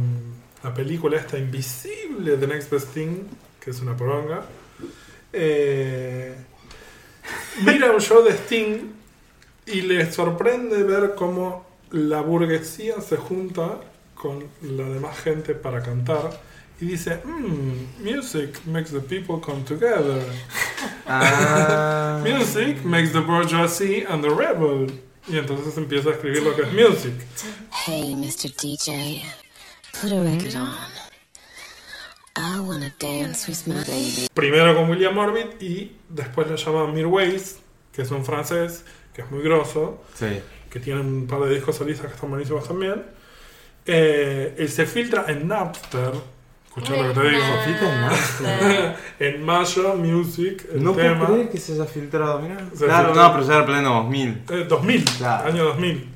[SPEAKER 3] la película esta invisible, The Next Best Thing, que es una poronga. Eh, mira un show de Sting y le sorprende ver cómo la burguesía se junta con la demás gente para cantar. Y dice, "Mm, music makes the people come together.
[SPEAKER 2] Ah.
[SPEAKER 3] Music makes the bourgeoisie and the rebel. Y entonces empieza a escribir lo que es music.
[SPEAKER 7] Hey, Mr. DJ, put a record on. I wanna dance with my baby.
[SPEAKER 3] Primero con William Orbit y después lo llaman Mirwais, que es un francés, que es muy grosso,
[SPEAKER 2] Sí.
[SPEAKER 3] que tiene un par de discos solistas que están buenísimos también. Eh, él se filtra en Napster. Escuchá lo que te digo. [LAUGHS]
[SPEAKER 2] Fita en Napster.
[SPEAKER 3] en mayo, Music, el
[SPEAKER 2] No puedo
[SPEAKER 3] tema.
[SPEAKER 2] creer que se haya filtrado, mira.
[SPEAKER 3] Se
[SPEAKER 2] Claro,
[SPEAKER 3] filtró.
[SPEAKER 2] no, pero ya era pleno 2000.
[SPEAKER 3] Eh, 2000,
[SPEAKER 2] Claro.
[SPEAKER 3] año 2000.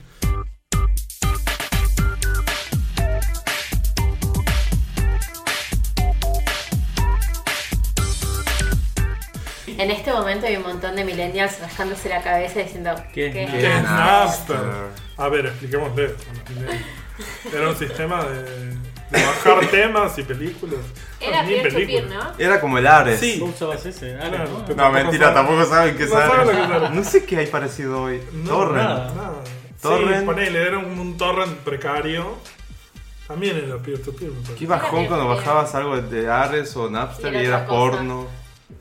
[SPEAKER 1] En este momento hay un montón de millennials rascándose la cabeza diciendo
[SPEAKER 4] ¿Qué?
[SPEAKER 3] ¿Qué es
[SPEAKER 2] Napster?
[SPEAKER 3] Napster? A ver, expliquémosle. a los millennials. Era un sistema de, de
[SPEAKER 2] [LAUGHS]
[SPEAKER 3] bajar temas y películas.
[SPEAKER 1] Era
[SPEAKER 3] Ni
[SPEAKER 1] Pierre
[SPEAKER 3] películas.
[SPEAKER 1] Chopin, ¿no?
[SPEAKER 2] Era como el Ares.
[SPEAKER 3] Sí.
[SPEAKER 4] ¿Vos usabas ese? Ah,
[SPEAKER 3] Claro,
[SPEAKER 4] no.
[SPEAKER 3] te-
[SPEAKER 2] No, mentira, tampoco saben qué es
[SPEAKER 3] No saben lo que es
[SPEAKER 2] Ares.
[SPEAKER 3] Ares.
[SPEAKER 2] No sé qué hay parecido hoy.
[SPEAKER 3] No,
[SPEAKER 2] Torrent.
[SPEAKER 4] nada.
[SPEAKER 3] nada.
[SPEAKER 2] Torrent.
[SPEAKER 3] Sí, ponele, era un, un torrent precario. También era peer-to-peer. me parece.
[SPEAKER 2] Qué bajón cuando bajabas algo de Ares o Napster
[SPEAKER 1] Era
[SPEAKER 2] y era
[SPEAKER 1] otra cosa.
[SPEAKER 2] porno.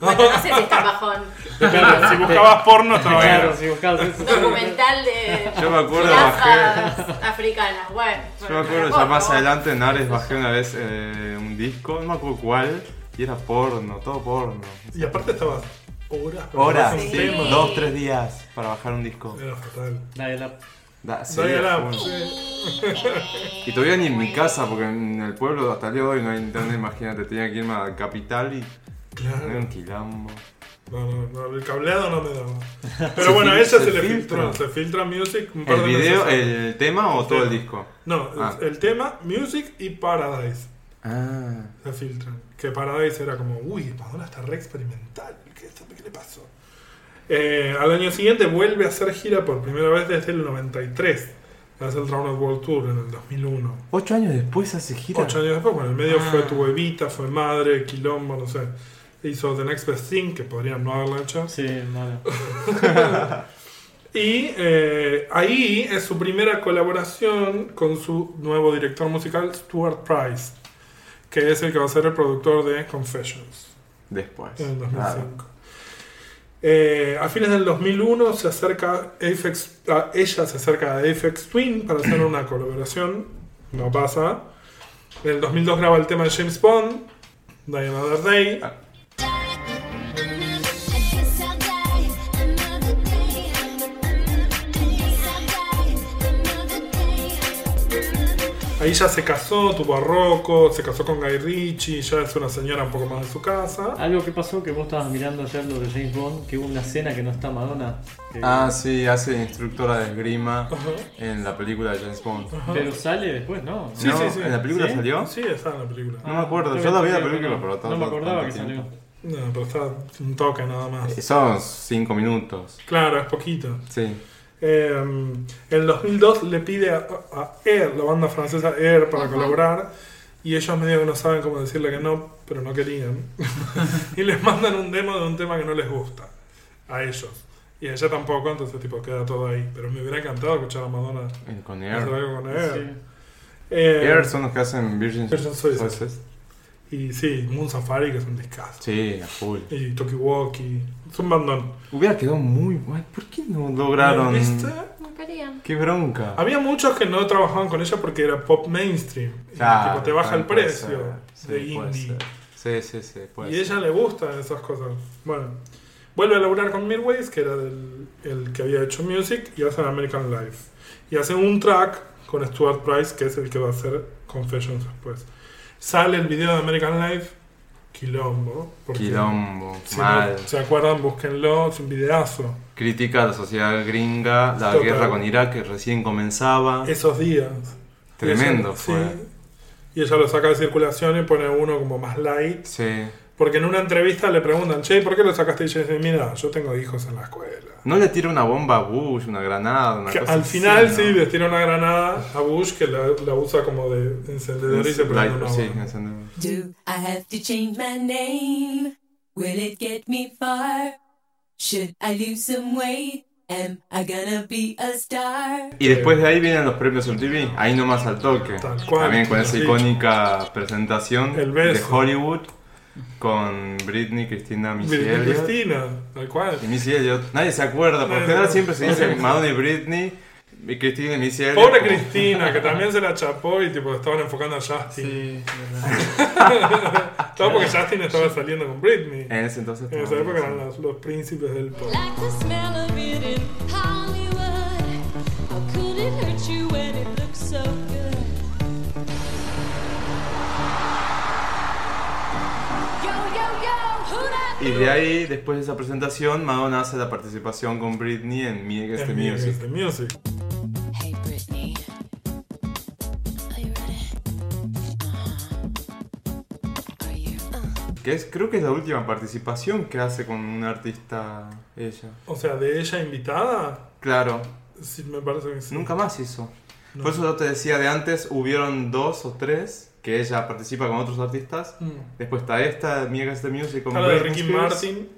[SPEAKER 1] Bueno, no sé si está bajón.
[SPEAKER 3] [LAUGHS] Claro, si buscabas porno, estaba
[SPEAKER 4] Claro,
[SPEAKER 3] bien.
[SPEAKER 4] si buscabas ese.
[SPEAKER 1] Documental de
[SPEAKER 2] Yo me acuerdo,
[SPEAKER 1] jirafas africanas. Bueno,
[SPEAKER 2] Yo me acuerdo, ya más adelante en Ares bajé una vez eh, un disco, no me acuerdo cuál, y era porno, todo porno.
[SPEAKER 3] Y aparte estabas horas. pero
[SPEAKER 2] Horas,
[SPEAKER 3] no es un
[SPEAKER 2] sí,
[SPEAKER 3] tema.
[SPEAKER 2] dos, tres días para bajar un disco.
[SPEAKER 3] Era fatal.
[SPEAKER 4] La de la-
[SPEAKER 2] Da- sí,
[SPEAKER 3] Dial-up,
[SPEAKER 2] full.
[SPEAKER 3] sí.
[SPEAKER 2] Y todavía ni en mi casa, porque en el pueblo hasta el día de hoy no hay internet, imagínate, tenía que irme a capital y era
[SPEAKER 3] Claro.
[SPEAKER 2] un quilombo.
[SPEAKER 3] No, no, no, el cableado no me
[SPEAKER 2] [LAUGHS]
[SPEAKER 3] daba. Pero bueno, a ella
[SPEAKER 2] se
[SPEAKER 3] se, le
[SPEAKER 2] filtra.
[SPEAKER 3] filtró. Se filtra music un par
[SPEAKER 2] ¿El
[SPEAKER 3] de
[SPEAKER 2] video,
[SPEAKER 3] veces.
[SPEAKER 2] el tema o todo el disco?
[SPEAKER 3] No, el-
[SPEAKER 2] Ah.
[SPEAKER 3] el, tema Music y Paradise
[SPEAKER 2] Ah.
[SPEAKER 3] se filtran. Que Paradise era como, uy, Madonna está re experimental. ¿Qué, es esto? ¿Qué le pasó? Eh, al año siguiente vuelve a hacer gira por primera vez desde el 93. Hace el Round of World Tour en el 2001.
[SPEAKER 2] Ocho años después hace gira.
[SPEAKER 3] Ocho años después, bueno, en el medio
[SPEAKER 2] Ah.
[SPEAKER 3] fue tu huevita, fue madre, quilombo, no sé. Hizo The Next Best Thing, que podrían no haberla hecho.
[SPEAKER 4] Sí, malo.
[SPEAKER 3] Y eh, ahí es su primera colaboración con su nuevo director musical, Stuart Price, que es el que va a ser el productor de Confessions
[SPEAKER 2] Después.
[SPEAKER 3] en el 2005.
[SPEAKER 2] Claro.
[SPEAKER 3] Eh, a fines del 2001 se acerca Aphex- a- ella se acerca a Apex Twin para hacer una colaboración. No pasa. En el 2002 graba el tema de James Bond, Die Another Day. Ahí Ahí ya se casó, tuvo a Rocco, se casó con Guy Ritchie, ya es una señora un poco más de su casa.
[SPEAKER 4] Algo que pasó que vos estabas mirando ayer lo de James Bond, que hubo una escena que no está Madonna. que-
[SPEAKER 2] Ah, sí, hace de instructora de esgrima
[SPEAKER 3] Ajá.
[SPEAKER 2] en la película de James Bond.
[SPEAKER 4] Pero sale después, ¿no?
[SPEAKER 3] Sí,
[SPEAKER 2] No,
[SPEAKER 3] sí, sí.
[SPEAKER 2] ¿En la película
[SPEAKER 4] ¿Sí?
[SPEAKER 2] salió?
[SPEAKER 3] Sí, está en la película.
[SPEAKER 2] No me acuerdo,
[SPEAKER 4] Creo
[SPEAKER 2] yo
[SPEAKER 4] que
[SPEAKER 2] la vi la
[SPEAKER 4] salió,
[SPEAKER 2] película,
[SPEAKER 4] no.
[SPEAKER 2] pero tanto-
[SPEAKER 4] No me acordaba
[SPEAKER 2] tanto
[SPEAKER 4] que
[SPEAKER 2] tiempo.
[SPEAKER 4] salió.
[SPEAKER 3] No, pero está un toque nada más.
[SPEAKER 2] Eh, Son 5 minutos.
[SPEAKER 3] Claro, es poquito.
[SPEAKER 2] Sí.
[SPEAKER 3] Eh, en 2002 le pide a, a Air, la banda francesa Air, para colaborar. Y ellos medio que no saben cómo decirle que no, pero no querían. [LAUGHS] y les mandan un demo de un tema que no les gusta. A ellos. Y a ella tampoco, entonces tipo queda todo ahí. Pero me hubiera encantado escuchar a Madonna
[SPEAKER 2] en- Con
[SPEAKER 3] hacer
[SPEAKER 2] Air.
[SPEAKER 3] algo con Air.
[SPEAKER 4] Sí.
[SPEAKER 3] Eh,
[SPEAKER 2] Air son los que hacen Virgin
[SPEAKER 3] Virgin Suicide.
[SPEAKER 2] Suicide.
[SPEAKER 3] Y sí, Moon Safari, que es un discazo.
[SPEAKER 2] Sí, a full.
[SPEAKER 3] Y Tokiwoki. Es un bandón.
[SPEAKER 2] Hubiera quedado muy guay. ¿Por qué no lograron?
[SPEAKER 3] ¿Viste? Ah,
[SPEAKER 1] No querían.
[SPEAKER 2] Qué bronca.
[SPEAKER 3] Había muchos que no trabajaban con ella porque era pop mainstream. Y,
[SPEAKER 2] Claro,
[SPEAKER 3] tipo, te baja el
[SPEAKER 2] puede
[SPEAKER 3] precio
[SPEAKER 2] ser.
[SPEAKER 3] de
[SPEAKER 2] Sí, puede
[SPEAKER 3] indie.
[SPEAKER 2] ser. Sí, sí, sí. puede
[SPEAKER 3] Y
[SPEAKER 2] ser.
[SPEAKER 3] ella le gusta esas cosas. Bueno, vuelve a laburar con Midways, que era del- el que había hecho Music, y hacen American Life. Y hacen un track con Stuart Price, que es el que va a hacer Confessions después. Sale el video de American Life, Quilombo. porque
[SPEAKER 2] Quilombo,
[SPEAKER 3] Si
[SPEAKER 2] mal.
[SPEAKER 3] no se acuerdan, búsquenlo, es un videazo.
[SPEAKER 2] Critica a la sociedad gringa, la
[SPEAKER 3] Total.
[SPEAKER 2] guerra con Irak que recién comenzaba.
[SPEAKER 3] Esos días.
[SPEAKER 2] Tremendo
[SPEAKER 3] Y ella-
[SPEAKER 2] fue.
[SPEAKER 3] sí. Y ella lo saca de circulación y pone uno como más light.
[SPEAKER 2] Sí.
[SPEAKER 3] Porque en una entrevista le preguntan, che, ¿por qué lo sacaste? Y ella dice, mira, yo tengo hijos en la escuela.
[SPEAKER 2] No le tira una bomba a Bush, una granada, una
[SPEAKER 3] Que
[SPEAKER 2] cosa
[SPEAKER 3] al
[SPEAKER 2] así,
[SPEAKER 3] final
[SPEAKER 2] ¿no?
[SPEAKER 3] sí, les tira una granada a Bush que la, la usa como de encendedor y se prende
[SPEAKER 2] Light-
[SPEAKER 3] una
[SPEAKER 2] sí,
[SPEAKER 3] bomba.
[SPEAKER 2] encendedor.
[SPEAKER 7] Do I have to change my name? Will it get me far? Should I lose some weight? Am I gonna be a star?
[SPEAKER 2] Y después de ahí vienen los premios MTV, ahí nomás al toque.
[SPEAKER 3] Tal cual.
[SPEAKER 2] También con esa
[SPEAKER 3] Sí.
[SPEAKER 2] icónica presentación
[SPEAKER 3] El
[SPEAKER 2] de
[SPEAKER 3] beso.
[SPEAKER 2] Hollywood con Britney, Cristina, Missy
[SPEAKER 3] Britney
[SPEAKER 2] Elliott.
[SPEAKER 3] Cristina, tal cual.
[SPEAKER 2] Y Missy Elliott, nadie se acuerda, por lo
[SPEAKER 3] No.
[SPEAKER 2] general siempre se dice Madonna y Britney, y Cristina y Missy Elliott.
[SPEAKER 3] Pobre
[SPEAKER 2] como-
[SPEAKER 3] Cristina, que también se la chapó y tipo estaban enfocando a Justin.
[SPEAKER 5] Sí, verdad.
[SPEAKER 3] [LAUGHS] Todo porque Justin estaba saliendo con Britney.
[SPEAKER 2] [LAUGHS] En ese entonces.
[SPEAKER 3] En esa época eran los, los príncipes del pop.
[SPEAKER 7] Like the smell of it in Hollywood. How could it hurt you when it looks so good? Yo, yo, yo, who that?
[SPEAKER 2] Y de ahí, después de esa presentación, Madonna hace la participación con Britney en Me Against the
[SPEAKER 3] En
[SPEAKER 2] Este Music.
[SPEAKER 3] Music, en Este Music.
[SPEAKER 7] Hey, Brittany. Are you ready? Uh-huh. Are you?
[SPEAKER 2] Que es, creo que es la última participación que hace con un artista ella.
[SPEAKER 3] O sea, de ella invitada,
[SPEAKER 2] Claro,
[SPEAKER 3] sí, me parece que sí.
[SPEAKER 2] nunca más hizo.
[SPEAKER 3] No.
[SPEAKER 2] Por eso yo te decía de antes, hubieron dos o tres que ella participa con otros artistas.
[SPEAKER 3] Mm.
[SPEAKER 2] Después está esta, Me Against the Music con
[SPEAKER 3] Está Ah, la de
[SPEAKER 2] Britney
[SPEAKER 3] Ricky
[SPEAKER 2] Spears.
[SPEAKER 3] Martin.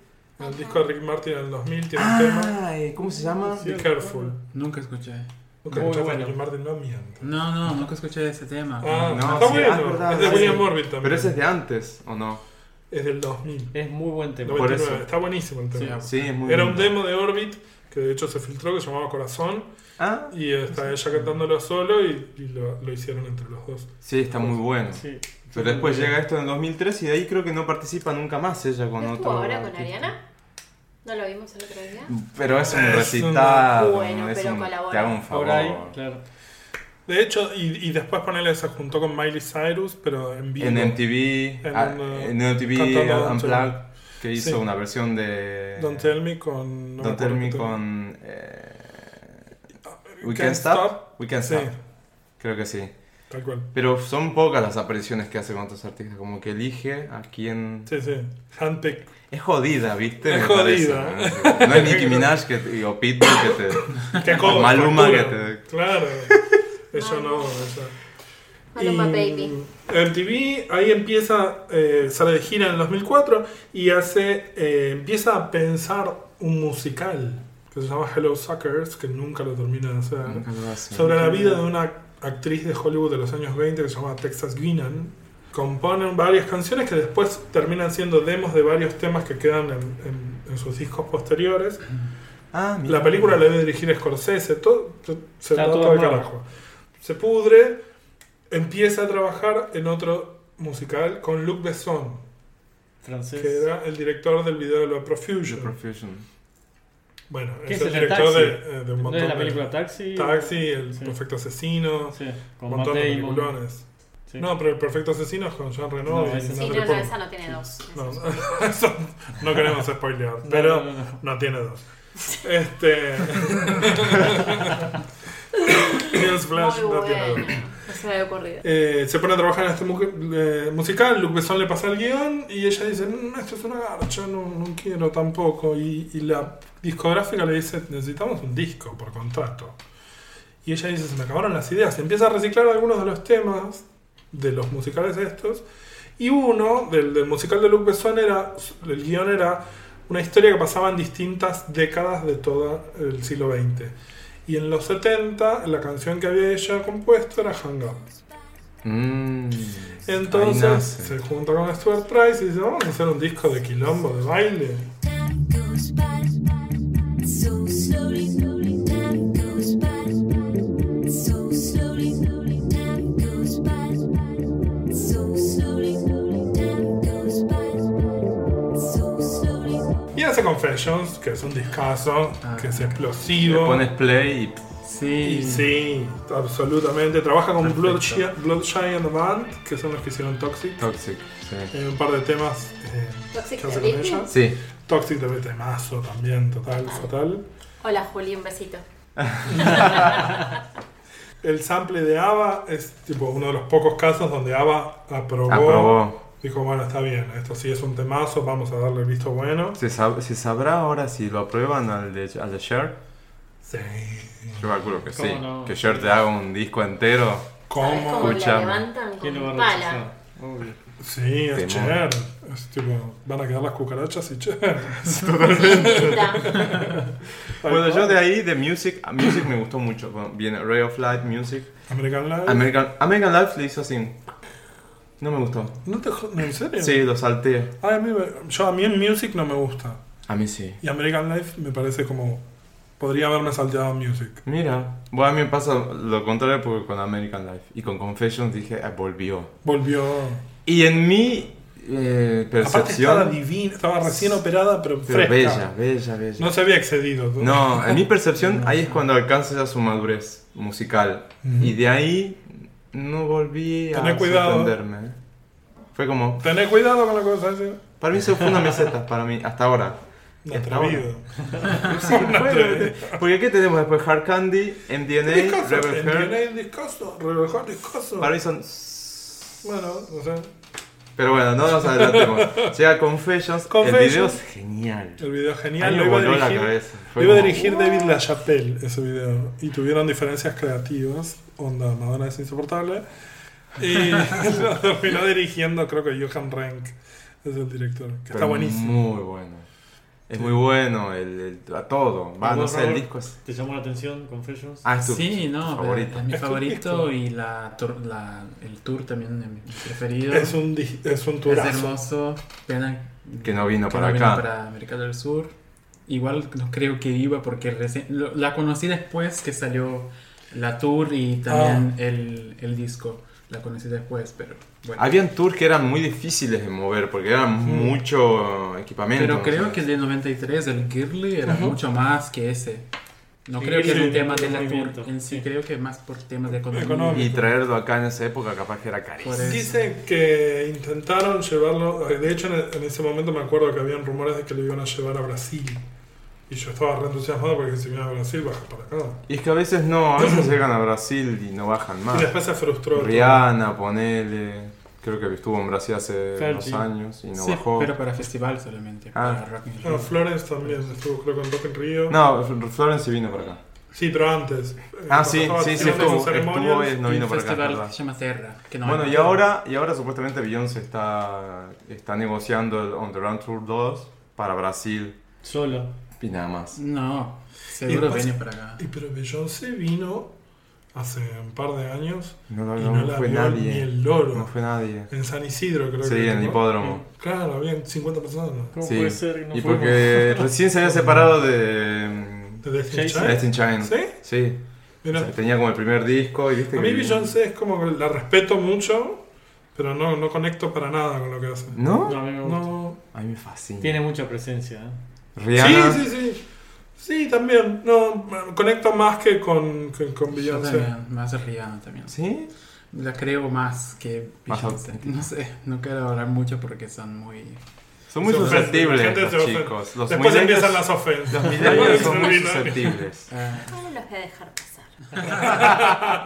[SPEAKER 3] El disco de Ricky Martin en el 2000 tiene un tema.
[SPEAKER 2] Ah, eh, ¿cómo se llama?
[SPEAKER 3] Be careful.
[SPEAKER 5] Nunca escuché.
[SPEAKER 3] Nunca
[SPEAKER 4] Muy
[SPEAKER 3] escuchaste
[SPEAKER 4] bueno.
[SPEAKER 3] a Ricky Martin, no mientas.
[SPEAKER 5] No, no, nunca escuché ese tema.
[SPEAKER 3] Ah,
[SPEAKER 2] No,
[SPEAKER 3] está
[SPEAKER 2] sí,
[SPEAKER 3] bueno.
[SPEAKER 2] ah, es verdad,
[SPEAKER 3] es de
[SPEAKER 2] sí.
[SPEAKER 3] William Morbid también.
[SPEAKER 2] Pero ese es de antes, ¿o no?
[SPEAKER 3] Es del 2000.
[SPEAKER 4] Es muy buen tema.
[SPEAKER 2] Por eso.
[SPEAKER 3] 99. Está buenísimo el tema.
[SPEAKER 2] Sí, ah, es muy
[SPEAKER 3] Era un
[SPEAKER 2] lindo.
[SPEAKER 3] demo de Orbit que de hecho se filtró que se llamaba Corazón
[SPEAKER 2] Ah,
[SPEAKER 3] y está ella cantándolo solo y, y lo, lo hicieron entre los dos.
[SPEAKER 2] sí, está muy bueno.
[SPEAKER 4] Sí.
[SPEAKER 2] Pero después llega esto en el 2003 y de ahí creo que no participa nunca más ella con
[SPEAKER 1] ¿No
[SPEAKER 2] otro.
[SPEAKER 1] estuvo ahora con
[SPEAKER 2] artista.
[SPEAKER 1] Ariana? ¿No lo vimos el otro día?
[SPEAKER 2] Pero es un
[SPEAKER 3] Es
[SPEAKER 2] recitado.
[SPEAKER 1] una- Bueno,
[SPEAKER 2] es
[SPEAKER 1] pero
[SPEAKER 2] un-
[SPEAKER 1] colabora.
[SPEAKER 2] Te hago un favor.
[SPEAKER 4] Por ahí, claro.
[SPEAKER 3] De hecho, y, y después ponele se juntó con Miley Cyrus, pero en vivo.
[SPEAKER 2] En MTV,
[SPEAKER 3] En
[SPEAKER 2] ah,
[SPEAKER 3] una-
[SPEAKER 2] en MTV
[SPEAKER 3] cantando
[SPEAKER 2] Unplugged, que hizo
[SPEAKER 3] Sí.
[SPEAKER 2] una versión de
[SPEAKER 3] Don't Tell Me con. no me
[SPEAKER 2] Don't Tell
[SPEAKER 3] acuerdo
[SPEAKER 2] Me
[SPEAKER 3] qué tema. Ah,
[SPEAKER 2] con eh, We
[SPEAKER 3] Can't
[SPEAKER 2] Can Stop.
[SPEAKER 3] Stop.
[SPEAKER 2] We Can
[SPEAKER 3] Sí.
[SPEAKER 2] Stop. Creo que sí.
[SPEAKER 3] Tal cual.
[SPEAKER 2] Pero son pocas las apariciones que hace con otros artistas, como que elige a quién.
[SPEAKER 3] Sí, sí. Handpick.
[SPEAKER 2] Es jodida, ¿viste?
[SPEAKER 3] Es
[SPEAKER 2] Me parece,
[SPEAKER 3] jodida.
[SPEAKER 2] ¿no?
[SPEAKER 3] [LAUGHS]
[SPEAKER 2] No es Nicki Minaj que te- o Pitbull que te. [LAUGHS]
[SPEAKER 3] Que cobra,
[SPEAKER 2] Maluma
[SPEAKER 3] factura.
[SPEAKER 2] que te-
[SPEAKER 1] [LAUGHS]
[SPEAKER 3] Claro. Ella no, ella.
[SPEAKER 1] Maluma
[SPEAKER 3] Y
[SPEAKER 1] Baby.
[SPEAKER 3] MTV ahí empieza, eh, sale de gira en el 2004 y hace, eh, empieza a pensar un musical que se llama Hello Suckers, que nunca lo termina de hacer,
[SPEAKER 2] Nunca lo hace.
[SPEAKER 3] sobre la vida de una actriz de Hollywood de los años 20 que se llama Texas Guinan. Componen varias canciones que después terminan siendo demos de varios temas que quedan en, en- en sus discos posteriores.
[SPEAKER 2] Ah, mira.
[SPEAKER 3] La película la debe dirigir Scorsese, todo, se- se
[SPEAKER 4] Está
[SPEAKER 3] va
[SPEAKER 4] todo
[SPEAKER 3] todo al
[SPEAKER 4] armado.
[SPEAKER 3] carajo. Se pudre, empieza a trabajar en otro musical con Luc Besson,
[SPEAKER 4] Francés.
[SPEAKER 3] que era el director del video de La
[SPEAKER 2] The
[SPEAKER 3] Profusion.
[SPEAKER 2] Profusion.
[SPEAKER 3] Bueno,
[SPEAKER 4] ¿Qué
[SPEAKER 3] es
[SPEAKER 4] es
[SPEAKER 3] el
[SPEAKER 4] el de
[SPEAKER 3] director
[SPEAKER 4] Taxi?
[SPEAKER 3] de, eh, de un
[SPEAKER 4] ¿No
[SPEAKER 3] montón
[SPEAKER 4] es
[SPEAKER 3] de.
[SPEAKER 4] la película Taxi?
[SPEAKER 3] Taxi, El
[SPEAKER 4] Sí.
[SPEAKER 3] Perfecto Asesino,
[SPEAKER 4] Sí,
[SPEAKER 3] un
[SPEAKER 4] con Matt
[SPEAKER 3] montón de
[SPEAKER 4] Damon.
[SPEAKER 3] peliculones.
[SPEAKER 4] Sí.
[SPEAKER 3] No, pero El Perfecto Asesino es con Jean Reno.
[SPEAKER 4] No,
[SPEAKER 3] y
[SPEAKER 1] Sí,
[SPEAKER 4] ese No
[SPEAKER 1] no,
[SPEAKER 4] te
[SPEAKER 1] no,
[SPEAKER 3] recuerdo.
[SPEAKER 1] esa no tiene dos. Esa
[SPEAKER 3] No, [LAUGHS]
[SPEAKER 1] es-
[SPEAKER 3] eso no queremos spoilear,
[SPEAKER 4] No,
[SPEAKER 3] pero no,
[SPEAKER 4] no, no, no.
[SPEAKER 3] tiene dos. Este. [LAUGHS] Newsflash
[SPEAKER 1] Muy
[SPEAKER 3] no tiene dos.
[SPEAKER 1] buena. No se me había ocurrido.
[SPEAKER 3] Eh, se pone a trabajar en este mu- eh, musical, Luc Besson le pasa el guión y ella dice, "Mm, esto es una garcha, no, no quiero tampoco. Y, y la discográfica le dice, necesitamos un disco por contrato. Y ella dice, se me acabaron las ideas. Y empieza a reciclar algunos de los temas de los musicales estos. Y uno del, del musical de Luc Besson era, el guión era una historia que pasaba en distintas décadas de todo el siglo XX. Y en los 70 la canción que había ella compuesto era Hang Up.
[SPEAKER 2] Mm, ahí
[SPEAKER 3] Entonces
[SPEAKER 2] nace.
[SPEAKER 3] se junta con Stuart Price y dice, vamos a hacer un disco de quilombo, de baile.
[SPEAKER 7] Time goes by so slowly, slowly. Time goes by so slowly, slowly. Time goes by so slowly, slowly. Time goes by so slowly.
[SPEAKER 3] Y hace Confessions, que es un discazo,
[SPEAKER 5] Ah.
[SPEAKER 3] que es
[SPEAKER 2] Le
[SPEAKER 3] explosivo.
[SPEAKER 2] pones play y pff,
[SPEAKER 5] Sí,
[SPEAKER 3] Y sí, absolutamente. Trabaja con Blood Shi- Blood Giant Band, que son los que hicieron Toxic.
[SPEAKER 2] Toxic. Sí.
[SPEAKER 3] Hay un par de temas eh,
[SPEAKER 1] Toxic
[SPEAKER 3] que hace con
[SPEAKER 1] Baby.
[SPEAKER 3] ella.
[SPEAKER 2] Sí.
[SPEAKER 3] Toxic de temazo también, total, total.
[SPEAKER 1] Hola Juli, un besito.
[SPEAKER 3] El sample de ABBA es tipo uno de los pocos casos donde ABBA aprobó.
[SPEAKER 2] Aprobó.
[SPEAKER 3] Dijo, bueno, está bien, esto sí es un temazo, vamos a darle el visto bueno.
[SPEAKER 2] ¿Se, sab- se sabrá ahora si lo aprueban al de, al de Cher?
[SPEAKER 3] Sí.
[SPEAKER 2] Yo calculo que sí.
[SPEAKER 4] ¿Cómo no?
[SPEAKER 2] Que Cher te haga un disco entero.
[SPEAKER 1] ¿Sabes
[SPEAKER 3] ¿Cómo?
[SPEAKER 1] cómo la
[SPEAKER 2] Escuchame.
[SPEAKER 1] levantan
[SPEAKER 4] ¿Quién lo va
[SPEAKER 1] con
[SPEAKER 4] a
[SPEAKER 1] pala?
[SPEAKER 4] rechazar? Obvio.
[SPEAKER 3] Sí, es
[SPEAKER 2] Temón.
[SPEAKER 3] Cher. Es tipo, van a quedar las cucarachas y Cher.
[SPEAKER 2] [LAUGHS]
[SPEAKER 3] [LAUGHS]
[SPEAKER 1] Linda.
[SPEAKER 2] Bueno, yo de ahí, de Music, a Music me gustó mucho. Bueno, viene Ray of Light, Music.
[SPEAKER 3] American Life.
[SPEAKER 2] American, American Life le hizo así. No me gustó.
[SPEAKER 3] ¿No te jo- no, ¿En serio?
[SPEAKER 2] Sí, lo salté.
[SPEAKER 3] Ay, a, mí, me- yo, a mí en Music no me gusta.
[SPEAKER 2] A mí sí.
[SPEAKER 3] Y American Life me parece como... Podría haberme salteado Music.
[SPEAKER 2] Mira, bueno, a mí me pasa lo contrario porque con American Life y con Confessions dije, "Ah, volvió.
[SPEAKER 3] Volvió...
[SPEAKER 2] Y en mi eh,
[SPEAKER 3] Aparte estaba
[SPEAKER 2] percepción...
[SPEAKER 3] divina, estaba recién operada, pero,
[SPEAKER 2] Pero bella,
[SPEAKER 3] fresca.
[SPEAKER 2] bella, bella.
[SPEAKER 3] No se había excedido.
[SPEAKER 2] No, en mi percepción ahí es cuando alcanza ya su madurez musical.
[SPEAKER 3] Ujú.
[SPEAKER 2] Y de ahí no volví a
[SPEAKER 3] Tené cuidado.
[SPEAKER 2] sorprenderme. Fue como,
[SPEAKER 3] Tené cuidado con la cosa así.
[SPEAKER 2] para mí se fue una meseta, para mí, hasta ahora.
[SPEAKER 3] No,
[SPEAKER 2] Y hasta ahora.
[SPEAKER 3] atrevido.
[SPEAKER 2] [LAUGHS] Sí, fue- Porque ¿qué tenemos después? Hard Candy, MDNA,
[SPEAKER 3] Discoso,
[SPEAKER 2] Rebel Heart.
[SPEAKER 3] NDNA discoso, Rebel Heart discoso.
[SPEAKER 2] Para mí son...
[SPEAKER 3] Bueno, no sé.
[SPEAKER 2] Pero bueno, no nos adelantemos. Llega Confessions, el
[SPEAKER 3] Confessions.
[SPEAKER 2] video es genial.
[SPEAKER 3] El video es
[SPEAKER 2] A mí
[SPEAKER 3] genial.
[SPEAKER 2] me
[SPEAKER 3] Lo iba a
[SPEAKER 2] voló la
[SPEAKER 3] dirigir,
[SPEAKER 2] cabeza.
[SPEAKER 3] lo
[SPEAKER 2] Fue
[SPEAKER 3] iba a
[SPEAKER 2] como,
[SPEAKER 3] dirigir David LaChapelle ese video. Y tuvieron diferencias creativas. Onda, Madonna es insoportable. Y [LAUGHS] lo terminó dirigiendo, creo que Johan Renck es el director. Que está
[SPEAKER 2] Pero
[SPEAKER 3] buenísimo.
[SPEAKER 2] Muy bueno. Es muy bueno el, el- a todo. Va, no
[SPEAKER 4] Por
[SPEAKER 2] sé, el
[SPEAKER 4] favor.
[SPEAKER 2] disco es.
[SPEAKER 4] ¿Te llamó la atención Confessions?
[SPEAKER 2] Ah, es tu
[SPEAKER 5] sí, no, pero
[SPEAKER 2] favorito.
[SPEAKER 5] es mi
[SPEAKER 3] Es tu [LAUGHS]
[SPEAKER 5] favorito
[SPEAKER 3] disco.
[SPEAKER 5] y la, tour- la- el tour también es mi preferido.
[SPEAKER 3] Es un, di- es un
[SPEAKER 5] Es
[SPEAKER 3] turazo.
[SPEAKER 5] hermoso. Pena
[SPEAKER 2] Que no vino
[SPEAKER 5] que
[SPEAKER 2] para
[SPEAKER 5] no vino
[SPEAKER 2] acá.
[SPEAKER 5] para América del Sur. Igual no creo que iba porque recién lo- la conocí después que salió la tour y también
[SPEAKER 2] Ah.
[SPEAKER 5] el, el disco. La conocí después, pero bueno.
[SPEAKER 2] Habían tours que eran muy difíciles de mover porque eran mucho eh, equipamiento.
[SPEAKER 5] pero
[SPEAKER 2] ¿no?
[SPEAKER 5] creo que el de 93, el Girly, era mucho más que ese. No
[SPEAKER 4] Sí,
[SPEAKER 5] creo que
[SPEAKER 4] sí,
[SPEAKER 5] era un
[SPEAKER 4] sí,
[SPEAKER 5] tema
[SPEAKER 4] el
[SPEAKER 5] de la tour
[SPEAKER 4] movimiento,
[SPEAKER 5] en sí,
[SPEAKER 4] sí.
[SPEAKER 5] creo que más por temas de economía.
[SPEAKER 3] Económico.
[SPEAKER 2] Y traerlo acá en esa época capaz que era carísimo.
[SPEAKER 5] Por eso.
[SPEAKER 3] Dicen que intentaron llevarlo. eh, De hecho, en, en ese momento me acuerdo que habían rumores de que lo iban a llevar a Brasil. Y yo estaba re entusiasmado porque si viene a Brasil, baja para acá.
[SPEAKER 2] Y es que a veces no, a veces llegan a Brasil y no bajan
[SPEAKER 3] Y
[SPEAKER 2] más.
[SPEAKER 3] después se frustró.
[SPEAKER 2] Rihanna, ponele. Creo que estuvo en Brasil hace
[SPEAKER 4] Fergie.
[SPEAKER 2] unos años y no
[SPEAKER 5] Sí,
[SPEAKER 2] bajó.
[SPEAKER 5] pero para festival solamente,
[SPEAKER 2] Ah.
[SPEAKER 5] para Rock in
[SPEAKER 3] Bueno,
[SPEAKER 5] Rio.
[SPEAKER 3] Florence también estuvo, creo, con Rock en Río.
[SPEAKER 2] No, Fl- Florence vino para acá.
[SPEAKER 3] Sí, pero antes.
[SPEAKER 2] Ah, sí, sí, sí,
[SPEAKER 5] haciendo
[SPEAKER 2] estuvo. estuvo eh, no
[SPEAKER 5] Y
[SPEAKER 2] vino para acá.
[SPEAKER 5] un
[SPEAKER 2] es
[SPEAKER 5] festival
[SPEAKER 2] verdad.
[SPEAKER 5] que se llama Terra. que no
[SPEAKER 2] bueno,
[SPEAKER 5] hay
[SPEAKER 2] y
[SPEAKER 5] más.
[SPEAKER 2] ahora, y ahora supuestamente Beyoncé está, está negociando el On The Round Tour 2 para Brasil
[SPEAKER 4] Solo.
[SPEAKER 2] y nada más.
[SPEAKER 5] No, seguro
[SPEAKER 3] pasa-
[SPEAKER 5] viene para acá.
[SPEAKER 3] Y pero Beyoncé vino hace un par de años
[SPEAKER 2] No, no,
[SPEAKER 3] y
[SPEAKER 2] no
[SPEAKER 3] no, la
[SPEAKER 2] fue
[SPEAKER 3] vio
[SPEAKER 2] nadie.
[SPEAKER 3] ni el loro.
[SPEAKER 2] No fue nadie.
[SPEAKER 3] En San Isidro, creo
[SPEAKER 2] Sí,
[SPEAKER 3] que.
[SPEAKER 2] en el
[SPEAKER 3] ¿no?
[SPEAKER 2] hipódromo.
[SPEAKER 3] Claro, habían 50 personas.
[SPEAKER 4] ¿Cómo
[SPEAKER 2] Sí.
[SPEAKER 4] puede ser que no
[SPEAKER 2] y
[SPEAKER 4] fuimos?
[SPEAKER 2] porque recién se había separado de mm,
[SPEAKER 3] De Destiny's
[SPEAKER 4] Jason.
[SPEAKER 3] Child.
[SPEAKER 2] Destiny's Child.
[SPEAKER 3] ¿Sí?
[SPEAKER 2] Sí.
[SPEAKER 3] Mira,
[SPEAKER 2] O sea, tenía como el primer disco y viste
[SPEAKER 3] a
[SPEAKER 2] que-
[SPEAKER 3] mí Beyoncé es como que la respeto mucho, pero no, no conecto para nada con lo que hace.
[SPEAKER 2] ¿No?
[SPEAKER 4] No, a mí me gusta.
[SPEAKER 3] No.
[SPEAKER 2] A mí me fascina.
[SPEAKER 4] Tiene mucha presencia. ¿eh?
[SPEAKER 2] Rihanna.
[SPEAKER 3] Sí, sí, sí. Sí, también. No, me conecto más que con, que con
[SPEAKER 5] Yo
[SPEAKER 3] Beyoncé.
[SPEAKER 5] también, más Rihanna también.
[SPEAKER 2] ¿Sí?
[SPEAKER 5] La creo más que
[SPEAKER 2] Más
[SPEAKER 5] Beyoncé.
[SPEAKER 2] auténtica.
[SPEAKER 5] No sé, no quiero hablar mucho porque son muy...
[SPEAKER 2] Son muy
[SPEAKER 3] Se ofenden, la
[SPEAKER 2] susceptibles
[SPEAKER 3] gente
[SPEAKER 2] los
[SPEAKER 3] se ofende.
[SPEAKER 2] chicos. Los
[SPEAKER 3] Después
[SPEAKER 2] millennials-
[SPEAKER 3] empiezan las ofensas.
[SPEAKER 2] Los
[SPEAKER 3] [LAUGHS]
[SPEAKER 2] millennials son muy susceptibles.
[SPEAKER 5] eh,
[SPEAKER 1] Ahora los voy a dejar pasar.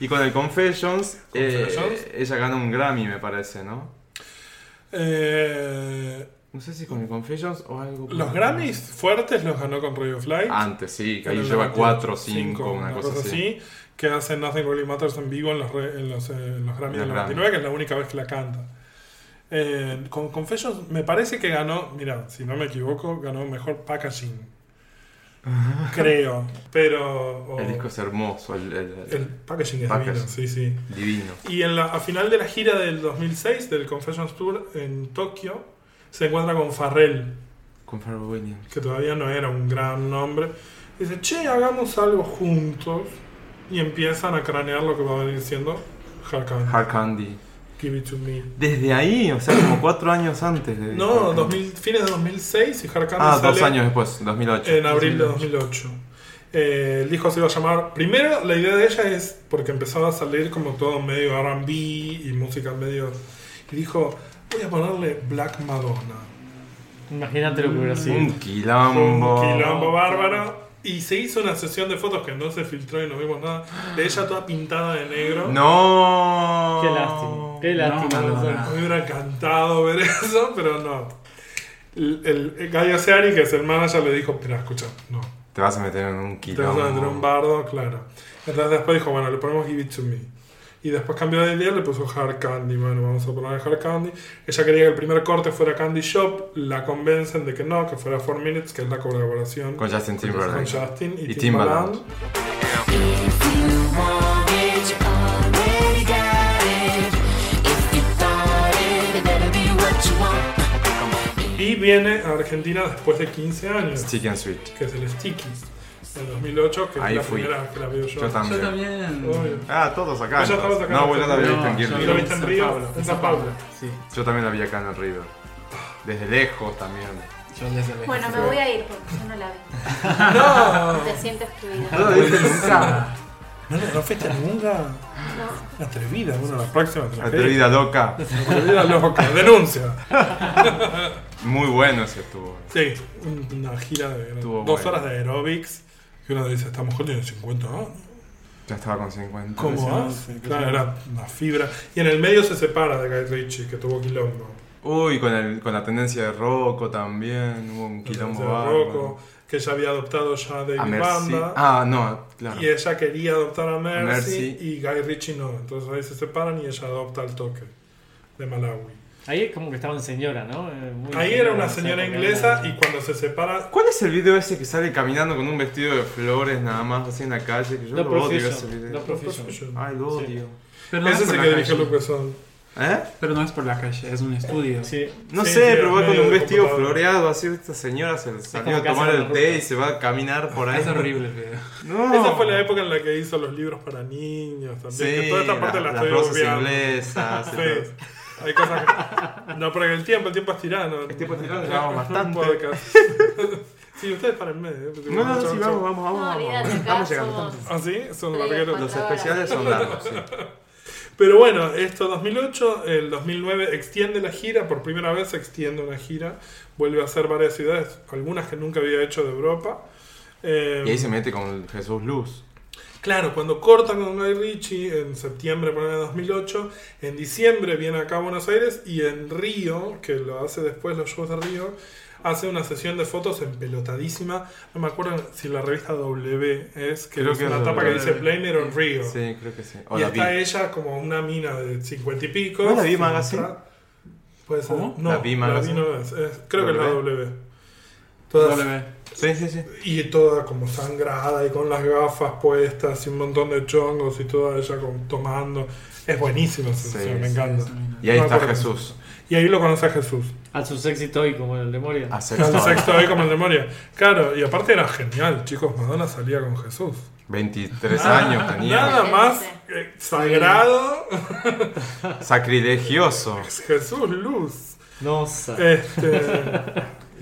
[SPEAKER 2] Y con el Confessions, eh,
[SPEAKER 3] Confessions.
[SPEAKER 2] ella gana un Grammy, me parece, ¿no?
[SPEAKER 3] Eh,
[SPEAKER 2] No sé si con el Confessions o algo. por
[SPEAKER 3] los
[SPEAKER 2] ahí.
[SPEAKER 3] Grammys fuertes los ganó con Radio Flight.
[SPEAKER 2] Antes, sí, Ah, que
[SPEAKER 3] En
[SPEAKER 2] ahí
[SPEAKER 3] el
[SPEAKER 2] lleva
[SPEAKER 3] 95,
[SPEAKER 2] 4 o 5, una cosa, así.
[SPEAKER 3] Que hace Nothing Really Matters en vivo en los, re- en los, eh, en los Grammy
[SPEAKER 2] En
[SPEAKER 3] del
[SPEAKER 2] los
[SPEAKER 3] 99, que es la única vez que la canta. Eh, con Confessions me parece que ganó, mira, si no me equivoco, ganó mejor packaging. creo. Pero. o-
[SPEAKER 2] El disco es hermoso, el, el- el-
[SPEAKER 3] el packaging es
[SPEAKER 2] Packaging.
[SPEAKER 3] divino, sí, sí.
[SPEAKER 2] divino.
[SPEAKER 3] Y en la, a final de la gira del 2006, del Confessions Tour en Tokio, se encuentra con Farrell,
[SPEAKER 2] Con Pharrell Williams.
[SPEAKER 3] que todavía no era un gran nombre. Dice, che, hagamos algo juntos. Y empiezan a cranear lo que va a venir siendo Hard Candy,
[SPEAKER 2] Hard Candy.
[SPEAKER 3] Give It To Me.
[SPEAKER 2] Desde ahí, o sea, como 4 años antes. De
[SPEAKER 3] No,
[SPEAKER 2] Hard Candy.
[SPEAKER 3] 2000 fines de 2006 y Hard Candy
[SPEAKER 2] Ah,
[SPEAKER 3] sale
[SPEAKER 2] dos años después, 2008.
[SPEAKER 3] en abril de 2008. Eh, el disco se iba a llamar... Primero, la idea de ella es porque empezaba a salir como todo medio R&B y música medio... Y dijo, voy a ponerle Black Madonna.
[SPEAKER 4] Imagínate lo que hubiera sido.
[SPEAKER 2] Un quilombo.
[SPEAKER 3] Un quilombo bárbaro. Y se hizo una sesión de fotos que no se filtró y no vimos nada. De ella toda pintada de negro.
[SPEAKER 2] No.
[SPEAKER 4] Qué lástima. Qué lástima.
[SPEAKER 5] no, no,
[SPEAKER 4] Gonzalo.
[SPEAKER 5] no.
[SPEAKER 3] Me hubiera encantado ver eso, pero no. El, el Gallo Seari, que es el manager, le dijo, pero escucha, no.
[SPEAKER 2] Te vas a meter en un
[SPEAKER 3] Te vas
[SPEAKER 2] quilombo.
[SPEAKER 3] a meter un bardo, claro. Entonces después dijo, bueno, le ponemos Give It To Me. Y después cambió de idea, le puso Hard Candy. Bueno, vamos a poner Hard Candy. Ella quería que el primer corte fuera Candy Shop. La convencen de que no, que fuera 4 Minutes, que es la colaboración
[SPEAKER 2] Con Justin
[SPEAKER 3] con
[SPEAKER 2] Timberlake.
[SPEAKER 3] Justin y,
[SPEAKER 2] Y
[SPEAKER 3] Timbaland.
[SPEAKER 2] Timbaland.
[SPEAKER 3] Y viene a Argentina después de 15 años,
[SPEAKER 2] Chicken Sweet.
[SPEAKER 3] que es el Sticky, en 2008, que
[SPEAKER 2] Ahí
[SPEAKER 3] es la
[SPEAKER 2] fui.
[SPEAKER 3] primera vez que la veo yo.
[SPEAKER 2] Yo también.
[SPEAKER 5] yo también.
[SPEAKER 3] Obvio.
[SPEAKER 2] Ah, todos acá.
[SPEAKER 3] Ella estaba
[SPEAKER 2] entonces.
[SPEAKER 3] acá.
[SPEAKER 2] no, vos ya la había
[SPEAKER 5] No,
[SPEAKER 2] visto en
[SPEAKER 5] yo
[SPEAKER 3] Lo
[SPEAKER 2] Kirby.
[SPEAKER 3] viste en Río, en San Pablo.
[SPEAKER 5] Sí,
[SPEAKER 2] Yo también la vi acá en el River. Desde lejos también.
[SPEAKER 5] yo ya sabía.
[SPEAKER 1] Bueno, me voy a ir porque yo no
[SPEAKER 3] [LAUGHS]
[SPEAKER 1] la vi.
[SPEAKER 3] [LAUGHS] ¡No!
[SPEAKER 1] Te siento
[SPEAKER 3] [LAUGHS]
[SPEAKER 1] excluida.
[SPEAKER 2] Ah, No la viste nunca.
[SPEAKER 3] No la rompiste nunca. Atrevida, bueno, la próxima atrevida.
[SPEAKER 2] Atrevida loca.
[SPEAKER 3] Atrevida loca. Denuncia.
[SPEAKER 2] Muy bueno ese estuvo.
[SPEAKER 3] Sí, un- una gira de
[SPEAKER 2] Estuvo
[SPEAKER 3] dos
[SPEAKER 2] bueno.
[SPEAKER 3] horas de aerobics. Y uno dice, esta mujer tiene 50 años.
[SPEAKER 2] Ya estaba con 50.
[SPEAKER 3] ¿Cómo hace? Claro, era una fibra. Y en el medio se separa de Guy Ritchie, que tuvo quilombo.
[SPEAKER 2] Uy, con, el, con la tendencia de Rocco también. Hubo un quilombo
[SPEAKER 3] Entonces,
[SPEAKER 2] bárbaro.
[SPEAKER 3] Rocco, que ella había adoptado ya de
[SPEAKER 2] A
[SPEAKER 3] mi
[SPEAKER 2] Mercy.
[SPEAKER 3] banda.
[SPEAKER 2] Ah, no, claro.
[SPEAKER 3] Y ella quería adoptar a Mercy,
[SPEAKER 2] Mercy.
[SPEAKER 3] y Guy Ritchie no. Entonces ahí se separan y ella adopta al toque de Malawi.
[SPEAKER 4] Ahí es como que estaban señora, ¿no? Eh, muy
[SPEAKER 3] Ahí era una
[SPEAKER 4] esa
[SPEAKER 3] señora
[SPEAKER 4] época,
[SPEAKER 3] inglesa
[SPEAKER 4] era-
[SPEAKER 3] y cuando se separa...
[SPEAKER 2] ¿Cuál es el video ese que sale caminando con un vestido de flores nada más así en la calle? Que yo
[SPEAKER 4] No
[SPEAKER 2] lo odio ese
[SPEAKER 4] Profession. No
[SPEAKER 2] video.
[SPEAKER 4] Profession.
[SPEAKER 2] Ay, lo odio.
[SPEAKER 5] Pero no,
[SPEAKER 3] Ese
[SPEAKER 5] es
[SPEAKER 3] es
[SPEAKER 5] por
[SPEAKER 3] el
[SPEAKER 5] la
[SPEAKER 3] que dirige
[SPEAKER 5] calle.
[SPEAKER 3] Luke Besson.
[SPEAKER 2] ¿Eh?
[SPEAKER 5] Pero no es por la calle, es un estudio.
[SPEAKER 4] Sí.
[SPEAKER 2] No
[SPEAKER 3] Sí,
[SPEAKER 2] sé,
[SPEAKER 3] sí,
[SPEAKER 2] pero va con
[SPEAKER 3] medio
[SPEAKER 2] un
[SPEAKER 3] de
[SPEAKER 2] vestido
[SPEAKER 3] computador.
[SPEAKER 2] floreado, así esta señora se salió
[SPEAKER 4] como
[SPEAKER 2] a
[SPEAKER 4] que hace
[SPEAKER 2] tomar el
[SPEAKER 4] una
[SPEAKER 2] té
[SPEAKER 4] ruta.
[SPEAKER 2] y se va a caminar por ahí.
[SPEAKER 5] Es horrible el video.
[SPEAKER 2] [LAUGHS] No.
[SPEAKER 3] Esa fue la época en la que hizo los libros para niños también.
[SPEAKER 2] Sí,
[SPEAKER 3] que toda esta parte la,
[SPEAKER 2] las
[SPEAKER 3] estoy
[SPEAKER 2] rosas
[SPEAKER 3] obviando.
[SPEAKER 2] inglesas.
[SPEAKER 3] Sí,
[SPEAKER 2] entonces.
[SPEAKER 3] Hay cosas que- No, porque el tiempo, el tiempo es tirano.
[SPEAKER 2] El tiempo es
[SPEAKER 3] [LAUGHS]
[SPEAKER 2] tirano, llevamos bastante.
[SPEAKER 3] Un podcast. [LAUGHS] sí, ustedes para en medio. eh, porque
[SPEAKER 2] No, no, no,
[SPEAKER 3] son-
[SPEAKER 2] sí,
[SPEAKER 3] son-
[SPEAKER 2] vamos, vamos, vamos.
[SPEAKER 1] No,
[SPEAKER 2] vamos,
[SPEAKER 1] olvídate,
[SPEAKER 2] vamos.
[SPEAKER 1] acá
[SPEAKER 2] Estamos llegando.
[SPEAKER 1] somos-
[SPEAKER 3] ¿Ah, sí? Son
[SPEAKER 1] Tres,
[SPEAKER 3] largueros.
[SPEAKER 2] Los especiales son largos, sí.
[SPEAKER 3] [LAUGHS] Pero bueno, esto 2008, el 2009 extiende la gira, por primera vez se extiende una gira, vuelve a hacer varias ciudades, algunas que nunca había hecho de Europa. Eh,
[SPEAKER 2] Y ahí se mete con Jesús Luz.
[SPEAKER 3] Claro, cuando cortan con Guy Ritchie en septiembre ponele, de 2008, en diciembre viene acá a Buenos Aires y en Río, que lo hace después los shows de Río, hace una sesión de fotos empelotadísima. No me acuerdo si la revista W es, que
[SPEAKER 2] Creo
[SPEAKER 3] es
[SPEAKER 2] que
[SPEAKER 3] una
[SPEAKER 2] es
[SPEAKER 3] tapa que
[SPEAKER 2] W.
[SPEAKER 3] dice Blame It on Río.
[SPEAKER 2] Sí, creo que sí. O
[SPEAKER 3] y
[SPEAKER 2] la
[SPEAKER 3] está
[SPEAKER 2] vi.
[SPEAKER 3] ella como una mina de 50 y pico.
[SPEAKER 2] ¿No es la Vi
[SPEAKER 3] sin
[SPEAKER 2] Magazine?
[SPEAKER 3] tra- Puede ser.
[SPEAKER 5] ¿Cómo?
[SPEAKER 3] No,
[SPEAKER 2] ¿La Vi Magazine?
[SPEAKER 3] no es. Es- creo que es la
[SPEAKER 2] W.
[SPEAKER 3] W. [LAUGHS] Todas-
[SPEAKER 5] W.
[SPEAKER 2] Sí, sí, sí.
[SPEAKER 3] y toda como sangrada y con las gafas puestas y un montón de chongos y toda ella como tomando. Es buenísima esa
[SPEAKER 2] Sí,
[SPEAKER 3] sesión, me
[SPEAKER 2] sí,
[SPEAKER 3] encanta.
[SPEAKER 5] sí, sí.
[SPEAKER 2] Y ahí
[SPEAKER 3] No me
[SPEAKER 2] está
[SPEAKER 3] acuerdo.
[SPEAKER 2] Jesús.
[SPEAKER 3] Y ahí lo conoce a Jesús.
[SPEAKER 4] A su sexy toy como el de Moria.
[SPEAKER 2] A sexto.
[SPEAKER 3] El sexto ahí como en memoria. Claro, y aparte era genial, chicos. Madonna salía con Jesús.
[SPEAKER 2] 23 años tenía.
[SPEAKER 3] Nada más eh, sagrado [LAUGHS]
[SPEAKER 2] Sacrilegioso.
[SPEAKER 3] es Jesús Luz.
[SPEAKER 4] Nossa.
[SPEAKER 3] Este,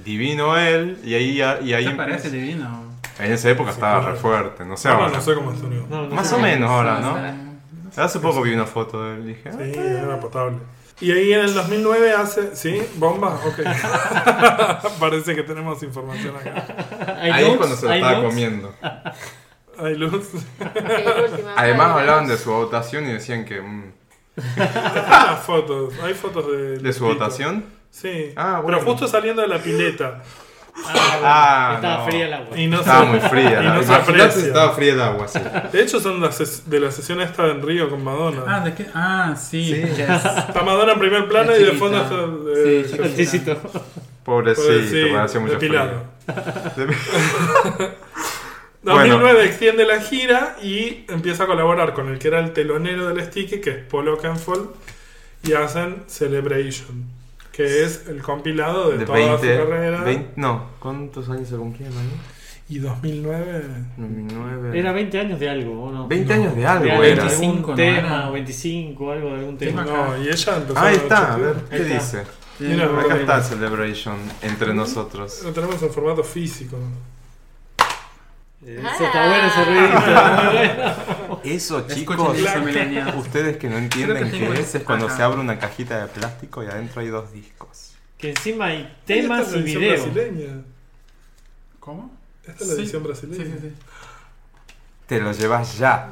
[SPEAKER 2] divino él, y ahí, y ahí
[SPEAKER 5] ¿Te parece divino?
[SPEAKER 2] en esa época
[SPEAKER 3] Sí,
[SPEAKER 2] estaba
[SPEAKER 3] claro.
[SPEAKER 2] re fuerte, no sé
[SPEAKER 3] Ahora
[SPEAKER 2] ahora.
[SPEAKER 3] no sé cómo salió.
[SPEAKER 4] No, no
[SPEAKER 2] Más
[SPEAKER 4] sé.
[SPEAKER 2] o menos ahora,
[SPEAKER 5] Sí,
[SPEAKER 2] ¿no?
[SPEAKER 5] está-
[SPEAKER 2] Hace poco vi una foto de él y dije, ah,
[SPEAKER 3] Sí, era potable. Y ahí en el 2009 hace. ¿Sí? ¿Bomba? Ok. [LAUGHS] Parece que tenemos información acá.
[SPEAKER 4] ¿Hay
[SPEAKER 2] ahí es
[SPEAKER 4] notes?
[SPEAKER 2] cuando se lo
[SPEAKER 4] ¿Hay
[SPEAKER 2] estaba
[SPEAKER 4] notes?
[SPEAKER 2] comiendo.
[SPEAKER 3] Ah, Hay luz.
[SPEAKER 2] Además hablaban de su votación y decían que... mm,
[SPEAKER 3] Hay las fotos. Hay fotos de.
[SPEAKER 2] ¿De su
[SPEAKER 3] Lupito.
[SPEAKER 2] votación?
[SPEAKER 3] Sí.
[SPEAKER 2] Ah, bueno.
[SPEAKER 3] Pero justo saliendo de la pileta.
[SPEAKER 2] Ah,
[SPEAKER 4] Estaba
[SPEAKER 2] no.
[SPEAKER 4] fría el agua.
[SPEAKER 3] Y no
[SPEAKER 2] Estaba
[SPEAKER 3] se-
[SPEAKER 2] muy fría.
[SPEAKER 3] Y no
[SPEAKER 2] la-
[SPEAKER 3] se
[SPEAKER 2] Imagínate si
[SPEAKER 3] aprecia.
[SPEAKER 2] estaba fría el agua, sí.
[SPEAKER 3] De hecho, son las ses- de la sesión esta en Río con
[SPEAKER 5] Ah,
[SPEAKER 3] Madonna.
[SPEAKER 5] ¿de qué? Ah, sí.
[SPEAKER 2] Sí.
[SPEAKER 5] yes.
[SPEAKER 3] Está Madonna en primer plano y de fondo está.
[SPEAKER 5] Chiquita.
[SPEAKER 3] eh,
[SPEAKER 5] Sí,
[SPEAKER 3] Jesús.
[SPEAKER 5] chiquita.
[SPEAKER 4] Necesito.
[SPEAKER 2] Pobrecito,
[SPEAKER 3] Pues sí,
[SPEAKER 2] me hacía mucho
[SPEAKER 3] depilado.
[SPEAKER 2] frío. De-
[SPEAKER 3] 2009 extiende la gira y empieza a colaborar con el que era el telonero del sticky, que es Polo Canfold, y hacen Celebration, que es el compilado [LAUGHS] de,
[SPEAKER 2] De
[SPEAKER 3] toda su
[SPEAKER 2] 20,
[SPEAKER 3] carrera.
[SPEAKER 2] 20 No, ¿cuántos años se cumplían ahí?
[SPEAKER 3] Y 2009.
[SPEAKER 2] 2009.
[SPEAKER 4] Era 20 años de algo, ¿o no?
[SPEAKER 2] 20 años de algo
[SPEAKER 4] De
[SPEAKER 2] era.
[SPEAKER 5] 25.
[SPEAKER 4] algún
[SPEAKER 5] ¿no?
[SPEAKER 4] tema,
[SPEAKER 5] Era.
[SPEAKER 4] 25, algo de algún tema.
[SPEAKER 3] No, y ella empezó
[SPEAKER 2] Ah, Ahí
[SPEAKER 3] en el
[SPEAKER 2] está, a
[SPEAKER 3] 82.
[SPEAKER 2] ver, ¿qué
[SPEAKER 4] Ahí está.
[SPEAKER 2] dice?
[SPEAKER 3] Mira,
[SPEAKER 2] Acá
[SPEAKER 3] bueno,
[SPEAKER 2] está Celebration entre
[SPEAKER 3] [LAUGHS]
[SPEAKER 2] nosotros.
[SPEAKER 3] Lo tenemos en formato físico.
[SPEAKER 4] Eh, Eso está bueno ese
[SPEAKER 3] [LAUGHS]
[SPEAKER 4] ruidito.
[SPEAKER 2] Eso, chicos,
[SPEAKER 5] Escuchen eso,
[SPEAKER 2] [LAUGHS]
[SPEAKER 5] millennials.
[SPEAKER 2] ustedes que no entienden
[SPEAKER 5] Creo que
[SPEAKER 2] qué
[SPEAKER 5] tengo-
[SPEAKER 2] es, es cuando
[SPEAKER 5] Ajá.
[SPEAKER 2] se abre una cajita de plástico y adentro hay dos discos.
[SPEAKER 4] que encima hay
[SPEAKER 3] Esta es
[SPEAKER 4] temas y
[SPEAKER 3] la edición
[SPEAKER 4] videos.
[SPEAKER 3] brasileña.
[SPEAKER 5] ¿Cómo?
[SPEAKER 3] Esta es la
[SPEAKER 5] Sí.
[SPEAKER 3] edición
[SPEAKER 5] Sí,
[SPEAKER 3] brasileña.
[SPEAKER 5] sí, sí.
[SPEAKER 2] Te lo llevas ya.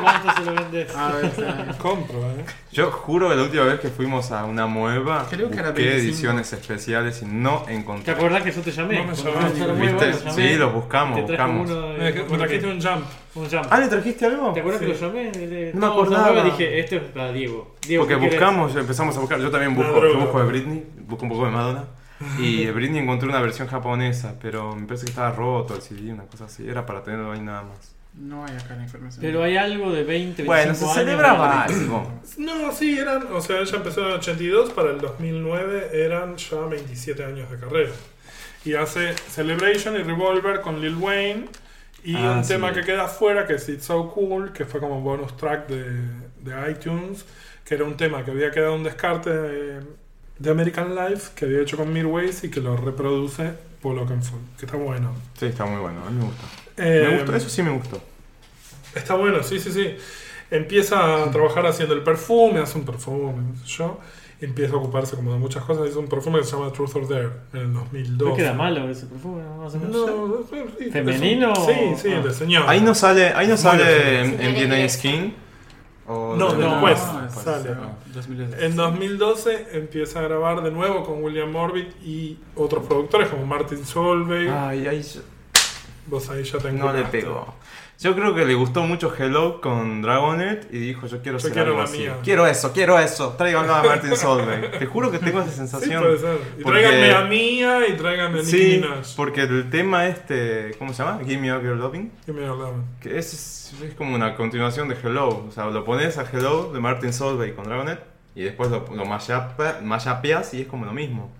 [SPEAKER 4] ¿Cuánto se lo vendes?
[SPEAKER 3] Ah.
[SPEAKER 5] A ver, sí.
[SPEAKER 3] Compro, ¿eh?
[SPEAKER 2] Yo juro que la última vez que fuimos a una mueva,
[SPEAKER 5] Creo que era
[SPEAKER 2] busqué
[SPEAKER 5] 25.
[SPEAKER 2] ediciones especiales y no
[SPEAKER 4] ¿Te
[SPEAKER 2] encontré.
[SPEAKER 4] acordás que yo te llamé?
[SPEAKER 3] No me
[SPEAKER 4] Cuando
[SPEAKER 3] llamás,
[SPEAKER 4] fuimos a la
[SPEAKER 3] ¿viste?
[SPEAKER 4] mueva, lo llamé.
[SPEAKER 2] Sí, los buscamos,
[SPEAKER 4] Te trajo
[SPEAKER 2] buscamos.
[SPEAKER 4] uno de-
[SPEAKER 3] Me dej- me trajiste un jump.
[SPEAKER 4] un jump.
[SPEAKER 2] Ah, ¿le trajiste algo?
[SPEAKER 4] ¿Te acuerdas que lo
[SPEAKER 3] Sí.
[SPEAKER 4] llamé? De- de-
[SPEAKER 2] No me
[SPEAKER 4] estábamos en la
[SPEAKER 2] acordaba.
[SPEAKER 4] mueva y dije, esto es para Diego. Diego
[SPEAKER 2] Porque
[SPEAKER 4] ¿qué querés?
[SPEAKER 2] buscamos, empezamos a buscar. Yo también
[SPEAKER 3] La
[SPEAKER 2] busco, yo
[SPEAKER 3] droga.
[SPEAKER 2] busco de Britney, busco un poco de Madonna.
[SPEAKER 4] [LAUGHS]
[SPEAKER 2] Y de Britney encontré una versión japonesa, pero me parece que estaba roto el CD, una cosa así. Era para tenerlo ahí nada más.
[SPEAKER 5] No hay acá la información.
[SPEAKER 4] Pero hay algo de 20, 25
[SPEAKER 2] Bueno, se
[SPEAKER 4] años
[SPEAKER 2] celebraba
[SPEAKER 4] de-
[SPEAKER 2] algo.
[SPEAKER 3] No, sí, eran, o sea, ella empezó en el 82, para el 2009 eran ya 27 años de carrera. Y hace Celebration y Revolver con Lil Wayne. Y
[SPEAKER 2] Ah,
[SPEAKER 3] un
[SPEAKER 2] sí.
[SPEAKER 3] tema que queda afuera, que es It's So Cool, que fue como bonus track de, de iTunes, que era un tema que había quedado un descarte de, de American Life, que había hecho con Mirways y que lo reproduce Paul Oakenfold, que está bueno.
[SPEAKER 2] Sí, está muy bueno, a mí me gustó.
[SPEAKER 3] Eh,
[SPEAKER 2] me gustó, eso sí me gustó.
[SPEAKER 3] Está bueno, sí, sí, sí. Empieza a trabajar haciendo el perfume, hace un perfume, no sé yo. Empieza a ocuparse como de muchas cosas. Hizo un perfume que se llama Truth or Dare en el 2002.
[SPEAKER 4] ¿No queda malo ese perfume? Más o menos.
[SPEAKER 3] No, es un- sí,
[SPEAKER 4] ¿Femenino
[SPEAKER 3] es un- Sí, sí,
[SPEAKER 4] o-
[SPEAKER 3] de señor.
[SPEAKER 2] Ahí no sale, ahí no sale en, en
[SPEAKER 1] tiene
[SPEAKER 2] DNA
[SPEAKER 1] que-
[SPEAKER 2] Skin. o
[SPEAKER 3] No,
[SPEAKER 2] de-
[SPEAKER 3] no,
[SPEAKER 5] después
[SPEAKER 3] pues, sale.
[SPEAKER 5] no, 2010.
[SPEAKER 3] En 2012 empieza a grabar de nuevo con William Orbit y otros productores como Martin Solveig.
[SPEAKER 2] Ay, ay, yo-
[SPEAKER 3] Vos ahí ya te
[SPEAKER 2] no le
[SPEAKER 3] encontraste.
[SPEAKER 2] pegó. Yo creo que le gustó mucho Hello con Dragonet y dijo, yo quiero
[SPEAKER 3] Yo
[SPEAKER 2] ser
[SPEAKER 3] quiero
[SPEAKER 2] algo
[SPEAKER 3] la
[SPEAKER 2] así.
[SPEAKER 3] mía.
[SPEAKER 2] Quiero eso, quiero eso. Tráiganlo a Martin
[SPEAKER 3] [LAUGHS]
[SPEAKER 2] Solveig. Te juro que tengo esa
[SPEAKER 3] Sí,
[SPEAKER 2] sensación.
[SPEAKER 3] puede ser. Y
[SPEAKER 2] Porque-
[SPEAKER 3] tráiganme a Mía y tráiganme a Nicki
[SPEAKER 2] Sí,
[SPEAKER 3] Minaj.
[SPEAKER 2] porque el tema este, ¿cómo se llama? Give Me Up Your Loving,
[SPEAKER 3] Que me hablaban.
[SPEAKER 2] que es, es, es como una continuación de Hello, o sea, lo pones a Hello de Martin Solveig con Dragonet y después lo, lo mashapa- mashapeas y es como lo mismo.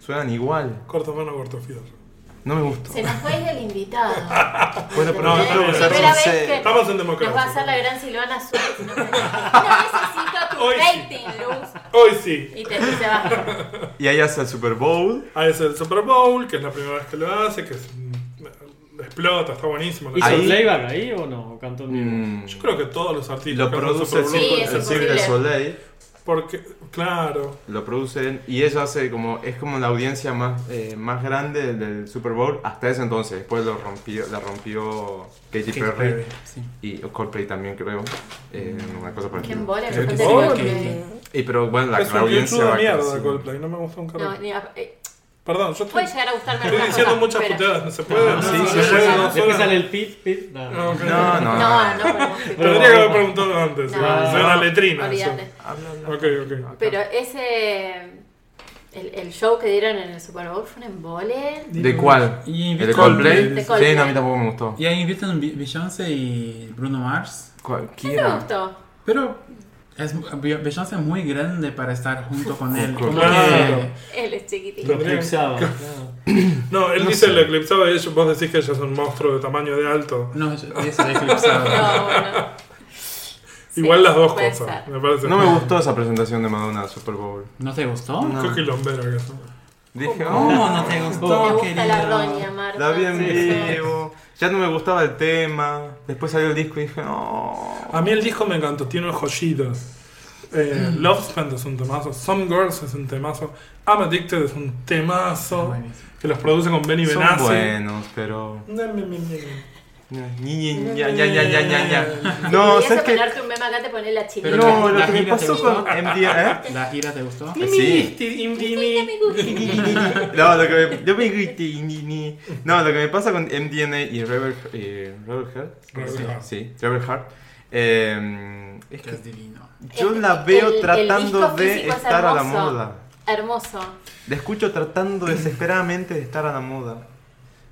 [SPEAKER 2] Suenan igual,
[SPEAKER 3] Corto mano, corto fierro.
[SPEAKER 2] no me gusta.
[SPEAKER 1] Se nos fue el
[SPEAKER 3] [LAUGHS]
[SPEAKER 1] invitado.
[SPEAKER 3] Ah,
[SPEAKER 2] Bueno, pero
[SPEAKER 3] No,
[SPEAKER 2] yo
[SPEAKER 3] está
[SPEAKER 2] tengo que
[SPEAKER 3] bien.
[SPEAKER 2] ser
[SPEAKER 1] Primera vez
[SPEAKER 2] sincero.
[SPEAKER 1] que-
[SPEAKER 3] Estamos en
[SPEAKER 1] Nos
[SPEAKER 3] democracia.
[SPEAKER 1] va a hacer la gran
[SPEAKER 3] [LAUGHS]
[SPEAKER 1] Silvana Suárez. No [LAUGHS] necesito tu
[SPEAKER 3] Hoy sí.
[SPEAKER 1] rating, Luz.
[SPEAKER 3] Hoy sí.
[SPEAKER 1] Y te dice
[SPEAKER 3] [LAUGHS]
[SPEAKER 1] baja.
[SPEAKER 2] Y ahí hace el Super Bowl.
[SPEAKER 3] Ah, es el Super Bowl, que es la primera vez que lo hace, que es- mm, explota, está buenísimo.
[SPEAKER 4] ¿Hizo
[SPEAKER 2] Ahí-
[SPEAKER 4] playback ahí o no? ¿O cantó en vivo?
[SPEAKER 2] mm,
[SPEAKER 3] Yo creo que todos los
[SPEAKER 2] y
[SPEAKER 3] artistas
[SPEAKER 2] lo
[SPEAKER 3] que hacen
[SPEAKER 2] produce el,
[SPEAKER 3] Super Bowl,
[SPEAKER 1] Sí,
[SPEAKER 2] Cirque-
[SPEAKER 1] es
[SPEAKER 2] el Cirque du
[SPEAKER 1] imposible.
[SPEAKER 2] Soleil.
[SPEAKER 3] porque, claro,
[SPEAKER 2] Lo producen y ella hace como. Es como la audiencia más, eh, más grande del, del Super Bowl hasta ese entonces. Después lo rompió, la rompió Katy
[SPEAKER 5] Katy
[SPEAKER 2] Perry.
[SPEAKER 5] Perry, sí.
[SPEAKER 2] Y Coldplay también creo. eh,
[SPEAKER 3] Mm.
[SPEAKER 2] una cosa por el
[SPEAKER 1] ¿Quién
[SPEAKER 2] estilo.
[SPEAKER 1] bola?
[SPEAKER 5] Creo que
[SPEAKER 1] Yo pensé
[SPEAKER 5] sí, que-
[SPEAKER 2] Y pero bueno, la,
[SPEAKER 3] es
[SPEAKER 2] la
[SPEAKER 3] un
[SPEAKER 2] audiencia.
[SPEAKER 3] YouTube de
[SPEAKER 2] va
[SPEAKER 3] mierda
[SPEAKER 2] creciendo.
[SPEAKER 3] Coldplay, no me gusta un carajo.
[SPEAKER 1] No, ni a- eh,
[SPEAKER 3] Perdón, yo estoy,
[SPEAKER 1] puede llegar a gustarme
[SPEAKER 3] estoy
[SPEAKER 1] alguna
[SPEAKER 3] diciendo
[SPEAKER 1] cosa,
[SPEAKER 3] muchas
[SPEAKER 1] pero-
[SPEAKER 3] puteadas, no se puede, no,
[SPEAKER 2] sí,
[SPEAKER 3] no
[SPEAKER 2] sí,
[SPEAKER 3] se
[SPEAKER 2] sí,
[SPEAKER 3] puede,
[SPEAKER 2] sí.
[SPEAKER 3] no
[SPEAKER 4] Después
[SPEAKER 3] suena.
[SPEAKER 4] sale el pit, pit. No,
[SPEAKER 3] Ah, ok.
[SPEAKER 2] No, no,
[SPEAKER 1] No,
[SPEAKER 2] no.
[SPEAKER 1] no, podemos.
[SPEAKER 3] Tendría que haber preguntado antes,
[SPEAKER 1] No,
[SPEAKER 3] ¿no? Era
[SPEAKER 4] no,
[SPEAKER 3] una letrina.
[SPEAKER 1] olvídate.
[SPEAKER 3] eso. Ok, ok.
[SPEAKER 1] Pero ese. El, el show que dieron en el Super Bowl fue un embole.
[SPEAKER 2] ¿De cuál?
[SPEAKER 5] Y
[SPEAKER 2] ¿El de
[SPEAKER 5] invitan-
[SPEAKER 2] Coldplay?
[SPEAKER 1] De Coldplay.
[SPEAKER 2] Sí, no, a mí tampoco me gustó.
[SPEAKER 5] Y ahí invitan Be- Beyoncé y Bruno Mars.
[SPEAKER 1] ¿Qué te
[SPEAKER 2] Cualquiera.
[SPEAKER 1] gustó?
[SPEAKER 5] Pero es, Be- Beyoncé es muy grande para estar junto con él.
[SPEAKER 2] Claro.
[SPEAKER 5] Como que-
[SPEAKER 1] Él es chiquitito.
[SPEAKER 4] Lo eclipsaba. claro.
[SPEAKER 3] No, él
[SPEAKER 2] No
[SPEAKER 3] dice
[SPEAKER 2] sé.
[SPEAKER 3] el eclipsado y ellos- vos decís que ella es un monstruo de tamaño de alto.
[SPEAKER 5] No, es
[SPEAKER 2] [LAUGHS]
[SPEAKER 5] es eclipsado.
[SPEAKER 1] No, bueno. Sí,
[SPEAKER 3] Igual las dos
[SPEAKER 1] puede
[SPEAKER 3] cosas,
[SPEAKER 1] ser.
[SPEAKER 3] me parece.
[SPEAKER 2] No me gustó esa presentación de Madonna al Super Bowl.
[SPEAKER 5] ¿No te gustó?
[SPEAKER 3] Qué quilombero que es.
[SPEAKER 2] Dije,
[SPEAKER 5] ¿Cómo
[SPEAKER 2] "Oh,
[SPEAKER 5] no te
[SPEAKER 1] Me
[SPEAKER 5] gustó,
[SPEAKER 1] gusta la roña,
[SPEAKER 5] querido?
[SPEAKER 1] Marta.
[SPEAKER 2] la vi en
[SPEAKER 1] Sí, sí.
[SPEAKER 2] vivo. Ya no me gustaba el tema. Después salió el disco y dije, "Oh, no.
[SPEAKER 3] A mí el disco me encantó, tiene joyitas. Eh, Love Spent es un temazo, Some Girls es un temazo, I'm Addicted es un temazo,
[SPEAKER 5] Buenísimo.
[SPEAKER 3] que los produce con Benny
[SPEAKER 2] Son
[SPEAKER 3] Benassi. Mm,
[SPEAKER 2] buenos, pero.
[SPEAKER 3] Ne, ne, ne, ne.
[SPEAKER 2] Ñi, ñi, ña, ña, ña, ña, ña, ña. No,
[SPEAKER 1] Si
[SPEAKER 2] ¿sabes
[SPEAKER 1] querías apanarte
[SPEAKER 2] qué?
[SPEAKER 1] un meme acá, te pones la chilena.
[SPEAKER 5] Pero
[SPEAKER 2] No,
[SPEAKER 5] la-
[SPEAKER 2] lo
[SPEAKER 5] la
[SPEAKER 2] que me
[SPEAKER 5] gira te
[SPEAKER 2] pasó con
[SPEAKER 5] gustó.
[SPEAKER 2] MDR.
[SPEAKER 5] ¿La gira te gustó?
[SPEAKER 2] ¿eh? Sí. No, lo que me, yo me grité, ni, ni. No, lo que me pasa con MDNA y Rebel, eh, Rebel Heart.
[SPEAKER 3] Rebel
[SPEAKER 2] sí,
[SPEAKER 3] Heart.
[SPEAKER 2] sí, Rebel Heart. eh, es
[SPEAKER 5] Que
[SPEAKER 2] que
[SPEAKER 5] es divino.
[SPEAKER 2] yo
[SPEAKER 1] El-
[SPEAKER 2] la veo
[SPEAKER 1] el- el
[SPEAKER 2] tratando
[SPEAKER 1] disco
[SPEAKER 2] de
[SPEAKER 1] físico es
[SPEAKER 2] estar a la
[SPEAKER 1] hermoso.
[SPEAKER 2] moda.
[SPEAKER 1] Hermoso.
[SPEAKER 2] La escucho tratando desesperadamente de estar a la moda.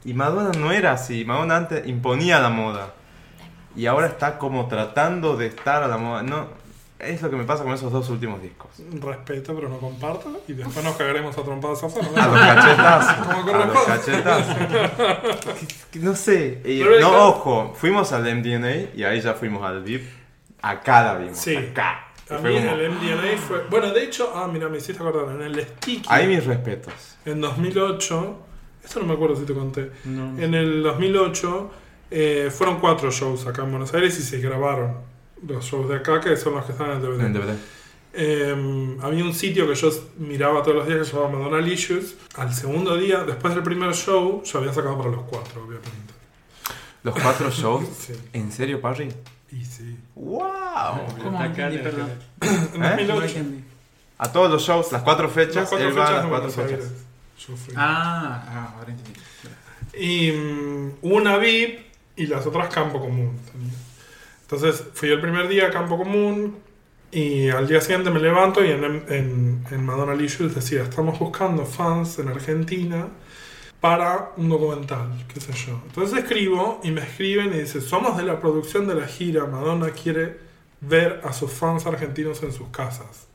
[SPEAKER 2] Y Madonna no era así. Madonna antes imponía la moda. Y ahora está como tratando de estar a la moda. No, es lo que me pasa con esos dos últimos discos.
[SPEAKER 3] mm. Respeto, pero no comparto, y después nos cagaremos a trompadas
[SPEAKER 2] [LAUGHS]
[SPEAKER 3] afuera.
[SPEAKER 2] A los cachetazos.
[SPEAKER 3] [LAUGHS] Como
[SPEAKER 2] A los
[SPEAKER 3] corresponde.
[SPEAKER 2] cachetazos. Que- que No sé. eh,
[SPEAKER 3] Pero
[SPEAKER 2] no,
[SPEAKER 3] esa-
[SPEAKER 2] ojo. Fuimos al MDNA y ahí ya fuimos al VIP. Acá la vimos.
[SPEAKER 3] Sí.
[SPEAKER 2] Acá. Fue
[SPEAKER 3] A mí
[SPEAKER 2] como-
[SPEAKER 3] el MDNA fue. Bueno, de hecho, ah, mira, me hiciste acordar, en el Sticky,
[SPEAKER 2] Ahí mis respetos.
[SPEAKER 3] en 2008, esto no me acuerdo si te conté.
[SPEAKER 4] No.
[SPEAKER 3] En el 2008 eh, fueron cuatro shows acá en Buenos Aires y se grabaron los shows de acá, que son los que están en el DVD. Eh, había un sitio que yo miraba todos los días que se llamaba Madonna Issues. Al segundo día, después del primer show, yo había sacado para los cuatro, obviamente.
[SPEAKER 2] Los cuatro shows.
[SPEAKER 3] [LAUGHS] Sí.
[SPEAKER 2] ¿En serio, Parry?
[SPEAKER 3] Y sí.
[SPEAKER 2] ¡Wow!
[SPEAKER 5] ¿Cómo?
[SPEAKER 4] Está acá
[SPEAKER 5] Ni
[SPEAKER 4] la-
[SPEAKER 5] perdón.
[SPEAKER 3] En
[SPEAKER 2] ¿Eh?
[SPEAKER 3] 2008.
[SPEAKER 2] A todos los shows, las cuatro
[SPEAKER 3] Las
[SPEAKER 2] fechas,
[SPEAKER 3] cuatro
[SPEAKER 2] él va a
[SPEAKER 3] fechas
[SPEAKER 2] las
[SPEAKER 3] en
[SPEAKER 2] cuatro
[SPEAKER 3] Buenos
[SPEAKER 2] fechas.
[SPEAKER 3] Aires. Yo fui.
[SPEAKER 5] Ah, ah, ahora entendí.
[SPEAKER 3] Y mm, una VIP y las otras campo común. tenía. Entonces fui el primer día a campo común y al día siguiente me levanto y en, en, en Madonna Lee Shoes decía, estamos buscando fans en Argentina para un documental, qué sé yo. Entonces escribo y me escriben y dice, somos de la producción de la gira, Madonna quiere ver a sus fans argentinos en sus casas.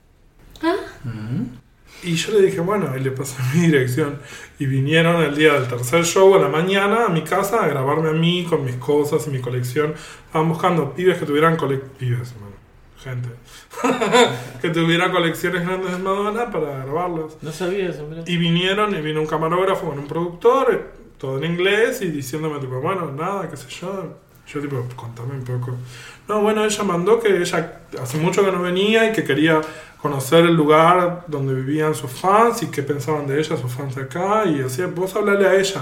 [SPEAKER 3] Y yo le dije, bueno, y le pasé [LAUGHS] mi dirección. Y vinieron el día del tercer show a la mañana a mi casa a grabarme a mí con mis cosas y mi colección. Estaban buscando pibes que tuvieran cole- pibes, bueno, gente. [LAUGHS] que tuvieran colecciones grandes de Madonna para grabarlas.
[SPEAKER 4] No sabía eso, mirá.
[SPEAKER 3] Y vinieron, y vino un camarógrafo con un productor, todo en inglés, y diciéndome, tipo, bueno, nada, qué sé yo. Yo, tipo, contame un poco. No, bueno, ella mandó que ella hace mucho que no venía y que quería conocer el lugar donde vivían sus fans y qué pensaban de ella, sus fans de acá, y así, vos hablale a ella.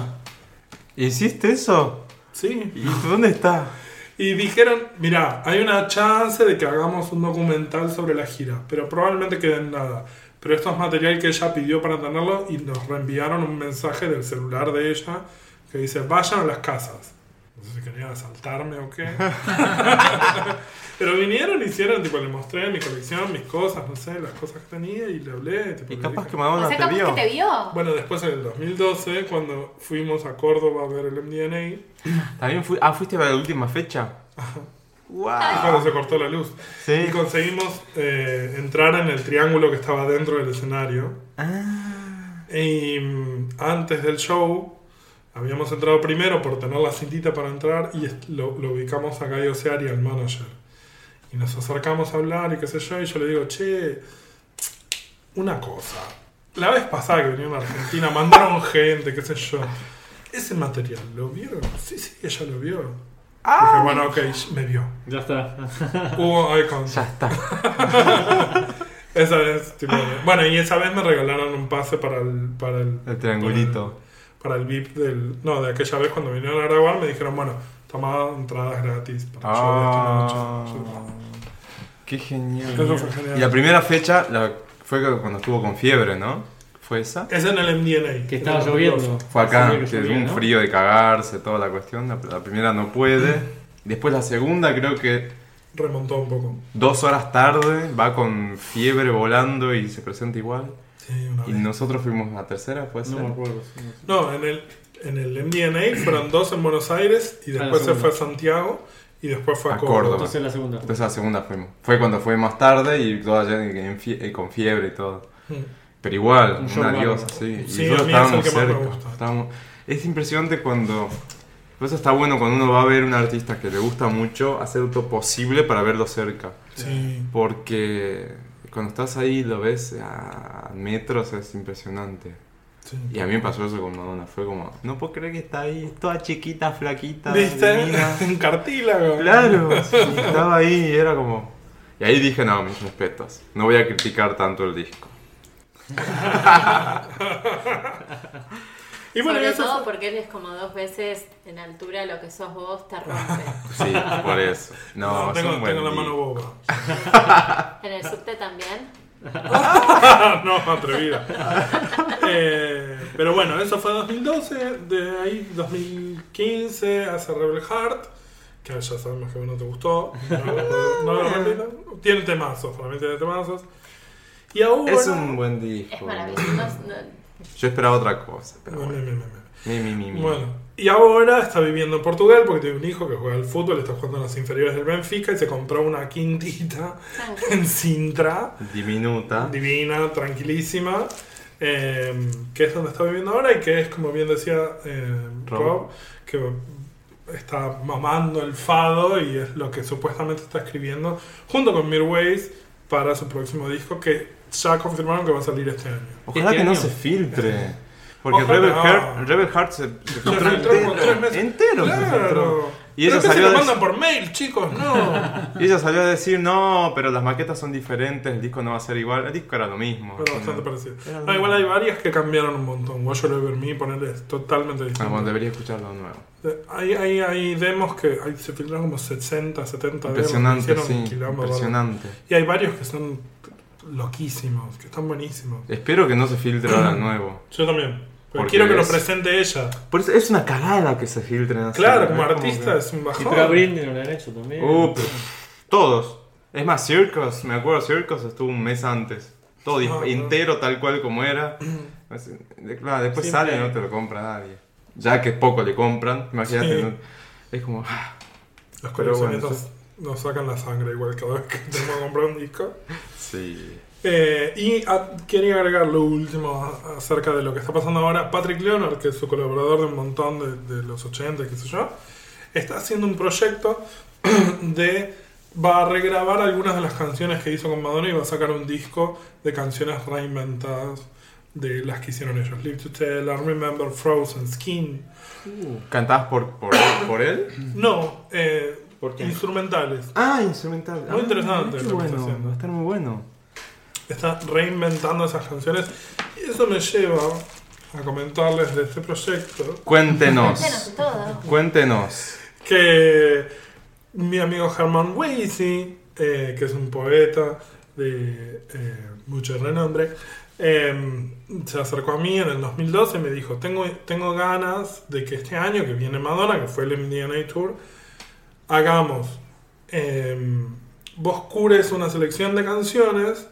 [SPEAKER 2] ¿Hiciste eso?
[SPEAKER 3] Sí.
[SPEAKER 2] ¿Y dónde está?
[SPEAKER 3] Y dijeron, mirá, hay una chance de que hagamos un documental sobre la gira, pero probablemente quede en nada. Pero esto es material que ella pidió para tenerlo y nos reenviaron un mensaje del celular de ella que dice, vayan a las casas. No sé si querían asaltarme o qué. pero vinieron, hicieron, tipo, le mostré mi colección, mis cosas, no sé, las cosas que tenía y le hablé. Tipo,
[SPEAKER 2] Y
[SPEAKER 3] le
[SPEAKER 2] capaz
[SPEAKER 3] dije-
[SPEAKER 2] que
[SPEAKER 1] O
[SPEAKER 2] Madonna
[SPEAKER 1] sea,
[SPEAKER 2] te
[SPEAKER 1] capaz que
[SPEAKER 2] vio.
[SPEAKER 1] te vio.
[SPEAKER 3] Bueno, después en el 2012, cuando fuimos a Córdoba a ver el MDNA,
[SPEAKER 2] También fui- ah, fuiste a la última fecha.
[SPEAKER 3] es
[SPEAKER 2] ¡Wow!
[SPEAKER 3] cuando se cortó la luz.
[SPEAKER 2] Sí.
[SPEAKER 3] Y conseguimos eh, entrar en el triángulo que estaba dentro del escenario.
[SPEAKER 2] Ah.
[SPEAKER 3] Y mm, antes del show habíamos entrado primero por tener la cintita para entrar y est- lo, lo ubicamos a Guy Oceari, al manager. Y nos acercamos a hablar y qué sé yo, y yo le digo, che, una cosa. La vez pasada que vinieron a Argentina,
[SPEAKER 2] [LAUGHS]
[SPEAKER 3] mandaron gente, qué sé yo. Ese material, ¿lo vieron? Sí, sí, ella lo vio.
[SPEAKER 2] Ah.
[SPEAKER 3] Dije, bueno, ok, me vio.
[SPEAKER 4] Ya está.
[SPEAKER 2] [LAUGHS]
[SPEAKER 3] Hubo eye contact.
[SPEAKER 2] Ya está.
[SPEAKER 3] [LAUGHS] Esa vez, tipo, bueno, y esa vez me regalaron un pase para el. Para el,
[SPEAKER 2] El triangulito.
[SPEAKER 3] Para el, para el VIP del. No, de aquella vez cuando vinieron a grabar me dijeron, bueno, toma entradas gratis para el
[SPEAKER 2] Ah,
[SPEAKER 3] show de esta noche.
[SPEAKER 2] ¡Qué genial!
[SPEAKER 3] Eso fue genial.
[SPEAKER 2] Y la primera fecha la- fue cuando estuvo con fiebre, ¿no? ¿Fue esa?
[SPEAKER 3] Es en el MDNA.
[SPEAKER 4] Que estaba
[SPEAKER 3] Era
[SPEAKER 4] lloviendo.
[SPEAKER 3] fabuloso.
[SPEAKER 2] Fue acá,
[SPEAKER 4] Sabía
[SPEAKER 2] que
[SPEAKER 4] que
[SPEAKER 2] es
[SPEAKER 4] llovía,
[SPEAKER 2] un
[SPEAKER 4] ¿no?
[SPEAKER 2] frío de cagarse, toda la cuestión. La, la primera no puede. Después la segunda creo que
[SPEAKER 3] Remontó un poco.
[SPEAKER 2] dos horas tarde va con fiebre volando y se presenta igual.
[SPEAKER 3] Sí, una
[SPEAKER 2] Y
[SPEAKER 3] vez.
[SPEAKER 2] nosotros fuimos a tercera, ¿puede ser?
[SPEAKER 4] No me acuerdo. sí, no sé.
[SPEAKER 3] No, en el, en el MDNA fueron dos en Buenos Aires y
[SPEAKER 4] Ah, la
[SPEAKER 3] después se
[SPEAKER 4] segunda.
[SPEAKER 3] fue a Santiago y después fue a,
[SPEAKER 2] A
[SPEAKER 3] Córdoba.
[SPEAKER 2] Córdoba.
[SPEAKER 4] Entonces la segunda.
[SPEAKER 2] Entonces a la segunda fuimos. Fue cuando fue más tarde y toda ya en- en fie- eh, con fiebre y todo.
[SPEAKER 3] Mm.
[SPEAKER 2] Pero igual,
[SPEAKER 4] Un show
[SPEAKER 2] una
[SPEAKER 4] bárbaro.
[SPEAKER 2] diosa, sí.
[SPEAKER 3] Sí,
[SPEAKER 2] y
[SPEAKER 3] a
[SPEAKER 2] todos
[SPEAKER 3] mí es el
[SPEAKER 2] estábamos
[SPEAKER 3] que más me
[SPEAKER 2] cerca.
[SPEAKER 3] gusta.
[SPEAKER 2] estábamos- Es impresionante cuando. Por eso está bueno cuando uno va a ver un artista que le gusta mucho, hacer todo posible para verlo cerca.
[SPEAKER 3] Sí.
[SPEAKER 2] Porque cuando estás ahí y lo ves a metros es impresionante.
[SPEAKER 3] Sí.
[SPEAKER 2] Y a mí me pasó eso con Madonna. Fue como, no puedo creer que está ahí, toda chiquita, flaquita,
[SPEAKER 3] ¿Viste? [LAUGHS]
[SPEAKER 2] divina.
[SPEAKER 3] Un cartílago.
[SPEAKER 2] Claro, sí, estaba ahí y era como. Y ahí dije, no, mis respetos. No voy a criticar tanto el disco.
[SPEAKER 3] Y bueno,
[SPEAKER 1] Sobre
[SPEAKER 3] eso
[SPEAKER 1] todo
[SPEAKER 3] fue-
[SPEAKER 1] porque él es como dos veces en altura lo que sos vos, te rompe.
[SPEAKER 2] [LAUGHS] Sí, por eso. No,
[SPEAKER 3] No,
[SPEAKER 2] es
[SPEAKER 3] tengo,
[SPEAKER 2] un buen
[SPEAKER 3] tengo la
[SPEAKER 2] disco.
[SPEAKER 3] mano boba. [LAUGHS]
[SPEAKER 1] en el subte también.
[SPEAKER 3] Ah, no, atrevida.
[SPEAKER 2] [LAUGHS]
[SPEAKER 3] Eh, pero bueno, eso fue 2012. De ahí, 2015, hace Rebel Heart. Que ya sabemos que no te gustó.
[SPEAKER 2] [LAUGHS]
[SPEAKER 3] No, no lo repito. Tiene temazos, solamente tiene temazos. Y ahora.
[SPEAKER 2] Es un buen
[SPEAKER 1] Es
[SPEAKER 2] disco.
[SPEAKER 1] maravilloso. no-
[SPEAKER 2] Yo esperaba otra cosa, pero
[SPEAKER 3] Bueno,
[SPEAKER 2] bueno.
[SPEAKER 3] bien, bien, bien.
[SPEAKER 2] Mi, mi, mi, mi.
[SPEAKER 3] Bueno, y ahora está viviendo en Portugal porque tiene un hijo que juega al fútbol, está jugando en las inferiores del Benfica y se compró una quintita en Sintra.
[SPEAKER 2] Diminuta.
[SPEAKER 3] divina, tranquilísima, eh, que es donde está viviendo ahora y que es, como bien decía eh, Rob,
[SPEAKER 2] Rob.
[SPEAKER 3] que está mamando el fado y es lo que supuestamente está escribiendo junto con Mirways para su próximo disco que ya confirmaron que va a salir este año.
[SPEAKER 2] Ojalá
[SPEAKER 4] Este
[SPEAKER 2] que no
[SPEAKER 4] año.
[SPEAKER 2] se filtre. Porque
[SPEAKER 3] Ojalá.
[SPEAKER 2] Rebel Heart, Rebel Heart se, se
[SPEAKER 3] Se
[SPEAKER 2] filtró
[SPEAKER 3] filtró como tres
[SPEAKER 2] entero.
[SPEAKER 3] meses.
[SPEAKER 2] entero se filtró.
[SPEAKER 3] Claro.
[SPEAKER 2] Y ella
[SPEAKER 3] Pero que se
[SPEAKER 2] salió
[SPEAKER 3] lo
[SPEAKER 2] a dec-
[SPEAKER 3] mandan por mail, chicos, no.
[SPEAKER 2] [LAUGHS] Y ella salió a decir, no, pero las maquetas son diferentes, el disco no va a ser igual. El disco era lo mismo. al
[SPEAKER 3] Pero bastante
[SPEAKER 2] final.
[SPEAKER 3] parecido. No, igual hay varias que cambiaron un montón. Watch Over Me, ponerle es totalmente
[SPEAKER 2] Ah,
[SPEAKER 3] distinto.
[SPEAKER 2] bueno, debería escucharlo de nuevo.
[SPEAKER 3] Eh, Hay, hay, hay demos que hay- se filtraron como 60, 70 demos.
[SPEAKER 2] Impresionante,
[SPEAKER 3] hicieron
[SPEAKER 2] sí.
[SPEAKER 3] un quilombo,
[SPEAKER 2] Impresionante.
[SPEAKER 3] bárbaro. Y hay varios que son loquísimos, que están buenísimos.
[SPEAKER 2] Espero que no se filtre ahora el nuevo.
[SPEAKER 3] Yo también. Pero
[SPEAKER 2] Porque
[SPEAKER 3] quiero que lo
[SPEAKER 2] es-
[SPEAKER 3] presente ella.
[SPEAKER 2] Por eso es una cagada que se filtren así.
[SPEAKER 3] Claro,
[SPEAKER 2] Es
[SPEAKER 3] como
[SPEAKER 2] que-
[SPEAKER 3] artista es un
[SPEAKER 4] Y
[SPEAKER 3] bajón.
[SPEAKER 4] pero a Britney no le han hecho también.
[SPEAKER 2] Uh, pero- todos. Es más, Circus, me acuerdo, Circus estuvo un mes antes. Todo dis-
[SPEAKER 3] Ah, claro.
[SPEAKER 2] entero, tal cual como
[SPEAKER 3] [CLEARS THROAT]
[SPEAKER 2] era. Así, de- claro, después
[SPEAKER 4] Siempre
[SPEAKER 2] sale y
[SPEAKER 4] hay.
[SPEAKER 2] no te lo compra nadie. Ya que poco le compran, imagínate.
[SPEAKER 3] Sí.
[SPEAKER 2] ¿no? Es como. ah,
[SPEAKER 3] Los
[SPEAKER 2] Pero bueno,
[SPEAKER 3] coleccionistas nos sacan la sangre igual cada vez que tenemos que comprar un disco.
[SPEAKER 2] sí.
[SPEAKER 3] Eh, y a- quería agregar lo último a- acerca de lo que está pasando ahora. Patrick Leonard, que es su colaborador de un montón de, de los 80, qué sé yo, está haciendo un proyecto [CLEARS THROAT] de... Va a regrabar algunas de las canciones que hizo con Madonna y va a sacar un disco de canciones reinventadas de las que hicieron ellos. Live to Tell, I Remember, Frozen, Skin.
[SPEAKER 2] ¿Cantabas por, por, por él?
[SPEAKER 3] No, eh,
[SPEAKER 4] Mm. ¿Por qué?
[SPEAKER 3] instrumentales.
[SPEAKER 2] Ah, instrumental.
[SPEAKER 3] Muy
[SPEAKER 2] Ah, qué
[SPEAKER 3] interesante lo que está
[SPEAKER 2] bueno,
[SPEAKER 3] haciendo.
[SPEAKER 2] Va a estar muy bueno.
[SPEAKER 3] está reinventando esas canciones. Y eso me lleva a comentarles de este proyecto
[SPEAKER 2] Cuéntenos.
[SPEAKER 1] Cuéntenos todo.
[SPEAKER 2] Cuéntenos.
[SPEAKER 3] que mi amigo Germán Weisy, eh, que es un poeta de eh, mucho renombre, eh, se acercó a mí en el 2012 y me dijo, tengo, tengo ganas de que este año que viene Madonna, que fue el MDNA Tour, hagamos, eh, vos cures una selección de canciones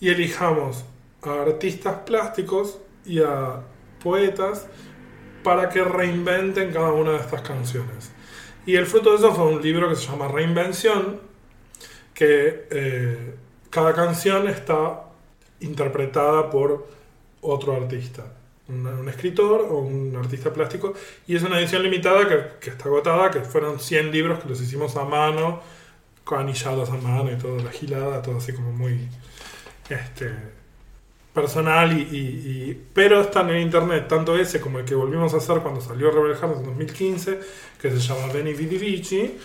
[SPEAKER 3] y elijamos a artistas plásticos y a poetas para que reinventen cada una de estas canciones. Y el fruto de eso fue un libro que se llama Reinvención, que eh, cada canción está interpretada por otro artista, un, un escritor o un artista plástico, y es una edición limitada que, que está agotada, que fueron 100 libros que los hicimos a mano, con anillados a mano y toda la gilada, todo así como muy este, personal, y, y- y- pero están en internet, tanto ese como el que volvimos a hacer cuando salió Rebel Heart en 2015, que se llama Beni Vidi Vici,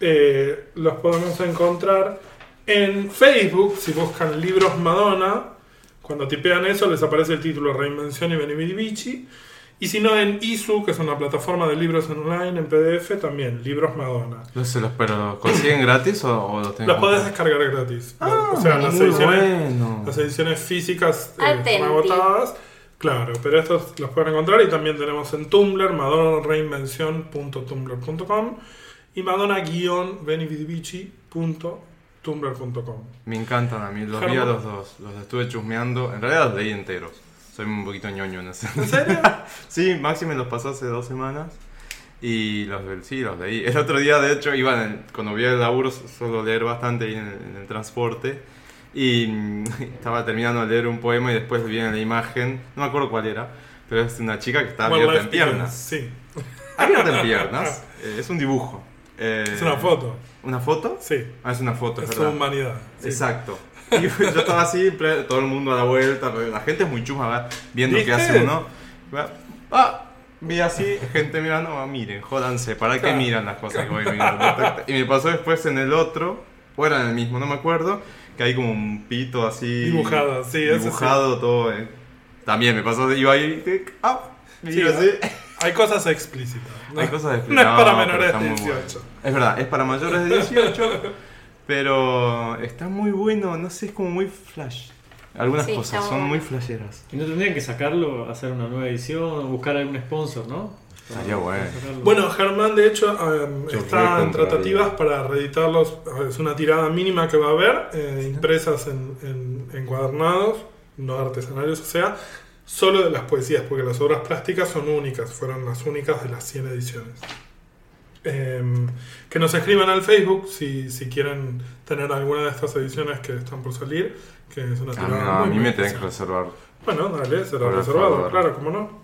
[SPEAKER 3] eh, los podemos encontrar en Facebook, si buscan libros Madonna, cuando tipean eso les aparece el título Reinvención y Beni Vidi Vici, y si no en ISU, que es una plataforma de libros online en PDF, también, libros Madonna.
[SPEAKER 2] No sé, los- ¿Pero los consiguen gratis o, o los tienen
[SPEAKER 3] Los
[SPEAKER 2] que
[SPEAKER 3] podés
[SPEAKER 2] comprar?
[SPEAKER 3] descargar gratis.
[SPEAKER 2] Ah,
[SPEAKER 3] o sea, las
[SPEAKER 2] muy
[SPEAKER 3] ediciones,
[SPEAKER 2] bueno.
[SPEAKER 3] las ediciones físicas eh,
[SPEAKER 1] Atenti.
[SPEAKER 3] están agotadas. Claro, pero estos los pueden encontrar y también tenemos en Tumblr, madonnareinvención.tumblr.com y madonna-benividivici.tumblr.com.
[SPEAKER 2] Me encantan a mí, los vi a
[SPEAKER 3] Germán.
[SPEAKER 2] los dos, los estuve chusmeando, en realidad los leí enteros, soy un poquito ñoño en ese.
[SPEAKER 3] ¿En serio?
[SPEAKER 2] [LAUGHS] sí, Maxi me los pasó hace dos semanas y los, sí, los leí. El otro día, de hecho, iba en el- cuando vi el laburo, suelo leer bastante ahí en el, en el transporte y [LAUGHS] mm, estaba terminando de leer un poema y después viene la imagen, no me acuerdo cuál era, pero es una chica que está abierta en
[SPEAKER 3] Wildlife
[SPEAKER 2] piernas.
[SPEAKER 3] Sí,
[SPEAKER 2] Abierta en piernas, eh, es un dibujo. Eh,
[SPEAKER 3] es una foto.
[SPEAKER 2] ¿Una foto?
[SPEAKER 3] Sí,
[SPEAKER 2] Ah, es una foto, es,
[SPEAKER 3] es su
[SPEAKER 2] verdad.
[SPEAKER 3] humanidad. sí.
[SPEAKER 2] Exacto. [LAUGHS] Y yo estaba así, en plan, todo el mundo a la vuelta, pero la gente es muy chusma, ¿verdad? viendo qué
[SPEAKER 3] ¿Viste?
[SPEAKER 2] hace uno. Va, Ah, y así, gente mirando, ah, miren, jódanse, ¿para qué
[SPEAKER 3] Claro.
[SPEAKER 2] miran las cosas que voy mirando? Y me pasó después en el otro, o era en el mismo, no me acuerdo, que hay como un pito así.
[SPEAKER 3] Dibujado, sí, ese sí.
[SPEAKER 2] Dibujado todo. eh. También me pasó, iba ahí, tic, ah,
[SPEAKER 3] Sí,
[SPEAKER 2] miro así.
[SPEAKER 3] Hay cosas explícitas. ¿no?
[SPEAKER 2] Hay cosas de-
[SPEAKER 3] [LAUGHS] No es para
[SPEAKER 2] no, pero
[SPEAKER 3] menores
[SPEAKER 2] está
[SPEAKER 3] de
[SPEAKER 2] muy bueno.
[SPEAKER 3] 18.
[SPEAKER 2] Es verdad, es para mayores de 18, [LAUGHS] pero está muy bueno, no sé, es como muy flash. Algunas
[SPEAKER 1] Sí,
[SPEAKER 2] cosas
[SPEAKER 1] está
[SPEAKER 2] son
[SPEAKER 1] bueno.
[SPEAKER 2] muy flasheras.
[SPEAKER 4] Y no tendrían que sacarlo, hacer una nueva edición, buscar algún sponsor, ¿no? Para-
[SPEAKER 2] Estaría bueno.
[SPEAKER 4] para sacarlo.
[SPEAKER 3] Bueno, Germán, de hecho, em,
[SPEAKER 2] Yo
[SPEAKER 3] está en
[SPEAKER 2] recompraría.
[SPEAKER 3] tratativas para reeditarlos. Es una tirada mínima que va a haber, eh, impresas en, en- encuadernados, no artesanales, o sea, solo de las poesías, porque las obras plásticas son únicas, fueron las únicas de las 100 ediciones. Em, que nos escriban al Facebook si, si quieren tener alguna de estas ediciones que están por salir, que es una
[SPEAKER 2] A
[SPEAKER 3] tirada
[SPEAKER 2] mí, Ah, no, a
[SPEAKER 3] muy
[SPEAKER 2] mí me
[SPEAKER 3] especial.
[SPEAKER 2] tienen que reservar.
[SPEAKER 3] Bueno, dale, será
[SPEAKER 2] Por
[SPEAKER 3] reservado,
[SPEAKER 2] favor.
[SPEAKER 3] claro, cómo no.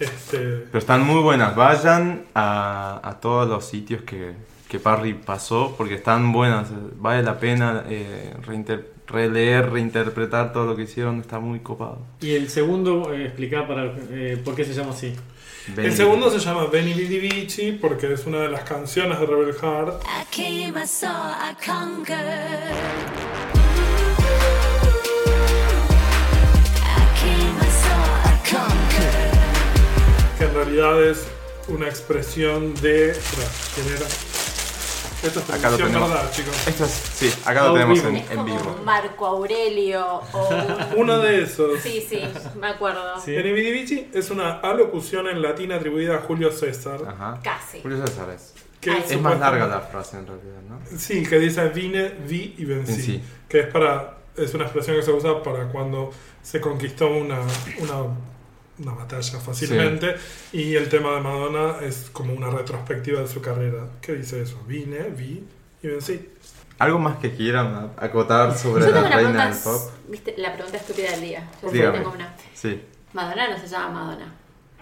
[SPEAKER 3] Este,
[SPEAKER 2] Pero están muy buenas, vayan a, a todos los sitios que, que Parry pasó, porque están buenas, vale la pena eh, reinter- releer, reinterpretar todo lo que hicieron, está muy copado.
[SPEAKER 4] Y el segundo, eh, explicá para, eh, por qué se llama así.
[SPEAKER 2] Ven.
[SPEAKER 3] El segundo se llama Benny Bidi Bici porque es una de las canciones de Rebel Heart.
[SPEAKER 7] I came, I saw, I conquered. I came, I saw, I conquered.
[SPEAKER 3] que en realidad es una expresión de. espera, ¿Quién era? Esto es
[SPEAKER 2] Acá lo
[SPEAKER 3] televisión,
[SPEAKER 2] tenemos.
[SPEAKER 3] verdad, chicos.
[SPEAKER 2] Esto es, sí, acá lo
[SPEAKER 4] Oh,
[SPEAKER 2] tenemos
[SPEAKER 4] vivo.
[SPEAKER 2] en,
[SPEAKER 1] Es
[SPEAKER 2] en
[SPEAKER 1] como
[SPEAKER 2] vivo.
[SPEAKER 1] un Marco Aurelio o
[SPEAKER 2] [LAUGHS]
[SPEAKER 1] un-
[SPEAKER 3] Uno de esos.
[SPEAKER 1] Sí, sí, me acuerdo.
[SPEAKER 4] Sí.
[SPEAKER 3] Benny Bidi Bici es una alocución en latín atribuida a Julio César.
[SPEAKER 2] Ajá.
[SPEAKER 1] Casi.
[SPEAKER 2] Julio César es.
[SPEAKER 3] Que
[SPEAKER 1] Ay.
[SPEAKER 2] Ah. Es más larga la frase en realidad, ¿no?
[SPEAKER 3] Sí, que dice vine, vi y vencí.
[SPEAKER 2] Vencí.
[SPEAKER 3] Que es para. Es una expresión que se usa para cuando se conquistó una, una, una batalla fácilmente. Y el tema de Madonna es como una retrospectiva de su carrera. Que dice eso? Vine, vi y vencí.
[SPEAKER 2] ¿Algo más que quieran acotar sobre
[SPEAKER 1] Yo tengo
[SPEAKER 2] la
[SPEAKER 1] una
[SPEAKER 2] reina
[SPEAKER 1] pregunta,
[SPEAKER 2] del pop?
[SPEAKER 1] viste, la pregunta estúpida del día. Yo
[SPEAKER 2] Dígame.
[SPEAKER 1] tengo una.
[SPEAKER 2] Sí.
[SPEAKER 1] Madonna no se llama Madonna.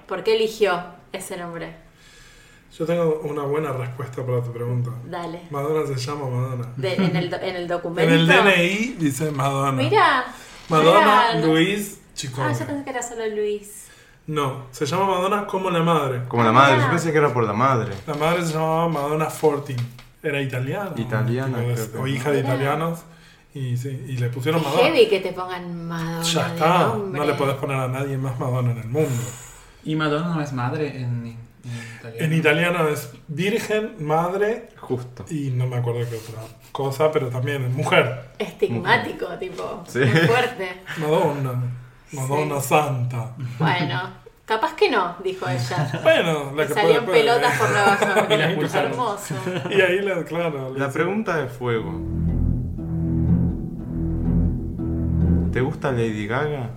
[SPEAKER 1] ¿Por qué eligió ese nombre?
[SPEAKER 3] Yo tengo una buena respuesta para tu pregunta.
[SPEAKER 1] Dale.
[SPEAKER 3] Madonna se llama Madonna.
[SPEAKER 1] De- en, el, do- en el
[SPEAKER 3] En
[SPEAKER 1] documento.
[SPEAKER 3] el DNI dice Madonna.
[SPEAKER 1] Mira.
[SPEAKER 3] Madonna
[SPEAKER 1] mira.
[SPEAKER 3] Luis Chicón.
[SPEAKER 1] Ah, yo pensé que era solo Luis.
[SPEAKER 3] No, se llama Madonna como la madre.
[SPEAKER 2] Como la madre,
[SPEAKER 1] Ah.
[SPEAKER 2] yo pensé que era por la madre.
[SPEAKER 3] La madre se llamaba Madonna Fortin. Era italiana.
[SPEAKER 2] Italiana,
[SPEAKER 3] o,
[SPEAKER 2] creo que
[SPEAKER 3] o
[SPEAKER 2] no.
[SPEAKER 3] hija de italianos. Y, sí, y le
[SPEAKER 1] Qué
[SPEAKER 3] pusieron Madonna.
[SPEAKER 1] heavy que te pongan Madonna.
[SPEAKER 3] Ya
[SPEAKER 1] de
[SPEAKER 3] está.
[SPEAKER 1] nombre.
[SPEAKER 3] No le podés poner a nadie más Madonna en el mundo.
[SPEAKER 5] Y Madonna no es madre en, en italiano.
[SPEAKER 3] En italiano es virgen, madre
[SPEAKER 2] Justo.
[SPEAKER 3] y no me acuerdo qué otra cosa, pero también es mujer.
[SPEAKER 1] Estigmático, tipo.
[SPEAKER 2] Sí.
[SPEAKER 1] Muy fuerte.
[SPEAKER 3] Madonna. Madonna Santa.
[SPEAKER 1] Bueno, capaz que no, dijo ella.
[SPEAKER 3] Bueno, la
[SPEAKER 1] Y
[SPEAKER 3] que
[SPEAKER 1] salían
[SPEAKER 3] puede, puede.
[SPEAKER 1] pelotas por Nueva York.
[SPEAKER 4] Y la expulsaron.
[SPEAKER 1] Hermoso.
[SPEAKER 3] Y ahí, la, claro. le
[SPEAKER 2] La
[SPEAKER 3] hice-
[SPEAKER 2] pregunta de fuego. ¿Te gusta Lady Gaga?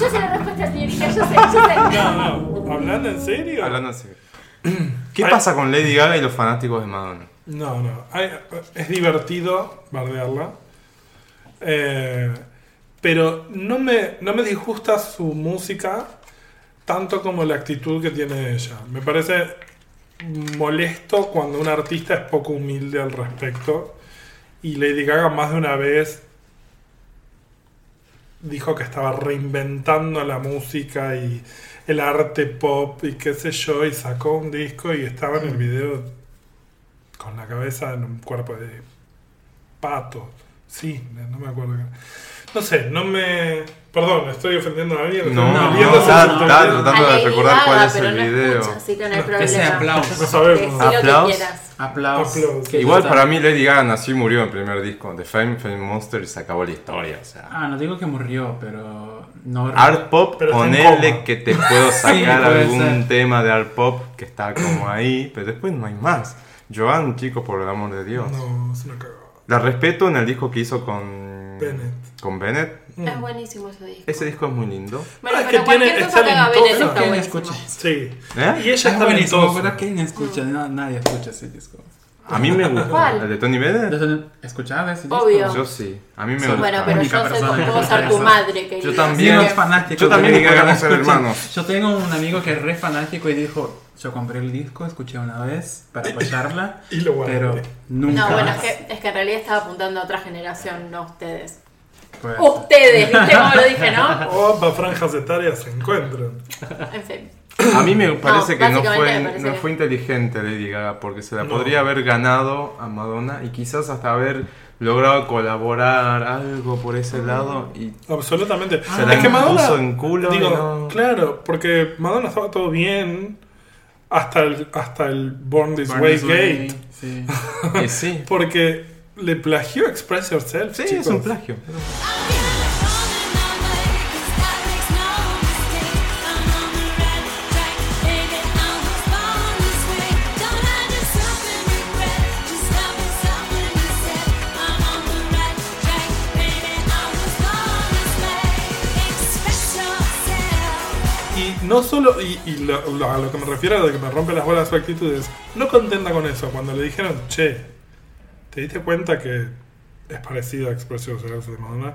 [SPEAKER 1] Yo sé la respuesta, señorita. Yo sé, yo sé.
[SPEAKER 3] No, no, ¿hablando "Ah, en serio?
[SPEAKER 2] Hablando así. [CLEARS THROAT] ¿Qué pasa con Lady Gaga y los fanáticos de Madonna?
[SPEAKER 3] No, no. Ay, Es divertido bardearla. Eh, pero no me, no me disgusta su música tanto como la actitud que tiene ella. Me parece molesto cuando un artista es poco humilde al respecto. Y Lady Gaga más de una vez dijo que estaba reinventando la música y el arte pop y qué sé yo, y sacó un disco y estaba en el video con la cabeza en un cuerpo de pato. Sí, no me acuerdo. No sé, no me... Perdón, estoy ofendiendo a alguien.
[SPEAKER 2] No,
[SPEAKER 5] No,
[SPEAKER 2] no,
[SPEAKER 5] no,
[SPEAKER 2] está,
[SPEAKER 5] no,
[SPEAKER 2] está
[SPEAKER 5] no.
[SPEAKER 2] tratando
[SPEAKER 1] A
[SPEAKER 2] de
[SPEAKER 1] Lady
[SPEAKER 2] recordar cuál
[SPEAKER 1] Gaga,
[SPEAKER 2] es
[SPEAKER 1] pero
[SPEAKER 2] el
[SPEAKER 1] no
[SPEAKER 2] video.
[SPEAKER 1] escucha, así que no hay
[SPEAKER 5] Que sea
[SPEAKER 1] problema.
[SPEAKER 3] No
[SPEAKER 5] aplausos.
[SPEAKER 1] Decí
[SPEAKER 3] sabemos.
[SPEAKER 1] lo
[SPEAKER 2] Aplausos.
[SPEAKER 1] que quieras.
[SPEAKER 5] Aplausos.
[SPEAKER 3] Aplausos.
[SPEAKER 5] Que
[SPEAKER 2] Igual
[SPEAKER 5] ya
[SPEAKER 2] para
[SPEAKER 5] está.
[SPEAKER 2] mí Lady Gaga nació y murió en el primer disco de Fame, Fame Monster y se acabó la historia. O sea,
[SPEAKER 5] Ah, no digo que murió, pero no.
[SPEAKER 2] Art pop,
[SPEAKER 3] Pero está en
[SPEAKER 2] ponele
[SPEAKER 3] coma.
[SPEAKER 2] que te puedo sacar
[SPEAKER 5] puede
[SPEAKER 2] algún
[SPEAKER 5] ser.
[SPEAKER 2] tema de art pop que está como ahí, pero después no hay más. Joan, chicos, por el amor de Dios.
[SPEAKER 3] No, es una cagada.
[SPEAKER 2] La respeto en el disco que hizo con
[SPEAKER 3] Bennett.
[SPEAKER 2] Con Bennett.
[SPEAKER 1] Es buenísimo ese disco.
[SPEAKER 2] Ese disco es muy lindo.
[SPEAKER 1] Bueno,
[SPEAKER 3] Ah, es
[SPEAKER 1] pero
[SPEAKER 3] que tiene-
[SPEAKER 1] cualquier cosa
[SPEAKER 3] está
[SPEAKER 1] que haga
[SPEAKER 3] talentoso.
[SPEAKER 1] Belén está
[SPEAKER 5] ¿Quién
[SPEAKER 1] buenísimo.
[SPEAKER 5] escucha?
[SPEAKER 3] Sí.
[SPEAKER 2] ¿Eh?
[SPEAKER 3] Y ella
[SPEAKER 5] Es
[SPEAKER 3] está
[SPEAKER 5] buenísimo,
[SPEAKER 3] talentosa.
[SPEAKER 5] pero ¿quién escucha? No, nadie escucha ese disco.
[SPEAKER 2] A mí me gustó.
[SPEAKER 1] ¿Cuál?
[SPEAKER 2] ¿El de Tony Bennett?
[SPEAKER 5] Entonces, ¿Escuchás ese disco?
[SPEAKER 1] Obvio.
[SPEAKER 2] Yo sí. A mí me
[SPEAKER 5] Son-
[SPEAKER 2] gusta.
[SPEAKER 1] Bueno, pero
[SPEAKER 5] única
[SPEAKER 1] yo soy,
[SPEAKER 5] persona que
[SPEAKER 1] puedo
[SPEAKER 5] me
[SPEAKER 1] ser tu
[SPEAKER 5] interesa.
[SPEAKER 1] madre, querido.
[SPEAKER 2] Yo también.
[SPEAKER 5] Amigos fanáticos
[SPEAKER 2] Yo también
[SPEAKER 5] de
[SPEAKER 2] digo que
[SPEAKER 5] Nirvana,
[SPEAKER 2] vamos a ser
[SPEAKER 5] escuchen.
[SPEAKER 2] hermanos.
[SPEAKER 5] Yo tengo un amigo que es re fanático y dijo, yo compré el disco, escuché una vez para apoyarla,
[SPEAKER 3] Y lo guardé.
[SPEAKER 5] pero nunca
[SPEAKER 1] No, bueno, es
[SPEAKER 5] más.
[SPEAKER 1] que, es que en realidad estaba apuntando a otra generación, no a ustedes.
[SPEAKER 5] Pues,
[SPEAKER 1] Oh. Ustedes,
[SPEAKER 2] [LAUGHS]
[SPEAKER 1] ¿viste cómo lo dije, no?
[SPEAKER 3] Ambas franjas etarias se encuentran.
[SPEAKER 1] En fin.
[SPEAKER 2] A mí me parece que no
[SPEAKER 1] básicamente
[SPEAKER 2] fue,
[SPEAKER 1] me parece
[SPEAKER 2] no
[SPEAKER 1] que-
[SPEAKER 2] fue inteligente Lady Gaga porque se la
[SPEAKER 3] No.
[SPEAKER 2] podría haber ganado a Madonna y quizás hasta haber logrado colaborar algo por ese lado y
[SPEAKER 3] Absolutamente.
[SPEAKER 2] Ah, se la
[SPEAKER 3] Ah, es que
[SPEAKER 2] puso
[SPEAKER 3] Madonna.
[SPEAKER 2] en culo. y
[SPEAKER 3] digo,
[SPEAKER 2] no-
[SPEAKER 3] claro, porque Madonna estaba todo bien hasta el, hasta el Born This
[SPEAKER 5] Born
[SPEAKER 3] Way
[SPEAKER 5] This Way,
[SPEAKER 3] Gate.
[SPEAKER 5] sí.
[SPEAKER 2] Y sí.
[SPEAKER 3] Porque le plagió Express Yourself.
[SPEAKER 2] Sí,
[SPEAKER 3] chicos.
[SPEAKER 2] es un plagio.
[SPEAKER 3] Y no solo, y, y lo, lo- a lo que me refiero de que me rompe las bolas su actitud es, no contenta con eso, cuando le dijeron, che, ¿te diste cuenta que es parecido a Express Yourself de Madonna?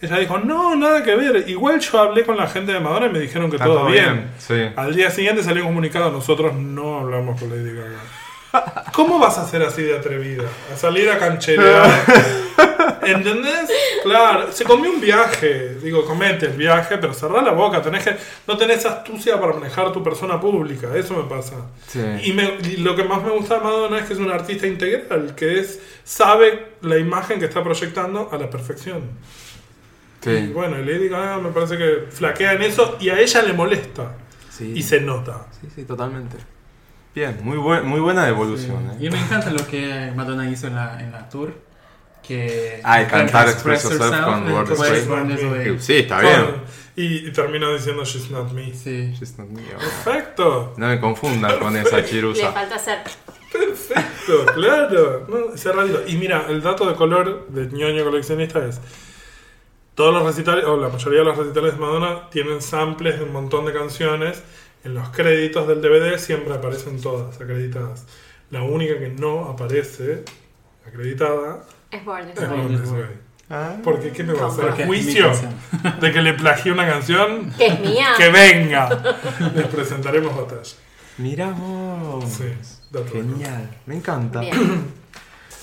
[SPEAKER 3] Ella dijo, no, nada que ver, igual yo hablé con la gente de Madonna y me dijeron que
[SPEAKER 2] Está
[SPEAKER 3] todo bien.
[SPEAKER 2] Sí.
[SPEAKER 3] Al día siguiente salió un comunicado, nosotros no hablamos con Lady Gaga. [LAUGHS] ¿Cómo vas a ser así de atrevida? A salir
[SPEAKER 2] [LAUGHS]
[SPEAKER 3] a cancherear. ¿Entendés? Claro, se comió un viaje. Digo, comete el viaje, pero cerrá la boca. Tenés que, no tenés astucia para manejar tu persona pública. Eso me pasa.
[SPEAKER 2] Sí.
[SPEAKER 3] Y, me- y lo que más me gusta de Madonna es que es un artista integral, que es sabe la imagen que está proyectando a la perfección. Y
[SPEAKER 2] Sí.
[SPEAKER 3] bueno, y Lady Gaga me parece que flaquea en eso y a ella le molesta.
[SPEAKER 2] Sí.
[SPEAKER 3] Y se nota.
[SPEAKER 2] sí, sí, totalmente. Bien, muy, buen, muy buena devolución.
[SPEAKER 5] Y
[SPEAKER 2] ¿eh?
[SPEAKER 5] me encanta lo que Madonna hizo en la, en la tour. Que
[SPEAKER 2] Ah, y cantar Express Yourself
[SPEAKER 5] Yourself
[SPEAKER 2] con Born This
[SPEAKER 5] después
[SPEAKER 3] Way.
[SPEAKER 5] Born This Way.
[SPEAKER 2] Sí, está
[SPEAKER 3] Con- Y, y termina diciendo She's Not Me.
[SPEAKER 5] Sí.
[SPEAKER 2] Just not me, oh.
[SPEAKER 3] Perfecto,
[SPEAKER 2] No me confundan con esa
[SPEAKER 1] Le
[SPEAKER 2] chirusa.
[SPEAKER 1] falta hacer.
[SPEAKER 3] perfecto, claro. No, cerra el hilo. Y mira, el dato de color de ñoño coleccionista es: todos los recitales, o la mayoría de los recitales de Madonna, tienen samples de un montón de canciones. En los créditos del DVD siempre aparecen todas acreditadas. La única que no aparece acreditada
[SPEAKER 1] Es bordes.
[SPEAKER 3] es Born This Way.
[SPEAKER 2] Ah.
[SPEAKER 3] Porque, ¿qué me va a hacer?
[SPEAKER 5] Porque es mi
[SPEAKER 3] ¿Juicio
[SPEAKER 5] canción.
[SPEAKER 3] de que le plagié una canción?
[SPEAKER 1] Que es mía.
[SPEAKER 3] ¡Que venga! Les presentaremos batalla.
[SPEAKER 2] Mira vos.
[SPEAKER 3] Sí, dato de color.
[SPEAKER 2] Genial, me encanta.
[SPEAKER 1] Bien.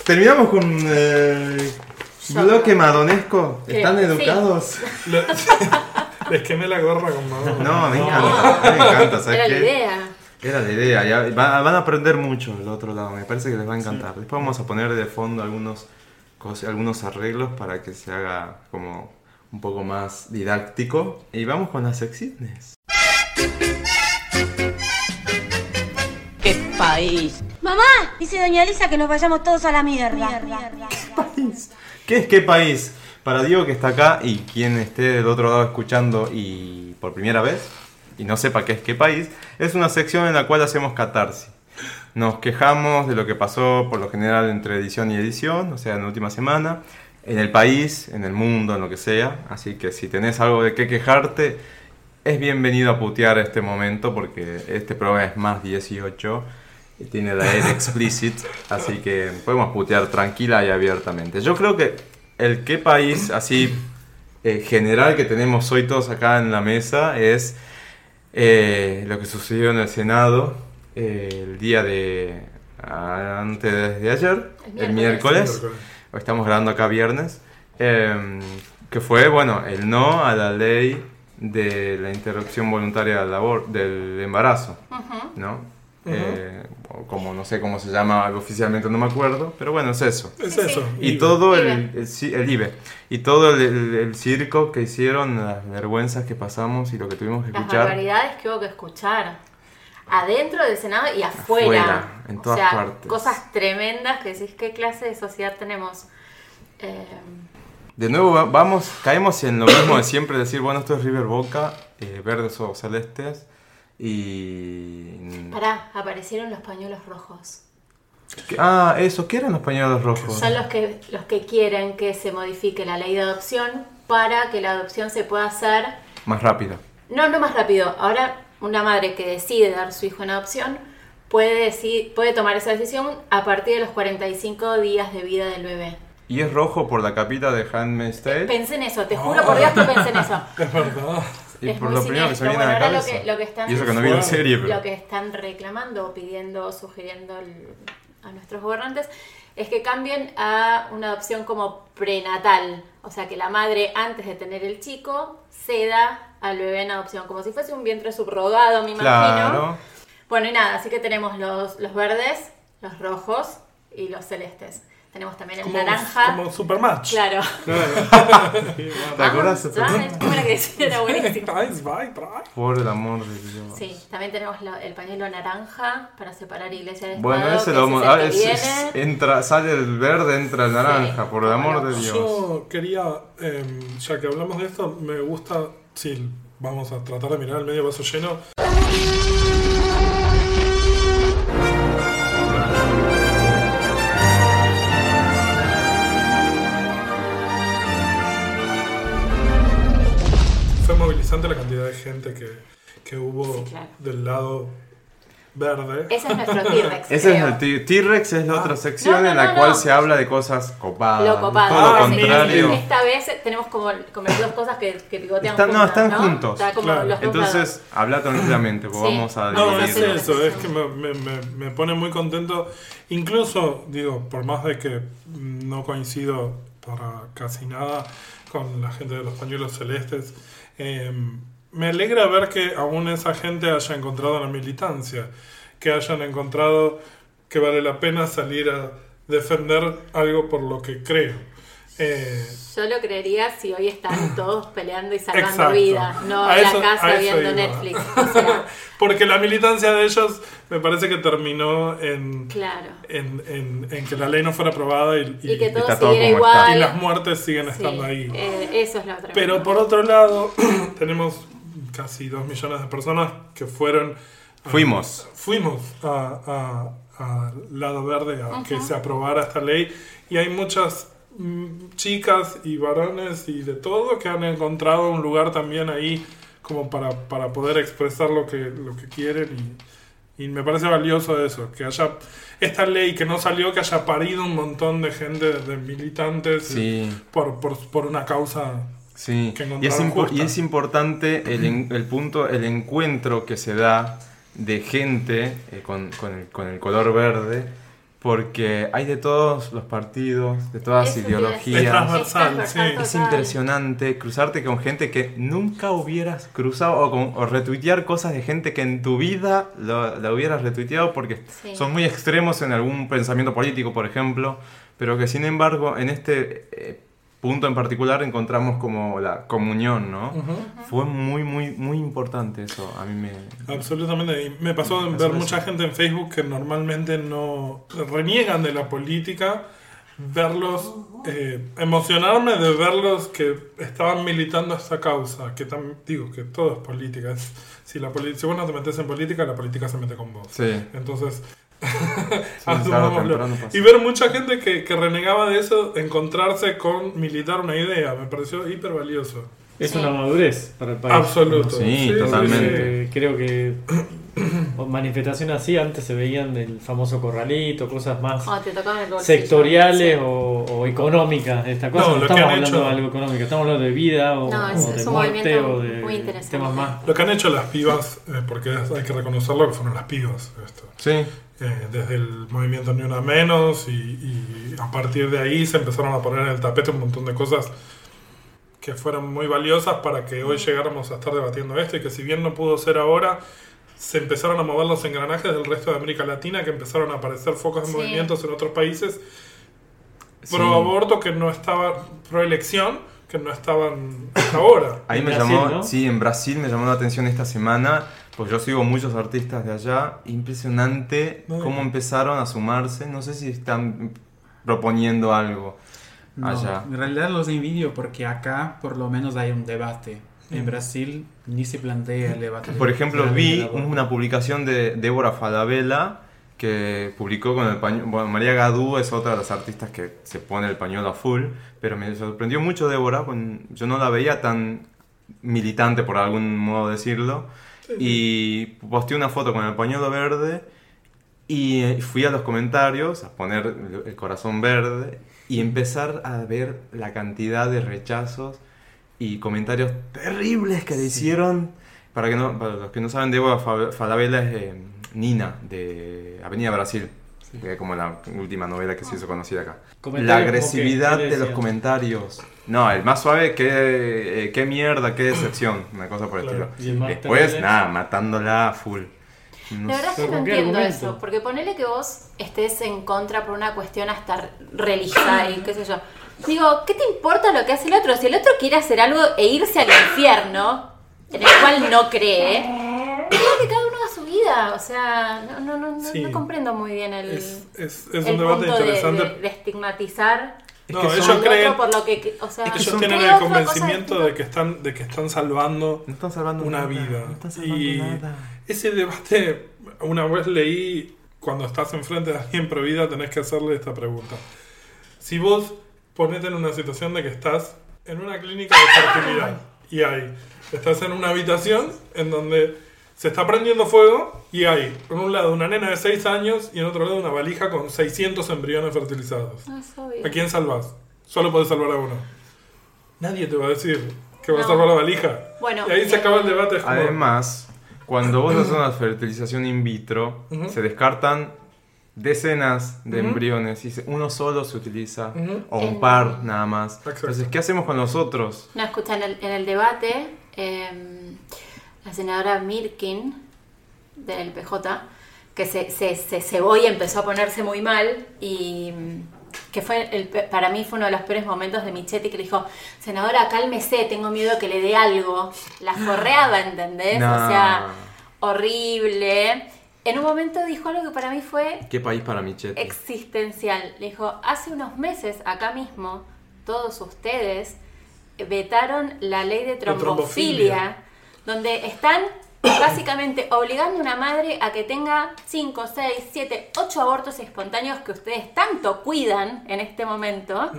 [SPEAKER 2] Terminamos con eh,
[SPEAKER 1] Yo-
[SPEAKER 2] bloque madonesco.
[SPEAKER 1] Sí.
[SPEAKER 2] ¿Están
[SPEAKER 1] Sí.
[SPEAKER 2] educados?
[SPEAKER 3] Le- [LAUGHS] Les quemé la gorra con Madonna.
[SPEAKER 2] No, me encanta, me encanta. ¿sabes
[SPEAKER 1] Era la
[SPEAKER 2] qué?
[SPEAKER 1] idea.
[SPEAKER 2] Era la idea, ya va- van a aprender mucho del otro lado, me parece que les va a encantar. Después vamos a poner de fondo algunos, cos- algunos arreglos para que se haga como un poco más didáctico. Y vamos con las secciones.
[SPEAKER 10] ¡Qué país!
[SPEAKER 7] Mamá, dice doña Elisa que nos vayamos todos a la mierda.
[SPEAKER 2] ¿Qué es qué país? Para Diego que está acá y quien esté del otro lado escuchando y por primera vez y no sepa qué es qué país, es una sección en la cual hacemos catarsis. Nos quejamos de lo que pasó por lo general entre edición y edición, o sea, en la última semana, en el país, en el mundo, en lo que sea. Así que si tenés algo de qué quejarte, es bienvenido a putear este momento porque este programa es más 18 y tiene la
[SPEAKER 1] [LAUGHS]
[SPEAKER 2] R explicit, así que podemos putear tranquila y abiertamente. Yo creo que el qué país así eh, general que tenemos hoy todos acá en la mesa es eh, lo que sucedió en el Senado eh, el día de ah, antes de ayer,
[SPEAKER 1] El
[SPEAKER 2] el
[SPEAKER 1] miércoles.
[SPEAKER 2] miércoles. Hoy estamos grabando acá viernes, eh, que fue, bueno, el no a la ley de la interrupción voluntaria del, labor, del embarazo, ¿no? Eh, o como no sé cómo se llama oficialmente, no me acuerdo, pero bueno, es eso.
[SPEAKER 3] Es
[SPEAKER 1] Sí,
[SPEAKER 3] eso.
[SPEAKER 2] Y
[SPEAKER 3] Ibe.
[SPEAKER 2] todo el,
[SPEAKER 1] Ibe.
[SPEAKER 2] el ci- el IBE, y todo el, el- el circo que hicieron, las vergüenzas que pasamos y lo que tuvimos que
[SPEAKER 1] Las
[SPEAKER 2] escuchar.
[SPEAKER 1] barbaridades que hubo que escuchar. Adentro del Senado y afuera.
[SPEAKER 2] Afuera, en todas
[SPEAKER 1] o sea,
[SPEAKER 2] partes.
[SPEAKER 1] Cosas tremendas que decís qué clase de sociedad tenemos. Eh,
[SPEAKER 2] De nuevo va- vamos, caemos en lo mismo de siempre, decir, bueno, esto es River Boca, eh, verdes o celestes, y...
[SPEAKER 1] pará, aparecieron los pañuelos rojos.
[SPEAKER 2] ¿Qué- Ah, eso, ¿qué eran los pañuelos rojos?
[SPEAKER 1] Son los que, los que quieren que se modifique la ley de adopción para que la adopción se pueda hacer.
[SPEAKER 2] Más rápido.
[SPEAKER 1] No, no más rápido. Ahora una madre que decide dar su hijo en adopción puede, decir, puede tomar esa decisión a partir de los 45 días de vida del bebé.
[SPEAKER 2] Y es rojo por la capita de Handmaid's Tale.
[SPEAKER 1] Pensé en eso, te juro por Dios que pensé en eso.
[SPEAKER 3] Es verdad.
[SPEAKER 2] Y
[SPEAKER 1] es
[SPEAKER 2] por
[SPEAKER 1] muy
[SPEAKER 2] lo primero que se
[SPEAKER 1] siniestro.
[SPEAKER 2] me viene a la
[SPEAKER 1] Bueno, ahora lo
[SPEAKER 2] cabeza.
[SPEAKER 1] que- lo que están-
[SPEAKER 2] y eso que no vi la
[SPEAKER 3] Wow.
[SPEAKER 2] serie, pero.
[SPEAKER 1] Lo que están reclamando, pidiendo, sugiriendo el- a nuestros gobernantes es que cambien a una adopción como prenatal, o sea que la madre antes de tener el chico ceda al bebé en adopción, como si fuese un vientre subrogado, me imagino.
[SPEAKER 2] Claro.
[SPEAKER 1] Bueno, y nada, así que tenemos los, los verdes, los rojos y los celestes. Tenemos también el
[SPEAKER 3] Como,
[SPEAKER 1] naranja.
[SPEAKER 3] como un supermatch.
[SPEAKER 1] Claro.
[SPEAKER 2] ¿Te acordás?
[SPEAKER 1] Ah, ¿sabes? ¿Cómo era que decía? Era buenísimo.
[SPEAKER 3] Nice, bye, bye.
[SPEAKER 2] Por el amor de Dios.
[SPEAKER 1] Sí, también tenemos la- el pañuelo naranja para separar iglesia de Estado.
[SPEAKER 2] Bueno, ese
[SPEAKER 1] que ese
[SPEAKER 2] lo vamos.
[SPEAKER 1] es el
[SPEAKER 2] ah,
[SPEAKER 1] que
[SPEAKER 2] es- es-
[SPEAKER 1] viene.
[SPEAKER 2] entra, sale el verde, entra el naranja, por el amor de Dios.
[SPEAKER 3] Yo quería, eh, ya que hablamos de esto, me gusta, sí, vamos a tratar de mirar el medio vaso lleno. Fue movilizante la cantidad de gente que, que hubo
[SPEAKER 1] Sí, claro.
[SPEAKER 3] del lado verde.
[SPEAKER 1] Ese es nuestro T-Rex.
[SPEAKER 2] Ese
[SPEAKER 1] creo. Ah.
[SPEAKER 2] es el T- T-Rex, es la otra sección
[SPEAKER 1] No, no,
[SPEAKER 2] en la
[SPEAKER 1] no,
[SPEAKER 2] cual
[SPEAKER 1] no.
[SPEAKER 2] se habla de cosas copadas.
[SPEAKER 1] Lo copado.
[SPEAKER 2] Todo lo
[SPEAKER 3] Ah, sí,
[SPEAKER 2] contrario.
[SPEAKER 3] sí,
[SPEAKER 1] Esta vez tenemos como, como las dos cosas que, que pivotean
[SPEAKER 2] Están- no,
[SPEAKER 1] juntas,
[SPEAKER 2] están juntos.
[SPEAKER 1] Está como
[SPEAKER 3] Claro.
[SPEAKER 1] los dos lados.
[SPEAKER 2] Entonces, habla tranquilamente, porque
[SPEAKER 1] Sí.
[SPEAKER 2] vamos a
[SPEAKER 3] No, es
[SPEAKER 1] Esa es la
[SPEAKER 2] dividirnos.
[SPEAKER 3] eso, es
[SPEAKER 1] sensación.
[SPEAKER 3] que me, me- me- me pone muy contento. Incluso, digo, por más de que mm, no coincido para casi nada con la gente de los pañuelos celestes, eh, me alegra ver que aún esa gente haya encontrado la militancia, que hayan encontrado que vale la pena salir a defender algo por lo que creo. Eh,
[SPEAKER 1] Yo lo creería si hoy están todos peleando y salvando
[SPEAKER 3] Exacto.
[SPEAKER 1] vida, no
[SPEAKER 3] A
[SPEAKER 1] en
[SPEAKER 3] eso-
[SPEAKER 1] la casa
[SPEAKER 3] a eso
[SPEAKER 1] viendo
[SPEAKER 3] iba. [LAUGHS]
[SPEAKER 1] Netflix. O sea,
[SPEAKER 3] Porque la militancia de ellos me parece que terminó en,
[SPEAKER 1] claro.
[SPEAKER 3] en, en- en que la ley no fuera aprobada y, y-
[SPEAKER 1] Y que
[SPEAKER 2] todo
[SPEAKER 1] todo
[SPEAKER 2] está todo
[SPEAKER 1] siguiera
[SPEAKER 2] como está.
[SPEAKER 1] igual.
[SPEAKER 3] y las muertes siguen
[SPEAKER 1] Sí,
[SPEAKER 3] estando ahí.
[SPEAKER 1] eh, eso es la otra.
[SPEAKER 3] Pero por otro lado, [CLEARS THROAT] tenemos casi dos millones de personas que fueron... a-
[SPEAKER 2] Fuimos.
[SPEAKER 3] Fuimos a- a- al lado verde a que se aprobara esta ley y hay muchas mm, chicas y varones y de todo que han encontrado un lugar también ahí como para, para poder expresar lo que, lo que quieren y, y me parece valioso eso, que haya esta ley que no salió, que haya parido un montón de gente, de militantes,
[SPEAKER 2] Sí.
[SPEAKER 3] por, por, por una causa.
[SPEAKER 2] Sí,
[SPEAKER 3] que
[SPEAKER 2] y es,
[SPEAKER 3] encontraron
[SPEAKER 2] impo-
[SPEAKER 3] justa.
[SPEAKER 2] y es importante el, en- el punto, el encuentro que se da de gente eh, con, con el, con el color verde, porque hay de todos los partidos, de todas
[SPEAKER 1] Eso te iba a decir.
[SPEAKER 3] Es
[SPEAKER 2] ideologías.
[SPEAKER 3] transversal, sí.
[SPEAKER 2] Es
[SPEAKER 1] total.
[SPEAKER 2] impresionante cruzarte con gente que nunca hubieras cruzado o, con- o retuitear cosas de gente que en tu vida lo- la hubieras retuiteado porque
[SPEAKER 1] Sí.
[SPEAKER 2] son muy extremos en algún pensamiento político, por ejemplo, pero que sin embargo en este eh, punto en particular encontramos como la comunión, ¿no? Fue muy, muy, muy importante eso. A mí me...
[SPEAKER 3] Absolutamente. Y me pasó de
[SPEAKER 2] Me
[SPEAKER 3] ver
[SPEAKER 2] pasó
[SPEAKER 3] mucha
[SPEAKER 2] eso.
[SPEAKER 3] gente en Facebook que normalmente no reniegan de la política, verlos, eh, emocionarme de verlos que estaban militando esta causa, que tam- digo que todo es política. es- si, la poli- si vos no te metes en política, la política se mete con vos.
[SPEAKER 2] Sí.
[SPEAKER 3] Entonces, [LAUGHS]
[SPEAKER 2] tarde o
[SPEAKER 3] asumámoslo.
[SPEAKER 2] temprano pasa.
[SPEAKER 3] Y ver mucha gente que, que renegaba de eso, encontrarse con militar una idea, me pareció hiper valioso.
[SPEAKER 4] Es
[SPEAKER 1] Sí.
[SPEAKER 4] una madurez para el país.
[SPEAKER 3] Absoluto.
[SPEAKER 2] Sí, totalmente.
[SPEAKER 4] Eh, creo que [COUGHS] manifestaciones así antes se veían del famoso corralito, cosas más
[SPEAKER 1] Cuando Ah, te tocaban el bolsillo.
[SPEAKER 4] sectoriales o, o económicas de esta cosa.
[SPEAKER 3] No,
[SPEAKER 4] No,
[SPEAKER 3] lo que
[SPEAKER 4] estamos
[SPEAKER 3] han
[SPEAKER 4] hablando
[SPEAKER 3] hecho-
[SPEAKER 4] de algo económico, estamos hablando de vida o,
[SPEAKER 1] No, es-
[SPEAKER 4] o de
[SPEAKER 1] es un
[SPEAKER 4] muerte
[SPEAKER 1] movimiento
[SPEAKER 4] o de
[SPEAKER 1] muy interesante.
[SPEAKER 4] temas más.
[SPEAKER 3] Lo que han hecho las pibas, eh, porque hay que reconocerlo que fueron las pibas, esto.
[SPEAKER 2] Sí.
[SPEAKER 3] Eh, desde el movimiento Ni Una Menos y, y a partir de ahí se empezaron a poner en el tapete un montón de cosas que fueron muy valiosas para que hoy llegáramos a estar debatiendo esto y que si bien no pudo ser ahora, se empezaron a mover los engranajes del resto de América Latina, que empezaron a aparecer focos de
[SPEAKER 1] Sí.
[SPEAKER 3] movimientos en otros países
[SPEAKER 2] Sí.
[SPEAKER 3] pro aborto que no estaba, pro elección que no estaban hasta ahora.
[SPEAKER 2] Ahí
[SPEAKER 4] En
[SPEAKER 2] me
[SPEAKER 4] Brasil,
[SPEAKER 2] llamó,
[SPEAKER 4] ¿no?
[SPEAKER 2] sí, en Brasil me llamó la atención esta semana, porque yo sigo muchos artistas de allá, impresionante
[SPEAKER 3] No.
[SPEAKER 2] cómo empezaron a sumarse, no sé si están proponiendo algo
[SPEAKER 5] No,
[SPEAKER 2] allá.
[SPEAKER 5] en realidad los envidio porque acá por lo menos hay un debate. En Brasil ni se plantea el debate.
[SPEAKER 2] Por ejemplo,
[SPEAKER 5] del- del
[SPEAKER 2] vi
[SPEAKER 5] aborto.
[SPEAKER 2] una publicación de Débora Falabella que publicó con el pañuelo. Bueno, María Gadú es otra de las artistas que se pone el pañuelo a full, pero me sorprendió mucho Débora. con- Yo no la veía tan militante, por algún modo decirlo. Y posteé una foto con el pañuelo verde Y eh, fui a los comentarios a poner el- el corazón verde y empezar a ver la cantidad de rechazos y comentarios terribles que le hicieron. Para, que no, para los que no saben, Débora Fa- Falabella es eh, Nina de Avenida Brasil, que es como la última novela que se hizo conocida acá.
[SPEAKER 4] Comentarios
[SPEAKER 2] La
[SPEAKER 4] como que,
[SPEAKER 2] agresividad
[SPEAKER 4] ¿qué le
[SPEAKER 2] de los
[SPEAKER 4] decían?
[SPEAKER 2] comentarios. No, el más suave, que eh, qué mierda, qué decepción, una cosa por el
[SPEAKER 3] Claro.
[SPEAKER 4] Y el
[SPEAKER 2] estilo.
[SPEAKER 4] más
[SPEAKER 2] Después,
[SPEAKER 4] terrible.
[SPEAKER 2] nada, matándola a full. No
[SPEAKER 1] La verdad es
[SPEAKER 4] Pero
[SPEAKER 1] que no
[SPEAKER 4] ¿con qué
[SPEAKER 1] entiendo
[SPEAKER 4] argumento?
[SPEAKER 1] eso, porque ponele que vos estés en contra por una cuestión hasta religiosa y qué sé yo. Digo, ¿qué te importa lo que hace el otro? Si el otro quiere hacer algo e irse al infierno, en el cual no cree, digo que cada uno haga su vida. O sea, no, no, no, no-
[SPEAKER 3] Sí.
[SPEAKER 1] no comprendo muy bien el,
[SPEAKER 3] Es, es- es
[SPEAKER 1] el
[SPEAKER 3] un debate
[SPEAKER 1] punto de-
[SPEAKER 3] interesante.
[SPEAKER 1] De, de estigmatizar
[SPEAKER 2] Es
[SPEAKER 3] no,
[SPEAKER 2] que
[SPEAKER 3] ellos
[SPEAKER 2] son-
[SPEAKER 1] al
[SPEAKER 3] creen,
[SPEAKER 1] otro por lo que... O sea,
[SPEAKER 2] es que
[SPEAKER 3] ellos
[SPEAKER 2] son-
[SPEAKER 3] tienen
[SPEAKER 1] cree
[SPEAKER 3] el
[SPEAKER 1] otra cosa
[SPEAKER 3] convencimiento de que están, de que están salvando
[SPEAKER 2] No están salvando
[SPEAKER 3] una
[SPEAKER 2] nada,
[SPEAKER 3] vida.
[SPEAKER 2] No están salvando
[SPEAKER 3] y
[SPEAKER 2] nada.
[SPEAKER 3] ese debate, una vez leí, cuando estás enfrente de alguien pro vida, tenés que hacerle esta pregunta. Si vos ponete en una situación de que estás en una clínica de fertilidad y hay, estás en una habitación en donde se está prendiendo fuego y hay, por un lado, una nena de 6 años y en otro lado, una valija con 600 embriones fertilizados.
[SPEAKER 1] No es obvio.
[SPEAKER 3] ¿A quién salvas? Solo podés salvar a uno. Nadie te va a decir que vas a
[SPEAKER 1] No.
[SPEAKER 3] salvar la valija.
[SPEAKER 1] Bueno,
[SPEAKER 3] y ahí se
[SPEAKER 1] eh,
[SPEAKER 3] acaba el debate. es como-
[SPEAKER 2] Además, cuando vos haces una fertilización in vitro,
[SPEAKER 3] Ujú.
[SPEAKER 2] se descartan decenas de embriones y se- uno solo se utiliza
[SPEAKER 3] Ujú.
[SPEAKER 2] o
[SPEAKER 1] En-
[SPEAKER 2] un par nada más.
[SPEAKER 3] Exacto.
[SPEAKER 2] Entonces, ¿qué hacemos con los otros?
[SPEAKER 1] No, escucha, en el, en el debate, eh, la senadora Mirkin, del PJ, que se, se, se cebó y empezó a ponerse muy mal, y mm, que fue el pe- para mí fue uno de los peores momentos de Michetti, que le dijo, senadora, cálmese, tengo miedo que le dé algo. La forreaba, ¿entendés?
[SPEAKER 2] No.
[SPEAKER 1] O sea, horrible. En un momento dijo algo que para mí fue
[SPEAKER 2] ¿Qué país para Michetti?
[SPEAKER 1] existencial. Le dijo, hace unos meses acá mismo, todos ustedes eh, vetaron la ley de
[SPEAKER 3] trombofilia.
[SPEAKER 1] trombofilia, donde están [COUGHS] básicamente obligando a una madre a que tenga 5, 6, 7, 8 abortos espontáneos que ustedes tanto cuidan en este momento,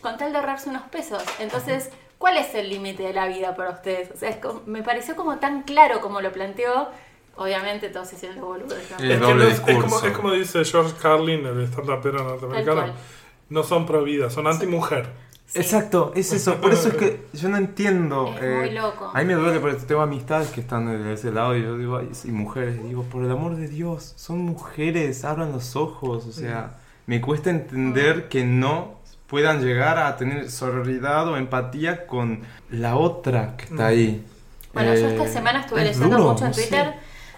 [SPEAKER 1] con tal de ahorrarse unos pesos. Entonces, ¿cuál es el límite de la vida para ustedes? O sea, es como- me pareció como tan claro como lo planteó. Obviamente todos se hicieron los boludos. ¿no?
[SPEAKER 2] Eh,
[SPEAKER 3] Es, que
[SPEAKER 2] doble
[SPEAKER 3] no es- es
[SPEAKER 2] discurso.
[SPEAKER 3] como, es como dice George Carlin, el stand-upero norteamericano.
[SPEAKER 1] Tal cual.
[SPEAKER 3] No son pro vida, son anti-mujer.
[SPEAKER 2] Exacto, es eso. Por eso es que yo no entiendo. eh,
[SPEAKER 1] Es muy loco.
[SPEAKER 2] A mí me duele porque tengo amistades que están de ese lado y yo digo, "Ay, sí, mujeres. Digo, por el amor de Dios, son mujeres, abran los ojos. O sea, me cuesta
[SPEAKER 1] Mm.
[SPEAKER 2] entender que no puedan llegar a tener sororidad o empatía con la otra que está ahí.
[SPEAKER 1] Mm. Bueno, yo
[SPEAKER 2] Eh,
[SPEAKER 1] esta semana estuve
[SPEAKER 2] es
[SPEAKER 1] leyendo
[SPEAKER 2] duro,
[SPEAKER 1] mucho en
[SPEAKER 2] no sé.
[SPEAKER 1] Twitter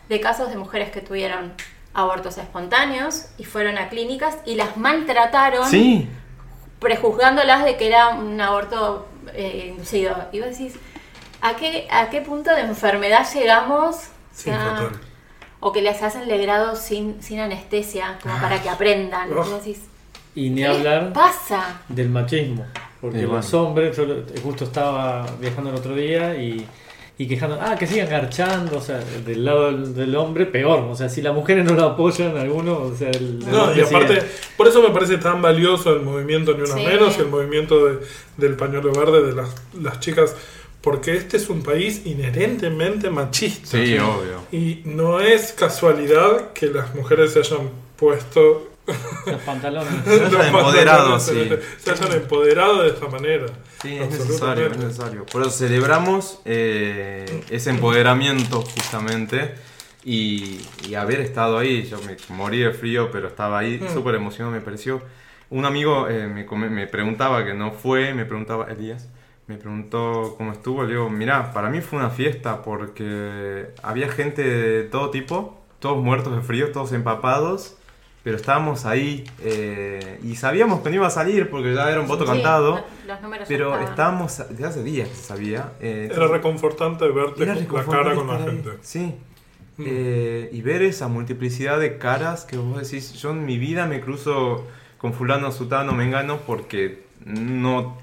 [SPEAKER 1] de casos de mujeres que tuvieron abortos espontáneos y fueron a clínicas y las maltrataron,
[SPEAKER 2] Sí,
[SPEAKER 1] prejuzgándolas de que era un aborto eh, inducido. Y vos decís, ¿a qué, ¿a qué punto de enfermedad llegamos? O
[SPEAKER 3] Sí,
[SPEAKER 1] sea,
[SPEAKER 3] total.
[SPEAKER 1] o que les hacen legrado sin, sin anestesia, como para
[SPEAKER 2] Ah.
[SPEAKER 1] que aprendan. Y vos decís,
[SPEAKER 4] Y ni
[SPEAKER 1] ¿qué les
[SPEAKER 4] hablar
[SPEAKER 1] pasa?
[SPEAKER 4] del machismo. Porque
[SPEAKER 2] Y bueno.
[SPEAKER 4] los hombres, yo lo- justo estaba viajando el otro día y, y quejando, ah, que sigan garchando, o sea, del lado del, del hombre, peor. O sea, si las mujeres no lo apoyan, algunos, o sea, el, el
[SPEAKER 3] No, y
[SPEAKER 4] hombre sigue.
[SPEAKER 3] aparte, por eso me parece tan valioso el movimiento Ni Una
[SPEAKER 1] Sí.
[SPEAKER 3] Menos, el movimiento de- del pañuelo verde de las, las chicas, porque este es un país inherentemente machista.
[SPEAKER 2] sí, obvio.
[SPEAKER 3] Y no es casualidad que las mujeres se hayan puesto
[SPEAKER 4] los pantalones.
[SPEAKER 3] [LAUGHS]
[SPEAKER 2] hayan empoderado, sí.
[SPEAKER 3] Se hayan empoderado de esta manera.
[SPEAKER 2] Sí, es necesario, es necesario. Por eso celebramos eh, ese empoderamiento justamente y, y haber estado ahí. Yo me morí de frío, pero estaba ahí súper emocionado, me pareció. Un amigo eh, me, come- me preguntaba, que no fue, me preguntaba, Elías, me preguntó cómo estuvo. Le digo, mirá, para mí fue una fiesta porque había gente de todo tipo, todos muertos de frío, todos empapados. Pero estábamos ahí eh, y sabíamos que no iba a salir porque ya era un voto
[SPEAKER 1] Sí,
[SPEAKER 2] cantado.
[SPEAKER 1] no- los números ya
[SPEAKER 2] Pero
[SPEAKER 1] estaban.
[SPEAKER 2] estábamos, desde hace días que se sabía. eh,
[SPEAKER 3] Era reconfortante verte
[SPEAKER 2] era
[SPEAKER 3] la
[SPEAKER 2] reconfortante
[SPEAKER 3] cara con la
[SPEAKER 2] estar ahí.
[SPEAKER 3] gente.
[SPEAKER 2] Sí. Eh, y ver esa multiplicidad de caras que vos decís, yo en mi vida me cruzo con fulano, sutano, mengano, porque no,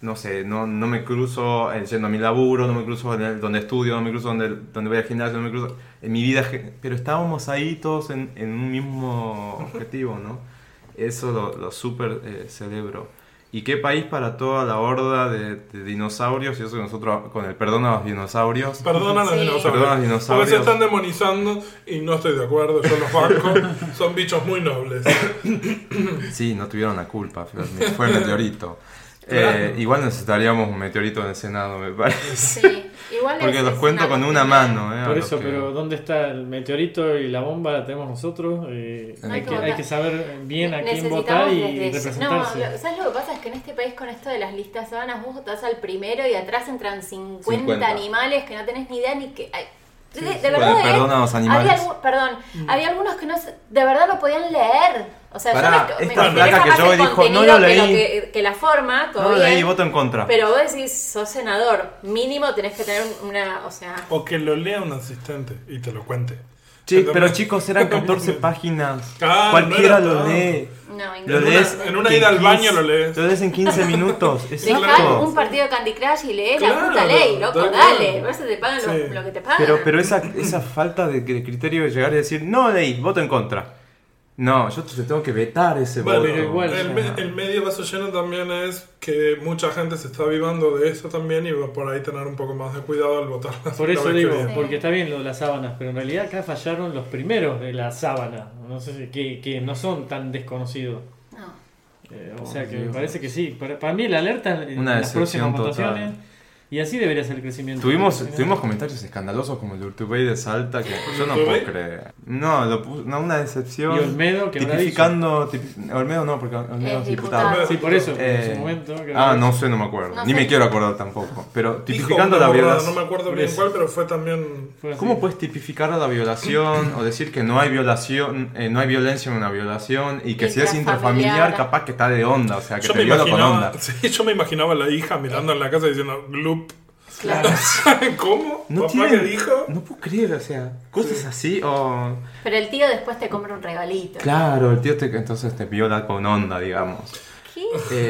[SPEAKER 2] no sé, no, no me cruzo en- yendo a mi laburo, no me cruzo en el- donde estudio, no me cruzo donde, donde voy al gimnasio, no me cruzo en mi vida. ge- Pero estábamos ahí todos en,
[SPEAKER 4] [LAUGHS]
[SPEAKER 2] en un mismo objetivo, ¿no? Eso lo, lo súper eh, celebro. ¿Y qué país para toda la horda de, de dinosaurios? Y eso que nosotros, con el perdón a los dinosaurios.
[SPEAKER 3] Perdona a los
[SPEAKER 1] Sí.
[SPEAKER 3] dinosaurios.
[SPEAKER 2] Perdona a los dinosaurios.
[SPEAKER 3] Porque se están demonizando y no estoy de acuerdo. Yo los [LAUGHS] banco. son bichos muy nobles.
[SPEAKER 2] Sí, no tuvieron la culpa, fue
[SPEAKER 4] [LAUGHS]
[SPEAKER 2] fue el meteorito. Eh, igual necesitaríamos un meteorito en el Senado,
[SPEAKER 1] [LAUGHS]
[SPEAKER 2] me parece.
[SPEAKER 1] Sí, igual
[SPEAKER 2] Porque
[SPEAKER 1] es-
[SPEAKER 2] los
[SPEAKER 1] es
[SPEAKER 2] cuento con
[SPEAKER 1] locura.
[SPEAKER 2] una mano. Eh, a
[SPEAKER 4] Por
[SPEAKER 2] los
[SPEAKER 4] eso,
[SPEAKER 2] que-
[SPEAKER 4] pero ¿dónde está el meteorito y la bomba? La tenemos nosotros. eh,
[SPEAKER 2] Hay
[SPEAKER 4] hay,
[SPEAKER 2] que
[SPEAKER 4] que, hay
[SPEAKER 1] votar.
[SPEAKER 4] que saber bien a quién
[SPEAKER 1] Necesitamos
[SPEAKER 4] votar y
[SPEAKER 1] desde-
[SPEAKER 4] representarse.
[SPEAKER 1] No, lo- ¿sabes lo que pasa? Es que en este país con esto de las listas sabanas vos votás al primero y atrás entran 50,
[SPEAKER 2] 50.
[SPEAKER 1] animales que no tenés ni idea ni que... ay, de, de
[SPEAKER 2] Con
[SPEAKER 1] verdad,
[SPEAKER 2] el
[SPEAKER 1] ¿eh?
[SPEAKER 2] perdón a los
[SPEAKER 1] Había
[SPEAKER 2] animales.
[SPEAKER 1] algu- perdón,
[SPEAKER 4] Mm.
[SPEAKER 1] había algunos que no se- de verdad no podían leer. O sea,
[SPEAKER 2] Pará,
[SPEAKER 1] yo me, me
[SPEAKER 2] esta
[SPEAKER 1] interesa
[SPEAKER 2] flaca que
[SPEAKER 1] más
[SPEAKER 2] yo
[SPEAKER 1] el
[SPEAKER 2] dijo,
[SPEAKER 1] contenido
[SPEAKER 2] "No lo
[SPEAKER 1] que
[SPEAKER 2] leí".
[SPEAKER 1] que, que la forma, todo
[SPEAKER 2] No, de ahí
[SPEAKER 1] bien.
[SPEAKER 2] voto en contra.
[SPEAKER 1] Pero vos decís, sos senador, mínimo tenés que tener una, o sea,
[SPEAKER 3] O que lo lea un asistente y te lo cuente.
[SPEAKER 2] Che, pero
[SPEAKER 3] Entonces-
[SPEAKER 2] chicos, eran 14 páginas.
[SPEAKER 3] Ah,
[SPEAKER 2] Cualquiera
[SPEAKER 3] no era
[SPEAKER 2] lo
[SPEAKER 3] tanto.
[SPEAKER 2] lee.
[SPEAKER 1] no,
[SPEAKER 2] Lo
[SPEAKER 1] incluso-
[SPEAKER 2] lees
[SPEAKER 3] en una ida al
[SPEAKER 2] 15
[SPEAKER 3] baño lo lees.
[SPEAKER 2] Lo lees en
[SPEAKER 3] [LAUGHS]
[SPEAKER 2] 15 minutos.
[SPEAKER 1] Dejá
[SPEAKER 2] Exacto.
[SPEAKER 1] un partido de Candy Crush y lees la
[SPEAKER 3] Claro,
[SPEAKER 1] puta ley, loco,
[SPEAKER 3] tal
[SPEAKER 1] dale.
[SPEAKER 3] cual.
[SPEAKER 1] Por eso te pagan lo-
[SPEAKER 3] Sí.
[SPEAKER 1] lo, que te pagan.
[SPEAKER 2] Pero, pero esa, esa falta de, de criterio de llegar y decir, no leí, voto en contra. No, yo te tengo que vetar ese
[SPEAKER 3] Bueno,
[SPEAKER 2] voto.
[SPEAKER 4] pero igual,
[SPEAKER 2] O
[SPEAKER 3] el,
[SPEAKER 2] sea,
[SPEAKER 3] me- el medio vaso lleno también es que mucha gente se está avivando de eso también y va por ahí tener un poco más de cuidado al votar. la
[SPEAKER 4] Por eso
[SPEAKER 3] vez que
[SPEAKER 4] digo,
[SPEAKER 3] viene.
[SPEAKER 4] porque está bien lo de las sábanas, pero en realidad acá fallaron los primeros de la sábana, no sé si- que, que no son tan desconocidos.
[SPEAKER 1] No.
[SPEAKER 4] Eh, o sea que me parece que sí. Para, para mí la alerta en
[SPEAKER 2] Una
[SPEAKER 4] las próximas
[SPEAKER 2] decepción total.
[SPEAKER 4] votaciones y así debería ser el crecimiento.
[SPEAKER 2] Tuvimos, tuvimos comentarios escandalosos como el de Urtubey de Salta, que yo no puedo
[SPEAKER 3] ¿Urtubey?
[SPEAKER 2] creer. No, lo pu- no, una
[SPEAKER 4] y
[SPEAKER 2] decepción.
[SPEAKER 4] Olmedo que habrá dicho.
[SPEAKER 2] tipificando. tipi- Olmedo no, porque Olmedo
[SPEAKER 1] Es
[SPEAKER 2] es diputado.
[SPEAKER 1] diputado.
[SPEAKER 4] Sí, por eso, en
[SPEAKER 2] Eh,
[SPEAKER 4] su momento. que habrá
[SPEAKER 2] ah,
[SPEAKER 4] dicho.
[SPEAKER 2] no sé, no me acuerdo.
[SPEAKER 1] No
[SPEAKER 2] Ni
[SPEAKER 1] sé.
[SPEAKER 2] me quiero acordar tampoco. Pero
[SPEAKER 3] Dijo
[SPEAKER 2] tipificando
[SPEAKER 3] una
[SPEAKER 2] la
[SPEAKER 3] borrada,
[SPEAKER 2] violación.
[SPEAKER 3] No me acuerdo bien
[SPEAKER 4] Eso.
[SPEAKER 3] cuál, pero fue también.
[SPEAKER 4] Fue así.
[SPEAKER 2] ¿Cómo puedes tipificar la violación o decir que no hay violación, eh, no hay violencia en una violación y que si es
[SPEAKER 1] Intrafamiliar.
[SPEAKER 2] intrafamiliar capaz que está de onda, o sea, que
[SPEAKER 3] Yo
[SPEAKER 2] te
[SPEAKER 3] me,
[SPEAKER 2] viola con
[SPEAKER 3] imaginaba,
[SPEAKER 2] onda?
[SPEAKER 3] [LAUGHS] sí, yo me imaginaba a la hija mirando en la casa diciendo, Gloop.
[SPEAKER 1] Claro.
[SPEAKER 3] [LAUGHS] ¿Cómo?
[SPEAKER 2] No
[SPEAKER 3] ¿Papá
[SPEAKER 2] tiene,
[SPEAKER 3] qué dijo?
[SPEAKER 2] no puedo creer, o sea, cosas así o
[SPEAKER 1] Pero el tío después te compra un regalito.
[SPEAKER 2] claro, el tío te, entonces te viola con onda, digamos.
[SPEAKER 1] ¿Qué?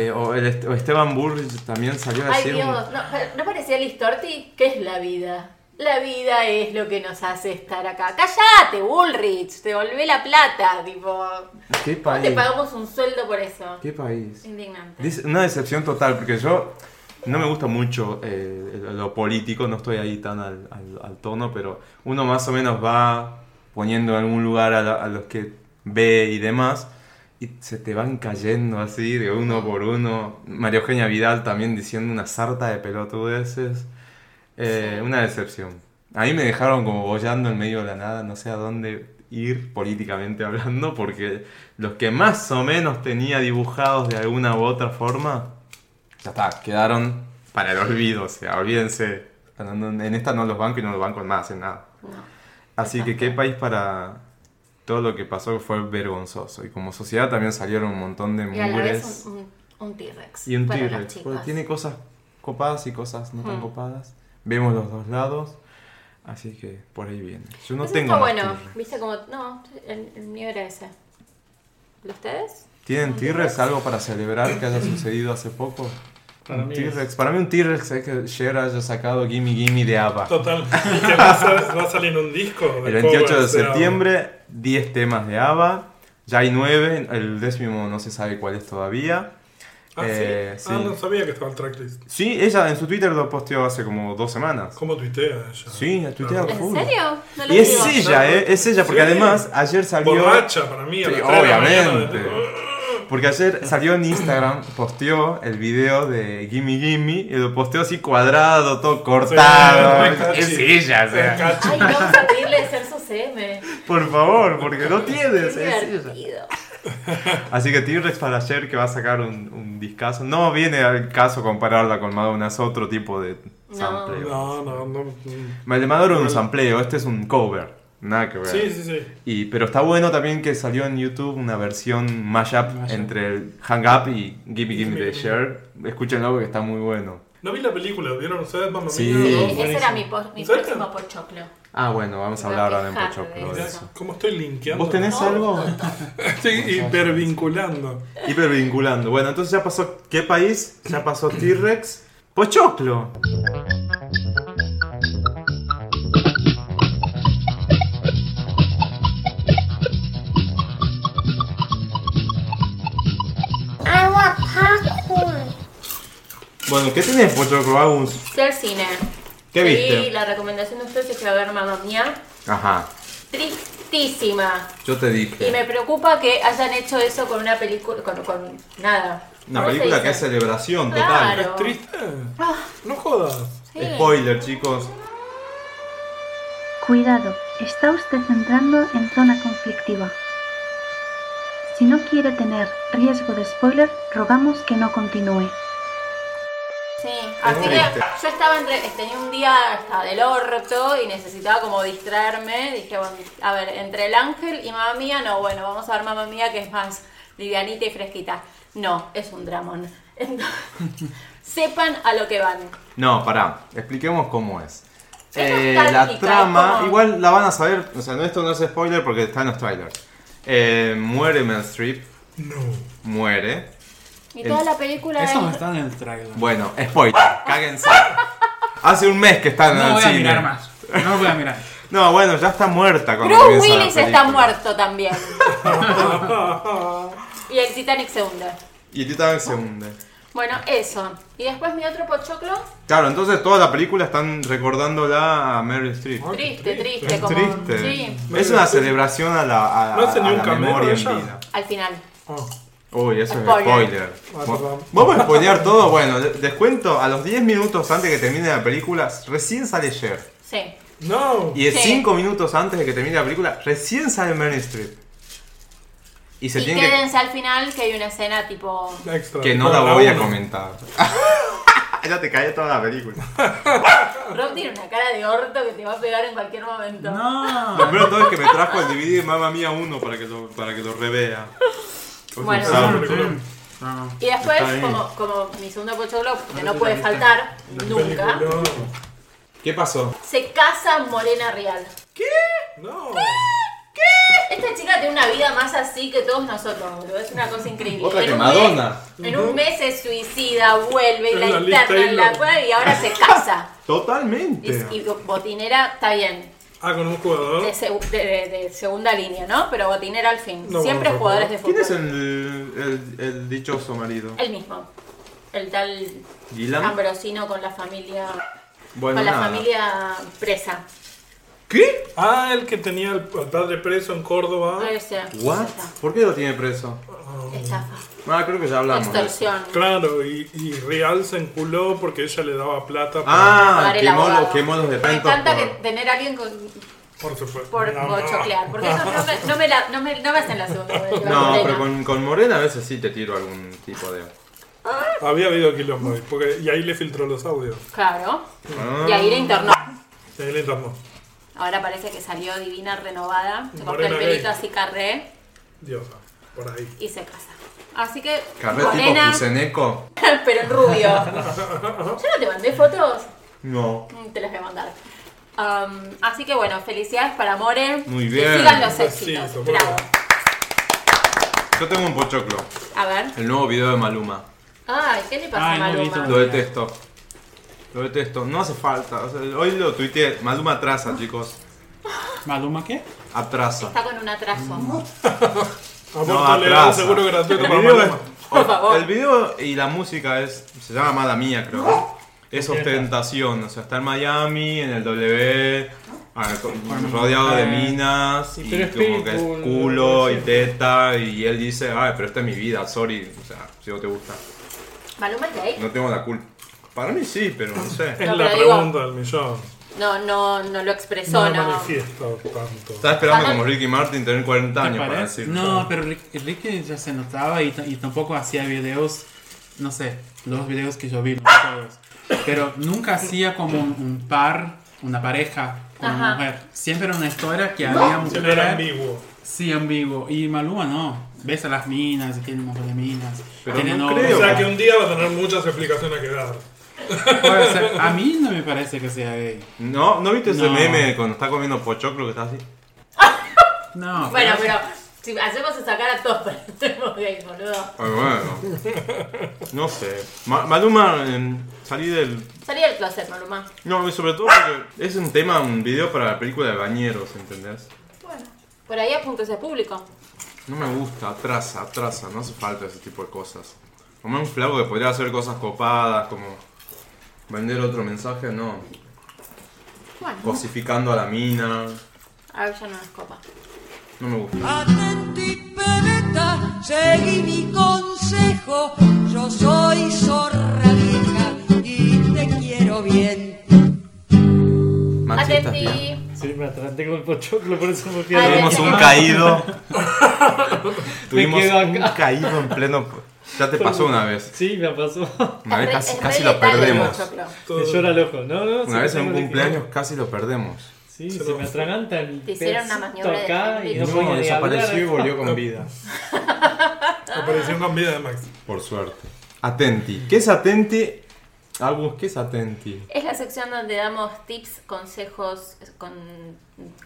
[SPEAKER 2] Eh, o, el Est- o Esteban Burge también salió a
[SPEAKER 1] Ay
[SPEAKER 2] decir,
[SPEAKER 1] Dios,
[SPEAKER 2] Ah, un-
[SPEAKER 1] no, ¿no parecía Listorti? ¿Qué es la vida? La vida es lo que nos hace estar acá. ¡Cállate, Bullrich! Te volvé la plata, tipo.
[SPEAKER 2] qué
[SPEAKER 1] ¿Cómo te
[SPEAKER 2] país,
[SPEAKER 1] pagamos un sueldo por eso?
[SPEAKER 2] qué país.
[SPEAKER 1] Indignante.
[SPEAKER 2] Dice- Una decepción total, porque yo no me gusta mucho eh, lo político, no estoy ahí tan al, al- al tono, pero uno más o menos va poniendo en algún lugar a, la- a los que ve y demás, y se te van cayendo así, de uno por uno. María Eugenia Vidal también diciendo una sarta de pelotudeces. Eh, Una decepción. A mí me dejaron como bollando en medio de la nada, no sé a dónde ir políticamente hablando, porque los que más o menos tenía dibujados de alguna u otra forma, ya está, quedaron para el olvido, o sea, olvídense. No, no, En esta no los banco y no los banco más en nada.
[SPEAKER 1] No.
[SPEAKER 2] Así que qué país para todo lo que pasó fue vergonzoso. Y como sociedad también salieron un montón de
[SPEAKER 1] Y a la vez
[SPEAKER 2] mugres.
[SPEAKER 1] un, un- un T-Rex.
[SPEAKER 2] Y un
[SPEAKER 1] para las
[SPEAKER 2] T-Rex, porque
[SPEAKER 1] chicas.
[SPEAKER 2] tiene cosas copadas y cosas no tan
[SPEAKER 1] Mm.
[SPEAKER 2] copadas. Vemos los dos lados, así que por ahí viene. Yo no
[SPEAKER 1] Eso está
[SPEAKER 2] tengo más
[SPEAKER 1] bueno,
[SPEAKER 2] T-Rex.
[SPEAKER 1] viste como. No, el, el mío era ese. ¿Y ustedes?
[SPEAKER 2] ¿Tienen T-Rex algo para celebrar que haya sucedido hace poco?
[SPEAKER 4] Para
[SPEAKER 2] un
[SPEAKER 4] mí
[SPEAKER 2] T-Rex. Para mí un T-Rex es que Cher haya sacado Gimme Gimme de ABBA.
[SPEAKER 3] Total. que va, a sal- va a salir un disco. de
[SPEAKER 2] El 28 de
[SPEAKER 3] covers, o sea,
[SPEAKER 2] septiembre, 10 temas de ABBA. Ya hay 9, el décimo no se sabe cuál es todavía.
[SPEAKER 3] Ah, ¿sí?
[SPEAKER 2] Eh, sí.
[SPEAKER 3] Ah, no sabía que estaba el tracklist.
[SPEAKER 2] Sí, ella en su Twitter lo posteó hace como dos semanas.
[SPEAKER 3] ¿Cómo tuitea ella?
[SPEAKER 2] Sí, la tuitea
[SPEAKER 3] Claro.
[SPEAKER 2] re-
[SPEAKER 1] ¿En
[SPEAKER 2] Uy.
[SPEAKER 1] serio? No lo
[SPEAKER 2] Y es
[SPEAKER 1] digo.
[SPEAKER 2] ella, ¿eh? Es ella, porque
[SPEAKER 3] Sí.
[SPEAKER 2] además ayer salió...
[SPEAKER 3] Borracha para mí. a
[SPEAKER 2] Sí,
[SPEAKER 3] las tres de la mañana.
[SPEAKER 2] obviamente. Porque ayer salió en Instagram, posteó el video de Gimme Gimme y lo posteó así cuadrado, todo cortado. [LAUGHS]
[SPEAKER 3] Sí,
[SPEAKER 2] es ella, o sea.
[SPEAKER 3] Es cachi.
[SPEAKER 1] Ay, vamos a pedirle de ser su CM.
[SPEAKER 2] [LAUGHS] Por favor, porque no
[SPEAKER 1] Qué
[SPEAKER 2] tienes. es ella.
[SPEAKER 1] divertido.
[SPEAKER 2] Así que T-Rex para ayer que va a sacar un, un discazo. No viene al caso compararla con Madonna, es otro tipo de
[SPEAKER 1] No.
[SPEAKER 2] sampleo.
[SPEAKER 3] No, no, no.
[SPEAKER 2] Madonna era un sampleo, este es un cover. Nada que ver.
[SPEAKER 3] Sí, sí, sí.
[SPEAKER 2] Y, pero está bueno también que salió en YouTube una versión mashup entre el Hang Up y Gimme Gimme de Cher. Escúchenlo porque está muy bueno.
[SPEAKER 3] No vi la película, ¿vieron ustedes? Mamma
[SPEAKER 2] Sí.
[SPEAKER 3] Mía?
[SPEAKER 1] Sí,
[SPEAKER 3] No,
[SPEAKER 1] ese
[SPEAKER 3] buenísimo.
[SPEAKER 1] era mi, pos- mi
[SPEAKER 3] ¿Sabes
[SPEAKER 1] próximo pochoclo.
[SPEAKER 2] Ah, bueno, vamos a
[SPEAKER 1] Me
[SPEAKER 2] hablar
[SPEAKER 1] voy a
[SPEAKER 2] ahora en
[SPEAKER 1] quejar
[SPEAKER 2] Pochoclo
[SPEAKER 1] de
[SPEAKER 2] de
[SPEAKER 1] eso.
[SPEAKER 2] eso.
[SPEAKER 3] ¿Cómo estoy linkeando?
[SPEAKER 2] ¿Vos
[SPEAKER 3] [LAUGHS]
[SPEAKER 2] tenés
[SPEAKER 1] No,
[SPEAKER 2] algo?
[SPEAKER 3] Sí, hipervinculando.
[SPEAKER 2] Hipervinculando. Bueno, entonces ya pasó ¿qué país? Ya pasó T-Rex. Pues Pochoclo.
[SPEAKER 7] I want popcorn.
[SPEAKER 2] Bueno, ¿qué tenés, Pochoclo Agus?
[SPEAKER 1] Fui al cine.
[SPEAKER 2] ¿Qué
[SPEAKER 1] Sí,
[SPEAKER 2] viste?
[SPEAKER 1] la recomendación de ustedes es que va a ver Mamma Mía.
[SPEAKER 2] Ajá,
[SPEAKER 1] Tristísima.
[SPEAKER 2] yo te
[SPEAKER 1] Y me
[SPEAKER 2] dije.
[SPEAKER 1] preocupa que hayan hecho eso con una película. Con, con nada.
[SPEAKER 2] Una
[SPEAKER 1] ¿Cómo se
[SPEAKER 2] película
[SPEAKER 1] dice?
[SPEAKER 2] que es celebración total.
[SPEAKER 1] Claro.
[SPEAKER 3] ¿Es triste? No jodas.
[SPEAKER 1] Sí.
[SPEAKER 2] Spoiler, chicos.
[SPEAKER 7] Cuidado, está usted entrando en zona conflictiva. Si no quiere tener riesgo de spoiler, rogamos que no continúe.
[SPEAKER 1] Sí, así que
[SPEAKER 2] triste.
[SPEAKER 1] yo estaba entre, tenía un día hasta del orto y necesitaba como distraerme. Dije, bueno, a ver, entre el ángel y mamá mía, no, bueno, vamos a ver mamá mía que es más livianita y fresquita. No, es un dramón. [LAUGHS] Entonces, sepan a lo que van.
[SPEAKER 2] No, pará, expliquemos cómo es.
[SPEAKER 1] Eso es
[SPEAKER 2] Eh, la
[SPEAKER 1] táctica, es
[SPEAKER 2] trama,
[SPEAKER 1] como-
[SPEAKER 2] igual la van a saber, o sea, no, esto no es spoiler porque está en los trailers. Eh, muere Meryl Streep,
[SPEAKER 3] No. [LAUGHS]
[SPEAKER 2] muere.
[SPEAKER 1] Y
[SPEAKER 2] El-
[SPEAKER 1] toda la película
[SPEAKER 5] Eso no
[SPEAKER 1] es.
[SPEAKER 5] está en el trailer.
[SPEAKER 2] Bueno, spoiler, cáguense. Hace un mes que está en
[SPEAKER 5] No
[SPEAKER 2] el
[SPEAKER 5] voy a
[SPEAKER 2] cine.
[SPEAKER 5] mirar más. No lo voy a mirar.
[SPEAKER 2] No, bueno, ya está muerta cuando
[SPEAKER 1] Bruce
[SPEAKER 2] comienza la
[SPEAKER 1] Willis está
[SPEAKER 2] película.
[SPEAKER 1] muerto también. y el Titanic se hunde.
[SPEAKER 2] Y el Titanic se hunde.
[SPEAKER 1] Bueno, eso. Y después mi otro pochoclo.
[SPEAKER 2] Claro, entonces toda la película están recordándola a Meryl Streep.
[SPEAKER 3] Ay,
[SPEAKER 1] Triste,
[SPEAKER 3] qué
[SPEAKER 1] triste,
[SPEAKER 2] Es
[SPEAKER 1] como.
[SPEAKER 2] Oh, triste.
[SPEAKER 1] Sí,
[SPEAKER 2] Es una celebración a la, a,
[SPEAKER 3] No hace ni
[SPEAKER 2] a
[SPEAKER 3] un
[SPEAKER 2] la
[SPEAKER 3] cameo
[SPEAKER 2] memoria en
[SPEAKER 3] ella.
[SPEAKER 2] vida.
[SPEAKER 1] al final.
[SPEAKER 3] Ah.
[SPEAKER 2] Uy, eso
[SPEAKER 1] Spoiler.
[SPEAKER 2] es
[SPEAKER 3] Ah,
[SPEAKER 2] spoiler.
[SPEAKER 3] perdón.
[SPEAKER 2] Vamos a spoilear todo. Bueno, de- les cuento, a los 10 minutos antes que termine la película, recién sale Cher.
[SPEAKER 1] Sí.
[SPEAKER 3] No.
[SPEAKER 2] Y es
[SPEAKER 1] Sí.
[SPEAKER 2] 5 minutos antes de que termine la película, recién sale Meryl Streep. Y se
[SPEAKER 1] Y
[SPEAKER 2] tiene que...
[SPEAKER 1] quédense al final que hay una escena tipo.
[SPEAKER 3] Extra.
[SPEAKER 2] Que no
[SPEAKER 3] Bueno,
[SPEAKER 2] la voy a
[SPEAKER 3] uno.
[SPEAKER 2] comentar. [LAUGHS] ya te cae toda la película.
[SPEAKER 1] Rob tiene una cara de orto que te va a pegar en cualquier momento.
[SPEAKER 5] No.
[SPEAKER 2] Lo peor de todo es que me trajo el DVD de Mamma Mía 1 para que lo, para que lo revea. Es un
[SPEAKER 1] Bueno.
[SPEAKER 2] sábado.
[SPEAKER 5] No.
[SPEAKER 1] Y después,
[SPEAKER 2] Está bien.
[SPEAKER 1] como, como mi segundo pochoclo, que no puede faltar nunca,
[SPEAKER 3] No.
[SPEAKER 2] ¿Qué pasó?
[SPEAKER 1] se casa Morena Real.
[SPEAKER 3] No.
[SPEAKER 1] Esta chica tiene una vida más así que todos nosotros, boludo. Es una cosa increíble.
[SPEAKER 2] Otra
[SPEAKER 1] En
[SPEAKER 2] que
[SPEAKER 1] un
[SPEAKER 2] Madonna.
[SPEAKER 1] mes- en un mes se suicida, vuelve y
[SPEAKER 3] Es
[SPEAKER 1] la
[SPEAKER 3] la Liz
[SPEAKER 1] interna en la
[SPEAKER 3] Taylor.
[SPEAKER 1] cueva y ahora se
[SPEAKER 2] [LAUGHS]
[SPEAKER 1] casa. Y,
[SPEAKER 2] Totalmente.
[SPEAKER 1] y botinera está bien,
[SPEAKER 3] Ah, con un jugador.
[SPEAKER 1] de, seg- de- de- de segunda línea, ¿no? Pero botinera al fin.
[SPEAKER 3] No,
[SPEAKER 1] Siempre
[SPEAKER 3] bueno,
[SPEAKER 1] jugadores de fútbol.
[SPEAKER 2] ¿Quién es el, el- el dichoso marido?
[SPEAKER 1] El mismo. El tal
[SPEAKER 2] ¿Dylan?
[SPEAKER 1] Ambrosino con la familia.
[SPEAKER 2] Bueno,
[SPEAKER 1] con la
[SPEAKER 2] nada.
[SPEAKER 1] familia presa.
[SPEAKER 2] ¿Qué?
[SPEAKER 3] Ah, el que tenía al al padre preso en Córdoba.
[SPEAKER 1] No sé.
[SPEAKER 2] ¿What? ¿Por qué lo tiene preso?
[SPEAKER 1] Estafa.
[SPEAKER 2] Ah, creo que ya hablamos. de eso.
[SPEAKER 1] Extorsión.
[SPEAKER 3] Claro, y, y Real se enculó porque ella le daba plata por,
[SPEAKER 2] Ah,
[SPEAKER 1] Pagar el
[SPEAKER 2] quemó,
[SPEAKER 1] abogado.
[SPEAKER 2] los- quemó los
[SPEAKER 1] Me
[SPEAKER 2] depentos
[SPEAKER 1] encanta que
[SPEAKER 2] por...
[SPEAKER 1] tener a alguien con,
[SPEAKER 3] por supuesto.
[SPEAKER 1] por
[SPEAKER 3] No, no.
[SPEAKER 1] gochoclear, Porque eso no me, no me, la, no me, no me hacen la segunda. vez que va
[SPEAKER 2] No,
[SPEAKER 1] Morena.
[SPEAKER 2] pero con, con Morena a veces sí te tiro algún tipo de...
[SPEAKER 3] Había habido quilombo ahí, porque, y ahí le filtró los audios.
[SPEAKER 1] Claro.
[SPEAKER 2] Ah.
[SPEAKER 1] Y ahí le internó.
[SPEAKER 3] Y ahí le internó.
[SPEAKER 1] Ahora parece que salió divina, renovada. Se cortó el
[SPEAKER 3] Morena
[SPEAKER 1] pelito
[SPEAKER 3] gay.
[SPEAKER 1] así carré
[SPEAKER 3] Diosa, por ahí.
[SPEAKER 1] y se casa. Así que.
[SPEAKER 2] Carré tipo
[SPEAKER 1] Morena,
[SPEAKER 2] Cuseneco.
[SPEAKER 1] [LAUGHS] pero en
[SPEAKER 3] [LAUGHS]
[SPEAKER 1] rubio. ¿Yo no te mandé fotos?
[SPEAKER 2] No.
[SPEAKER 1] Mm, Te las voy a mandar. Am, así que bueno, felicidades para More.
[SPEAKER 2] Muy
[SPEAKER 1] Y
[SPEAKER 2] bien.
[SPEAKER 1] sigan los
[SPEAKER 3] Besito,
[SPEAKER 1] éxitos.
[SPEAKER 3] bueno.
[SPEAKER 1] Bravo.
[SPEAKER 2] Yo tengo un pochoclo.
[SPEAKER 1] A ver.
[SPEAKER 2] El nuevo video de Maluma.
[SPEAKER 1] Ay, ¿qué le pasa
[SPEAKER 5] Ay, no
[SPEAKER 1] a
[SPEAKER 5] he
[SPEAKER 1] Maluma?
[SPEAKER 5] visto.
[SPEAKER 2] Lo detesto. Lo detesto. No hace falta. O sea, hoy lo tuiteé. Maluma atrasa, chicos.
[SPEAKER 5] ¿Maluma qué?
[SPEAKER 2] Atrasa.
[SPEAKER 1] Está con un atraso.
[SPEAKER 3] Aborto
[SPEAKER 2] No,
[SPEAKER 3] legal,
[SPEAKER 2] atrasa.
[SPEAKER 3] seguro gratuito
[SPEAKER 2] El
[SPEAKER 3] para
[SPEAKER 2] video
[SPEAKER 3] Maluma.
[SPEAKER 2] es-
[SPEAKER 1] Por favor.
[SPEAKER 2] El video y la música es. Se llama Mala Mía, creo. ¿no? Es ostentación. O sea, está en Miami, en el W. ah, con- Rodeado de minas y
[SPEAKER 4] Pero es
[SPEAKER 2] como que es
[SPEAKER 4] pitbull,
[SPEAKER 2] culo y
[SPEAKER 4] sí.
[SPEAKER 2] teta y él dice, ay, pero esta es mi vida, sorry, o sea, si no te gusta,
[SPEAKER 1] ¿Maluma es gay?
[SPEAKER 2] no tengo la culpa. Para mí sí, pero no sé.
[SPEAKER 3] Es
[SPEAKER 1] No,
[SPEAKER 3] la
[SPEAKER 1] pero digo-
[SPEAKER 3] pregunta del millón.
[SPEAKER 1] No, no, no lo expresó,
[SPEAKER 3] No
[SPEAKER 1] no.
[SPEAKER 3] manifiesto tanto.
[SPEAKER 2] Estaba esperando como Ricky Martin tener 40
[SPEAKER 5] ¿Te
[SPEAKER 2] años para
[SPEAKER 5] parece?
[SPEAKER 2] decir.
[SPEAKER 5] No, pero Rick- Ricky ya se notaba y, t- y tampoco hacía videos, no sé, los videos que yo vi, no todos. Pero nunca hacía como un, un par, una pareja con una
[SPEAKER 1] Ajá.
[SPEAKER 5] mujer. Siempre era una historia que había
[SPEAKER 3] Siempre era
[SPEAKER 5] mujer.
[SPEAKER 3] ambiguo.
[SPEAKER 5] Sí, ambiguo. Y Maluma no. Ves a las minas y tiene un montón de minas.
[SPEAKER 2] Pero
[SPEAKER 5] tiene
[SPEAKER 2] no
[SPEAKER 5] novio.
[SPEAKER 2] creo.
[SPEAKER 3] O sea que un día va a tener muchas explicaciones que dar.
[SPEAKER 5] Puede ser. A mí no me parece que sea gay.
[SPEAKER 2] No, ¿no viste ese
[SPEAKER 5] No.
[SPEAKER 2] meme cuando está comiendo pochoclo que está así?
[SPEAKER 5] No.
[SPEAKER 1] Bueno, pero si hacemos sacar a todos [LAUGHS] para ser gay, boludo.
[SPEAKER 2] Ay, bueno. No sé. Ma- Maluma, em, salí del.
[SPEAKER 1] Salí del closet, Maluma.
[SPEAKER 2] No, y sobre todo porque es un tema, un video para la película de bañeros, ¿entendés?
[SPEAKER 1] Por ahí apuntes ese público.
[SPEAKER 2] No me gusta, atrasa, atrasa, no hace falta ese tipo de cosas. Como un flaco que podría hacer cosas copadas, como vender otro mensaje, no.
[SPEAKER 1] Bueno,
[SPEAKER 2] Cosificando a la mina.
[SPEAKER 1] a ver, ya no es copa.
[SPEAKER 2] No me gusta.
[SPEAKER 7] Atento y pereta, seguí mi consejo. Yo soy zorra vieja y te quiero bien.
[SPEAKER 2] Maxi, ¿estás bien?
[SPEAKER 4] Sí, me atraté con el pochoclo, por eso me fui a la-
[SPEAKER 2] Tuvimos un caído. Tuvimos
[SPEAKER 4] quedo
[SPEAKER 2] un caído en pleno. Ya te pasó una vez.
[SPEAKER 4] Sí, me pasó.
[SPEAKER 2] Una vez casi, casi lo perdemos.
[SPEAKER 4] Me llora el ojo. No, [LAUGHS] no, sí,
[SPEAKER 2] Una vez en
[SPEAKER 4] tengo
[SPEAKER 2] un
[SPEAKER 4] de-
[SPEAKER 2] cumpleaños casi lo perdemos.
[SPEAKER 4] Sí, se me atraganta el
[SPEAKER 1] Te hicieron una
[SPEAKER 4] pecito
[SPEAKER 1] maniobra de
[SPEAKER 4] acá y no,
[SPEAKER 2] No,
[SPEAKER 4] podía ni
[SPEAKER 2] desapareció y
[SPEAKER 4] hablar.
[SPEAKER 2] volvió con vida.
[SPEAKER 3] Apareció con vida de Max.
[SPEAKER 2] Por suerte. Atenti. ¿Qué es atenti? Agus, ¿qué es atenti?
[SPEAKER 1] Es la sección donde damos tips, consejos, con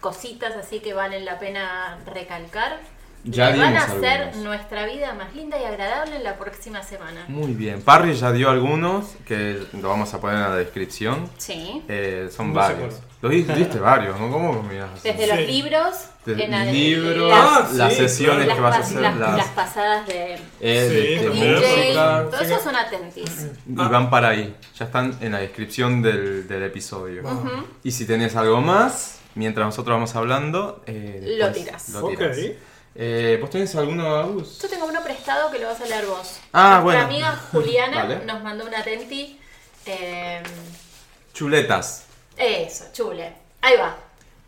[SPEAKER 1] cositas así que valen la pena recalcar.
[SPEAKER 2] Ya
[SPEAKER 1] y que van a
[SPEAKER 2] dimos
[SPEAKER 1] hacer
[SPEAKER 2] algunos.
[SPEAKER 1] nuestra vida más linda y agradable en la próxima semana.
[SPEAKER 2] Muy bien. Parry ya dio algunos, que lo vamos a poner en la descripción.
[SPEAKER 1] Sí.
[SPEAKER 2] Eh, son
[SPEAKER 4] No se
[SPEAKER 2] varios. Los di- diste varios, ¿no? ¿Cómo mirás así?
[SPEAKER 1] Desde los
[SPEAKER 3] Sí.
[SPEAKER 1] libros,
[SPEAKER 2] Desde
[SPEAKER 1] en ade-
[SPEAKER 2] libros,
[SPEAKER 1] las-
[SPEAKER 2] las sesiones
[SPEAKER 1] las
[SPEAKER 2] que vas a
[SPEAKER 1] pas-
[SPEAKER 2] hacer,
[SPEAKER 1] las,
[SPEAKER 2] las-
[SPEAKER 1] las pasadas de
[SPEAKER 2] Eh,
[SPEAKER 3] Sí,
[SPEAKER 2] de- de
[SPEAKER 3] también.
[SPEAKER 1] DJ,
[SPEAKER 2] música.
[SPEAKER 1] todo eso son atentis.
[SPEAKER 2] Y van para ahí. Ya están en la descripción del, del episodio.
[SPEAKER 1] Ujú.
[SPEAKER 2] Y si tenés algo más, mientras nosotros vamos hablando, eh,
[SPEAKER 1] Lo
[SPEAKER 2] después
[SPEAKER 1] tirás.
[SPEAKER 2] lo tirás.
[SPEAKER 3] Ok.
[SPEAKER 2] Eh, ¿Vos tenés alguno, Agus?
[SPEAKER 1] Yo tengo uno prestado que lo vas a leer vos.
[SPEAKER 2] Ah,
[SPEAKER 1] Nuestra
[SPEAKER 2] bueno.
[SPEAKER 1] amiga Juliana
[SPEAKER 2] [LAUGHS] Vale.
[SPEAKER 1] nos mandó un atenti. eh,
[SPEAKER 2] Chuletas.
[SPEAKER 1] eso, chule. Ahí va.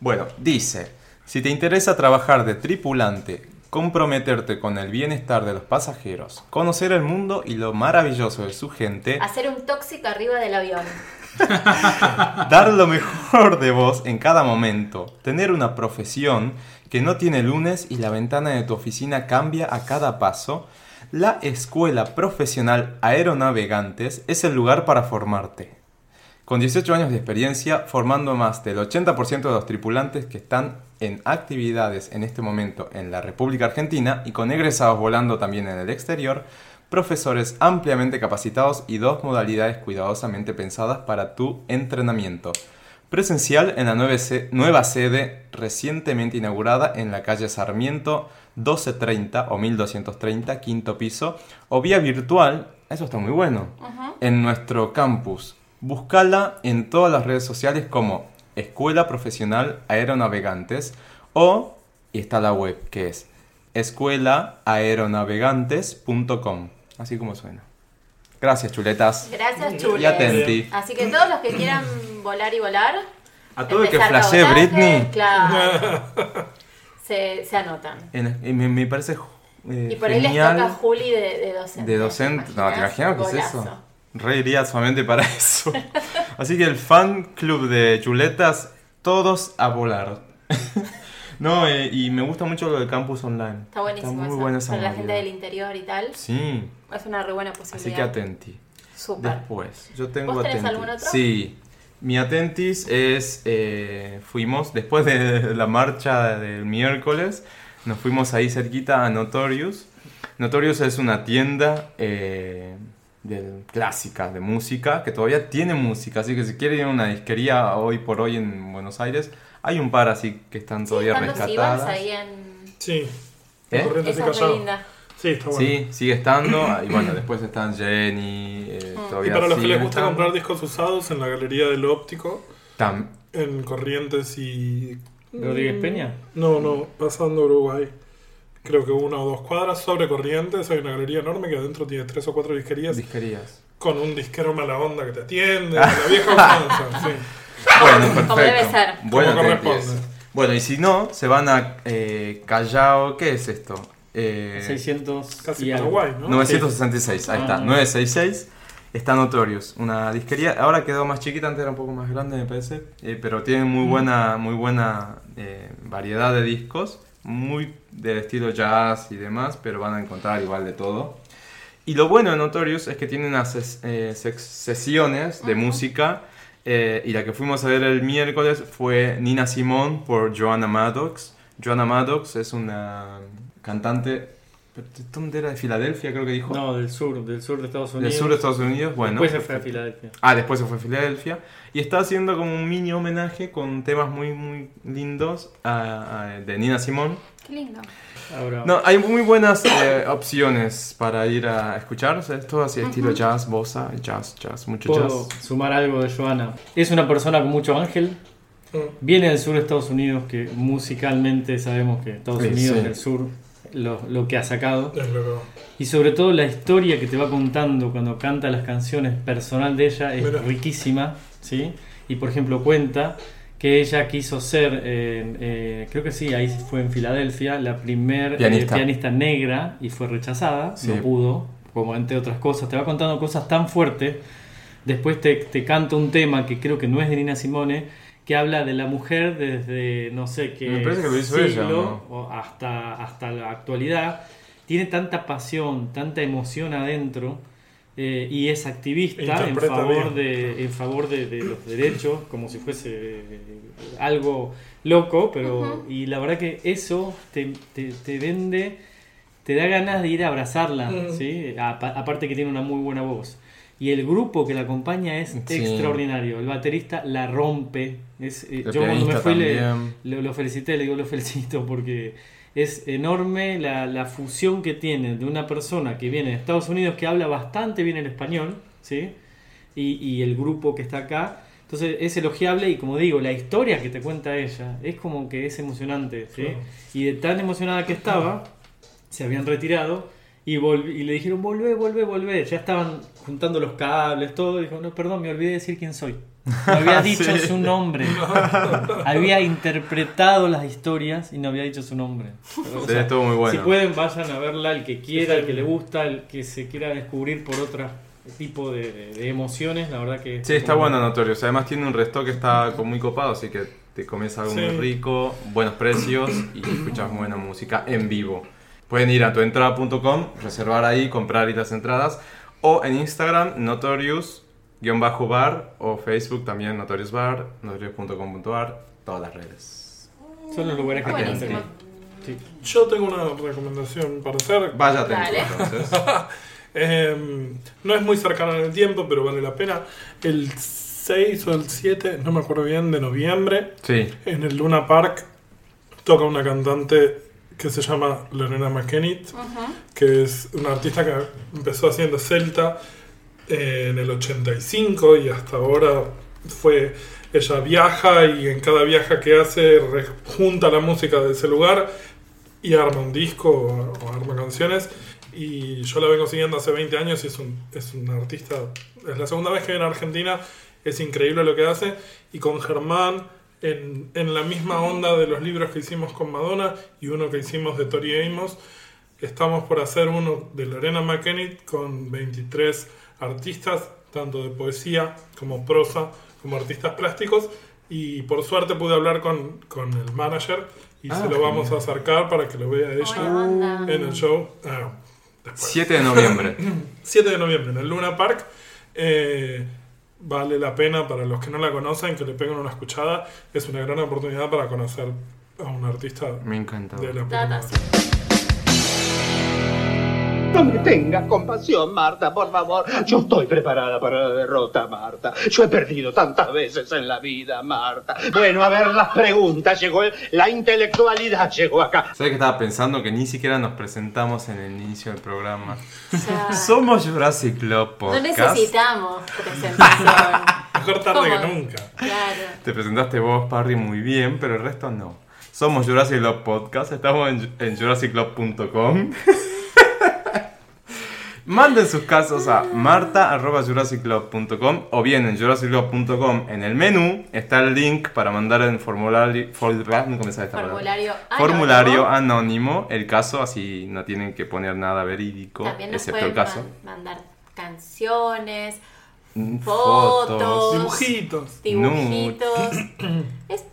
[SPEAKER 2] Bueno, dice, si te interesa trabajar de tripulante, comprometerte con el bienestar de los pasajeros, conocer el mundo y lo maravilloso de su gente,
[SPEAKER 1] Hacer un tóxico arriba del avión.
[SPEAKER 2] dar lo mejor de vos en cada momento, tener una profesión que no tiene lunes y la ventana de tu oficina cambia a cada paso, la Escuela Profesional Aeronavegantes es el lugar para formarte. Con 18 años de experiencia, formando más del 80% de los tripulantes que están en actividades en este momento en la República Argentina y con egresados volando también en el exterior, profesores ampliamente capacitados y dos modalidades cuidadosamente pensadas para tu entrenamiento. Presencial en la nueve se- nueva sede recientemente inaugurada en la calle Sarmiento 1230 o 1230, quinto piso, o vía virtual, eso está muy bueno, en nuestro campus. Búscala en todas las redes sociales como Escuela Profesional Aeronavegantes o, y está la web que es escuelaaeronavegantes.com. Así como suena. Gracias, chuletas.
[SPEAKER 1] Gracias, chule.
[SPEAKER 2] Y atenti.
[SPEAKER 1] Así que todos los que quieran volar y volar.
[SPEAKER 2] A todo el que
[SPEAKER 1] empezar
[SPEAKER 2] flashee
[SPEAKER 1] cabotaje,
[SPEAKER 2] Britney.
[SPEAKER 1] Claro. [LAUGHS] se, se anotan.
[SPEAKER 2] En- y me, me parece eh,
[SPEAKER 1] Y por ahí
[SPEAKER 2] genial
[SPEAKER 1] les toca a Juli de, de docente.
[SPEAKER 2] de docente. No, ¿te imaginas qué es eso?
[SPEAKER 1] Golazo.
[SPEAKER 2] Reiría solamente para [LAUGHS] eso. Así que el fan club de chuletas, todos a volar. [LAUGHS] no, eh, y me gusta mucho lo del campus online.
[SPEAKER 1] Está buenísimo
[SPEAKER 2] muy
[SPEAKER 1] eso.
[SPEAKER 2] buena esa
[SPEAKER 1] Para la gente
[SPEAKER 2] modalidad.
[SPEAKER 1] del interior y tal.
[SPEAKER 2] Sí,
[SPEAKER 1] Es una re buena
[SPEAKER 2] así
[SPEAKER 1] posibilidad.
[SPEAKER 2] que atenti.
[SPEAKER 1] Súper.
[SPEAKER 2] Después, yo tengo
[SPEAKER 1] ¿Vos tenés
[SPEAKER 2] atentis.
[SPEAKER 1] algún otro?
[SPEAKER 2] Sí. Mi atentis es, eh, fuimos, después de [LAUGHS] la marcha del miércoles, nos fuimos ahí cerquita a Notorious. Notorious es una tienda eh, de, clásica de música, que todavía tiene música, así que si quieren ir a una disquería hoy por hoy en Buenos Aires, hay un par así que están
[SPEAKER 1] Sí,
[SPEAKER 2] todavía
[SPEAKER 1] están los Ibans
[SPEAKER 2] rescatadas.
[SPEAKER 1] ahí en...
[SPEAKER 3] Sí.
[SPEAKER 2] ¿Eh?
[SPEAKER 3] Corriente
[SPEAKER 1] Esa es
[SPEAKER 3] así
[SPEAKER 1] muy
[SPEAKER 3] callado.
[SPEAKER 1] linda.
[SPEAKER 3] Sí, está bueno.
[SPEAKER 2] Sí, sigue estando, y
[SPEAKER 1] [CLEARS THROAT]
[SPEAKER 2] bueno, después están Jenny, eh,
[SPEAKER 3] Y
[SPEAKER 1] Mm.
[SPEAKER 2] todavía
[SPEAKER 3] para los que
[SPEAKER 2] siguen
[SPEAKER 3] les gusta
[SPEAKER 2] estando.
[SPEAKER 3] comprar discos usados en la galería del óptico,
[SPEAKER 2] Tam-
[SPEAKER 3] en Corrientes y.
[SPEAKER 1] Mm.
[SPEAKER 4] Rodríguez Peña.
[SPEAKER 3] No, no, pasando Uruguay. Creo que una o dos cuadras sobre Corrientes. Hay una galería enorme que adentro tiene tres o cuatro disquerías
[SPEAKER 2] disquerías.
[SPEAKER 3] con un disquero mala onda que te atiende. La vieja usanza, sí.
[SPEAKER 2] Bueno, perfecto.
[SPEAKER 1] debe ser.
[SPEAKER 2] Bueno,
[SPEAKER 3] Como
[SPEAKER 2] te
[SPEAKER 3] corresponde.
[SPEAKER 2] empiezo. Bueno, y si no, se van a eh, Callao. ¿Qué es esto? Eh,
[SPEAKER 4] 600
[SPEAKER 3] Casi
[SPEAKER 4] y algo.
[SPEAKER 3] Paraguay, ¿no?
[SPEAKER 2] 966, ahí está,
[SPEAKER 4] Ah.
[SPEAKER 2] 966. Está Notorious, una disquería. Ahora quedó más chiquita, antes era un poco más grande, me parece. eh, pero tiene
[SPEAKER 1] Mm.
[SPEAKER 2] muy buena, muy buena eh, variedad de discos, muy del estilo jazz y demás, pero van a encontrar igual de todo. Y lo bueno de Notorious es que tiene unas ses- eh, sex- sesiones de música. eh, y la que fuimos a ver el miércoles fue Nina Simone por Joanna Maddox. Joanna Maddox es una cantante Pero, ¿Dónde era? ¿De Filadelfia creo que dijo?
[SPEAKER 4] No, del sur, del sur de Estados
[SPEAKER 2] Del
[SPEAKER 4] Unidos.
[SPEAKER 2] sur de Estados Unidos, bueno.
[SPEAKER 4] Después se fue a Filadelfia.
[SPEAKER 2] Ah, después se fue a Filadelfia. Y está haciendo como un mini homenaje con temas muy, muy lindos a- a- de Nina Simón.
[SPEAKER 11] Qué lindo.
[SPEAKER 4] Ahora,
[SPEAKER 2] No, hay muy buenas eh, opciones para ir a escuchar. O sea, es todo así, estilo jazz, bossa, jazz, jazz, mucho
[SPEAKER 4] puedo
[SPEAKER 2] jazz.
[SPEAKER 4] sumar algo de Joana. Es una persona con mucho ángel. Viene del sur de Estados Unidos, que musicalmente sabemos que Estados
[SPEAKER 2] Sí,
[SPEAKER 4] Unidos
[SPEAKER 2] sí.
[SPEAKER 4] del sur lo, lo que ha sacado.
[SPEAKER 3] Es loco.
[SPEAKER 4] Y sobre todo la historia que te va contando cuando canta las canciones personal de ella es
[SPEAKER 3] Mira.
[SPEAKER 4] riquísima, ¿sí? Y por ejemplo cuenta que ella quiso ser, eh, eh, creo que sí, ahí fue en Filadelfia, la primer eh,
[SPEAKER 2] Pianista.
[SPEAKER 4] pianista negra y fue rechazada,
[SPEAKER 2] Sí.
[SPEAKER 4] no pudo, como entre otras cosas. Te va contando cosas tan fuertes. Después te, te canta un tema que creo que no es de Nina Simone, que habla de la mujer desde no sé qué
[SPEAKER 2] Me parece que lo hizo
[SPEAKER 4] siglo
[SPEAKER 2] ella, ¿no?
[SPEAKER 4] o hasta, hasta la actualidad, tiene tanta pasión, tanta emoción adentro eh, y es activista en
[SPEAKER 3] Interpreta
[SPEAKER 4] favor, de, en favor de, de los derechos, como si fuese eh, algo loco, pero y la verdad que eso te, te- te vende, te da ganas de ir a abrazarla,
[SPEAKER 3] Mm.
[SPEAKER 4] ¿sí? Apa- aparte que tiene una muy buena voz. Y el grupo que la acompaña es
[SPEAKER 2] Sí.
[SPEAKER 4] extraordinario. El baterista la rompe. Es, eh,
[SPEAKER 2] El
[SPEAKER 4] yo cuando me
[SPEAKER 2] pianista
[SPEAKER 4] fui le,
[SPEAKER 2] también.
[SPEAKER 4] lo, lo felicité, le digo lo felicito porque es enorme la, la fusión que tiene de una persona que viene de Estados Unidos que habla bastante bien el español, ¿sí? Y, y el grupo que está acá. Entonces es elogiable y como digo, la historia que te cuenta ella es como que es emocionante, ¿sí?
[SPEAKER 3] Claro.
[SPEAKER 4] Y de tan emocionada que estaba, se habían retirado y, volv- y le dijeron, volvé, volvé, volvé. Ya estaban juntando los cables, todo. Dijo, no, perdón, me olvidé de decir quién soy. No
[SPEAKER 2] [LAUGHS]
[SPEAKER 4] había Ah, dicho
[SPEAKER 2] Sí. [LAUGHS]
[SPEAKER 4] su nombre. había interpretado las historias y no había dicho su nombre. O
[SPEAKER 2] Sí,
[SPEAKER 4] sea,
[SPEAKER 2] estuvo muy bueno.
[SPEAKER 4] Si pueden, vayan a verla, el que quiera, el que le gusta, el que se quiera descubrir por otro tipo de, de- de emociones, la verdad que...
[SPEAKER 2] Sí, está bueno Notorious. Además tiene un resto que está como muy copado, así que te comes algo muy
[SPEAKER 3] Sí.
[SPEAKER 2] rico, buenos precios y escuchas buena música en vivo. Pueden ir a tuentrada.com, reservar ahí, comprar ahí las entradas. O en Instagram, Notorious-bar o Facebook también, Notorious Bar, notorious.com.ar, todas las redes.
[SPEAKER 4] Son los lugares que
[SPEAKER 2] Buenísimo.
[SPEAKER 4] tienen. Sí.
[SPEAKER 3] Yo tengo una recomendación para hacer.
[SPEAKER 2] Vaya
[SPEAKER 11] Dale.
[SPEAKER 2] entonces.
[SPEAKER 3] Em, no es muy cercano en el tiempo, pero vale la pena. El 6 o el 7, no me acuerdo bien, de noviembre,
[SPEAKER 2] Sí,
[SPEAKER 3] en el Luna Park toca una cantante que se llama Lorena McKennitt, que es una artista que empezó haciendo celta eh, en el 85 y hasta ahora fue ella viaja y en cada viaje que hace re- junta la música de ese lugar y arma un disco o, o arma canciones y yo la vengo siguiendo hace 20 años y es un, es un artista es la segunda vez que viene a Argentina es increíble lo que hace y con Germán en, en la misma onda de los libros que hicimos con Madonna y uno que hicimos de Tori Amos Estamos por hacer uno de Lorena McKennitt con 23 artistas, tanto de poesía como prosa, como artistas plásticos. Y por suerte pude hablar con, con el manager y
[SPEAKER 2] Ah,
[SPEAKER 3] se lo vamos a acercar para que lo vea ella
[SPEAKER 11] Buena onda.
[SPEAKER 3] en el show. Ah, después.
[SPEAKER 2] 7 de noviembre.
[SPEAKER 3] 7 de noviembre en el Luna Park. Eh, vale la pena para los que no la conocen que le peguen una escuchada. Es una gran oportunidad para conocer a un artista
[SPEAKER 2] Me encanta.
[SPEAKER 3] de la
[SPEAKER 11] Datas.
[SPEAKER 3] primera.
[SPEAKER 12] No me tengas compasión, Marta, por favor. Yo estoy preparada para la derrota, Marta. Yo he perdido tantas veces en la vida, Marta. Bueno, a ver las preguntas. Llegó el- la intelectualidad, llegó acá.
[SPEAKER 2] ¿Sabes que estaba pensando que ni siquiera nos presentamos en el inicio del programa? [LAUGHS]
[SPEAKER 1] Ya.
[SPEAKER 2] Somos Jurassic Club
[SPEAKER 1] Ah. No
[SPEAKER 2] Podcast.
[SPEAKER 1] necesitamos presentación.
[SPEAKER 3] Mejor tarde que
[SPEAKER 1] ¿Cómo?
[SPEAKER 3] nunca.
[SPEAKER 2] [LAUGHS]
[SPEAKER 1] Claro.
[SPEAKER 2] Te presentaste vos, Parry, muy bien, pero el resto no. Somos Jurassic Club Podcast, estamos en, en jurassicclub.com. [LAUGHS] Manden sus casos a marta.jurassicclub.com o bien en jurassicclub.com en el menú está el link para mandar en formulario, ah, formulario, no comenzaba esta palabra.
[SPEAKER 1] Formulario anónimo.
[SPEAKER 2] Formulario anónimo el caso, así no tienen que poner nada verídico,
[SPEAKER 1] También nos
[SPEAKER 2] excepto el
[SPEAKER 1] pueden
[SPEAKER 2] caso.
[SPEAKER 1] man- mandar canciones,
[SPEAKER 2] Mm,
[SPEAKER 1] fotos.
[SPEAKER 3] Dibujitos.
[SPEAKER 1] dibujitos. Es,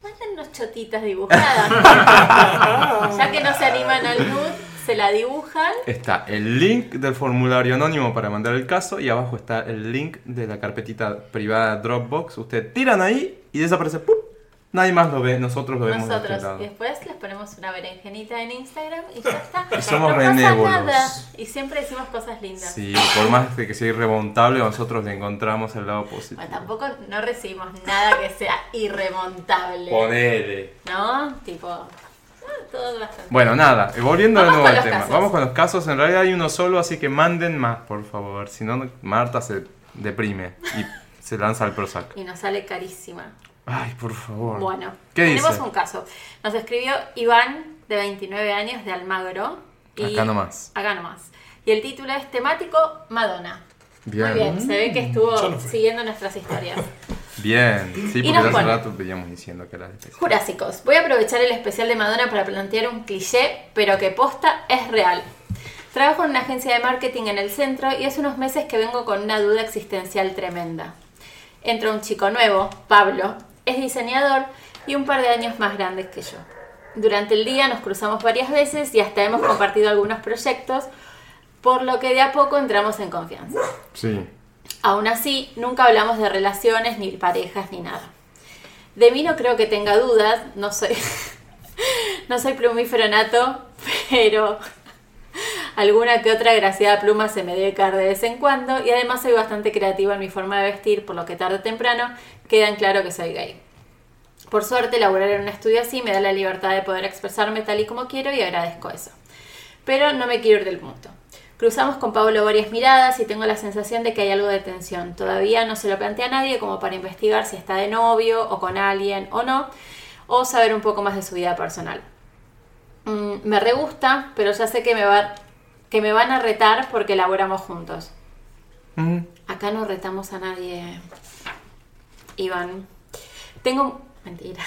[SPEAKER 1] mándennos chotitas dibujadas. [LAUGHS] ya que no se animan al nude, se la dibujan.
[SPEAKER 2] Está el link del formulario anónimo para mandar el caso y abajo está el link de la carpetita privada Dropbox. Ustedes tiran ahí y desaparece. ¡pup! Nadie más lo ve, nosotros lo vemos de
[SPEAKER 1] Nosotros.
[SPEAKER 2] este lado.
[SPEAKER 1] Y después les ponemos una berenjenita en Instagram y ya está.
[SPEAKER 2] Y somos
[SPEAKER 1] no pasa
[SPEAKER 2] benévolos.
[SPEAKER 1] nada. Y siempre decimos cosas lindas.
[SPEAKER 2] Sí, por más de que sea irremontable, nosotros le encontramos el lado positivo.
[SPEAKER 1] Bueno, tampoco no recibimos nada que sea irremontable.
[SPEAKER 2] Ponele.
[SPEAKER 1] ¿No? Tipo. ah, todo bastante.
[SPEAKER 2] Bueno, nada, eh, volviendo de
[SPEAKER 1] Vamos
[SPEAKER 2] nuevo
[SPEAKER 1] con
[SPEAKER 2] al
[SPEAKER 1] los
[SPEAKER 2] tema.
[SPEAKER 1] casos.
[SPEAKER 2] Vamos con los casos, en realidad hay uno solo, así que manden más, por favor. Si no, Marta se deprime y se lanza al Prozac.
[SPEAKER 1] Y nos sale carísima.
[SPEAKER 2] Ay, por favor.
[SPEAKER 1] Bueno,
[SPEAKER 2] ¿Qué
[SPEAKER 1] tenemos
[SPEAKER 2] dice?
[SPEAKER 1] un caso. Nos escribió Iván, de 29 años, de Almagro.
[SPEAKER 2] Acá nomás.
[SPEAKER 1] Acá nomás. Y el título es temático Madonna.
[SPEAKER 2] Bien.
[SPEAKER 1] Muy bien, se ve que estuvo
[SPEAKER 2] Yo no fui.
[SPEAKER 1] siguiendo nuestras
[SPEAKER 2] [LAUGHS]
[SPEAKER 1] historias.
[SPEAKER 2] Bien, sí,
[SPEAKER 1] Y
[SPEAKER 2] porque
[SPEAKER 1] nos
[SPEAKER 2] hace
[SPEAKER 1] pone-
[SPEAKER 2] rato veníamos diciendo que era especial.
[SPEAKER 1] Jurásicos, voy a aprovechar el especial de Madonna para plantear un cliché, pero que posta es real. Trabajo en una agencia de marketing en el centro y hace unos meses que vengo con una duda existencial tremenda. Entra un chico nuevo, Pablo, es diseñador y un par de años más grande que yo. Durante el día nos cruzamos varias veces y hasta hemos compartido algunos proyectos, por lo que de a poco entramos en confianza.
[SPEAKER 2] Sí.
[SPEAKER 1] Aún así, nunca hablamos de relaciones, ni parejas, ni nada. De mí no creo que tenga dudas, no soy, [LAUGHS] no soy plumífero nato, [LAUGHS] pero alguna que otra graciada pluma se me debe caer de vez en cuando y además soy bastante creativa en mi forma de vestir, por lo que tarde o temprano queda en claro que soy gay. Por suerte, laborar en un estudio así me da la libertad de poder expresarme tal y como quiero y agradezco eso. Pero no me quiero ir del punto. Cruzamos con Pablo varias miradas y tengo la sensación de que hay algo de tensión. Todavía no se lo plantea a nadie como para investigar si está de novio o con alguien o no, o saber un poco más de su vida personal. Mm, me re gusta, pero ya sé que me, va, que me van a retar porque laboramos juntos. Acá no retamos a nadie, Iván. Tengo... Mentira.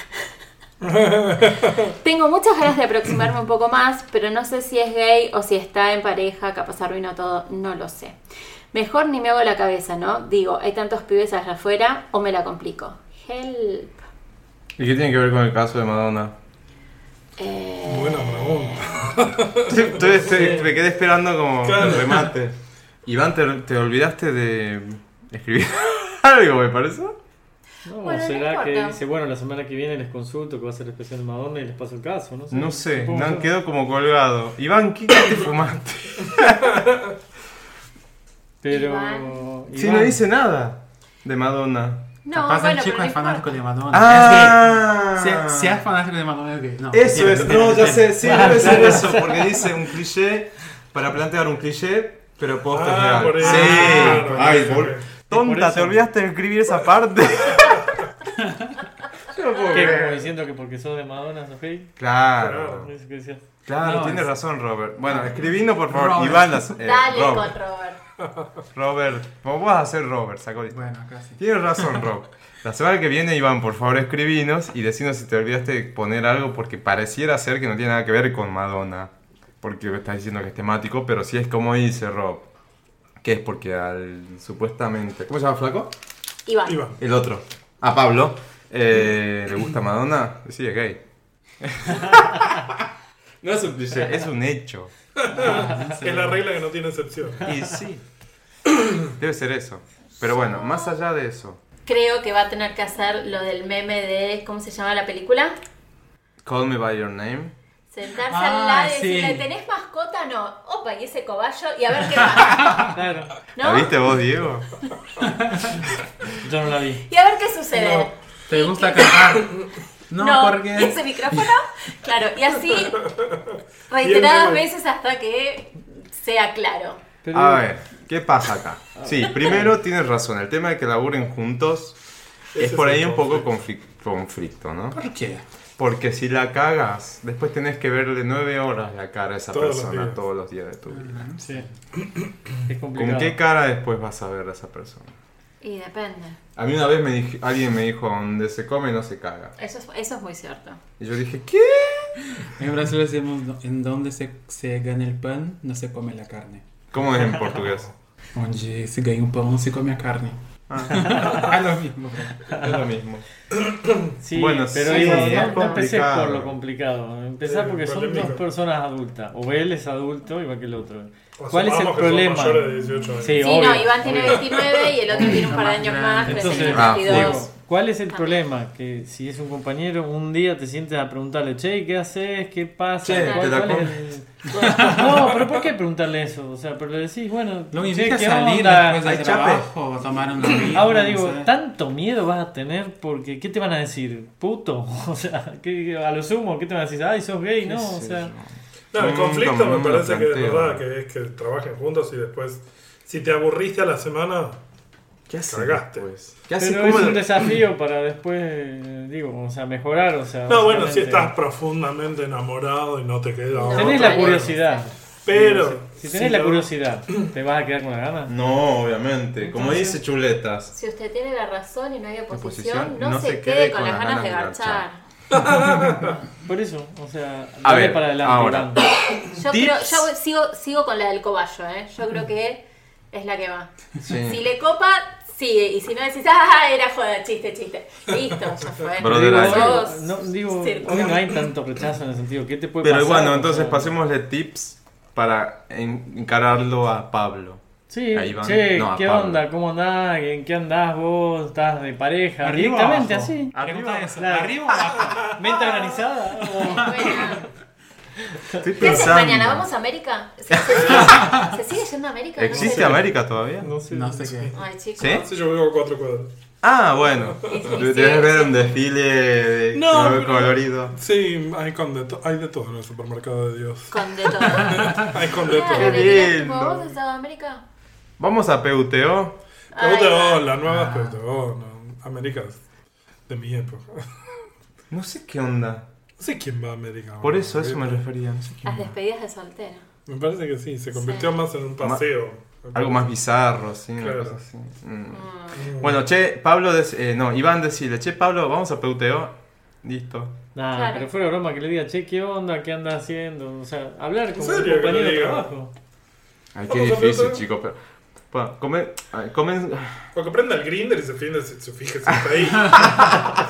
[SPEAKER 1] [LAUGHS] Tengo muchas ganas de aproximarme un poco más, pero no sé si es gay o si está en pareja, capaz arruino todo, no lo sé. Mejor ni me hago la cabeza, ¿no? Digo, hay tantos pibes allá afuera o me la complico. Help.
[SPEAKER 2] ¿Y qué tiene que ver con el caso de Madonna?
[SPEAKER 1] Eh,
[SPEAKER 3] Buena pregunta.
[SPEAKER 2] Estoy- estoy- me quedé esperando como
[SPEAKER 3] Claro.
[SPEAKER 2] el remate. Iván, te, te olvidaste de escribir [LAUGHS] algo, me parece.
[SPEAKER 4] No,
[SPEAKER 1] Bueno, no
[SPEAKER 4] será que
[SPEAKER 1] importa.
[SPEAKER 4] dice, bueno, la semana que viene les consulto que va a ser el especial de Madonna y les paso el caso, no sé.
[SPEAKER 2] No sé,
[SPEAKER 4] Supongo
[SPEAKER 2] no,
[SPEAKER 4] yo.
[SPEAKER 2] quedó como colgado. Iván, ¿qué, qué te fumaste?
[SPEAKER 4] Pero.
[SPEAKER 2] Sí, no dice nada de Madonna.
[SPEAKER 1] No,
[SPEAKER 5] Capaz
[SPEAKER 1] bueno,
[SPEAKER 5] el chico
[SPEAKER 1] pero
[SPEAKER 5] es fanático de Madonna.
[SPEAKER 2] Ah.
[SPEAKER 5] Es gay. Si, si es fanático de Madonna, es gay. No,
[SPEAKER 2] Eso
[SPEAKER 5] mentira,
[SPEAKER 2] es,
[SPEAKER 5] mentira,
[SPEAKER 2] no, ya sé,
[SPEAKER 5] mentira.
[SPEAKER 2] sí, debe ser eso, porque dice un cliché para plantear un cliché, pero posta
[SPEAKER 3] Ah,
[SPEAKER 2] es
[SPEAKER 3] por
[SPEAKER 2] real.
[SPEAKER 3] eso.
[SPEAKER 2] Sí,
[SPEAKER 3] Ah, por
[SPEAKER 2] ay,
[SPEAKER 3] eso.
[SPEAKER 2] bol- tonta, te olvidaste de escribir esa parte. [LAUGHS] Yo no puedo
[SPEAKER 4] ¿Qué?
[SPEAKER 2] creer.
[SPEAKER 4] Como diciendo que porque sos de Madonna, sos gay.
[SPEAKER 2] Claro.
[SPEAKER 4] Es que decía.
[SPEAKER 2] Claro,
[SPEAKER 4] No,
[SPEAKER 2] tienes
[SPEAKER 4] es-
[SPEAKER 2] razón, Robert. Bueno, escribino por favor,
[SPEAKER 4] Robert.
[SPEAKER 2] Iván las. eh,
[SPEAKER 1] Dale
[SPEAKER 2] Robert.
[SPEAKER 1] con Robert.
[SPEAKER 2] Robert, vos vas a ser Robert, sacó
[SPEAKER 5] Bueno, casi.
[SPEAKER 2] Tienes razón, Rob. La semana que viene, Iván, por favor, escribinos y decinos si te olvidaste de poner algo porque pareciera ser que no tiene nada que ver con Madonna. Porque estás diciendo que es temático, pero sí es como dice Rob. Que es porque al supuestamente... ¿Cómo se llama Flaco?
[SPEAKER 1] Iván.
[SPEAKER 2] El otro. A Pablo. eh, ¿Le gusta Madonna? Sí, es gay. [LAUGHS] no es un cliché, es un hecho.
[SPEAKER 3] es la regla que no
[SPEAKER 2] [LAUGHS]
[SPEAKER 3] tiene excepción.
[SPEAKER 2] Y sí. Debe ser eso. Pero bueno, más allá de eso.
[SPEAKER 1] Creo que va a tener que hacer lo del meme de, ¿cómo se llama la película?
[SPEAKER 2] Call me by your name.
[SPEAKER 1] Sentarse
[SPEAKER 2] Ah,
[SPEAKER 1] al lado y
[SPEAKER 2] sí.
[SPEAKER 1] decirle, ¿tenés mascota? No. Opa, y ese cobayo y a ver qué pasa.
[SPEAKER 2] ¿La
[SPEAKER 1] ¿No?
[SPEAKER 2] viste vos, Diego?
[SPEAKER 4] Yo no la vi.
[SPEAKER 1] Y a ver qué sucede.
[SPEAKER 5] ¿Te gusta cantar?
[SPEAKER 1] No,
[SPEAKER 5] No, porque.
[SPEAKER 1] ¿y ese micrófono? Claro, y así reiteradas
[SPEAKER 2] Bien, bien.
[SPEAKER 1] veces hasta que sea claro.
[SPEAKER 2] A ver, ¿qué pasa acá? Sí, primero tienes razón, el tema de que laburen juntos es
[SPEAKER 5] Ese
[SPEAKER 2] por
[SPEAKER 5] es
[SPEAKER 2] ahí
[SPEAKER 5] el
[SPEAKER 2] un poco conflic- conflicto, ¿no?
[SPEAKER 5] ¿Por qué?
[SPEAKER 2] Porque si la cagas, después tenés que verle nueve horas la cara a esa
[SPEAKER 5] Todos los
[SPEAKER 2] persona
[SPEAKER 5] días.
[SPEAKER 2] todos los días de tu vida.
[SPEAKER 4] Sí. Es complicado.
[SPEAKER 2] ¿Con qué cara después vas a ver a esa persona?
[SPEAKER 1] Y depende.
[SPEAKER 2] A mí una vez me dije- alguien me dijo, donde se come no se caga.
[SPEAKER 1] Eso es, eso es muy cierto.
[SPEAKER 2] Y yo dije, ¿qué?
[SPEAKER 5] En Brasil decimos: "No- en donde se, se gana el pan, no se come la carne.
[SPEAKER 2] ¿Cómo es en portugués?
[SPEAKER 5] Onde se ganha um pão, se come a carne. es Ah, lo mismo.
[SPEAKER 2] Es lo mismo.
[SPEAKER 4] Sí,
[SPEAKER 2] Bueno,
[SPEAKER 4] pero
[SPEAKER 2] sí,
[SPEAKER 4] digo,
[SPEAKER 2] es
[SPEAKER 4] no, no empecés
[SPEAKER 2] complicado.
[SPEAKER 4] por lo complicado. Empezá
[SPEAKER 2] Sí,
[SPEAKER 4] porque son
[SPEAKER 2] polémico.
[SPEAKER 4] dos personas adultas. O él es adulto igual que el otro.
[SPEAKER 3] O
[SPEAKER 4] ¿Cuál es
[SPEAKER 3] supongamos
[SPEAKER 4] el
[SPEAKER 3] que son
[SPEAKER 4] problema?
[SPEAKER 3] mayores de 18 años.
[SPEAKER 4] Sí,
[SPEAKER 1] Sí,
[SPEAKER 4] obvio,
[SPEAKER 1] no, Iván tiene
[SPEAKER 4] obvio.
[SPEAKER 1] 29 y el otro tiene un par de años más, recién
[SPEAKER 4] Entonces,
[SPEAKER 1] 22.
[SPEAKER 4] digo, ¿Cuál es el problema? Que si es un compañero, un día te sientes a preguntarle, che, ¿qué haces? ¿Qué pasa?
[SPEAKER 2] Che,
[SPEAKER 4] ¿Cuál-
[SPEAKER 2] ¿te la
[SPEAKER 4] cuál es el- No, pero ¿por qué preguntarle eso? O sea, pero le decís, bueno,
[SPEAKER 5] Lo
[SPEAKER 4] che,
[SPEAKER 5] invitas
[SPEAKER 4] ¿qué
[SPEAKER 5] a salir
[SPEAKER 4] onda?
[SPEAKER 5] después del Hay chape. trabajo, a tomar un vino,
[SPEAKER 4] Ahora
[SPEAKER 5] no
[SPEAKER 4] digo,
[SPEAKER 5] sé.
[SPEAKER 4] tanto miedo vas a tener porque, ¿qué te van a decir? Puto, [LAUGHS] o sea, ¿qué- a lo sumo, ¿qué te van a decir? Ay, sos gay, ¿no? O sea...
[SPEAKER 3] No, el
[SPEAKER 4] Mm,
[SPEAKER 3] conflicto
[SPEAKER 4] no
[SPEAKER 3] me
[SPEAKER 4] me
[SPEAKER 3] parece
[SPEAKER 4] lo
[SPEAKER 3] que es
[SPEAKER 4] planteo.
[SPEAKER 3] verdad, que es que trabajen juntos y después, si te aburriste a la semana,
[SPEAKER 2] ¿qué haces?
[SPEAKER 3] Cargaste.
[SPEAKER 4] Pues,
[SPEAKER 2] ¿Qué haces?
[SPEAKER 4] Pero es
[SPEAKER 2] ¿Cómo
[SPEAKER 4] un
[SPEAKER 2] lo-
[SPEAKER 4] desafío para después, eh, digo, o sea, mejorar, o sea...
[SPEAKER 3] No, bueno, si
[SPEAKER 4] básicamente-
[SPEAKER 3] estás profundamente enamorado y no te queda. otra.
[SPEAKER 4] Tenés la curiosidad.
[SPEAKER 3] Pero.
[SPEAKER 4] Si, si tenés
[SPEAKER 3] si
[SPEAKER 4] la
[SPEAKER 3] lo-
[SPEAKER 4] curiosidad, ¿te vas a quedar con la gana?
[SPEAKER 2] No, obviamente. Como
[SPEAKER 4] Entonces-
[SPEAKER 2] dice Chuletas.
[SPEAKER 1] Si usted tiene la razón y no hay oposición,
[SPEAKER 2] oposición,
[SPEAKER 1] no, se, quede, con las ganas de garchar.
[SPEAKER 4] Por eso, o sea,
[SPEAKER 2] A
[SPEAKER 4] dale
[SPEAKER 2] ver,
[SPEAKER 4] para adelante.
[SPEAKER 2] ahora.
[SPEAKER 4] grande.
[SPEAKER 1] Yo, creo, yo voy- sigo, sigo con la del cobayo, ¿eh? Yo creo que es la que va.
[SPEAKER 2] Sí.
[SPEAKER 1] Si le copa, sigue. Y si no decís, ah, era joda, chiste, chiste. Listo, ya fue.
[SPEAKER 2] Brother,
[SPEAKER 4] Digo,
[SPEAKER 2] hay-
[SPEAKER 1] Sos-
[SPEAKER 4] no, digo,
[SPEAKER 1] Circo.
[SPEAKER 4] hoy no hay tanto rechazo en el sentido, ¿qué te puede
[SPEAKER 2] Pero
[SPEAKER 4] pasar?
[SPEAKER 2] bueno, entonces
[SPEAKER 4] O sea,
[SPEAKER 2] pasémosle tips para en- encararlo a Pablo.
[SPEAKER 4] Sí,
[SPEAKER 2] A Iván.
[SPEAKER 4] che,
[SPEAKER 2] No, a
[SPEAKER 4] ¿qué
[SPEAKER 2] Pablo.
[SPEAKER 4] onda? ¿Cómo andás? ¿En qué andás vos? ¿Estás de pareja?
[SPEAKER 5] Arriba,
[SPEAKER 4] Directamente
[SPEAKER 5] abajo.
[SPEAKER 4] así.
[SPEAKER 5] Arriba, eso.
[SPEAKER 4] La-
[SPEAKER 5] Arriba, abajo.
[SPEAKER 4] ¿Menta granizada?
[SPEAKER 1] [LAUGHS]
[SPEAKER 2] Estoy
[SPEAKER 1] ¿Qué haces
[SPEAKER 2] pensando.
[SPEAKER 1] mañana? ¿Vamos a América? ¿Se, se sigue, se sigue yendo a América? No
[SPEAKER 2] ¿Existe
[SPEAKER 1] sé.
[SPEAKER 2] América todavía?
[SPEAKER 3] No sé.
[SPEAKER 5] No sé qué.
[SPEAKER 1] Ay, chicos.
[SPEAKER 2] ¿Sí?
[SPEAKER 3] Sí, yo vivo a cuatro cuadras.
[SPEAKER 2] Ah, bueno.
[SPEAKER 1] sí,
[SPEAKER 2] Debes ver
[SPEAKER 1] sí.
[SPEAKER 2] un desfile de
[SPEAKER 3] No,
[SPEAKER 2] color-
[SPEAKER 3] pero-
[SPEAKER 2] colorido.
[SPEAKER 3] Sí, hay, con de to- hay de todo en el supermercado de Dios.
[SPEAKER 1] Con de [LAUGHS] todo.
[SPEAKER 3] [LAUGHS] hay con de todo.
[SPEAKER 1] Claro, le
[SPEAKER 2] Qué
[SPEAKER 1] tirás tipo,
[SPEAKER 2] lindo.
[SPEAKER 1] ¿Vos has estado en América?
[SPEAKER 2] Vamos a PUTO.
[SPEAKER 1] Ay,
[SPEAKER 3] PUTO, la nueva es PUTO. no, América es de mi época. [LAUGHS]
[SPEAKER 2] No sé qué onda.
[SPEAKER 3] No sé quién va a América.
[SPEAKER 2] Por
[SPEAKER 3] ahora,
[SPEAKER 2] eso, a eso me
[SPEAKER 3] ¿viste?
[SPEAKER 2] refería. No sé quién
[SPEAKER 1] Las
[SPEAKER 2] era.
[SPEAKER 1] despedidas de soltero.
[SPEAKER 3] Me parece que sí, se convirtió más en un paseo.
[SPEAKER 2] Algo más bizarro, sí. una
[SPEAKER 3] Claro.
[SPEAKER 2] cosa así. Mm. Bueno, che, Pablo, des- eh, no, Iván decirle, che, Pablo, vamos a PUTO. Listo.
[SPEAKER 4] Nah,
[SPEAKER 1] Claro.
[SPEAKER 4] pero fuera broma que le diga, che, ¿qué onda? ¿Qué andas haciendo? O sea, hablar con un
[SPEAKER 3] serio que le
[SPEAKER 4] compañero de
[SPEAKER 3] diga?
[SPEAKER 4] trabajo.
[SPEAKER 2] Ay, qué
[SPEAKER 3] Vamos a
[SPEAKER 2] difícil,
[SPEAKER 3] PUTO.
[SPEAKER 2] chicos. Pero, bueno, comen, ay, comen-
[SPEAKER 3] O que prenda el grinder y se fije, se, se fije si está
[SPEAKER 2] [LAUGHS]
[SPEAKER 3] ahí. y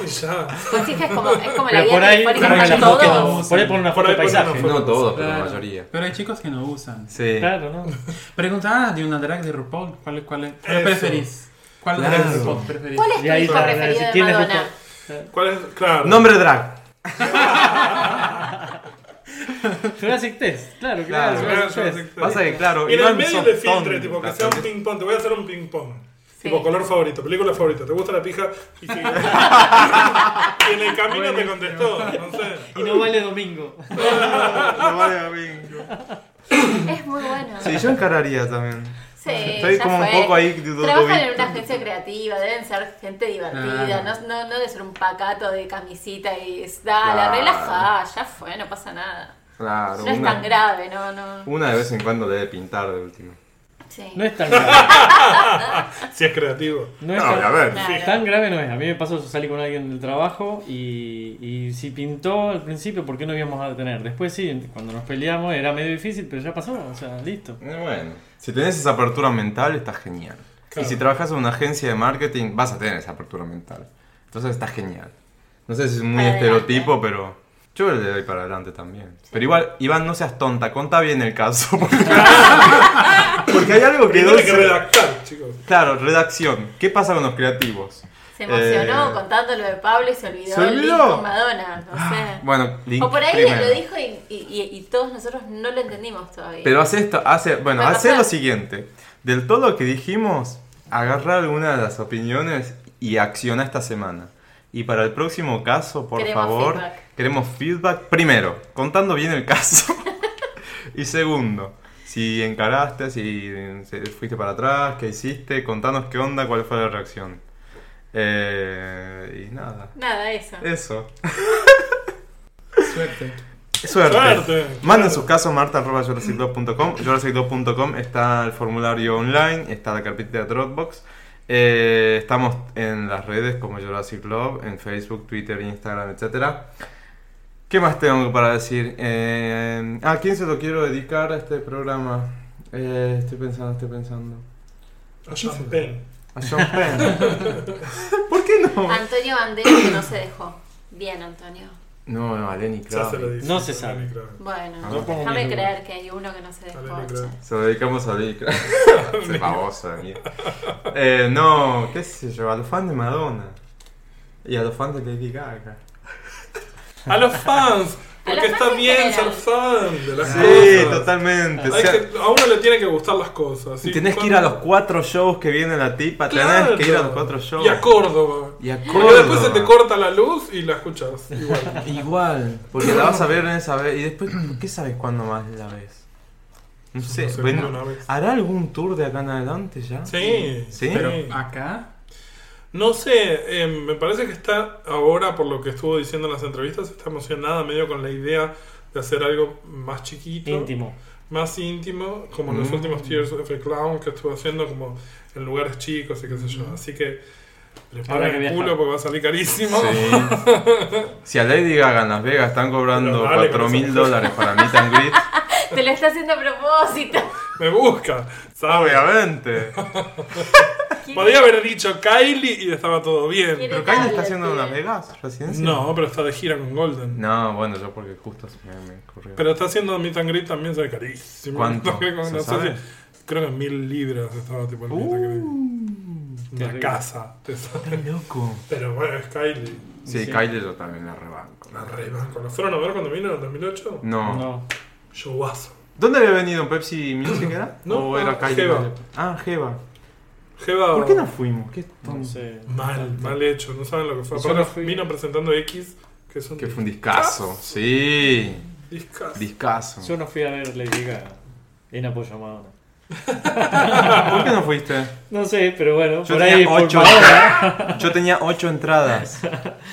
[SPEAKER 3] ya.
[SPEAKER 1] Pues sí, que es como, es como la
[SPEAKER 4] Pero
[SPEAKER 1] vida
[SPEAKER 4] por ahí,
[SPEAKER 1] telefónica
[SPEAKER 4] por ahí,
[SPEAKER 1] para
[SPEAKER 4] la foto-
[SPEAKER 1] todos.
[SPEAKER 4] por ahí ponen una
[SPEAKER 3] Por
[SPEAKER 4] foto de
[SPEAKER 3] ahí ponen una
[SPEAKER 4] paisaje.
[SPEAKER 3] foto.
[SPEAKER 2] Eh, no todos, pero la
[SPEAKER 5] Claro.
[SPEAKER 2] mayoría.
[SPEAKER 5] Pero hay chicos que no usan.
[SPEAKER 2] Sí.
[SPEAKER 4] Claro, ¿no? [LAUGHS]
[SPEAKER 5] Preguntaba de una drag de RuPaul. ¿Cuál, cuál, es- cuál
[SPEAKER 3] Eso.
[SPEAKER 5] preferís? ¿Cuál
[SPEAKER 2] Claro.
[SPEAKER 5] drag de RuPaul preferís?
[SPEAKER 1] ¿Cuál es
[SPEAKER 4] Y
[SPEAKER 1] tu
[SPEAKER 4] ahí
[SPEAKER 1] hijo
[SPEAKER 4] para
[SPEAKER 1] preferido
[SPEAKER 4] decir,
[SPEAKER 1] de
[SPEAKER 4] ¿quién es
[SPEAKER 1] Madonna?
[SPEAKER 3] ¿Cuál es? Claro.
[SPEAKER 2] Nombre drag.
[SPEAKER 4] Jurassic Test, claro,
[SPEAKER 2] Claro,
[SPEAKER 4] claro.
[SPEAKER 3] Claro,
[SPEAKER 4] Jurassic
[SPEAKER 3] yo no
[SPEAKER 4] Test.
[SPEAKER 3] sé qué-
[SPEAKER 2] Pasa que, claro,
[SPEAKER 3] Y en
[SPEAKER 2] Iván
[SPEAKER 3] el medio
[SPEAKER 2] sos
[SPEAKER 3] le filtre,
[SPEAKER 2] tonta,
[SPEAKER 3] tipo, que sea un [LAUGHS]
[SPEAKER 2] ¿entendés?
[SPEAKER 3] ping-pong. Te voy a hacer un ping-pong.
[SPEAKER 1] Sí.
[SPEAKER 3] Tipo, color favorito, película favorita. ¿Te gusta la pija?
[SPEAKER 2] [LAUGHS]
[SPEAKER 3] Y, que- y en el camino te contestó. No sé.
[SPEAKER 4] Y no
[SPEAKER 3] [LAUGHS]
[SPEAKER 4] vale domingo.
[SPEAKER 2] No vale, amigo.
[SPEAKER 1] Es muy bueno.
[SPEAKER 2] Sí, yo encararía también.
[SPEAKER 1] Sí,
[SPEAKER 2] Estoy
[SPEAKER 1] ya
[SPEAKER 2] como un
[SPEAKER 1] fue.
[SPEAKER 2] poco ahí de- de-
[SPEAKER 1] Trabajan en
[SPEAKER 2] de-
[SPEAKER 1] una agencia creativa, deben ser gente divertida,
[SPEAKER 5] Claro.
[SPEAKER 1] no, no, no de ser un pacato de camisita y es, dale,
[SPEAKER 2] Claro.
[SPEAKER 1] relajá, ya fue, no pasa nada.
[SPEAKER 2] Claro,
[SPEAKER 1] no es tan
[SPEAKER 2] una,
[SPEAKER 1] grave, no, no.
[SPEAKER 2] una de vez en cuando le debe pintar de último.
[SPEAKER 1] Sí.
[SPEAKER 4] No es tan grave.
[SPEAKER 3] Si es creativo.
[SPEAKER 4] No es
[SPEAKER 2] No,
[SPEAKER 4] tan,
[SPEAKER 2] a ver.
[SPEAKER 1] Claro.
[SPEAKER 4] tan grave no es. A mí me pasó, yo salí con alguien del trabajo y, y si pintó al principio, ¿por qué no íbamos a detener? Después sí, cuando nos peleamos era medio difícil, pero ya pasó, o sea, listo.
[SPEAKER 2] Eh, Bueno, si tenés esa apertura mental, está genial.
[SPEAKER 3] Claro.
[SPEAKER 2] Y si trabajas en una agencia de marketing, vas a tener esa apertura mental. Entonces está genial. No sé si es muy
[SPEAKER 1] Para
[SPEAKER 2] estereotipo, pero yo le doy para adelante también. Pero igual, Iván, no seas tonta, contá bien el caso. [LAUGHS]
[SPEAKER 3] [LAUGHS]
[SPEAKER 2] Porque, porque hay algo que no
[SPEAKER 3] Primero hay que
[SPEAKER 2] se-
[SPEAKER 3] redactar, chicos.
[SPEAKER 2] Claro, redacción. ¿Qué pasa con los creativos?
[SPEAKER 1] Se emocionó
[SPEAKER 2] Eh,
[SPEAKER 1] contando lo de Pablo y se olvidó
[SPEAKER 2] ¿se
[SPEAKER 1] del
[SPEAKER 2] olvidó? Ah,
[SPEAKER 1] disco de Madonna, no sé.
[SPEAKER 2] Bueno, link
[SPEAKER 1] o por ahí
[SPEAKER 2] primero.
[SPEAKER 1] lo dijo y, y- y- y todos nosotros no lo entendimos todavía.
[SPEAKER 2] Pero hace esto, hace, bueno,
[SPEAKER 1] Bueno,
[SPEAKER 2] hace
[SPEAKER 1] claro.
[SPEAKER 2] lo siguiente. Del todo lo que dijimos, agarra alguna de las opiniones y acciona esta semana. Y para el próximo caso, por
[SPEAKER 1] Queremos
[SPEAKER 2] favor,
[SPEAKER 1] feedback.
[SPEAKER 2] queremos feedback. Primero, contando bien el caso. [LAUGHS] y segundo, si encaraste, si se- fuiste para atrás, qué hiciste, contanos qué onda, cuál fue la reacción. Eh, y nada.
[SPEAKER 1] Nada, eso.
[SPEAKER 2] Eso.
[SPEAKER 5] Suerte.
[SPEAKER 2] Suerte.
[SPEAKER 3] Suerte.
[SPEAKER 2] Manden sus casos a marta.jurassicblog.com. Jurassicblog.com está el formulario online, está la carpeta de Dropbox. Eh, estamos en las redes como Jurassic Love, en Facebook, Twitter, Instagram, etc. ¿Qué más tengo para decir? Eh, ¿A quién se lo quiero dedicar a este programa? Eh, estoy pensando, estoy pensando.
[SPEAKER 3] A champagne.
[SPEAKER 2] A Sean Penn. ¿Por qué no?
[SPEAKER 1] Antonio Banderas que no se dejó. Bien, Antonio.
[SPEAKER 2] No, no, a Lenny
[SPEAKER 3] Ya se lo
[SPEAKER 2] Kravitz.
[SPEAKER 3] dice.
[SPEAKER 4] No se sabe.
[SPEAKER 1] Bueno,
[SPEAKER 4] No pongo
[SPEAKER 1] déjame
[SPEAKER 4] mi duda.
[SPEAKER 1] creer que hay uno que no se dejó.
[SPEAKER 3] Dale, no creo.
[SPEAKER 1] che.
[SPEAKER 2] Se lo dedicamos a Dick.
[SPEAKER 3] [LAUGHS]
[SPEAKER 2] Se babosa, mía. Eh, no, qué sé yo, a los fans de Madonna. Y a los fans de Lady Gaga.
[SPEAKER 3] A los fans. Porque está bien ser fan de las
[SPEAKER 2] Sí,
[SPEAKER 3] cosas.
[SPEAKER 2] totalmente.
[SPEAKER 3] Hay
[SPEAKER 2] O sea,
[SPEAKER 3] que- a uno le tienen que gustar las cosas. ¿sí?
[SPEAKER 2] tenés que ir
[SPEAKER 3] Cuando-
[SPEAKER 2] a los cuatro shows que viene la tipa.
[SPEAKER 3] Claro.
[SPEAKER 2] Tenés que ir a los cuatro shows.
[SPEAKER 3] Y a Córdoba.
[SPEAKER 2] Y a
[SPEAKER 3] Porque después se te
[SPEAKER 2] Córdoba.
[SPEAKER 3] corta la luz y la
[SPEAKER 2] [LAUGHS]
[SPEAKER 3] escuchas. Igual.
[SPEAKER 2] Igual, porque la vas a ver en esa vez. Y después, ¿qué sabes cuándo más la ves? No sé,
[SPEAKER 3] sé,
[SPEAKER 2] ven-
[SPEAKER 3] una vez.
[SPEAKER 2] ¿hará algún tour de acá en adelante ya?
[SPEAKER 3] Sí,
[SPEAKER 2] ¿Sí?
[SPEAKER 3] acá. No sé, eh, me parece que está ahora, por lo que estuvo diciendo en las entrevistas, está emocionada medio con la idea de hacer algo más chiquito.
[SPEAKER 4] Íntimo.
[SPEAKER 3] Más íntimo, como los
[SPEAKER 4] Mm.
[SPEAKER 3] últimos Tears of a Clown que estuvo haciendo como en lugares chicos y qué sé yo.
[SPEAKER 2] Mm.
[SPEAKER 3] Así que
[SPEAKER 4] Habrá
[SPEAKER 3] preparen
[SPEAKER 4] que
[SPEAKER 3] el
[SPEAKER 4] viajar.
[SPEAKER 3] culo porque va a salir carísimo.
[SPEAKER 2] Sí. Si a Lady Gaga en Las Vegas están cobrando
[SPEAKER 3] Pero dale,
[SPEAKER 2] 4 mil
[SPEAKER 3] pero-
[SPEAKER 2] dólares para meet and greet,
[SPEAKER 1] Te lo está haciendo a propósito.
[SPEAKER 3] [LAUGHS] me busca, ¿sabes?
[SPEAKER 2] obviamente.
[SPEAKER 3] Podría haber dicho Kylie y estaba todo bien.
[SPEAKER 1] ¿Quién
[SPEAKER 2] ¿Pero Kylie está haciendo en Las Vegas residencia?
[SPEAKER 3] No, pero está de gira con Golden.
[SPEAKER 2] No, bueno, yo porque justo se me, me ocurrió.
[SPEAKER 3] Pero está haciendo meet and greet también, sale carísimo.
[SPEAKER 2] ¿Cuánto?
[SPEAKER 3] [LAUGHS] No, no
[SPEAKER 2] ¿Se
[SPEAKER 3] sé
[SPEAKER 2] sabe? Uh,
[SPEAKER 3] si- creo que mil libras estaba tipo el meet and greet. Una
[SPEAKER 2] terrible.
[SPEAKER 3] casa. te sale.
[SPEAKER 2] loco.
[SPEAKER 3] Pero bueno, es Kylie.
[SPEAKER 2] Sí, Kylie yo también la rebanco.
[SPEAKER 3] La rebanco. ¿La fueron a ver cuando vino en 2008?
[SPEAKER 2] No.
[SPEAKER 3] Showazo.
[SPEAKER 2] ¿Dónde había venido? ¿Pepsi Music era?
[SPEAKER 3] No,
[SPEAKER 2] ¿O era
[SPEAKER 3] ah,
[SPEAKER 2] Kylie?
[SPEAKER 3] Jeva.
[SPEAKER 2] Ah, Jeva.
[SPEAKER 3] Jeva.
[SPEAKER 2] ¿Por qué no fuimos? ¿Qué
[SPEAKER 4] No sé.
[SPEAKER 3] Mal, mal hecho. No saben lo que fue.
[SPEAKER 4] Yo no
[SPEAKER 3] Aparte,
[SPEAKER 4] fui.
[SPEAKER 3] vino presentando X, que es un.
[SPEAKER 2] Que fue un discazo, sí.
[SPEAKER 3] Discazo.
[SPEAKER 2] Discaso.
[SPEAKER 4] Yo no fui a ver Lady Gaga en apoyo a Madonna.
[SPEAKER 2] ¿Por qué no fuiste?
[SPEAKER 4] No sé, pero bueno,
[SPEAKER 2] Yo
[SPEAKER 4] por
[SPEAKER 2] tenía
[SPEAKER 4] ahí por
[SPEAKER 2] ocho
[SPEAKER 4] Madonna.
[SPEAKER 2] Yo tenía ocho entradas.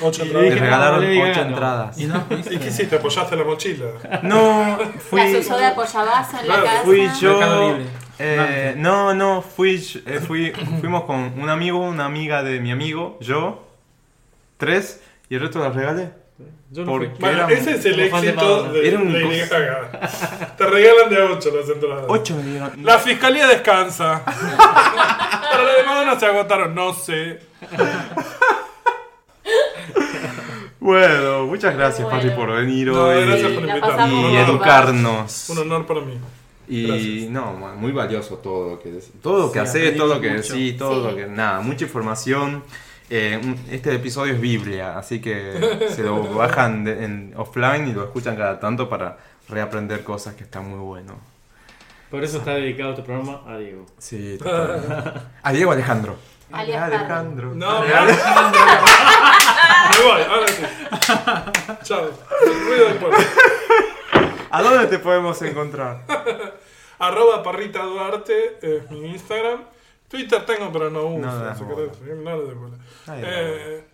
[SPEAKER 3] Ocho
[SPEAKER 2] Y
[SPEAKER 3] entradas.
[SPEAKER 2] Me regalaron
[SPEAKER 4] no, Lady Gaga
[SPEAKER 2] ocho
[SPEAKER 4] no.
[SPEAKER 2] entradas.
[SPEAKER 3] ¿Y,
[SPEAKER 5] [LAUGHS]
[SPEAKER 3] qué hiciste? ¿Apoyaste la mochila?
[SPEAKER 2] No, fui.
[SPEAKER 1] Las usó de apoyabaza en la
[SPEAKER 3] Claro,
[SPEAKER 1] casa.
[SPEAKER 2] Fui
[SPEAKER 5] Mercado
[SPEAKER 2] yo.
[SPEAKER 5] Libre.
[SPEAKER 2] eh, no, no, fui, yo- eh, fui- [COUGHS] fuimos con un amigo, una amiga de mi amigo, yo, tres, y el resto las regalé.
[SPEAKER 4] Yo no fui.
[SPEAKER 3] Bueno,
[SPEAKER 2] era-
[SPEAKER 3] ese es el
[SPEAKER 4] como fan de
[SPEAKER 3] éxito
[SPEAKER 4] Madonna.
[SPEAKER 3] de
[SPEAKER 2] Era un
[SPEAKER 3] Lady
[SPEAKER 2] cos-
[SPEAKER 3] Gaga. Te regalan de a 8 las entradas.
[SPEAKER 2] Ocho me dieron.
[SPEAKER 3] La fiscalía descansa. Pero las de Madonna se agotaron, no sé.
[SPEAKER 2] Bueno, muchas gracias, Patri, por venir
[SPEAKER 3] No,
[SPEAKER 2] hoy
[SPEAKER 3] gracias por
[SPEAKER 2] y-
[SPEAKER 3] La invitarme. pasamos
[SPEAKER 2] y
[SPEAKER 3] bomba.
[SPEAKER 2] educarnos.
[SPEAKER 3] Un honor para mí.
[SPEAKER 2] Y no, ma- muy valioso todo lo que decís. Todo lo que
[SPEAKER 5] Sí,
[SPEAKER 2] haces, todo lo que
[SPEAKER 5] aprendimos
[SPEAKER 2] decís, todo lo que. Nada, mucha información. Eh, un- este episodio es Biblia, así que se
[SPEAKER 3] [LAUGHS]
[SPEAKER 2] lo bajan de- en offline y lo escuchan cada tanto para reaprender cosas que está muy bueno.
[SPEAKER 4] Por eso está dedicado este programa a Diego.
[SPEAKER 3] [LAUGHS]
[SPEAKER 2] Sí, totalmente. A Diego Alejandro.
[SPEAKER 1] Alias
[SPEAKER 2] Alejandro.
[SPEAKER 3] No, me voy. [LAUGHS] Me voy, ahora sí. Chao. Ruido del pueblo.
[SPEAKER 2] ¿A dónde te podemos encontrar?
[SPEAKER 3] Arroba parrita Duarte es mi Instagram. Twitter tengo, pero no uso.
[SPEAKER 2] No le das
[SPEAKER 3] así que
[SPEAKER 2] bola.
[SPEAKER 3] no le doy bola.
[SPEAKER 2] Nadie le
[SPEAKER 3] Eh,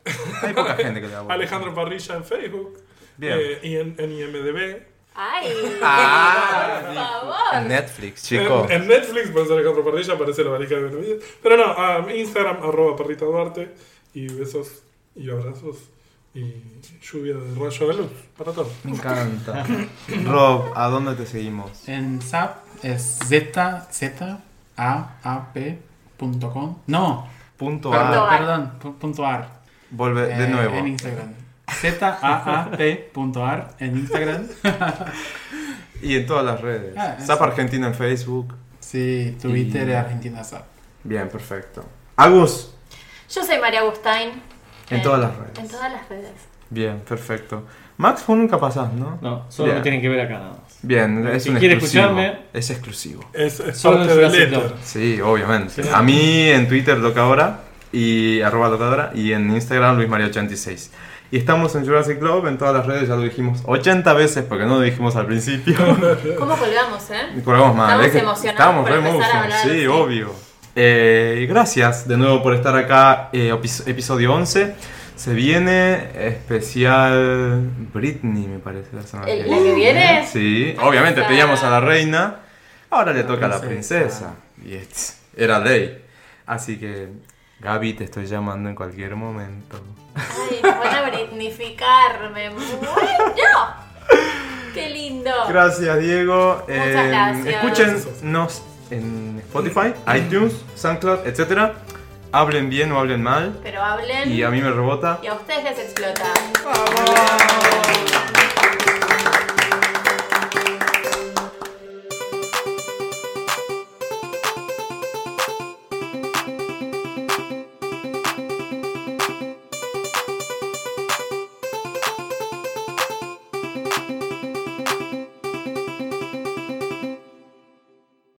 [SPEAKER 2] Hay poca gente que le da bola.
[SPEAKER 3] Alejandro Parrilla en Facebook.
[SPEAKER 2] Bien.
[SPEAKER 3] Eh, y en, en IMDB.
[SPEAKER 1] Ay,
[SPEAKER 2] Ah.
[SPEAKER 1] por
[SPEAKER 2] En
[SPEAKER 1] favor.
[SPEAKER 2] Netflix, chico.
[SPEAKER 3] Em, En, en Netflix, por ser Alejandro Parrilla, aparece la varica de Benavides. Pero no, ah, Instagram, arroba parrita Duarte. Y besos y abrazos. Y lluvia de rayo de luz para todos.
[SPEAKER 2] Me encanta. Rob, ¿a dónde te seguimos?
[SPEAKER 5] En SAP es z z a a p.com. No,
[SPEAKER 2] Punto
[SPEAKER 5] perdón,
[SPEAKER 2] A.
[SPEAKER 5] perdón, pu- punto ar.
[SPEAKER 2] Volve de
[SPEAKER 5] Eh,
[SPEAKER 2] nuevo.
[SPEAKER 5] En Instagram. z a a p.ar en Instagram.
[SPEAKER 2] Y en todas las redes.
[SPEAKER 5] Ah, eso.
[SPEAKER 2] Zap Argentina en Facebook.
[SPEAKER 5] Sí, Twitter
[SPEAKER 2] Y-
[SPEAKER 5] de Argentina SAP.
[SPEAKER 2] Bien, perfecto. Agus,
[SPEAKER 1] Yo soy María Agustín.
[SPEAKER 2] Eh, en todas las redes.
[SPEAKER 1] En todas las redes.
[SPEAKER 2] Bien, perfecto. Max, vos nunca pasás, ¿no?
[SPEAKER 4] No, solo
[SPEAKER 2] Bien.
[SPEAKER 4] me tienen que ver acá nada más.
[SPEAKER 2] Bien, es
[SPEAKER 4] Si
[SPEAKER 2] un
[SPEAKER 4] quiere
[SPEAKER 2] exclusivo.
[SPEAKER 4] escucharme-
[SPEAKER 2] Es exclusivo.
[SPEAKER 3] Es, es
[SPEAKER 4] Solo
[SPEAKER 3] parte
[SPEAKER 4] en
[SPEAKER 3] del
[SPEAKER 4] Jurassic
[SPEAKER 3] éter.
[SPEAKER 4] Dog.
[SPEAKER 2] Sí, obviamente. A mí en Twitter locadora y arroba locadora y en Instagram Luis María 86. Y estamos en Jurassic Club en todas las redes, ya lo dijimos 80 veces porque no lo dijimos al principio.
[SPEAKER 1] ¿Cómo colgamos, eh?
[SPEAKER 2] Y colgamos mal.
[SPEAKER 1] Estamos
[SPEAKER 2] es que
[SPEAKER 1] emocionados
[SPEAKER 2] Estamos
[SPEAKER 1] por
[SPEAKER 2] re
[SPEAKER 1] empezar a
[SPEAKER 2] emotion,
[SPEAKER 1] hablar,
[SPEAKER 2] sí,
[SPEAKER 1] sí.
[SPEAKER 2] obvio. Eh, gracias de nuevo por estar acá, eh, opis- episodio 11. Se viene especial Britney, me parece. La, semana
[SPEAKER 1] ¿El- la que viene?
[SPEAKER 2] Sí, obviamente pedíamos a la reina, ahora le toca a la princesa.
[SPEAKER 5] princesa.
[SPEAKER 2] Y es- era ley. Así que, Gaby, te estoy llamando en cualquier momento.
[SPEAKER 1] Ay, van a britnificarme. ¡Bueno! ¡Qué lindo!
[SPEAKER 2] Gracias, Diego. Em,
[SPEAKER 1] Muchas gracias.
[SPEAKER 2] Escúchenos en Spotify, iTunes, SoundCloud, etc. Hablen bien o hablen mal.
[SPEAKER 1] Pero hablen.
[SPEAKER 2] Y a mí me rebota.
[SPEAKER 1] y a ustedes les explota.